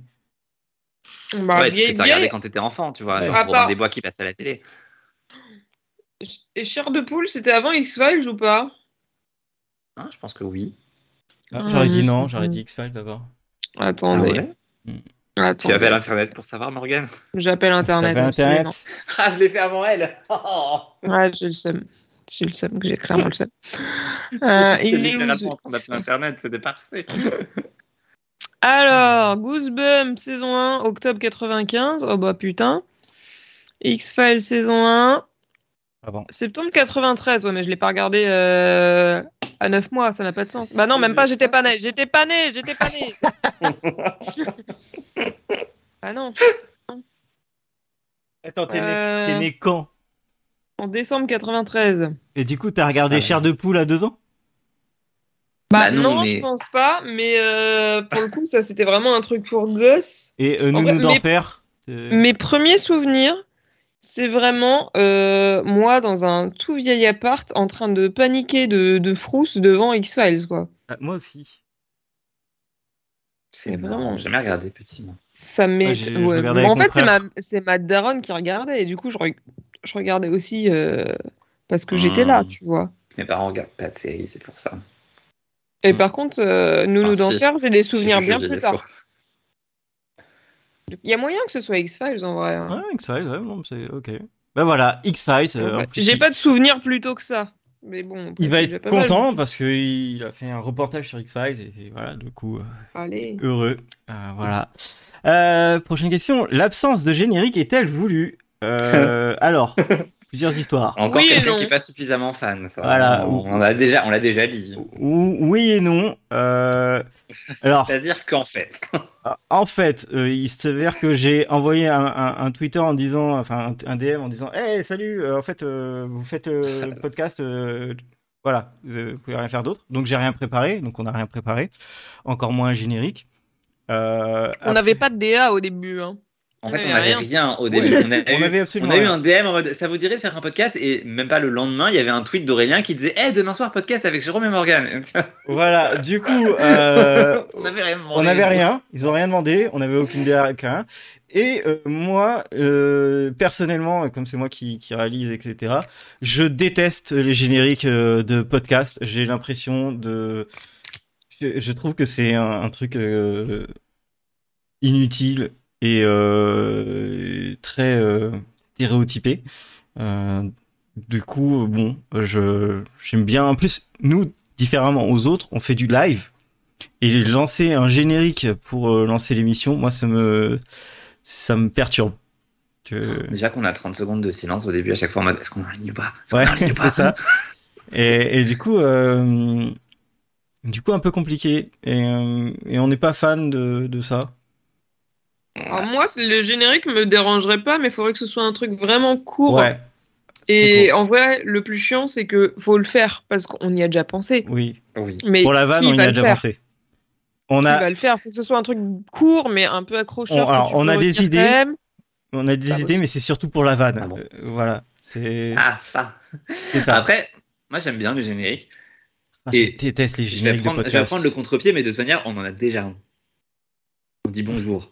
S2: Bah,
S3: ouais, tu
S2: vieille,
S3: peux te regarder
S2: vieille.
S3: quand t'étais enfant, tu vois,
S1: Ouais.
S3: genre
S2: À
S3: Robin
S2: part-
S3: des Bois qui passe à la télé.
S2: Ch- Et Chair de Poule, c'était avant X-Files ou pas
S3: Hein, je pense que oui.
S1: Ah, j'aurais dit non,
S2: Mm.
S1: j'aurais dit X Files d'abord.
S2: Attendez.
S3: Ah ouais Tu
S2: Attendez.
S3: appelles Internet pour savoir, Morgan
S2: J'appelle Internet.
S1: T'avais internet.
S2: absolument.
S3: Ah, je l'ai fait avant elle Oh.
S2: Ouais, j'ai le seum. J'ai le seum, que j'ai clairement le seum. Euh,
S3: Parce que tu t'es
S2: il est où,
S3: littéralement
S2: ce-
S3: en train d'appeler Internet, c'était parfait.
S2: Alors, Goosebumps saison 1, octobre 95. Oh bah putain. X-Files saison 1,
S1: Ah bon.
S2: septembre 93. Ouais, mais je l'ai pas regardé euh, à 9 mois, ça n'a pas de sens. Bah non, même pas, j'étais pas né. J'étais pas né, j'étais pas né. ah non.
S1: Attends, t'es né,
S2: Euh,
S1: t'es né quand
S2: en décembre 93.
S1: Et du coup, t'as regardé
S3: Ah,
S1: Chair de poule à deux ans
S2: Bah,
S3: Bah non,
S2: non,
S3: mais-
S2: je pense pas, mais euh, pour le coup, ça c'était vraiment un truc pour gosses.
S1: et euh, Nounou
S2: En vrai, Oh, mais-
S1: d'enfer. euh,
S2: Mes premiers souvenirs, C'est vraiment euh, moi dans un tout vieil appart en train de paniquer de, de frousse devant X-Files, quoi.
S1: Ah, moi aussi.
S3: C'est marrant, j'ai jamais regardé petit. moi.
S2: Ça m'est.
S1: j'ai- je
S2: ouais.
S1: regardais
S2: Bon, en
S1: avec
S2: fait,
S1: mon
S2: c'est ma,
S1: frère.
S2: c'est ma daronne qui regardait, et du coup, je, re- je regardais aussi euh, parce que j'étais
S3: Hmm.
S1: Mm.
S2: là, tu vois.
S3: Mes parents regardent pas de séries, c'est pour ça.
S2: Et
S1: Hmm.
S2: par contre, euh, Nounou
S3: Enfin, si.
S2: Danseur, j'ai des souvenirs
S3: Je-
S2: bien
S3: je-
S2: plus
S3: je-
S2: tard. Il y a moyen que ce soit X-Files en vrai. hein.
S1: Ouais, X-Files, ouais, non, c'est ok. Ben voilà, X-Files. euh, en
S2: Ouais.
S1: plus,
S2: J'ai
S1: il-
S2: pas de souvenirs plus tôt que ça. Mais bon, après,
S1: Il va
S2: c'est
S1: être
S2: déjà pas mal.
S1: content parce qu'il a fait un reportage sur X-Files et, et voilà, du coup, euh,
S2: Allez.
S1: heureux. Euh, voilà. Euh, prochaine question. L'absence de générique est-elle voulue Euh, Alors, plusieurs histoires.
S3: Encore
S2: Oui et
S3: quelqu'un
S2: non.
S3: qui est pas suffisamment fan. ça.
S1: Voilà.
S3: On, on a déjà, on l'a déjà dit.
S1: Ou- Oui et non. Euh, alors,
S3: C'est-à-dire qu'en fait,
S1: en fait, euh, il s'avère que j'ai envoyé un, un- un Twitter en disant, enfin, un, un DM en disant, hey, salut, euh, en fait, euh, vous faites euh, le podcast, euh, voilà, vous, euh, pouvez rien faire d'autre. Donc, j'ai rien préparé, donc on n'a rien préparé, encore moins un générique. Euh,
S2: On
S1: après-
S2: n'avait pas de DA au début. hein.
S3: en fait,
S2: Ouais,
S3: on avait
S2: rien.
S3: rien
S1: Ouais,
S3: au début. On a
S1: on
S3: eu-
S1: avait
S3: On
S1: absolument.
S3: a eu
S1: rien.
S3: un DM en mode ça vous dirait de faire un podcast et même pas le lendemain il y avait un tweet d'Aurélien qui disait Eh, demain soir podcast avec Jérôme et Morgan
S1: Voilà, du coup, euh,
S3: on avait rien demandé.
S1: on n'avait rien, ils ont rien demandé, on n'avait aucune idée à rien. Et euh, moi, euh, personnellement, comme c'est moi qui, qui réalise, etc., je déteste les génériques euh, de podcasts. J'ai l'impression de. Je, je trouve que c'est un, un truc euh, inutile et euh, très euh, stéréotypé. Euh, du coup, euh, bon, je j'aime bien. En plus, nous, différemment aux autres, on fait du live et lancer un générique pour euh, lancer l'émission, moi, ça me ça me perturbe. Que-
S3: Déjà qu'on a 30 secondes de silence au début à chaque fois en mode est-ce qu'on a en ligne ou pas Est-ce qu'on
S1: Ouais,
S3: a en ligne ou pas
S1: c'est ça. Et, et du coup, euh, du coup, un peu compliqué. Et, euh, et on n'est pas fan de, de ça.
S2: Alors moi, c'est- le générique me dérangerait pas, mais il faudrait que ce soit un truc vraiment court.
S1: Ouais,
S2: Et en vrai, le plus chiant, c'est que faut le faire parce qu'on y a déjà pensé.
S1: oui.
S3: Oui.
S2: Mais
S1: Pour la vanne,
S2: qui
S1: on y
S2: va
S1: a
S2: le
S1: déjà
S2: faire
S1: pensé. On
S2: Qui
S1: a
S2: va le faire Faut que ce soit un truc court, mais un peu accrocheur.
S1: On- alors,
S2: que tu
S1: on
S2: peux
S1: a des
S2: retenir
S1: idées.
S2: quand même.
S1: on a des
S2: Bah,
S1: idées, mais c'est surtout pour la vanne.
S3: Ah bon.
S1: Euh, voilà, c'est
S3: Ah ça.
S1: c'est ça.
S3: Après moi j'aime bien le générique.
S1: Ah,
S3: et-
S1: je déteste les
S3: Je vais,
S1: génériques de
S3: prendre, je vais
S1: podcast.
S3: prendre le contre-pied mais de toute manière on en a déjà un. On dit bonjour.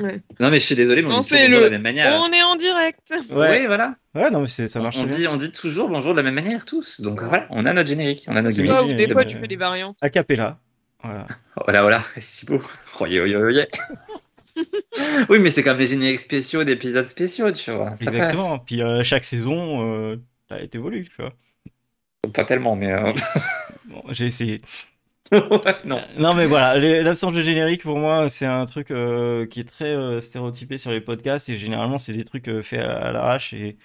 S2: Ouais.
S3: Non mais je suis désolé mais on,
S2: Non,
S3: dit toujours
S2: c'est
S3: bonjour
S2: le-
S3: de la même manière.
S2: On est en direct.
S1: Ouais.
S3: Oui voilà.
S1: Ouais, non, mais c'est- ça marche
S3: on,
S1: très bien.
S3: dit, on dit toujours bonjour de la même manière tous. Donc voilà on a notre générique. On a notre
S1: C'est
S2: Tu
S1: Oui,
S2: vois,
S3: gimmick.
S2: ou Bah, des
S1: euh,
S2: fois, tu fais des variantes.
S1: A cappella. Voilà.
S3: Voilà, voilà, si beau. Oh, yo, yo, yo. oui, mais c'est comme les génériques spéciaux d'épisodes spéciaux, tu vois. Ça
S1: Exactement. Puis euh, chaque saison, euh, t'as été évolué, tu vois.
S3: passe. Pas tellement, mais. euh,
S1: Bon, j'ai essayé.
S3: ouais, non.
S1: Non, mais voilà, les- l'absence de générique pour moi, c'est un truc euh, qui est très euh, stéréotypé sur les podcasts et généralement, c'est des trucs euh, faits à, à l'arrache et,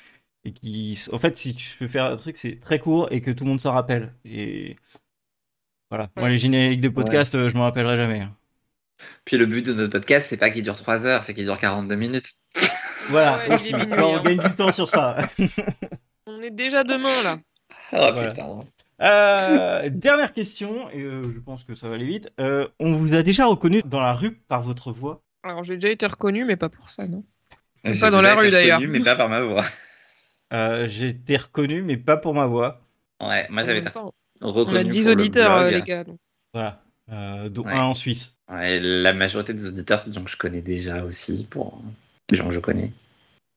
S1: et qui. En fait, si tu veux faire un truc, c'est très court et que tout le monde s'en rappelle. Et voilà. Moi, les génériques de podcasts, euh, je m'en rappellerai jamais.
S3: Puis le but de notre podcast, c'est pas qu'il dure 3 heures, c'est qu'il dure 42 minutes.
S1: Voilà.
S2: Ouais, il est
S1: aussi.
S2: minuit,
S1: Alors, on
S2: hein.
S1: gagne du temps sur ça.
S2: On est déjà demain, là.
S3: Oh
S1: Voilà.
S3: putain.
S1: Euh, dernière question, et euh, je pense que ça va aller vite. Euh, on vous a déjà reconnu dans la rue par votre voix
S2: Alors, j'ai déjà été reconnu, mais pas pour ça, non
S3: J'ai
S2: Pas dans
S3: déjà
S2: la rue,
S3: été reconnu,
S2: d'ailleurs.
S3: Mais pas par ma voix.
S1: Euh, J'ai été reconnu, mais pas pour ma voix.
S3: Ouais, moi
S2: En
S3: j'avais
S2: même temps,
S3: reconnu.
S2: On a 10
S3: pour le
S2: auditeurs, euh,
S3: blog.
S2: les gars. donc.
S1: Voilà. Euh, dont
S3: Ouais.
S1: un en Suisse.
S3: Ouais, la majorité des auditeurs, c'est des gens que je connais déjà aussi, pour les gens que je connais.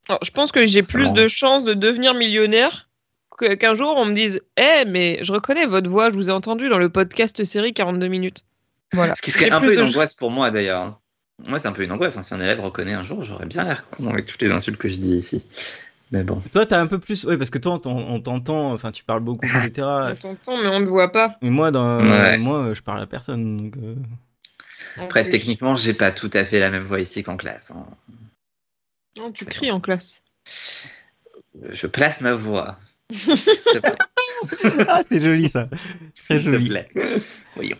S2: Alors, je pense que j'ai
S3: C'est
S2: plus
S3: marrant.
S2: de chances de devenir millionnaire que- qu'un jour on me dise Eh, mais je reconnais votre voix, je vous ai entendu dans le podcast série 42 minutes. Voilà.
S3: Ce qui serait
S2: J'ai
S3: un
S2: plus
S3: peu une
S2: de-
S3: angoisse pour moi d'ailleurs. Moi, c'est un peu une angoisse. hein. Si un élève reconnaît un jour, j'aurais bien l'air con avec toutes les insultes que je dis ici. Mais bon.
S1: Toi, t'as un peu plus. Oui, parce que toi, on t'en- on t'entend, enfin, tu parles beaucoup,
S2: On
S1: etc.
S2: t'entend, mais on ne te voit pas.
S1: Mais moi, dans...
S3: Ouais.
S1: moi, euh, je parle à personne. Donc, euh,
S2: En
S3: Après,
S2: plus.
S3: techniquement, j'ai pas tout à fait la même voix ici qu'en classe. hein.
S2: Non, tu cries en classe.
S3: Je place ma voix. S'il te plaît.
S1: Ah, c'est joli ça.
S3: S'il te
S1: joli.
S3: plaît. Voyons.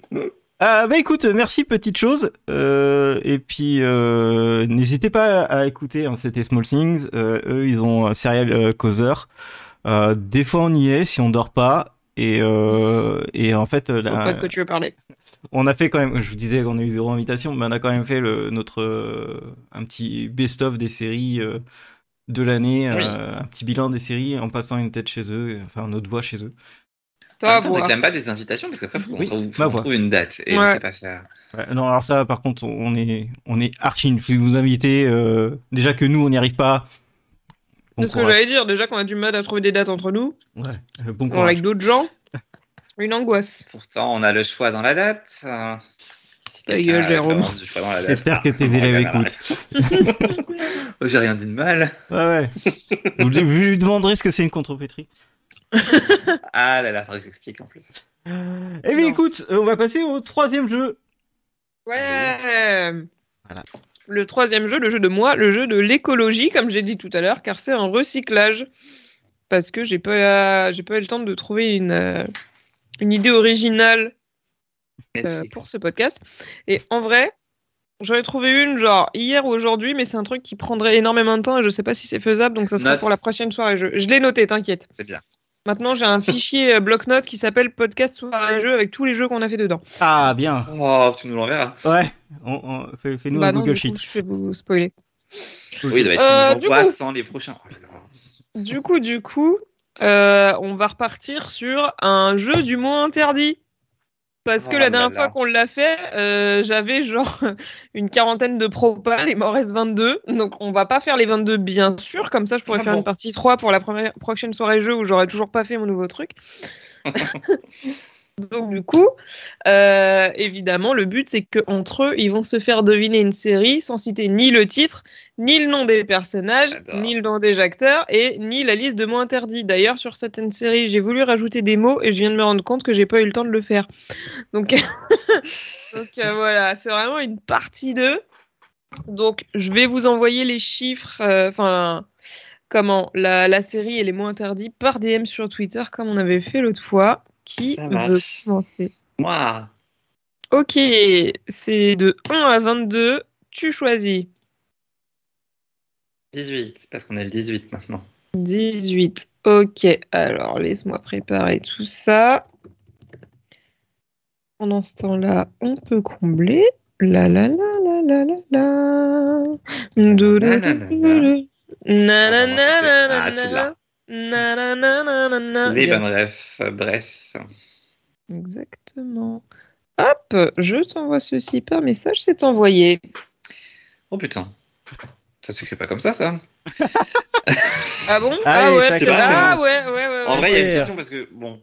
S1: Ah, bah écoute, merci, petite chose. Euh, et puis, euh, n'hésitez pas à écouter, hein, c'était Small Things. Euh, eux, ils ont un serial euh, causeur. Euh, des fois, on y est si on dort pas. Et, euh, et en fait,
S2: Je
S3: Ben,
S1: la-
S2: vois pas de quoi tu veux parler.
S1: on a fait quand même, je vous disais qu'on a eu zéro invitation, mais on a quand même fait le, notre euh, un petit best-of des séries euh, de l'année,
S3: Oui.
S1: euh, un petit bilan des séries en passant une tête chez eux, enfin notre voix chez eux.
S3: En
S2: Toi,
S3: même temps,
S2: bon,
S3: réclame pas des invitations parce qu'après, faut qu'on
S1: Oui,
S3: trouve,
S1: ma
S3: faut qu'on
S1: voix.
S3: trouve une date et on
S2: Ouais.
S3: sait pas faire.
S1: Ouais, non, alors ça, par contre, on est, on est archi nul. Si vous invitez, euh, déjà que nous, on n'y arrive pas. Bon
S2: c'est ce que
S1: courage.
S2: j'allais dire. Déjà qu'on a du mal à trouver des dates entre nous,
S1: Ouais, euh, bon
S2: on
S1: courage.
S2: avec d'autres gens, une angoisse.
S3: Pourtant, on a le choix dans la date. euh, Si
S2: Ta
S3: quelqu'un
S2: gueule,
S3: a
S2: Jérôme.
S3: vraiment du choix dans la date,
S1: J'espère que tes
S3: on
S1: élèves
S3: regarde
S1: écoutent.
S3: la- Oh, J'ai rien dit de mal.
S1: Ouais, ouais. vous, vous lui demanderez ce que c'est une contrepétrie.
S3: Ah là là, faudrait que j'explique en plus.
S1: Eh bien,
S2: Non.
S1: écoute, euh, on va passer au troisième jeu.
S2: Ouais.
S1: Voilà.
S2: Le troisième jeu, le jeu de moi, le jeu de l'écologie, comme j'ai dit tout à l'heure, car c'est un recyclage. Parce que j'ai pas, j'ai pas eu le temps de trouver une, euh, une idée originale euh,
S3: Netflix.
S2: pour ce podcast. Et en vrai, j'en ai trouvé une genre hier ou aujourd'hui, mais c'est un truc qui prendrait énormément de temps et je sais pas si c'est faisable, donc ça sera
S3: Note.
S2: pour la prochaine soirée jeu. Je l'ai noté, t'inquiète.
S3: C'est bien.
S2: Maintenant, j'ai un fichier euh, bloc-notes qui s'appelle podcast soirée jeu avec tous les jeux qu'on a fait dedans.
S1: Ah, bien.
S3: Oh, tu nous l'enverras.
S1: Ouais, on, on- fais- fais-nous
S2: Bah
S1: un
S2: non,
S1: Google
S2: du
S1: Sheet.
S2: coup, je vais vous spoiler.
S3: Oui, ça va être
S2: Euh,
S3: une
S2: du
S3: envoi
S2: coup-
S3: sans les prochains. Oh là là.
S2: Du coup, du coup, euh, on va repartir sur un jeu du mot interdit. Parce que
S3: Oh
S2: la
S3: là
S2: dernière
S3: là.
S2: fois qu'on l'a fait, euh, j'avais genre une quarantaine de propales, il m'en reste 22. Donc on va pas faire les 22 bien sûr, comme ça je pourrais
S3: Ah
S2: faire
S3: bon.
S2: une partie 3 pour la première- prochaine soirée jeu où j'aurais toujours pas fait mon nouveau truc. Donc du coup, euh, évidemment, le but c'est qu'entre eux, ils vont se faire deviner une série sans citer ni le titre, ni le nom des personnages,
S3: J'adore.
S2: ni le nom des acteurs et ni la liste de mots interdits. D'ailleurs, sur certaines séries, j'ai voulu rajouter des mots et je viens de me rendre compte que j'ai pas eu le temps de le faire. Donc, Donc euh, voilà, c'est vraiment une partie 2. Donc je vais vous envoyer les chiffres, euh, enfin comment la, la série et les mots interdits par DM sur Twitter comme on avait fait l'autre fois. Qui
S3: Ça marche.
S2: veut commencer
S3: Moi,
S2: Ok, c'est de 1 à 22. Tu choisis
S3: 18, c'est parce qu'on est le 18 maintenant.
S2: 18. Ok, alors laisse-moi préparer tout ça. Pendant ce temps-là, on peut combler. La la la la la la la. Dou- dou- dou- dou- dou. Na na na na na
S3: Ah, tu l'as.
S2: na. Na na na na na na.
S3: Oui,
S2: Bien
S3: ben bref, euh, bref.
S2: Exactement. Hop, je t'envoie ceci par message, c'est envoyé.
S3: Oh putain. Ça s'écrit pas comme ça, ça.
S2: Ah bon
S1: Allez,
S2: Ah ouais,
S1: ça
S2: c'est-
S3: commence.
S2: ah ouais, ouais, ouais.
S3: En
S2: ouais.
S3: vrai, il y a une
S1: Ouais.
S3: question parce que, bon.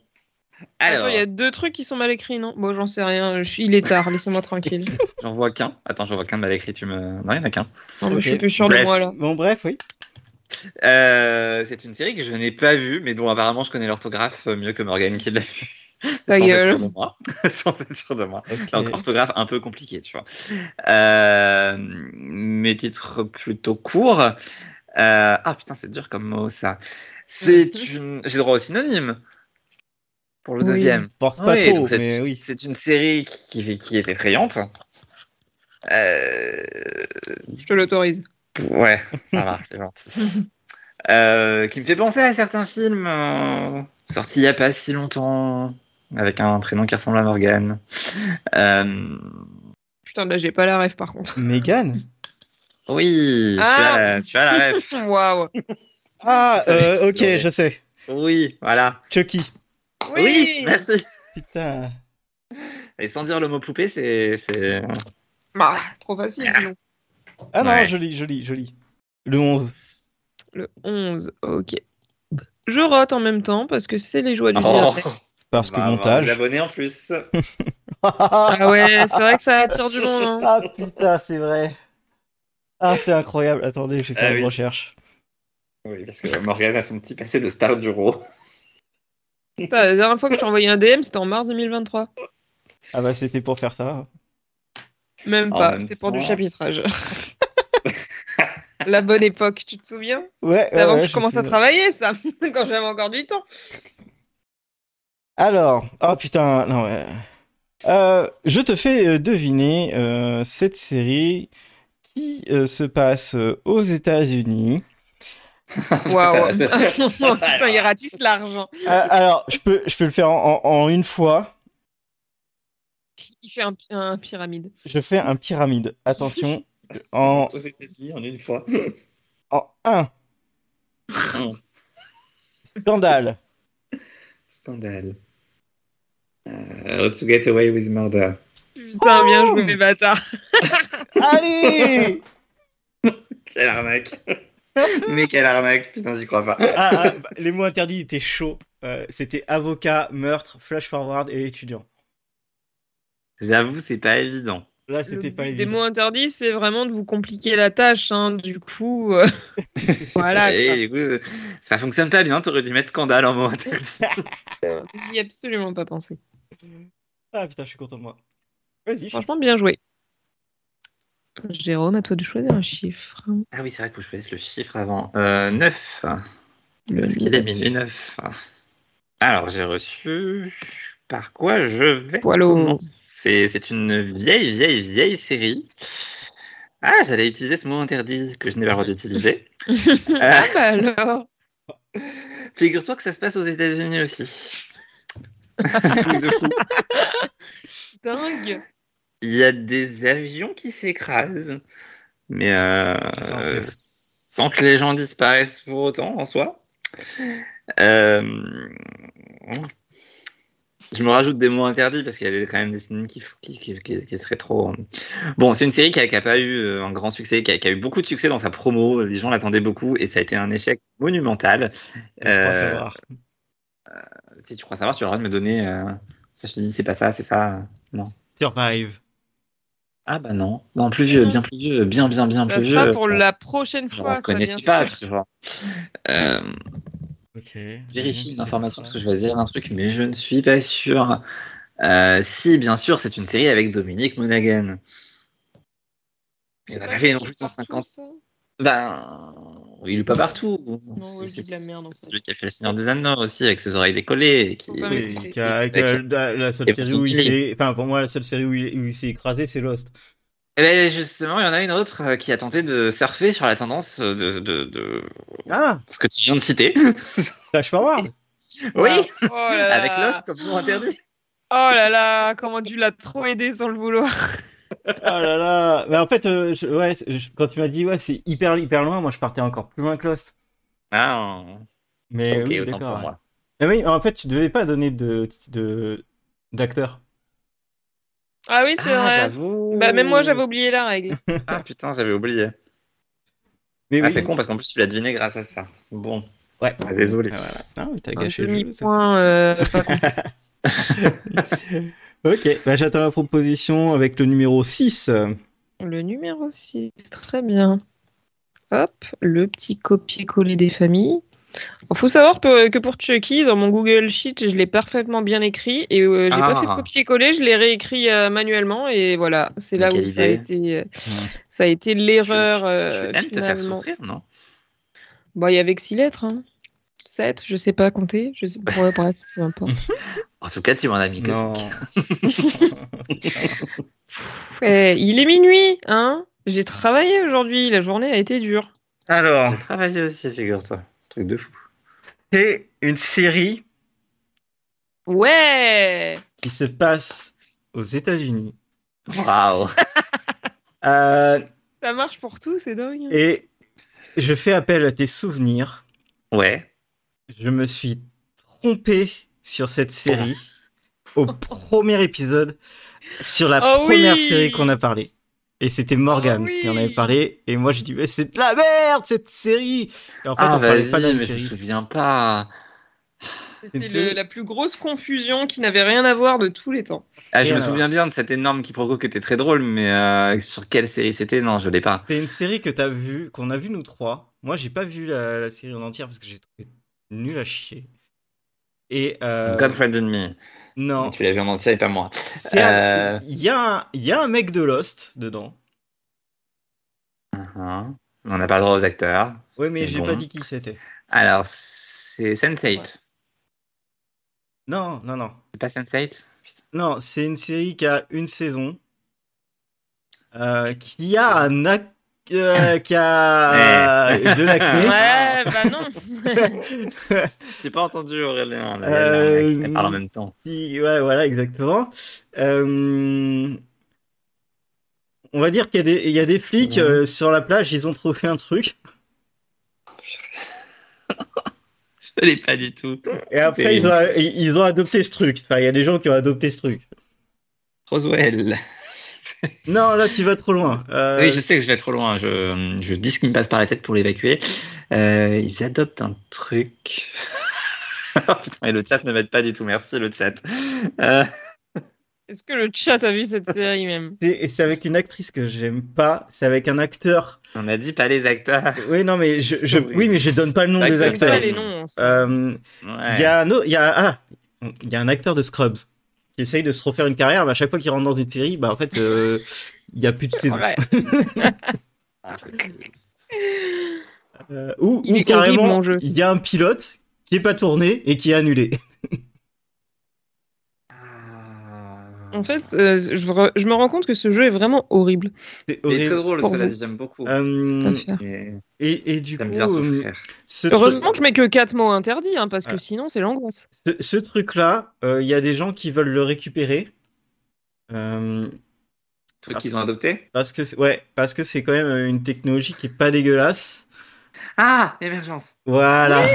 S2: Attends,
S3: Alors,
S2: il y a deux trucs qui sont mal écrits, non Bon, j'en sais rien, je- il est tard, laissez-moi tranquille.
S3: j'en vois qu'un. Attends, j'en vois qu'un de mal écrit. Tu me... Non, il y en a qu'un.
S2: Non, mais je suis
S1: Ok.
S2: plus sûre
S3: Bref.
S2: de moi là.
S1: Bon, bref, oui.
S3: Euh, c'est une série que je n'ai pas vue, mais dont apparemment je connais l'orthographe euh, mieux que Morgane qui l'a vue.
S2: Ta
S3: Sans être
S2: gueule.
S3: sûr de moi. Sans être sûr de moi.
S1: Ok.
S3: Donc, orthographe un peu compliqué, tu vois. Euh, mes titres plutôt courts. Euh, ah putain, c'est dur comme mot ça. C'est une. J'ai droit au synonyme pour le
S2: Oui.
S3: deuxième.
S1: Force pas
S3: Oui,
S1: trop,
S3: donc c'est
S1: mais oui.
S3: c'est une série qui, qui- qui est effrayante. Euh,
S2: Je te l'autorise.
S3: ouais, ça va, c'est gentil. Euh, qui me fait penser à certains films euh, sortis il n'y a pas si longtemps, avec un prénom qui ressemble à Morgane. Euh,
S2: Putain, là, j'ai pas la rêve par contre.
S1: Mégane
S3: Oui, tu,
S2: Ah.
S3: as la, tu as la ref.
S2: Waouh
S1: Ah,
S3: Je savais
S1: euh,
S3: que tu
S1: ok,
S3: l'aurais.
S1: je sais.
S3: Oui, voilà.
S1: Chucky.
S3: Oui, merci.
S1: Putain.
S3: Et sans dire le mot poupée, c'est. c'est-
S2: Bah, Trop facile sinon.
S1: Ah non,
S3: Ouais.
S1: joli, joli, joli. Le 11.
S2: Le 11, ok. Je rote en même temps parce que c'est les joies du
S3: Oh,
S2: direct.
S1: Parce que
S3: on va avoir des
S1: montage.
S3: abonnés en plus.
S2: Ah ouais, c'est vrai que ça attire du long. hein.
S1: Ah putain, c'est vrai. Ah, c'est incroyable. Attendez, je vais faire
S3: Ah
S1: une
S3: oui.
S1: recherche.
S3: Oui, parce que Morgane a son petit passé de star du roi.
S2: Putain, la dernière fois que je t'ai envoyé un DM, c'était en mars 2023.
S1: Ah bah, c'était pour faire ça.
S2: Même
S3: En
S1: Oh,
S2: pas,
S3: même
S2: c'était pour
S3: temps.
S2: du chapitrage. La bonne époque, tu te souviens
S1: Ouais,
S2: C'est avant
S1: ouais,
S2: que
S1: je
S2: je commence à
S1: sais.
S2: travailler, ça, quand j'avais encore du temps.
S1: Alors, oh putain, non, ouais. Euh, je te fais euh, deviner euh, cette série qui euh, se passe euh, aux États-Unis.
S2: Waouh.
S3: Ça va,
S2: Putain, il ratisse l'argent.
S1: Ah, alors, je peux, je peux le faire en, en- en une fois.
S2: Il fait un, un pyramide.
S1: Je fais un pyramide. Attention, en,
S3: Aux États-Unis en une fois.
S1: en 1, Scandale.
S3: Scandale. Euh, How to get away with murder.
S2: Putain, Oh bien joué, les bâtards.
S1: Allez
S3: Quelle arnaque. Mais quelle arnaque, putain, j'y crois pas.
S1: Ah, ah, bah, Les mots interdits étaient chauds. Euh, C'était avocat, meurtre, flash forward et étudiant.
S3: J'avoue, c'est pas évident.
S1: Là,
S2: Le
S1: c'était
S2: but
S1: pas
S2: des
S1: évident.
S2: mots interdits, c'est vraiment de vous compliquer la tâche. hein, Du coup, euh, voilà. quoi.
S3: Et du coup, euh, ça fonctionne pas bien, t'aurais dû mettre scandale en mot interdit. euh.
S2: J'y ai absolument pas pensé.
S1: Ah putain, je suis content de moi. Vas-y, je-
S2: Franchement, bien joué. Jérôme, à toi de choisir un chiffre. hein.
S3: Ah oui, c'est vrai qu'il faut que je choisisse le chiffre avant. Euh, 9. Parce qu'il est minuit 9. Alors, j'ai reçu. Par quoi je vais
S2: Poilot.
S3: commencer C'est une vieille, vieille, vieille série. Ah, j'allais utiliser ce mot interdit que je n'ai pas le droit d'utiliser. Euh,
S2: Ah bah alors.
S3: Figure-toi que ça se passe aux États-Unis aussi. Un truc de fou.
S2: Dingue.
S3: Il y a des avions qui s'écrasent, mais euh,
S1: Ça, c'est-
S3: sans que les gens disparaissent pour autant en soi. Euh, Je me rajoute des mots interdits parce qu'il y a des- quand même des signes qui, qui, qui- qui- qui seraient trop. hein. Bon, c'est une série qui n'a pas eu euh, un grand succès, qui a, qui a eu beaucoup de succès dans sa promo. Les gens l'attendaient beaucoup et ça a été un échec monumental.
S1: On va
S3: Euh,
S1: savoir.
S3: si tu crois savoir, tu auras le droit de me donner. euh, Ça, je te dis, c'est pas ça, c'est ça.
S1: Survive.
S3: Ah bah non, non plus vieux, bien plus vieux, bien bien bien
S2: Ah. Ça
S3: plus
S2: sera
S3: vieux.
S2: pour la prochaine
S3: Genre, on
S2: fois. ça,
S3: se connaissait
S2: bien
S3: pas,
S2: sûr.
S3: tu vois. Euh,
S1: Ok.
S3: vérifie une information parce que je vais dire un truc, mais je ne suis pas sûr. Euh, si, bien sûr, c'est une série avec Dominique Monaghan. Il en a pas fait non plus 150. Ben, il est pas partout.
S2: ouais, je dis de la merde, en fait.
S3: Celui qui a fait le Seigneur des Anneaux aussi, avec ses oreilles décollées. et Qui...
S2: Faut pas
S1: Oui,
S2: m'exciter.
S1: qui a- qui a- la, la seule
S3: Et
S1: série où il
S3: Brooklyn.
S1: s'est. Enfin, pour moi, la seule série où il, où il s'est écrasé, c'est Lost.
S3: Eh ben, justement, il y en a une autre euh, qui a tenté de surfer sur la tendance euh, de, de, de...
S1: Ah
S3: ce que tu viens de citer.
S1: Flash forward
S3: Oui,
S2: Oh là là.
S3: Ah, avec Lost comme nom interdit.
S2: Oh là là, comment tu l'as trop aidé sans le vouloir.
S1: Oh là là Mais en fait, euh, je- ouais, je- quand tu m'as dit, ouais, c'est hyper, hyper loin, moi je partais encore plus loin que Lost.
S3: Ah,
S1: Mais
S3: ok,
S1: Eh oui,
S3: autant
S1: d'accord.
S3: pour
S1: ouais.
S3: moi.
S1: Mais oui, en fait, tu devais pas donner de de- d'acteur.
S2: Ah oui, c'est
S3: Ah,
S2: vrai.
S3: j'avoue.
S2: Bah, même moi,
S3: Mmh.
S2: j'avais oublié la règle.
S3: Ah, putain, j'avais oublié.
S1: Mais
S3: Ah,
S1: Eh oui.
S3: c'est con parce qu'en plus, tu l'as deviné grâce à ça. Bon.
S1: Ouais.
S3: Ah, désolé.
S1: Ah, voilà. Ah, mais t'as
S2: Un
S1: gâché le jeu, ça
S2: demi-point. euh, pas con.
S1: Ok, bah, j'attends la proposition avec le numéro 6.
S2: le numéro 6, très bien. Hop, le petit copier-coller des familles. Il faut savoir que que pour Chucky, dans mon Google Sheet, je l'ai parfaitement bien écrit et euh, j'ai
S3: Ah.
S2: pas fait de copier-coller, je l'ai réécrit euh, manuellement et voilà, c'est là
S3: Mais
S2: où
S3: quelle
S2: ça a
S3: idée.
S2: été, euh, ça a été l'erreur.
S3: Mmh. tu
S2: euh,
S3: aimes te faire
S2: finalement.
S3: souffrir, non
S2: Bon, il y avait que 6 lettres. Hein. 7, je sais pas compter. Je sais... Ouais, bref, peu importe.
S3: En tout cas, tu m'en as mis que
S1: Non.
S3: cinq.
S2: Eh, il est minuit, hein J'ai travaillé aujourd'hui, la journée a été dure.
S1: Alors,
S3: J'ai travaillé aussi, figure-toi. Truc de fou.
S1: c'est une série
S2: Ouais
S1: qui se passe aux États-Unis.
S3: Waouh.
S1: Euh,
S2: Ça marche pour tout, c'est dingue.
S1: et je fais appel à tes souvenirs.
S3: Ouais.
S1: Je me suis trompé sur cette série au premier épisode sur la
S2: Oh oui
S1: première série qu'on a parlé. Et c'était Morgan
S2: Oh oui
S1: qui en avait parlé. Et moi, j'ai dit, mais c'est de la merde cette série! Et en fait,
S3: ah,
S1: on parlait
S3: vas-y,
S1: pas de la même
S3: mais je me
S1: série.
S3: souviens pas.
S1: Une
S2: C'était
S1: série.
S2: le- la plus grosse confusion qui n'avait rien à voir de tous les temps.
S3: Ah, je
S1: Et
S3: me
S1: alors
S3: souviens bien de cette énorme quiproquo qui était très drôle, mais euh, sur quelle série c'était Non, je l'ai pas.
S1: C'est une série que t'as vu, qu'on a vu nous trois. Moi, j'ai pas vu la, la série en entière parce que j'ai trouvé nul à chier. Et euh,
S3: God Friend and Me.
S1: non,
S3: Tu l'as vu en entier et pas moi.
S1: C'est
S3: Euh.
S1: un- il y, a un- il y a un mec de Lost dedans.
S3: Hein On n'a pas le droit aux acteurs.
S1: Ouais, mais
S3: C'est
S1: j'ai
S3: bon.
S1: pas dit qui c'était.
S3: Alors, c'est Sense8.
S2: Ouais.
S1: Non, non, non,
S3: C'est pas Sense8
S1: non. C'est une série qui a une saison, euh, qui a un ac- euh, qui a
S3: Ouais.
S1: de l'acné.
S2: Ouais, bah non
S3: J'ai pas entendu Aurélien. Là,
S1: Euh,
S3: elle, elle- elle parle en même temps.
S1: Qui- ouais, voilà, exactement. Euh, On va dire qu'il y a des, il y a des flics
S3: Ouais.
S1: euh, sur la plage, ils ont trouvé un truc.
S3: Je l'ai pas du tout.
S1: Et après, ils ont, ils ont adopté ce truc. Enfin, il y a des gens qui ont adopté ce truc.
S3: Roswell.
S1: Non, là, tu vas trop loin. Euh,
S3: Oui, je sais que je vais trop loin. Je, je dis ce qui me passe par la tête pour l'évacuer. Euh, ils adoptent un truc. Oh, putain, et le chat ne m'aide pas du tout. Merci, le chat. Euh,
S2: Est-ce que le chat a vu cette série même
S1: Et et c'est avec une actrice que j'aime pas, c'est avec un acteur.
S3: on a dit pas les acteurs.
S1: Oui, non, mais je, je-
S3: C'est horrible.
S1: oui, mais je donne pas le nom
S3: Ouais,
S1: des
S3: c'est
S2: Je connais
S1: acteurs.
S2: pas
S3: ça.
S2: les noms. en soi.
S1: Euh, Il
S3: Ouais.
S1: y a un autre- il y a ah, il y a un acteur de Scrubs qui essaye de se refaire une carrière, mais à chaque fois qu'il rentre dans une série, bah en fait, euh, il y a
S3: Oh
S1: plus de saison.
S2: Ouais.
S1: Euh, ou
S2: Il
S1: ou
S2: est
S1: carrément,
S2: horrible, mon jeu.
S1: il y a un pilote qui est pas tourné et qui est annulé.
S3: Ah.
S2: En fait, euh, je, re- je me rends compte que ce jeu est vraiment horrible.
S1: C'est
S3: Il est
S1: horrible.
S3: très drôle,
S2: Pour
S3: cela
S2: vous.
S3: dit, j'aime beaucoup.
S1: Euh,
S3: Mais
S1: et, et du coup,
S3: J'aime bien
S1: euh,
S3: souffrir.
S1: ce truc-
S2: Heureusement que je mets que 4 mots interdits, hein, parce que
S1: Ouais.
S2: sinon c'est l'angoisse.
S1: Ce, ce truc-là, euh, il y a des gens qui veulent le récupérer. Euh,
S3: Truc
S1: Parce-
S3: qu'ils ont adopté.
S1: parce que c'est- ouais, parce que c'est quand même euh, une technologie qui est pas dégueulasse.
S3: Ah, émergence.
S1: Voilà. Ah,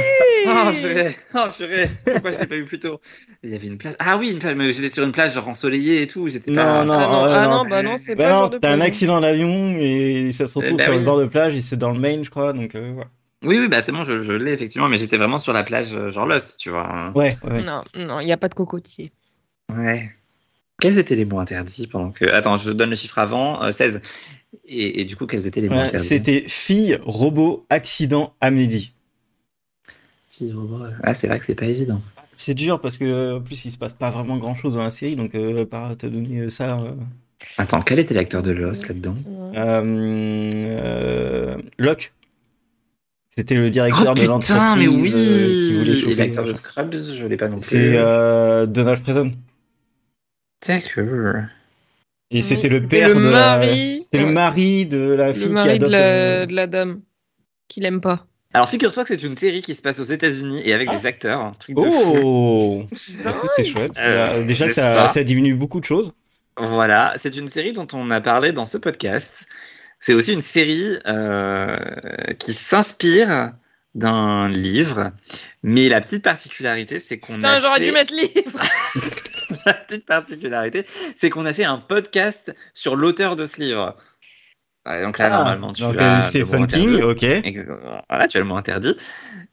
S3: Oh purée, oh purée, pourquoi je l'ai pas vu plus tôt Il y avait une plage. Ah oui, une plage, mais j'étais sur une plage genre ensoleillée et tout. J'étais
S1: Non,
S3: pas...
S1: non,
S2: ah non,
S1: euh,
S2: ah
S1: non.
S2: non, bah non, c'est
S1: Bah
S2: pas le
S1: non,
S2: genre de
S1: t'as un
S2: problème.
S1: accident d'avion et ça se retrouve
S3: Eh ben
S1: sur le
S3: oui.
S1: bord de plage et c'est dans le Maine, je crois. Donc euh, voilà.
S3: Oui, oui, bah c'est bon, je, je l'ai effectivement, mais j'étais vraiment sur la plage euh, genre Lost, tu vois. hein.
S1: ouais, ouais.
S2: Non, non, il n'y a pas de cocotier.
S3: Ouais. Quels étaient les mots interdits pendant que. Attends, je donne le chiffre avant, euh, 16. Et, et du coup, quels étaient les mots
S1: Ouais,
S3: interdits
S1: Euh, C'était fille, robot, accident, amnésie.
S3: Fille, robot. Ah, c'est vrai que c'est pas évident.
S1: C'est dur parce que euh, en plus il se passe pas vraiment grand chose dans la série, donc euh, à part te donner ça. euh,
S3: Attends, quel était l'acteur de Lost là-dedans
S1: Euh, euh, Locke. C'était le directeur
S3: Oh
S1: de l'entreprise.
S3: putain, mais oui
S1: euh, qui voulait
S3: Et
S1: chauffer,
S3: l'acteur de
S1: machin.
S3: Scrubs, je l'ai pas non plus.
S1: C'est euh, Donald Pleasant.
S3: D'accord.
S1: Et
S2: Oui,
S1: c'était le
S2: c'était
S1: père
S2: le
S1: de la...
S2: mari.
S1: C'était le
S2: Ouais.
S1: mari de la fille
S2: Le
S1: qui
S2: mari de
S1: adopte...
S2: la,
S1: euh,
S2: de la dame qu'il aime pas.
S3: Alors figure-toi que c'est une série qui se passe aux États-Unis et avec des acteurs, un truc de fou.
S1: Oh Ah, ça, c'est chouette. Bah,
S3: Euh,
S1: Déjà,
S3: n'est-ce
S1: ça,
S3: pas
S1: ça diminue beaucoup de choses.
S3: Voilà, c'est une série dont on a parlé dans ce podcast. C'est aussi une série euh, qui s'inspire d'un livre, mais la petite particularité, c'est qu'on a
S2: Putain, j'aurais
S3: fait- Ah,
S2: dû mettre livre.
S3: la petite particularité, c'est qu'on a fait un podcast sur l'auteur de ce livre. Ouais,
S2: Ah,
S3: donc là, Ah, normalement, tu
S1: Donc,
S3: as
S1: euh,
S3: le mot
S1: Stephen
S3: interdit.
S1: King, ok.
S3: Et que- voilà, tu as le mot interdit.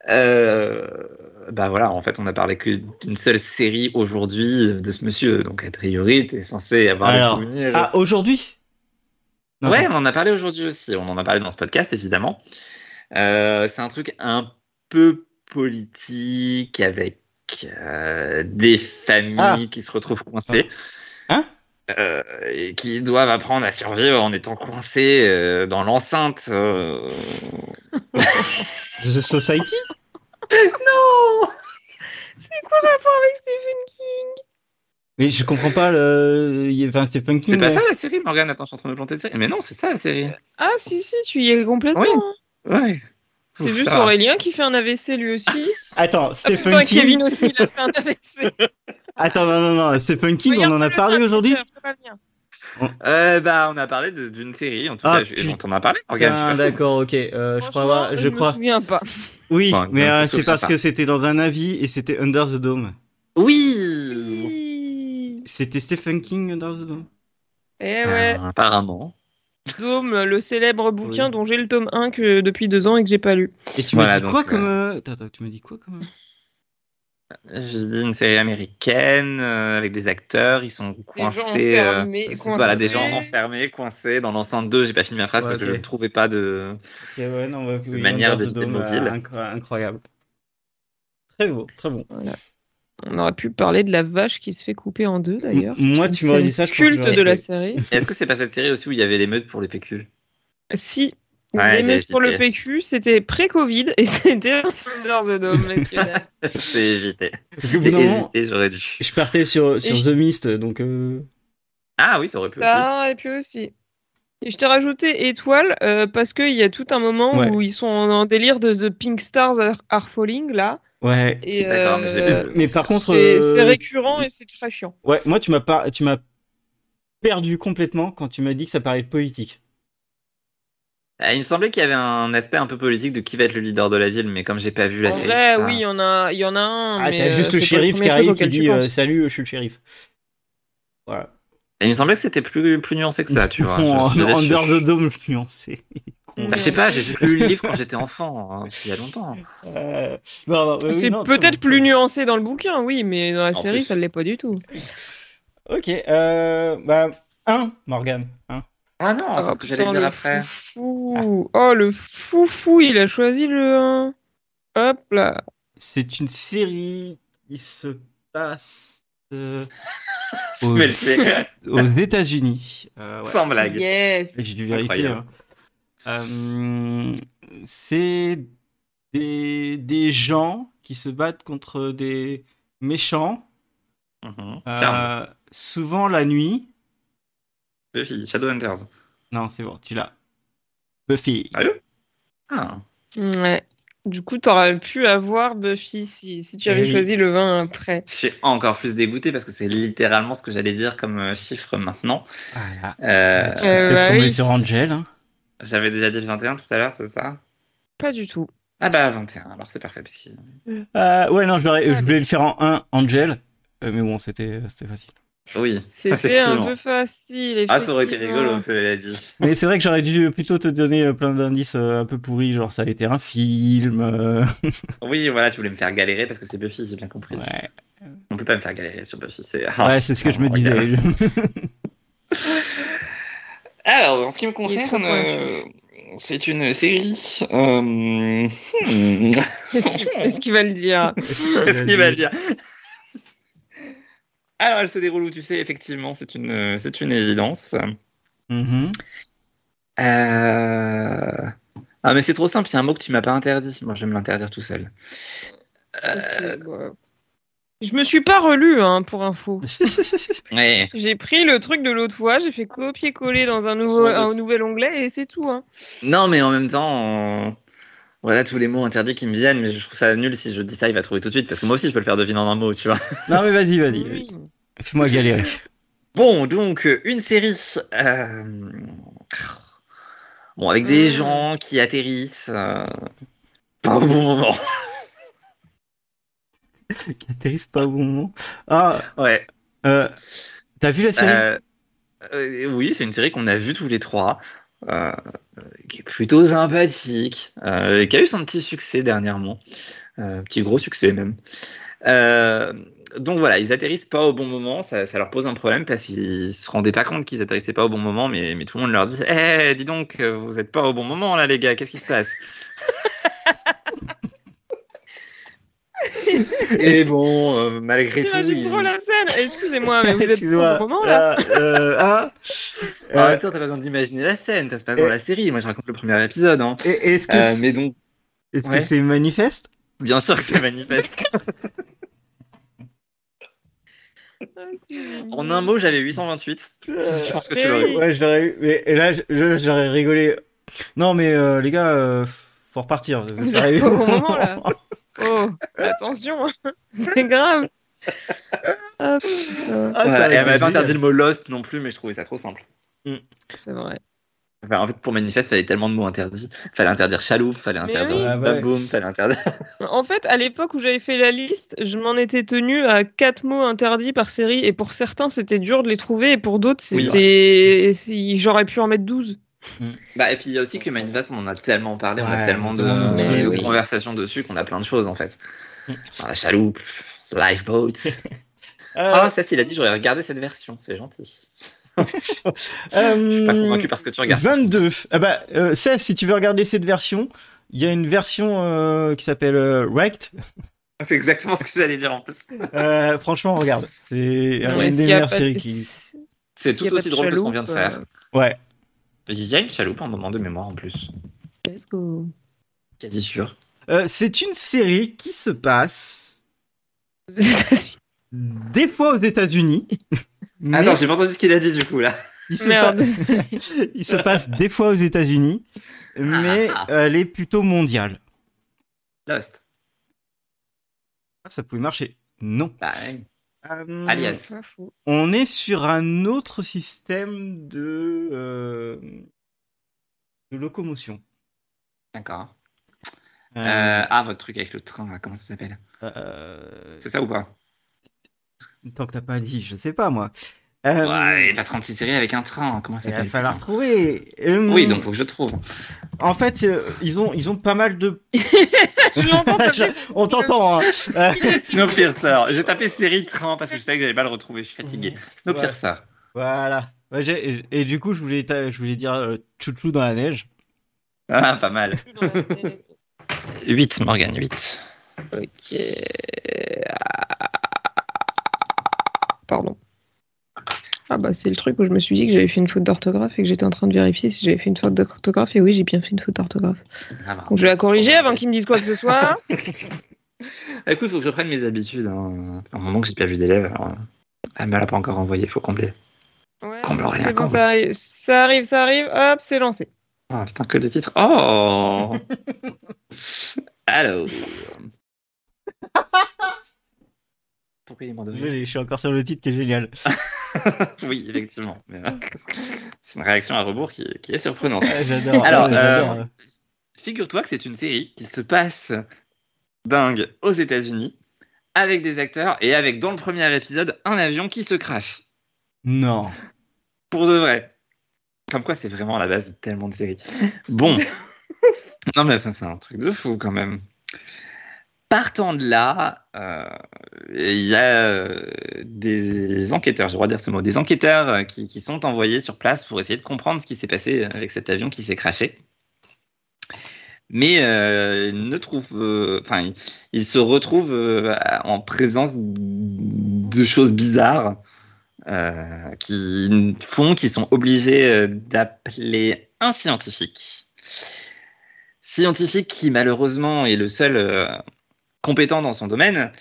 S3: Euh, bah voilà, en fait, on a parlé que d'une seule série aujourd'hui de ce monsieur, donc a priori, t'es censé avoir
S1: Alors,
S3: des souvenirs.
S1: Ah, aujourd'hui Non,
S3: ouais,
S1: attends.
S3: on en a parlé aujourd'hui aussi. On en a parlé dans ce podcast, évidemment. Euh, c'est un truc un peu politique avec euh, des familles
S1: Ah.
S3: qui se retrouvent coincées.
S1: Hein
S3: Euh, et qui doivent apprendre à survivre en étant coincées euh, dans l'enceinte. euh.
S1: The Society
S3: Oh
S2: C'est quoi le rapport avec Stephen
S1: Mais je comprends pas le... il y a- Enfin, Stephen King...
S3: c'est pas
S1: ouais.
S3: ça la série, Morgane Attends, je suis en train de me planter de série. Mais non, c'est ça la série.
S2: Ah si, si, tu y es complètement.
S3: Oui.
S2: hein.
S3: Ouais.
S2: C'est
S3: Ouf,
S2: juste
S3: ça va.
S2: Aurélien qui fait un AVC lui aussi.
S1: Attends,
S2: Ah,
S1: Stephen
S2: putain,
S1: King...
S2: Kevin aussi, il a fait un AVC.
S1: Attends, non, non, non, Stephen King, on en
S2: Regarde
S1: a
S2: le
S1: parlé
S2: chat,
S1: aujourd'hui
S2: je peux pas venir.
S3: Euh, bah, on a parlé de- d'une série, en tout
S1: Ah,
S3: cas, je-
S1: putain,
S3: dont on a parlé, Morgane. je suis
S1: Ah,
S3: pas fou.
S1: d'accord, ok. euh, je
S2: Franchement,
S1: crois, avoir- je
S2: me
S1: crois.
S2: souviens pas.
S1: Oui,
S3: Enfin,
S1: mais
S3: ça ne
S1: euh,
S3: se
S1: c'est
S3: souvient
S1: parce
S3: pas.
S1: que c'était dans un avis et c'était Under the Dome.
S3: Oui
S1: C'était Stephen King Under the Dome.
S2: Eh
S1: Ah.
S2: ouais,
S3: Euh, apparemment.
S2: Dôme, le célèbre bouquin
S3: Oui.
S2: dont j'ai le tome 1 que, depuis deux ans et que j'ai pas lu.
S1: Et tu
S3: Voilà,
S1: me dis
S3: donc,
S1: quoi
S3: euh,
S1: comme euh, Attends, attends, tu me dis quoi comme euh,
S3: euh, Je dis une série américaine euh, avec des acteurs, ils sont coincés.
S2: des gens
S3: euh,
S2: enfermés,
S1: c'est-
S3: Voilà, des gens
S2: coincés.
S3: enfermés, coincés dans l'enceinte 2. J'ai pas fini ma phrase
S1: Ouais,
S3: parce que
S1: ok.
S3: je ne trouvais pas de.
S1: Ok, ouais, non, bah, oui,
S3: manière
S1: Under the
S3: d'éviter le
S1: Dome,
S3: mobile.
S1: euh, incro- incroyable. Très beau, très bon.
S2: Voilà. On aurait pu parler de la vache qui se fait couper en deux d'ailleurs.
S1: M- moi,
S2: C'est
S1: tu
S2: une
S1: m'aurais
S2: scène
S1: dit ça, je pense que
S2: Culte
S1: j'aurais
S2: de la
S1: été.
S2: série.
S3: Est-ce que c'est pas cette série aussi où il y avait les meutes pour les PQ
S2: Si.
S3: Ouais,
S2: les
S3: j'ai
S2: meufs pour le
S3: hésité.
S2: PQ, c'était pré-Covid et c'était Under the Dome. messieurs, dames.
S3: C'est évité.
S1: Parce que
S3: J'ai hésité, j'aurais dû.
S1: je partais sur, sur
S2: Et
S1: The Mist, donc. euh,
S3: Ah oui, ça aurait pu aussi.
S2: Ça, et puis aussi. Et je t'ai rajouté étoile euh, parce qu'il y a tout un moment
S1: Ouais.
S2: où ils sont en, en délire de The Pink Stars Are, Are Falling là.
S1: Ouais.
S2: Et,
S3: D'accord, mais j'ai
S2: euh,
S3: pas vu.
S1: Mais par contre.
S2: c'est
S1: euh,
S2: c'est récurrent et c'est très chiant.
S1: Ouais, moi, tu m'as pas... tu m'as perdu complètement quand tu m'as dit que ça parlait de politique.
S3: Euh, Il me semblait qu'il y avait un aspect un peu politique de qui va être le leader de la ville, mais comme j'ai pas vu la
S2: En
S3: série.
S2: vrai,
S3: je sais
S2: oui, il y, en a- il y en a un.
S1: Ah,
S2: mais,
S1: t'as
S2: euh,
S1: juste
S2: c'est
S1: le
S2: pas
S1: shérif
S2: premier
S1: qui arrive
S2: truc
S1: qui
S2: auquel tu
S1: dit euh,
S2: penses.
S1: Salut, je suis le shérif. Voilà.
S3: pas. Il me semblait que c'était plus, plus nuancé que ça, tu vois.
S1: en
S3: Je- je- je-
S1: Under the Dome, je nuancé.
S3: Bah, je sais pas, j'ai lu le livre quand j'étais enfant, hein, il y a longtemps.
S1: Euh, non, non, mais oui,
S2: C'est
S1: non, très
S2: peut-être
S1: bon.
S2: plus nuancé dans le bouquin, oui, mais dans la
S3: En
S2: série,
S3: plus.
S2: ça ne l'est pas du tout.
S1: Ok, euh, bah, 1, Morgane. un.
S3: Ah non,
S2: Ah,
S3: c'est ce que j'allais
S2: putain,
S3: dire
S2: le
S3: après.
S2: Foufou. Oh, le foufou, il a choisi le 1. Hop là.
S1: C'est une série qui se passe euh,
S3: Je vais le tuer,
S1: aux États-Unis. Euh, ouais.
S3: sans blague.
S4: Yes.
S1: J'ai dû vérifier.
S3: Incroyable.
S1: hein. Euh, c'est des, des gens qui se battent contre des méchants,
S3: Mhm.
S1: euh,
S3: Tiens,
S1: souvent la nuit.
S3: Buffy, Shadowhunters.
S1: Non, c'est bon, tu l'as. Buffy.
S3: Ah, Ah.
S2: Ouais. Du coup, t'aurais pu avoir Buffy si, si tu avais
S1: Eh oui.
S2: choisi le 20 après.
S3: Je suis encore plus dégoûté parce que c'est littéralement ce que j'allais dire comme euh, chiffre maintenant.
S1: Ah,
S3: Euh,
S1: là. Tu
S2: Euh,
S1: peux
S2: bah
S1: tomber
S2: oui.
S1: sur Angel. hein.
S3: J'avais déjà dit le 21 tout à l'heure, c'est ça
S2: Pas du tout.
S3: Ah bah 21, alors c'est parfait. Parce que...
S1: Euh, ouais, non, je, l'aurais- je voulais le faire en 1, Angel. Euh, mais bon, c'était c'était facile.
S3: Oui,
S2: C'était un
S3: effectivement.
S2: peu facile.
S3: Ah, ça aurait été
S2: effectivement.
S3: rigolo, ce l'a dit.
S1: Mais c'est vrai que j'aurais dû plutôt te donner euh, plein d'indices euh, un peu pourris, genre ça a été un film. euh,
S3: Oui, voilà, tu voulais me faire galérer parce que c'est Buffy, j'ai bien compris.
S1: Ouais,
S3: On peut pas me faire galérer sur Buffy, c'est.
S1: ouais c'est ce que je me
S3: Regarde.
S1: disais.
S3: Alors, en ce qui me
S2: est trop
S3: concerne,
S2: pointu.
S3: euh, c'est une série. euh, hmm.
S2: Est-ce qu'il- Est-ce qu'il va le dire
S3: Qu'est-ce qu'il va dire Alors, elle se déroule où tu sais, effectivement, c'est une, euh, c'est une évidence.
S1: Mhm.
S3: Euh, Ah, mais c'est trop simple, c'est un mot que tu m'as pas interdit. Moi, je vais me l'interdire tout seul. Euh,
S2: Ok, bah. Je me suis pas relu, hein, pour info.
S3: ouais.
S2: J'ai pris le truc de l'autre fois, j'ai fait copier-coller dans un, nouveau,
S3: Sans doute.
S2: un nouvel onglet et c'est tout. Hein.
S3: Non, mais en même temps, euh, voilà tous les mots interdits qui me viennent, mais je trouve ça nul si je dis ça, il va trouver tout de suite, parce que moi aussi, je peux le faire deviner en un mot, tu vois.
S1: Non, mais vas-y, vas-y.
S2: Oui.
S1: Fais-moi galérer.
S3: Bon, donc, euh, une série. euh, Bon, avec des
S2: Mm.
S3: gens qui atterrissent. euh, Pas au bon moment.
S1: Qui atterrisse pas au bon moment. Ah,
S3: Ouais.
S1: euh, t'as vu la série
S3: euh, euh, oui, c'est une série qu'on a vue tous les trois. euh, euh, qui est plutôt sympathique, euh, qui a eu son petit succès dernièrement, euh, petit gros succès même. Euh, donc voilà, ils atterrissent pas au bon moment, ça, ça leur pose un problème parce qu'ils se rendaient pas compte qu'ils atterrissaient pas au bon moment, mais, mais tout le monde leur dit Eh, dis donc, euh, vous êtes pas au bon moment là, les gars, qu'est-ce qui se passe Et bon, euh, malgré tout.
S2: Tiens, j'ai
S3: ils-
S2: trop la scène. Excusez-moi, Ah, mais vous êtes
S1: Excuse-moi,
S2: au bon moment là.
S1: euh, ah,
S3: En
S1: euh,
S3: même temps, t'as pas besoin d'imaginer la scène, ça se passe dans
S1: Et-
S3: la série. Moi, je raconte le premier épisode. Hein.
S1: et- Est-ce que
S3: Euh,
S1: c'est
S3: mais donc,
S1: est-ce que
S3: ouais.
S1: c'est manifeste
S3: bien sûr que c'est manifeste. En un mot, j'avais 828.
S2: Euh,
S3: Je pense que tu
S2: mais
S3: l'aurais
S2: Eh oui.
S3: eu.
S1: Ouais, je l'aurais eu. Mais et là, je- je- j'aurais rigolé. Non, mais euh, les gars, euh, faut repartir.
S2: Vous
S1: arrivez
S2: êtes pas au bon moment là. Oh, attention, hein. c'est grave. Ah,
S1: Ah,
S2: putain,
S1: ça
S3: Voilà,
S1: aurait
S3: Et elle
S1: été
S3: m'avait pas
S1: génial.
S3: interdit le mot Lost non plus, mais je trouvais ça trop simple.
S2: c'est vrai.
S3: Enfin, en fait, pour manifeste, fallait tellement de mots interdits. Fallait interdire chaloupe, fallait
S2: Mais
S3: interdire
S2: oui.
S1: Ah, ouais.
S3: baboum, fallait interdire.
S2: En fait, à l'époque où j'avais fait la liste, je m'en étais tenue à quatre mots interdits par série et pour certains, c'était dur de les trouver et pour d'autres,
S3: Oui.
S2: c'était si- j'aurais pu en mettre 12.
S3: Bah, et puis il y a aussi que manifeste, on en a tellement parlé, on a
S1: Ouais,
S3: tellement de,
S1: tellement
S2: de- Mais
S3: de
S2: oui.
S3: conversations dessus qu'on a plein de choses en fait.
S1: Mm.
S3: Enfin, la chaloupe, le lifeboat.
S1: Euh,
S3: Ah, ça, il a dit, j'aurais regardé cette version, c'est gentil. Je suis pas
S2: Mm.
S1: euh,
S3: convaincu parce que tu regardes.
S1: 22. Ah bah, euh, 16, si tu veux regarder cette version, il y a une version euh, qui s'appelle euh, Wrecked.
S3: C'est exactement ce que j'allais dire en plus.
S1: Euh, franchement, regarde. C'est
S2: Non, mais
S1: une des
S2: Ah s'il y a
S1: meilleures
S2: pas de-
S1: séries qui.
S2: s'il
S3: C'est
S2: y
S3: tout
S2: a pas
S3: aussi
S2: de
S3: drôle que ce qu'on vient
S2: chaloupe, euh.
S3: de faire.
S1: Ouais.
S3: Il y a une chaloupe à un moment de mémoire en plus.
S2: euh, let's go.
S3: Quasi sûr.
S1: Euh, c'est une série qui se passe
S2: Aux États-Unis.
S1: des fois aux États-Unis. mais
S3: Ah non, j'ai pas entendu ce qu'il a dit du coup là.
S1: il se
S2: Merde.
S1: passe- il se passe des fois aux États-Unis, mais
S2: Ah.
S1: euh, elle est plutôt mondiale.
S3: Lost.
S1: Ah, Ça pouvait marcher. Non.
S3: Bah, ouais.
S1: Euh,
S3: Alias.
S2: Pas faux.
S1: On est sur un autre système de. euh, de locomotion.
S3: D'accord.
S1: Euh,
S3: Euh, ah, votre truc avec le train, là, comment ça s'appelle
S1: euh,
S3: C'est ça ou pas
S1: tant que t'as pas dit, je sais pas moi. Euh,
S3: Ouais, la 36 séries avec un train, comment ça
S1: il va
S3: s'appelle
S1: falloir
S3: putain
S1: trouver. Euh,
S3: Oui, donc faut que je trouve.
S1: En fait, euh, ils ont ils ont pas mal de.
S2: Je l'entends taper.
S1: On t'entend. hein.
S3: Snowpiercer. J'ai tapé série train parce que je savais que j'allais pas le retrouver. Je suis fatigué. Snowpiercer.
S1: Voilà. Ouais, j'ai- et, et du coup, je voulais ta- je voulais dire euh, chouchou dans la neige.
S3: Ah, pas mal. 8, Morgane, 8.
S2: Ok. Pardon. Ah bah c'est le truc où je me suis dit que j'avais fait une faute d'orthographe et que j'étais en train de vérifier si j'avais fait une faute d'orthographe et oui j'ai bien fait une faute d'orthographe. Donc je vais la corriger avant qu'il me dise quoi que ce soit.
S3: Bah, Écoute, faut que je prenne mes habitudes. Hein. Un moment que j'ai pas vu d'élève. Alors... hein. Ah, Elle me l'a pas encore envoyé, faut combler.
S2: Ouais,
S3: Comble rien,
S2: c'est bon,
S3: comble.
S2: ça arrive, ça arrive, ça arrive, hop, c'est lancé.
S3: Ah putain, que des titres. Oh Allô Pourquoi il est mort de
S1: Je,
S3: rire
S1: l'ai- je suis encore sur le titre qui est génial.
S3: Oui, effectivement. Mais, euh, C'est une réaction à rebours qui, qui est surprenante.
S1: Ah, J'adore.
S3: Alors, euh,
S1: Ouais, j'adore.
S3: Figure-toi que c'est une série qui se passe dingue aux États-Unis, avec des acteurs et avec, dans le premier épisode, un avion qui se crache.
S1: Non.
S3: Pour de vrai. Comme quoi, c'est vraiment à la base de tellement de séries. Bon. non, mais ça, c'est un truc de fou quand même. Partant de là, euh, il y a euh, des enquêteurs, je dois dire ce mot, des enquêteurs euh, qui, qui sont envoyés sur place pour essayer de comprendre ce qui s'est passé avec cet avion qui s'est crashé. Mais euh, ils ne trouvent, euh, enfin, ils- ils se retrouvent euh, en présence de choses bizarres euh, qui font qu'ils sont obligés euh, d'appeler un scientifique. Scientifique qui malheureusement est le seul euh, compétent dans son domaine,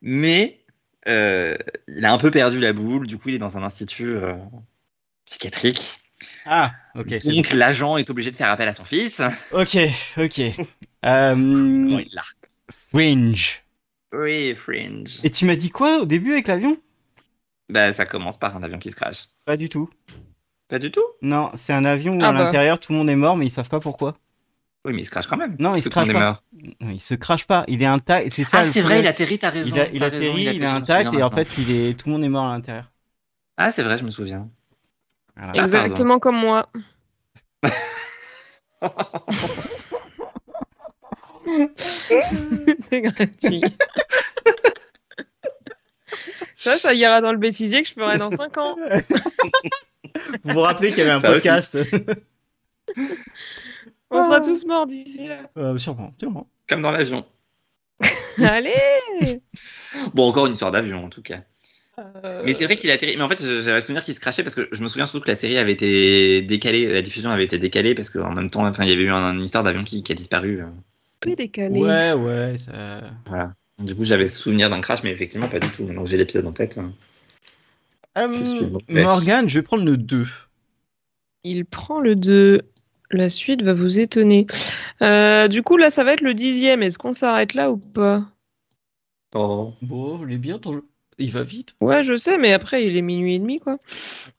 S3: mais euh, il a un peu perdu la boule, du coup il est dans un institut euh, psychiatrique.
S1: Ah, ok. c'est
S3: Donc l'agent est obligé de faire appel à son fils.
S1: bon. Ok, ok. Euh,
S3: Bon, il l'a.
S1: Fringe.
S3: Oui, Fringe.
S1: Et tu m'as dit quoi au début avec l'avion
S3: Bah ça commence par un avion qui se crache.
S1: Pas du tout.
S3: Pas du tout.
S1: Non, c'est un avion où
S2: Ah
S1: à
S2: bah.
S1: l'intérieur tout le monde est mort, mais ils savent pas pourquoi.
S3: Oui, mais il se crache quand même.
S1: Non, il
S3: parce
S1: se
S3: que tout le
S1: crache
S3: monde est
S1: pas.
S3: mort.
S1: Non, il se crache pas. Il est intact. C'est ça.
S3: Ah,
S1: le
S3: c'est vrai,
S1: problème.
S3: il atterrit, t'as raison.
S1: Il, a, il
S3: t'as raison,
S1: atterrit, il est
S3: atterrit, je me souviens
S1: intact et en
S3: maintenant.
S1: fait, il est tout le monde est mort à l'intérieur.
S3: Ah, c'est vrai, je me souviens.
S1: Voilà.
S3: pardon.
S2: Exactement comme moi. C'est gratuit. Ça, ça ira dans le bêtisier que je ferai dans 5 ans.
S1: Vous vous rappelez qu'il y avait un
S3: Ça aussi. Euh,
S1: podcast
S2: On sera tous morts d'ici là.
S1: Euh, Sûrement, sûrement.
S3: Comme dans l'avion.
S2: Allez
S3: Bon, encore une histoire d'avion, en tout cas.
S1: Euh,
S3: Mais c'est vrai qu'il atterrit. Mais en fait, je- j'avais le souvenir qu'il se crachait parce que je me souviens surtout que la série avait été décalée, la diffusion avait été décalée parce qu'en même temps, enfin, il y avait eu un- une histoire d'avion qui, qui a disparu. euh,
S2: Peu décalé.
S1: Ouais, ouais. ça-
S3: Voilà. Du coup, j'avais souvenir d'un crash, mais effectivement, pas du tout. Maintenant que j'ai l'épisode en tête. hein.
S1: Euh,
S3: suis mauvais.
S1: Morgane, je vais prendre le 2.
S2: Il prend le 2. La suite va vous étonner. Euh, du coup, là, ça va être le dixième. Est-ce qu'on s'arrête là ou pas
S3: Oh.
S1: Bon, il est bien ton jeu. Il va vite.
S2: Ouais, je sais, mais après, il est minuit et demi, quoi.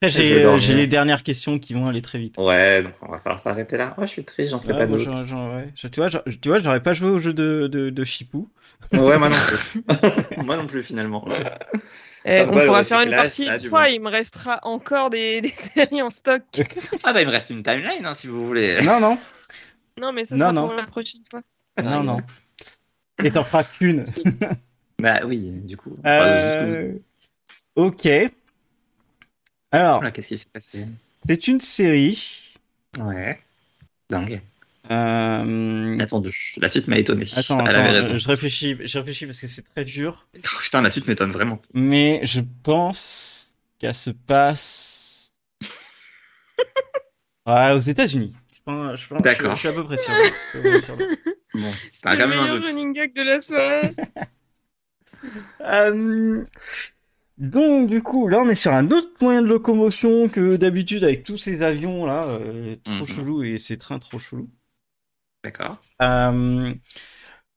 S3: Je vais
S1: J'ai euh,
S3: dormir.
S1: j'ai les dernières questions qui vont aller très vite.
S3: Ouais, donc on va falloir s'arrêter là. Oh, je suis triste, j'en ferai
S1: Ah,
S3: pas
S1: moi,
S3: d'autres.
S1: j'en- j'en- ouais. Je- Tu vois, j'en- tu vois, j'aurais pas joué au jeu de, de, de Chipou.
S3: Ouais, moi non plus. moi non plus, finalement.
S2: Eh,
S3: Ah,
S2: on
S3: bah,
S2: pourra
S3: le
S2: faire une
S3: recyclage,
S2: partie
S3: ça,
S2: une
S3: du
S2: fois.
S3: moins.
S2: Il me restera encore des, des séries en stock.
S3: Ah, bah, il me reste une timeline, hein, si vous voulez.
S1: Non, non,
S2: Non, mais ça
S1: Non,
S2: sera
S1: non.
S2: pour la prochaine fois.
S3: Ah,
S1: non, non. Et t'en feras qu'une.
S3: Bah oui, du coup. on va jusqu'au-
S1: Euh, Ok. Alors,
S3: Voilà, Qu'est-ce qui s'est passé
S1: c'est une série.
S3: Ouais. Dingue.
S1: Euh,
S3: Attendu. La suite m'a étonné.
S1: Attends,
S3: Elle avait
S1: attends,
S3: raison.
S1: euh, je réfléchis, je réfléchis parce que c'est très dur.
S3: Oh, Putain, la suite m'étonne vraiment.
S1: Mais je pense qu'elle se passe Ouais, aux États-Unis. Je pense- je pense- je-
S3: D'accord.
S1: Je suis à peu près sûr. Je suis à peu près sûr.
S3: Bon, t'as
S2: C'est
S3: quand
S2: le
S3: même un
S2: meilleur
S3: doute.
S2: running gag de la soirée.
S1: Euh, donc du coup, là on est sur un autre moyen de locomotion que d'habitude avec tous ces avions là, euh, trop
S3: Mhm.
S1: chelou et ces trains trop chelous.
S3: D'accord.
S1: Euh,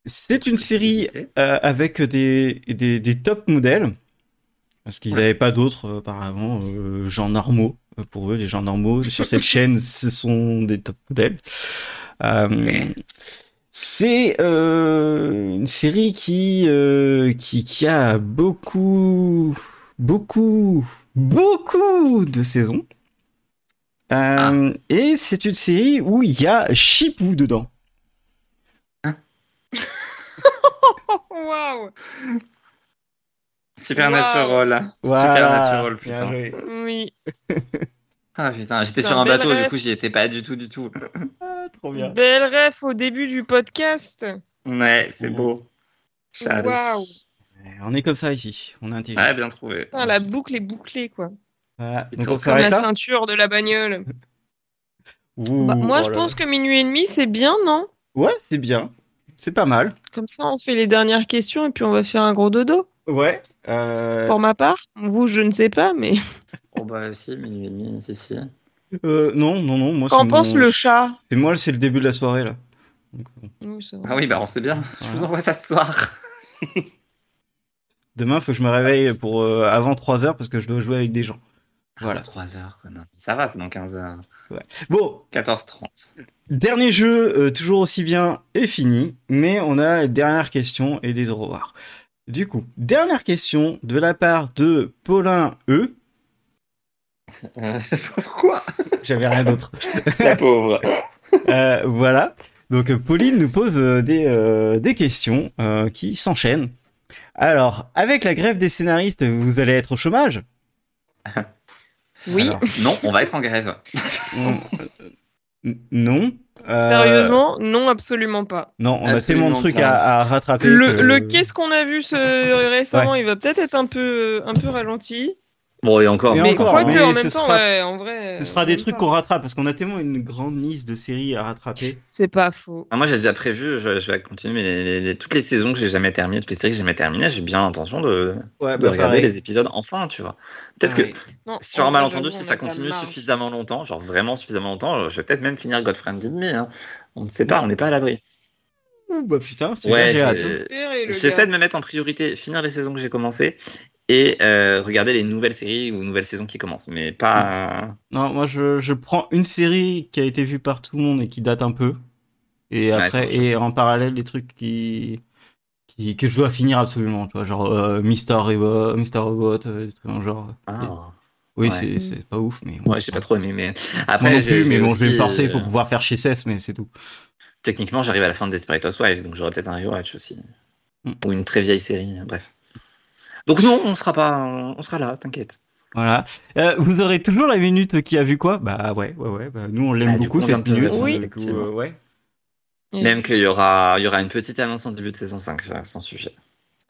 S1: c'est une série euh, avec des, des, des top modèles, parce qu'ils
S3: Ouais.
S1: n'avaient pas d'autres euh, auparavant, euh, gens normaux, Euh, Pour eux, les gens normaux sur cette chaîne, ce sont des top modèles. Euh,
S3: Ouais.
S1: c'est euh, une série qui, euh, qui qui a beaucoup beaucoup beaucoup de saisons.
S3: Ah.
S1: Euh, Et c'est une série où il y a Chipou dedans.
S2: Waouh
S3: Supernatural.
S1: Voilà.
S3: Supernatural,
S1: Bien
S3: putain.
S1: joué.
S2: Oui.
S3: Ah putain, j'étais
S2: C'est
S3: sur
S2: un
S3: un
S2: bel
S3: bateau,
S2: rêve.
S3: du coup j'y étais pas du tout, du tout.
S1: Ah, trop bien.
S2: Belle ref au début du podcast.
S3: Ouais, c'est
S1: Mhm.
S3: beau. J'adore.
S2: Waouh.
S1: Ouais, On est comme ça ici. On est intelligent.
S3: Ouais, bien trouvé.
S2: Putain, Ah, la boucle est bouclée, quoi.
S1: Voilà.
S3: Ils
S1: Donc
S3: sont
S1: on
S3: comme
S2: Comme
S1: s'arrête
S2: la
S1: là.
S2: ceinture de la bagnole.
S1: Ouh,
S2: Bah, moi,
S1: oh
S2: je
S1: là
S2: pense que minuit et demi, c'est bien, non
S1: là. Ouais, c'est bien. C'est pas mal.
S2: Comme ça, on fait les dernières questions et puis on va faire un gros dodo.
S1: Ouais. euh,
S2: Pour ma part, vous, je ne sais pas, mais
S3: Oh bah si, minuit et demi, si, si.
S1: euh, non, non, non. Moi,
S2: qu'en
S1: c'est
S2: pense
S1: mon-
S2: le chat
S1: C'est moi, c'est le début de la soirée là. Donc, bon.
S2: Oui, c'est vrai.
S3: Ah oui, bah on sait bien. Je vous
S1: Voilà.
S3: envoie ça ce soir.
S1: Demain, faut que je me réveille pour euh, avant 3 heures parce que je dois jouer avec des gens. Voilà.
S3: 3h, quoi. non. Ça va, c'est dans 15h.
S1: Bon,
S3: 14h30.
S1: Dernier jeu, euh, toujours aussi bien, est fini, mais on a une dernière question et des au revoir. Du coup, dernière question de la part de Paulin E.
S3: Euh, pourquoi
S1: J'avais rien d'autre.
S3: La pauvre.
S1: Euh, voilà. Donc euh, Pauline nous pose euh, des, euh, des questions euh, qui s'enchaînent. Alors, avec la grève des scénaristes, vous allez être au chômage
S2: Oui.
S3: Alors, non, on va être en grève.
S1: On- euh, Non. Euh,
S2: Sérieusement, non, absolument pas.
S1: Non, on a tellement
S3: Absolument
S1: de trucs
S3: pas.
S1: à, à rattraper.
S2: Le,
S1: que-
S2: le qu'est-ce qu'on a vu ce- euh, récemment, il va peut-être être un peu, euh, un peu ralenti.
S3: Bon, et encore.
S1: Et
S2: mais
S1: encore,
S2: quoique,
S1: mais
S2: en
S1: ce
S2: même temps,
S1: sera-
S2: ouais, en vrai.
S1: Ce
S2: euh,
S1: sera des
S2: même
S1: trucs
S2: pas.
S1: qu'on rattrape parce qu'on a tellement une grande liste de séries à rattraper.
S2: C'est pas faux.
S3: Ah, moi, j'ai déjà prévu, je, je vais continuer, mais les- les- les- toutes les saisons que j'ai jamais terminées, toutes les séries que j'ai jamais terminées, j'ai bien l'intention de,
S1: Ouais,
S3: de regarder bah, les épisodes enfin, tu vois. Peut-être que,
S1: Ah
S2: Non,
S3: sur
S2: en
S3: un
S2: vrai,
S3: malentendu,
S2: Ah, j'avoue,
S3: si
S2: on
S3: ça
S2: a de la
S3: continue
S2: marge.
S3: suffisamment longtemps, genre vraiment suffisamment longtemps, je vais peut-être même finir Godfriend and Me. hein. On ne sait pas, on n'est pas à l'abri.
S1: Ouh, bah putain, c'est bien,
S3: Ouais,
S1: j'ai hâte. hein.
S3: j'ai-
S2: Espérez, le
S3: J'essaie
S2: gars.
S3: de me mettre en priorité, finir les saisons que j'ai commencées et euh, regarder les nouvelles séries ou nouvelles saisons qui commencent, mais
S1: Mmh.
S3: pas. hein.
S1: Non, moi je, je prends une série qui a été vue par tout le monde et qui date un peu. Et
S3: Ouais,
S1: après,
S3: c'est
S1: et
S3: vrai.
S1: en parallèle, les trucs qui, qui, que je dois finir absolument. Tu vois, genre euh, Mister Robot, Mister Robot euh, des trucs dans le genre.
S3: Ah.
S1: Oui,
S3: Ouais.
S1: c'est c'est pas ouf, mais.
S3: Ouais, j'ai pas trop aimé, mais
S1: Moi
S3: après.
S1: non plus,
S3: j'ai-
S1: mais
S3: j'ai
S1: bon, je vais me
S3: aussi,
S1: forcer
S3: euh,
S1: pour pouvoir faire chez CES, mais c'est tout.
S3: Techniquement, j'arrive à la fin de Desperate Housewives, donc j'aurai peut-être un rewatch aussi.
S1: Mm.
S3: Ou une très vieille série, hein, bref. Donc non, on sera pas, on sera là, t'inquiète.
S1: Voilà. Euh, vous aurez toujours la minute qui a vu quoi Bah ouais, ouais, ouais. bah, nous, on l'aime
S3: Bah, du
S1: beaucoup
S3: coup, on vient
S1: cette
S3: de te
S1: minute.
S3: répondre,
S2: Oui.
S1: du coup,
S3: effectivement.
S1: euh, ouais.
S2: Mm.
S3: Même qu'il y aura, il y aura une petite annonce en début de saison 5, euh, sans sujet.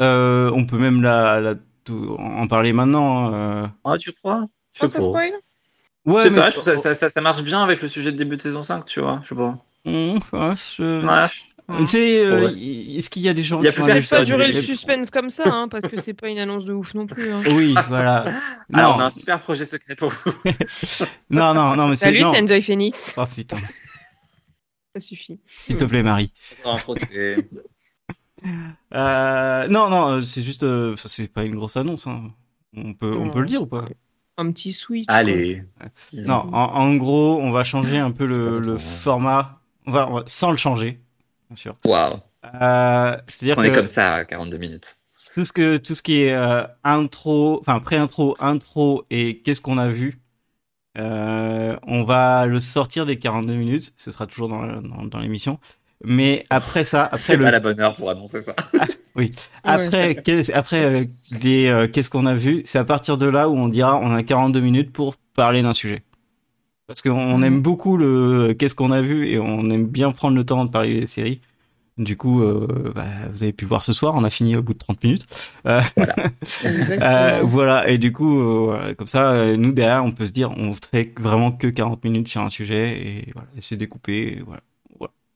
S1: Euh, on peut même la, la- tout- en parler maintenant. hein, euh.
S3: Ah, tu crois Je
S2: Ah,
S3: sais
S2: ça
S3: pas.
S2: spoil
S3: Je
S1: Ouais,
S3: sais
S1: mais
S3: pas,
S1: tu- oh.
S3: je trouve ça, ça, ça- ça marche bien avec le sujet de début de saison 5, tu vois, je sais pas.
S1: Mmh, ouais, je-
S3: Ouais, je-
S1: Tu sais, euh,
S3: Ouais.
S1: y- est-ce qu'il y a des gens
S3: Il y a
S1: qui
S3: plus
S1: ont
S3: personne.
S2: Laisse
S1: laissé
S2: pas
S3: ça,
S2: durer le
S3: j'ai-
S2: suspense comme ça, hein, parce que c'est pas une annonce de ouf non plus. hein.
S1: Oui, voilà.
S3: Ah, Alors, on a
S1: non,
S3: un super projet secret pour vous.
S1: non, non, non, mais c'est
S2: Salut,
S1: non.
S2: c'est Enjoy Phoenix.
S1: Oh putain,
S2: Ça suffit.
S1: s'il te plaît, Marie.
S3: En gros, c'est-
S1: Euh, non, non, euh, c'est juste, euh, enfin, c'est pas une grosse annonce. hein. On peut, on
S2: Non,
S1: peut le dire ou pas
S2: Un petit switch.
S3: Allez.
S1: Non, en, en gros, on va changer un peu le,
S3: Attends,
S1: le
S3: attends.
S1: format. On va, on va- sans le changer, bien sûr.
S3: Waouh.
S1: Euh, C'est-à-dire
S3: On est
S1: que
S3: comme ça à 42 minutes.
S1: tout ce que tout ce qui est euh, intro, enfin pré-intro, intro et qu'est-ce qu'on a vu, euh, on va le sortir des 42 minutes. Ce sera toujours dans, la- dans, dans l'émission. Mais après ça, après
S3: C'est
S1: le,
S3: pas la bonne heure pour annoncer ça.
S2: quoi. Ouais.
S1: après qu'est- après euh, les euh, qu'est-ce qu'on a vu, c'est à partir de là où on dira on a 42 minutes pour parler d'un sujet. Parce qu'on
S2: Mhm.
S1: aime beaucoup le euh, qu'est-ce qu'on a vu et on aime bien prendre le temps de parler des séries. Du coup, euh, bah, vous avez pu voir ce soir, on a fini au bout de 30 minutes. Euh, euh,
S2: Exactement.
S1: voilà, et du coup, euh, voilà, comme ça, euh, nous derrière, on peut se dire, on fait vraiment que 40 minutes sur un sujet, et voilà, et c'est découpé, et voilà.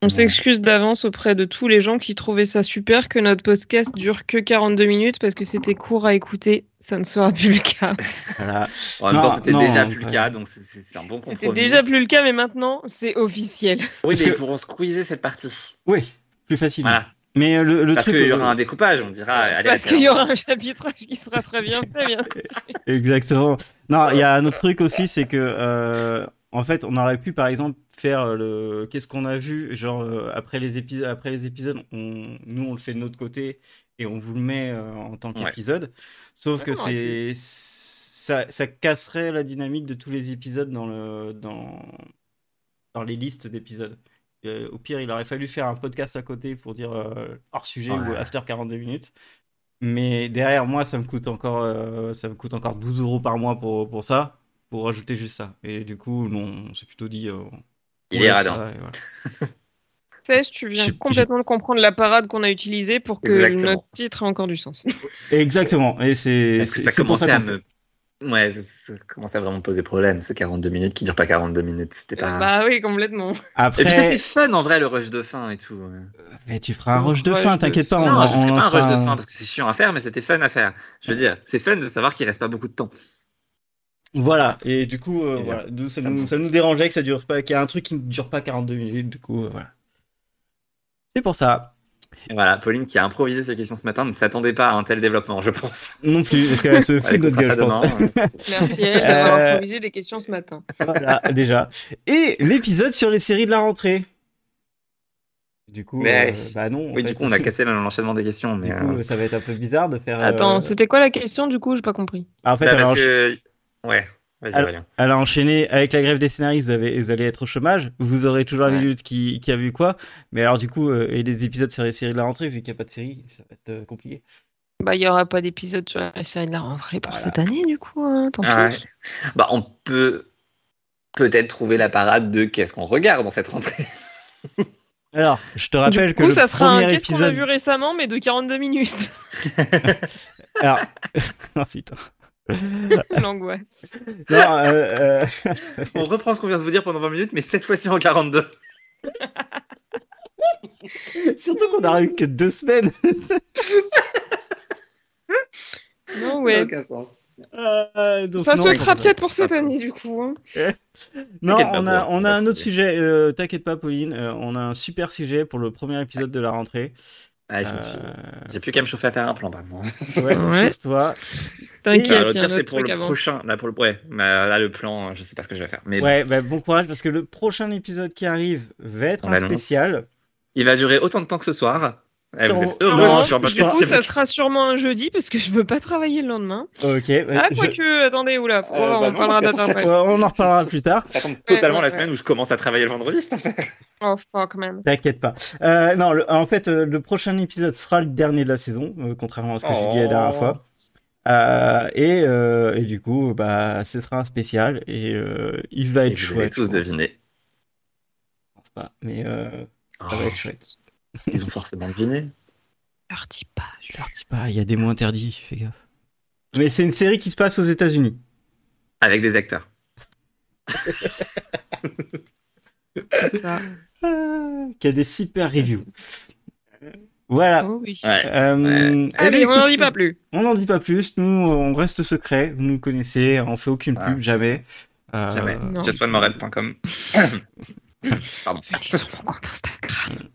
S2: On s'excuse d'avance auprès de tous les gens qui trouvaient ça super que notre podcast dure que 42 minutes parce que c'était court à écouter. Ça ne sera plus le cas.
S1: Voilà.
S3: En même
S1: Non,
S3: temps, c'était
S1: non,
S3: déjà plus le
S1: ouais.
S3: cas, donc c'est- c'est c'est un bon compromis.
S2: C'était déjà plus le cas, mais maintenant, c'est officiel.
S3: Oui,
S1: Parce
S3: mais
S1: que-
S3: ils pourront squeezer cette partie.
S1: Oui, plus facile.
S3: Voilà.
S1: Mais euh, le, le
S3: Parce euh,
S1: truc.
S3: qu'il y aura un découpage, on dira. allez,
S2: Parce
S3: la
S2: qu'il y
S3: carte.
S2: aura un chapitrage qui sera très bien fait, bien sûr.
S1: Exactement. Non, il y a un autre truc aussi, c'est que euh, en fait, on aurait pu par exemple faire euh, le qu'est-ce qu'on a vu, genre euh, après les épisodes, après les épisodes, on... nous on le fait de notre côté et on vous le met euh, en tant
S3: Ouais.
S1: qu'épisode. Sauf
S2: Ah,
S1: que
S2: on aurait
S1: c'est ça, ça casserait la dynamique de tous les épisodes dans le dans dans les listes d'épisodes. Euh, au pire, il aurait fallu faire un podcast à côté pour dire euh, hors sujet ou
S3: Ouais.
S1: after 42 minutes. Mais derrière moi, ça me coûte encore, euh, ça me coûte encore 12 euros par mois pour, pour ça, pour rajouter juste ça. Et du coup, non, on s'est plutôt dit. euh, on
S3: Il
S1: laisse
S3: est radin.
S1: ça, et voilà.
S2: Sèche, tu viens
S1: J'ai-
S2: complètement de comprendre la parade qu'on a utilisée pour que
S3: Exactement.
S2: notre titre ait encore du sens.
S1: Eh Exactement. Et c'est
S3: Parce que
S1: c'est-
S3: ça
S1: c'est pour
S3: commençait à
S1: qu'on-
S3: me. Ouais, ça- ça commençait à vraiment poser problème, ce 42 minutes qui dure pas 42 minutes. C'était
S1: ben,
S3: pas.
S2: Bah oui, complètement.
S1: Après,
S3: Et puis c'était fun en vrai le rush de fin et tout. ouais.
S1: mais tu feras un
S2: Un
S1: rush de
S2: rush
S1: fin,
S2: de-
S1: t'inquiète pas. on
S3: non,
S1: en-
S3: je
S1: on
S3: ferai pas un
S1: en
S3: rush de
S1: fera
S3: fin parce que c'est chiant à faire, mais c'était fun à faire. Je veux dire, c'est fun de savoir qu'il reste pas beaucoup de temps.
S1: Voilà. Et du coup, euh,
S3: Et
S1: voilà, nous, ça,
S3: ça
S1: nous,
S3: me-
S1: ça nous dérangeait que ça dure pas, qu'il y a un truc qui ne dure pas 42 minutes. Du coup, euh, voilà. C'est pour ça.
S3: Et voilà, Pauline qui a improvisé ses questions ce matin ne s'attendait pas à un tel développement, je pense.
S1: Non plus, parce qu'elle se
S3: On
S1: fout de notre
S3: écoutera
S1: gueule, je pense.
S3: ça demain. hein.
S2: Merci à elle d'avoir
S1: Euh,
S2: improvisé des questions ce matin.
S1: Voilà, déjà. Et l'épisode sur les séries de la rentrée. Du coup,
S3: Mais-
S1: euh, bah non. en
S3: oui,
S1: fait.
S3: du coup, on a cassé l'enchaînement des questions, mais.
S1: Du
S3: euh,
S1: coup, ça va être un peu bizarre de faire. euh,
S2: Attends, c'était quoi la question du coup J'ai pas compris.
S1: Ah, En fait,
S3: bah,
S1: elle, a
S3: parce
S1: encha-
S3: que. Ouais, vas-y,
S1: Alors-
S3: Aurélien.
S1: elle a enchaîné avec la grève des scénaristes. Vous, avez- vous allez être au chômage. Vous aurez toujours la
S3: Ouais.
S1: minute qui, qui a vu quoi. Mais alors, du coup, euh, et les épisodes sur les séries de la rentrée, vu qu'il n'y a pas de série, ça va être euh, compliqué.
S2: Bah, il y aura pas d'épisode sur la série de la rentrée pour
S1: Voilà.
S2: cette année, du coup, hein, tant
S3: Ah
S2: pis.
S3: Bah, on peut peut-être trouver la parade de qu'est-ce qu'on regarde dans cette rentrée.
S1: Alors, je te
S2: Du
S1: rappelle que
S2: coup,
S1: le
S2: ça sera un
S1: premier
S2: qu'est-ce qu'on a
S1: épisode.
S2: vu récemment, mais de 42 minutes.
S1: Alors... oh, putain.
S2: L'angoisse.
S1: Non, euh, euh,
S3: on reprend ce qu'on vient de vous dire pendant 20 minutes, mais cette fois-ci en 42.
S1: euh, surtout qu'on n'a eu que deux semaines.
S2: Non,
S3: Ça n'a
S2: ouais.
S3: aucun sens.
S1: Euh, donc
S2: ça
S1: non,
S2: se
S1: on
S2: fera
S1: comprend-
S2: peut-être pour cette année, du coup. hein.
S1: Non,
S3: T'inquiète pas,
S1: on a,
S3: Paul,
S1: on
S3: on
S1: a
S3: va
S1: un autre
S3: trouver.
S1: sujet. euh, T'inquiète pas, Pauline. euh, on a un super sujet pour le premier épisode de la rentrée.
S3: Ah, je me suis- J'ai plus qu'à me chauffer à faire un plan maintenant.
S1: Euh, ouais,
S2: Ouais.
S1: chauffe-toi.
S2: T'inquiète, il y
S3: Ah,
S2: a
S3: le pire,
S2: un
S3: c'est
S2: autre
S3: pour le
S2: truc avant.
S3: prochain. Là, pour le... Ouais, bah, là, le plan, euh, je sais pas ce que je vais faire. Mais bon,
S1: Ouais, bah, bon courage parce que le prochain épisode qui arrive va être
S3: On
S1: un
S3: l'annonce.
S1: spécial.
S3: il va durer autant de temps que ce soir. Eh, vous
S1: Non,
S3: êtes heureux
S2: non,
S3: hein, sur un
S1: je
S3: podcast,
S1: pense
S2: Du coup,
S3: c'est
S2: ça
S3: bon.
S2: sera sûrement un jeudi parce que je veux pas travailler le lendemain.
S1: Ok. bah,
S2: Ah,
S1: je-
S2: quoique, attendez, oula,
S3: Euh, bah
S2: on
S3: non,
S2: parlera
S3: parce que-
S1: Ouais,
S2: d'Internet.
S1: on en reparlera plus tard.
S3: Ça tombe totalement
S2: ouais,
S3: la
S2: ouais.
S3: semaine où je commence à travailler le vendredi, cette affaire.
S2: Oh, fuck, man.
S1: T'inquiète pas. Euh, non, le- en fait, euh, le prochain épisode sera le dernier de la saison, euh, contrairement à ce que j'ai dit la dernière
S3: Oh.
S1: fois. Euh, et, euh, et du coup, bah, ce sera un spécial et euh, il va
S3: Et
S1: être
S3: vous avez
S1: chouette.
S3: tous
S1: je pense.
S3: deviné.
S1: Je pense pas, mais euh, ça va
S3: Oh,
S1: être chouette.
S3: ils ont forcément deviné.
S2: Parti page.
S1: Je leur dis pas, il y a des mots interdits, fais gaffe. Mais c'est une série qui se passe aux États-Unis.
S3: Avec des acteurs.
S2: Ça.
S1: Ah, qui a des super reviews. Voilà.
S2: Oh, oui.
S3: Ah, Ouais.
S1: Euh, eh
S2: Allez,
S1: ben,
S2: Ah, on n'en
S1: écoute,
S2: dit pas plus.
S1: on n'en dit pas plus. Nous, on reste secret. Vous nous connaissez. On fait aucune
S3: Ah.
S1: pub, jamais. Euh,
S3: Jamais.
S2: Non.
S3: JustOneMorel.com. Pardon.
S2: Allez sur mon compte
S3: Mm,
S2: Instagram.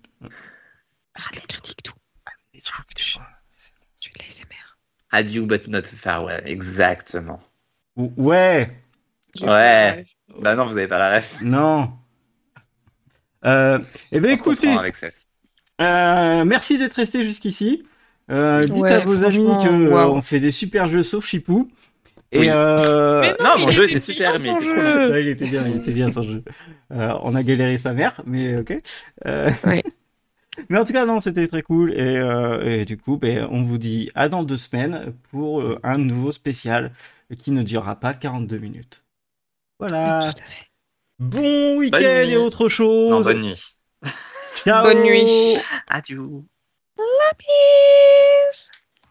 S2: Regarde les critiques, tout.
S1: des trucs, des fois.
S2: Tu les ASMR.
S3: Adieu, but not far. Ouais, exactement.
S1: Ou- Ouais.
S2: J'ai
S3: Ouais.
S2: fait un-
S3: Bah non, vous avez pas la ref.
S1: Non. Euh, eh ben
S3: On se comprend
S1: écoutez,
S3: Avec Cess.
S1: euh, merci d'être resté jusqu'ici. Euh, dites
S2: Ouais,
S1: à vos amis
S2: franchement,
S1: que euh,
S2: waouh.
S1: on fait des super jeux sauf Chipou. Et
S3: Oui.
S1: euh,
S2: Mais
S3: non,
S2: il
S3: mon jeu était
S2: bien
S3: super, mais
S2: son
S3: il était
S2: jeu.
S1: Ouais, il était bien, il était bien son jeu. Euh, on a galéré sa mère, mais ok. Euh,
S2: Ouais.
S1: Mais en tout cas, non, c'était très cool. Et, euh, et du coup, ben, on vous dit à dans deux semaines pour euh, un nouveau spécial qui ne durera pas 42 minutes. Voilà.
S2: Tout à fait.
S3: Ah.
S1: Bon week-end
S3: Bonne nuit.
S1: et autre chose.
S3: Non, bonne nuit.
S1: Ciao.
S2: Bonne nuit.
S3: Adieu.
S2: Peace.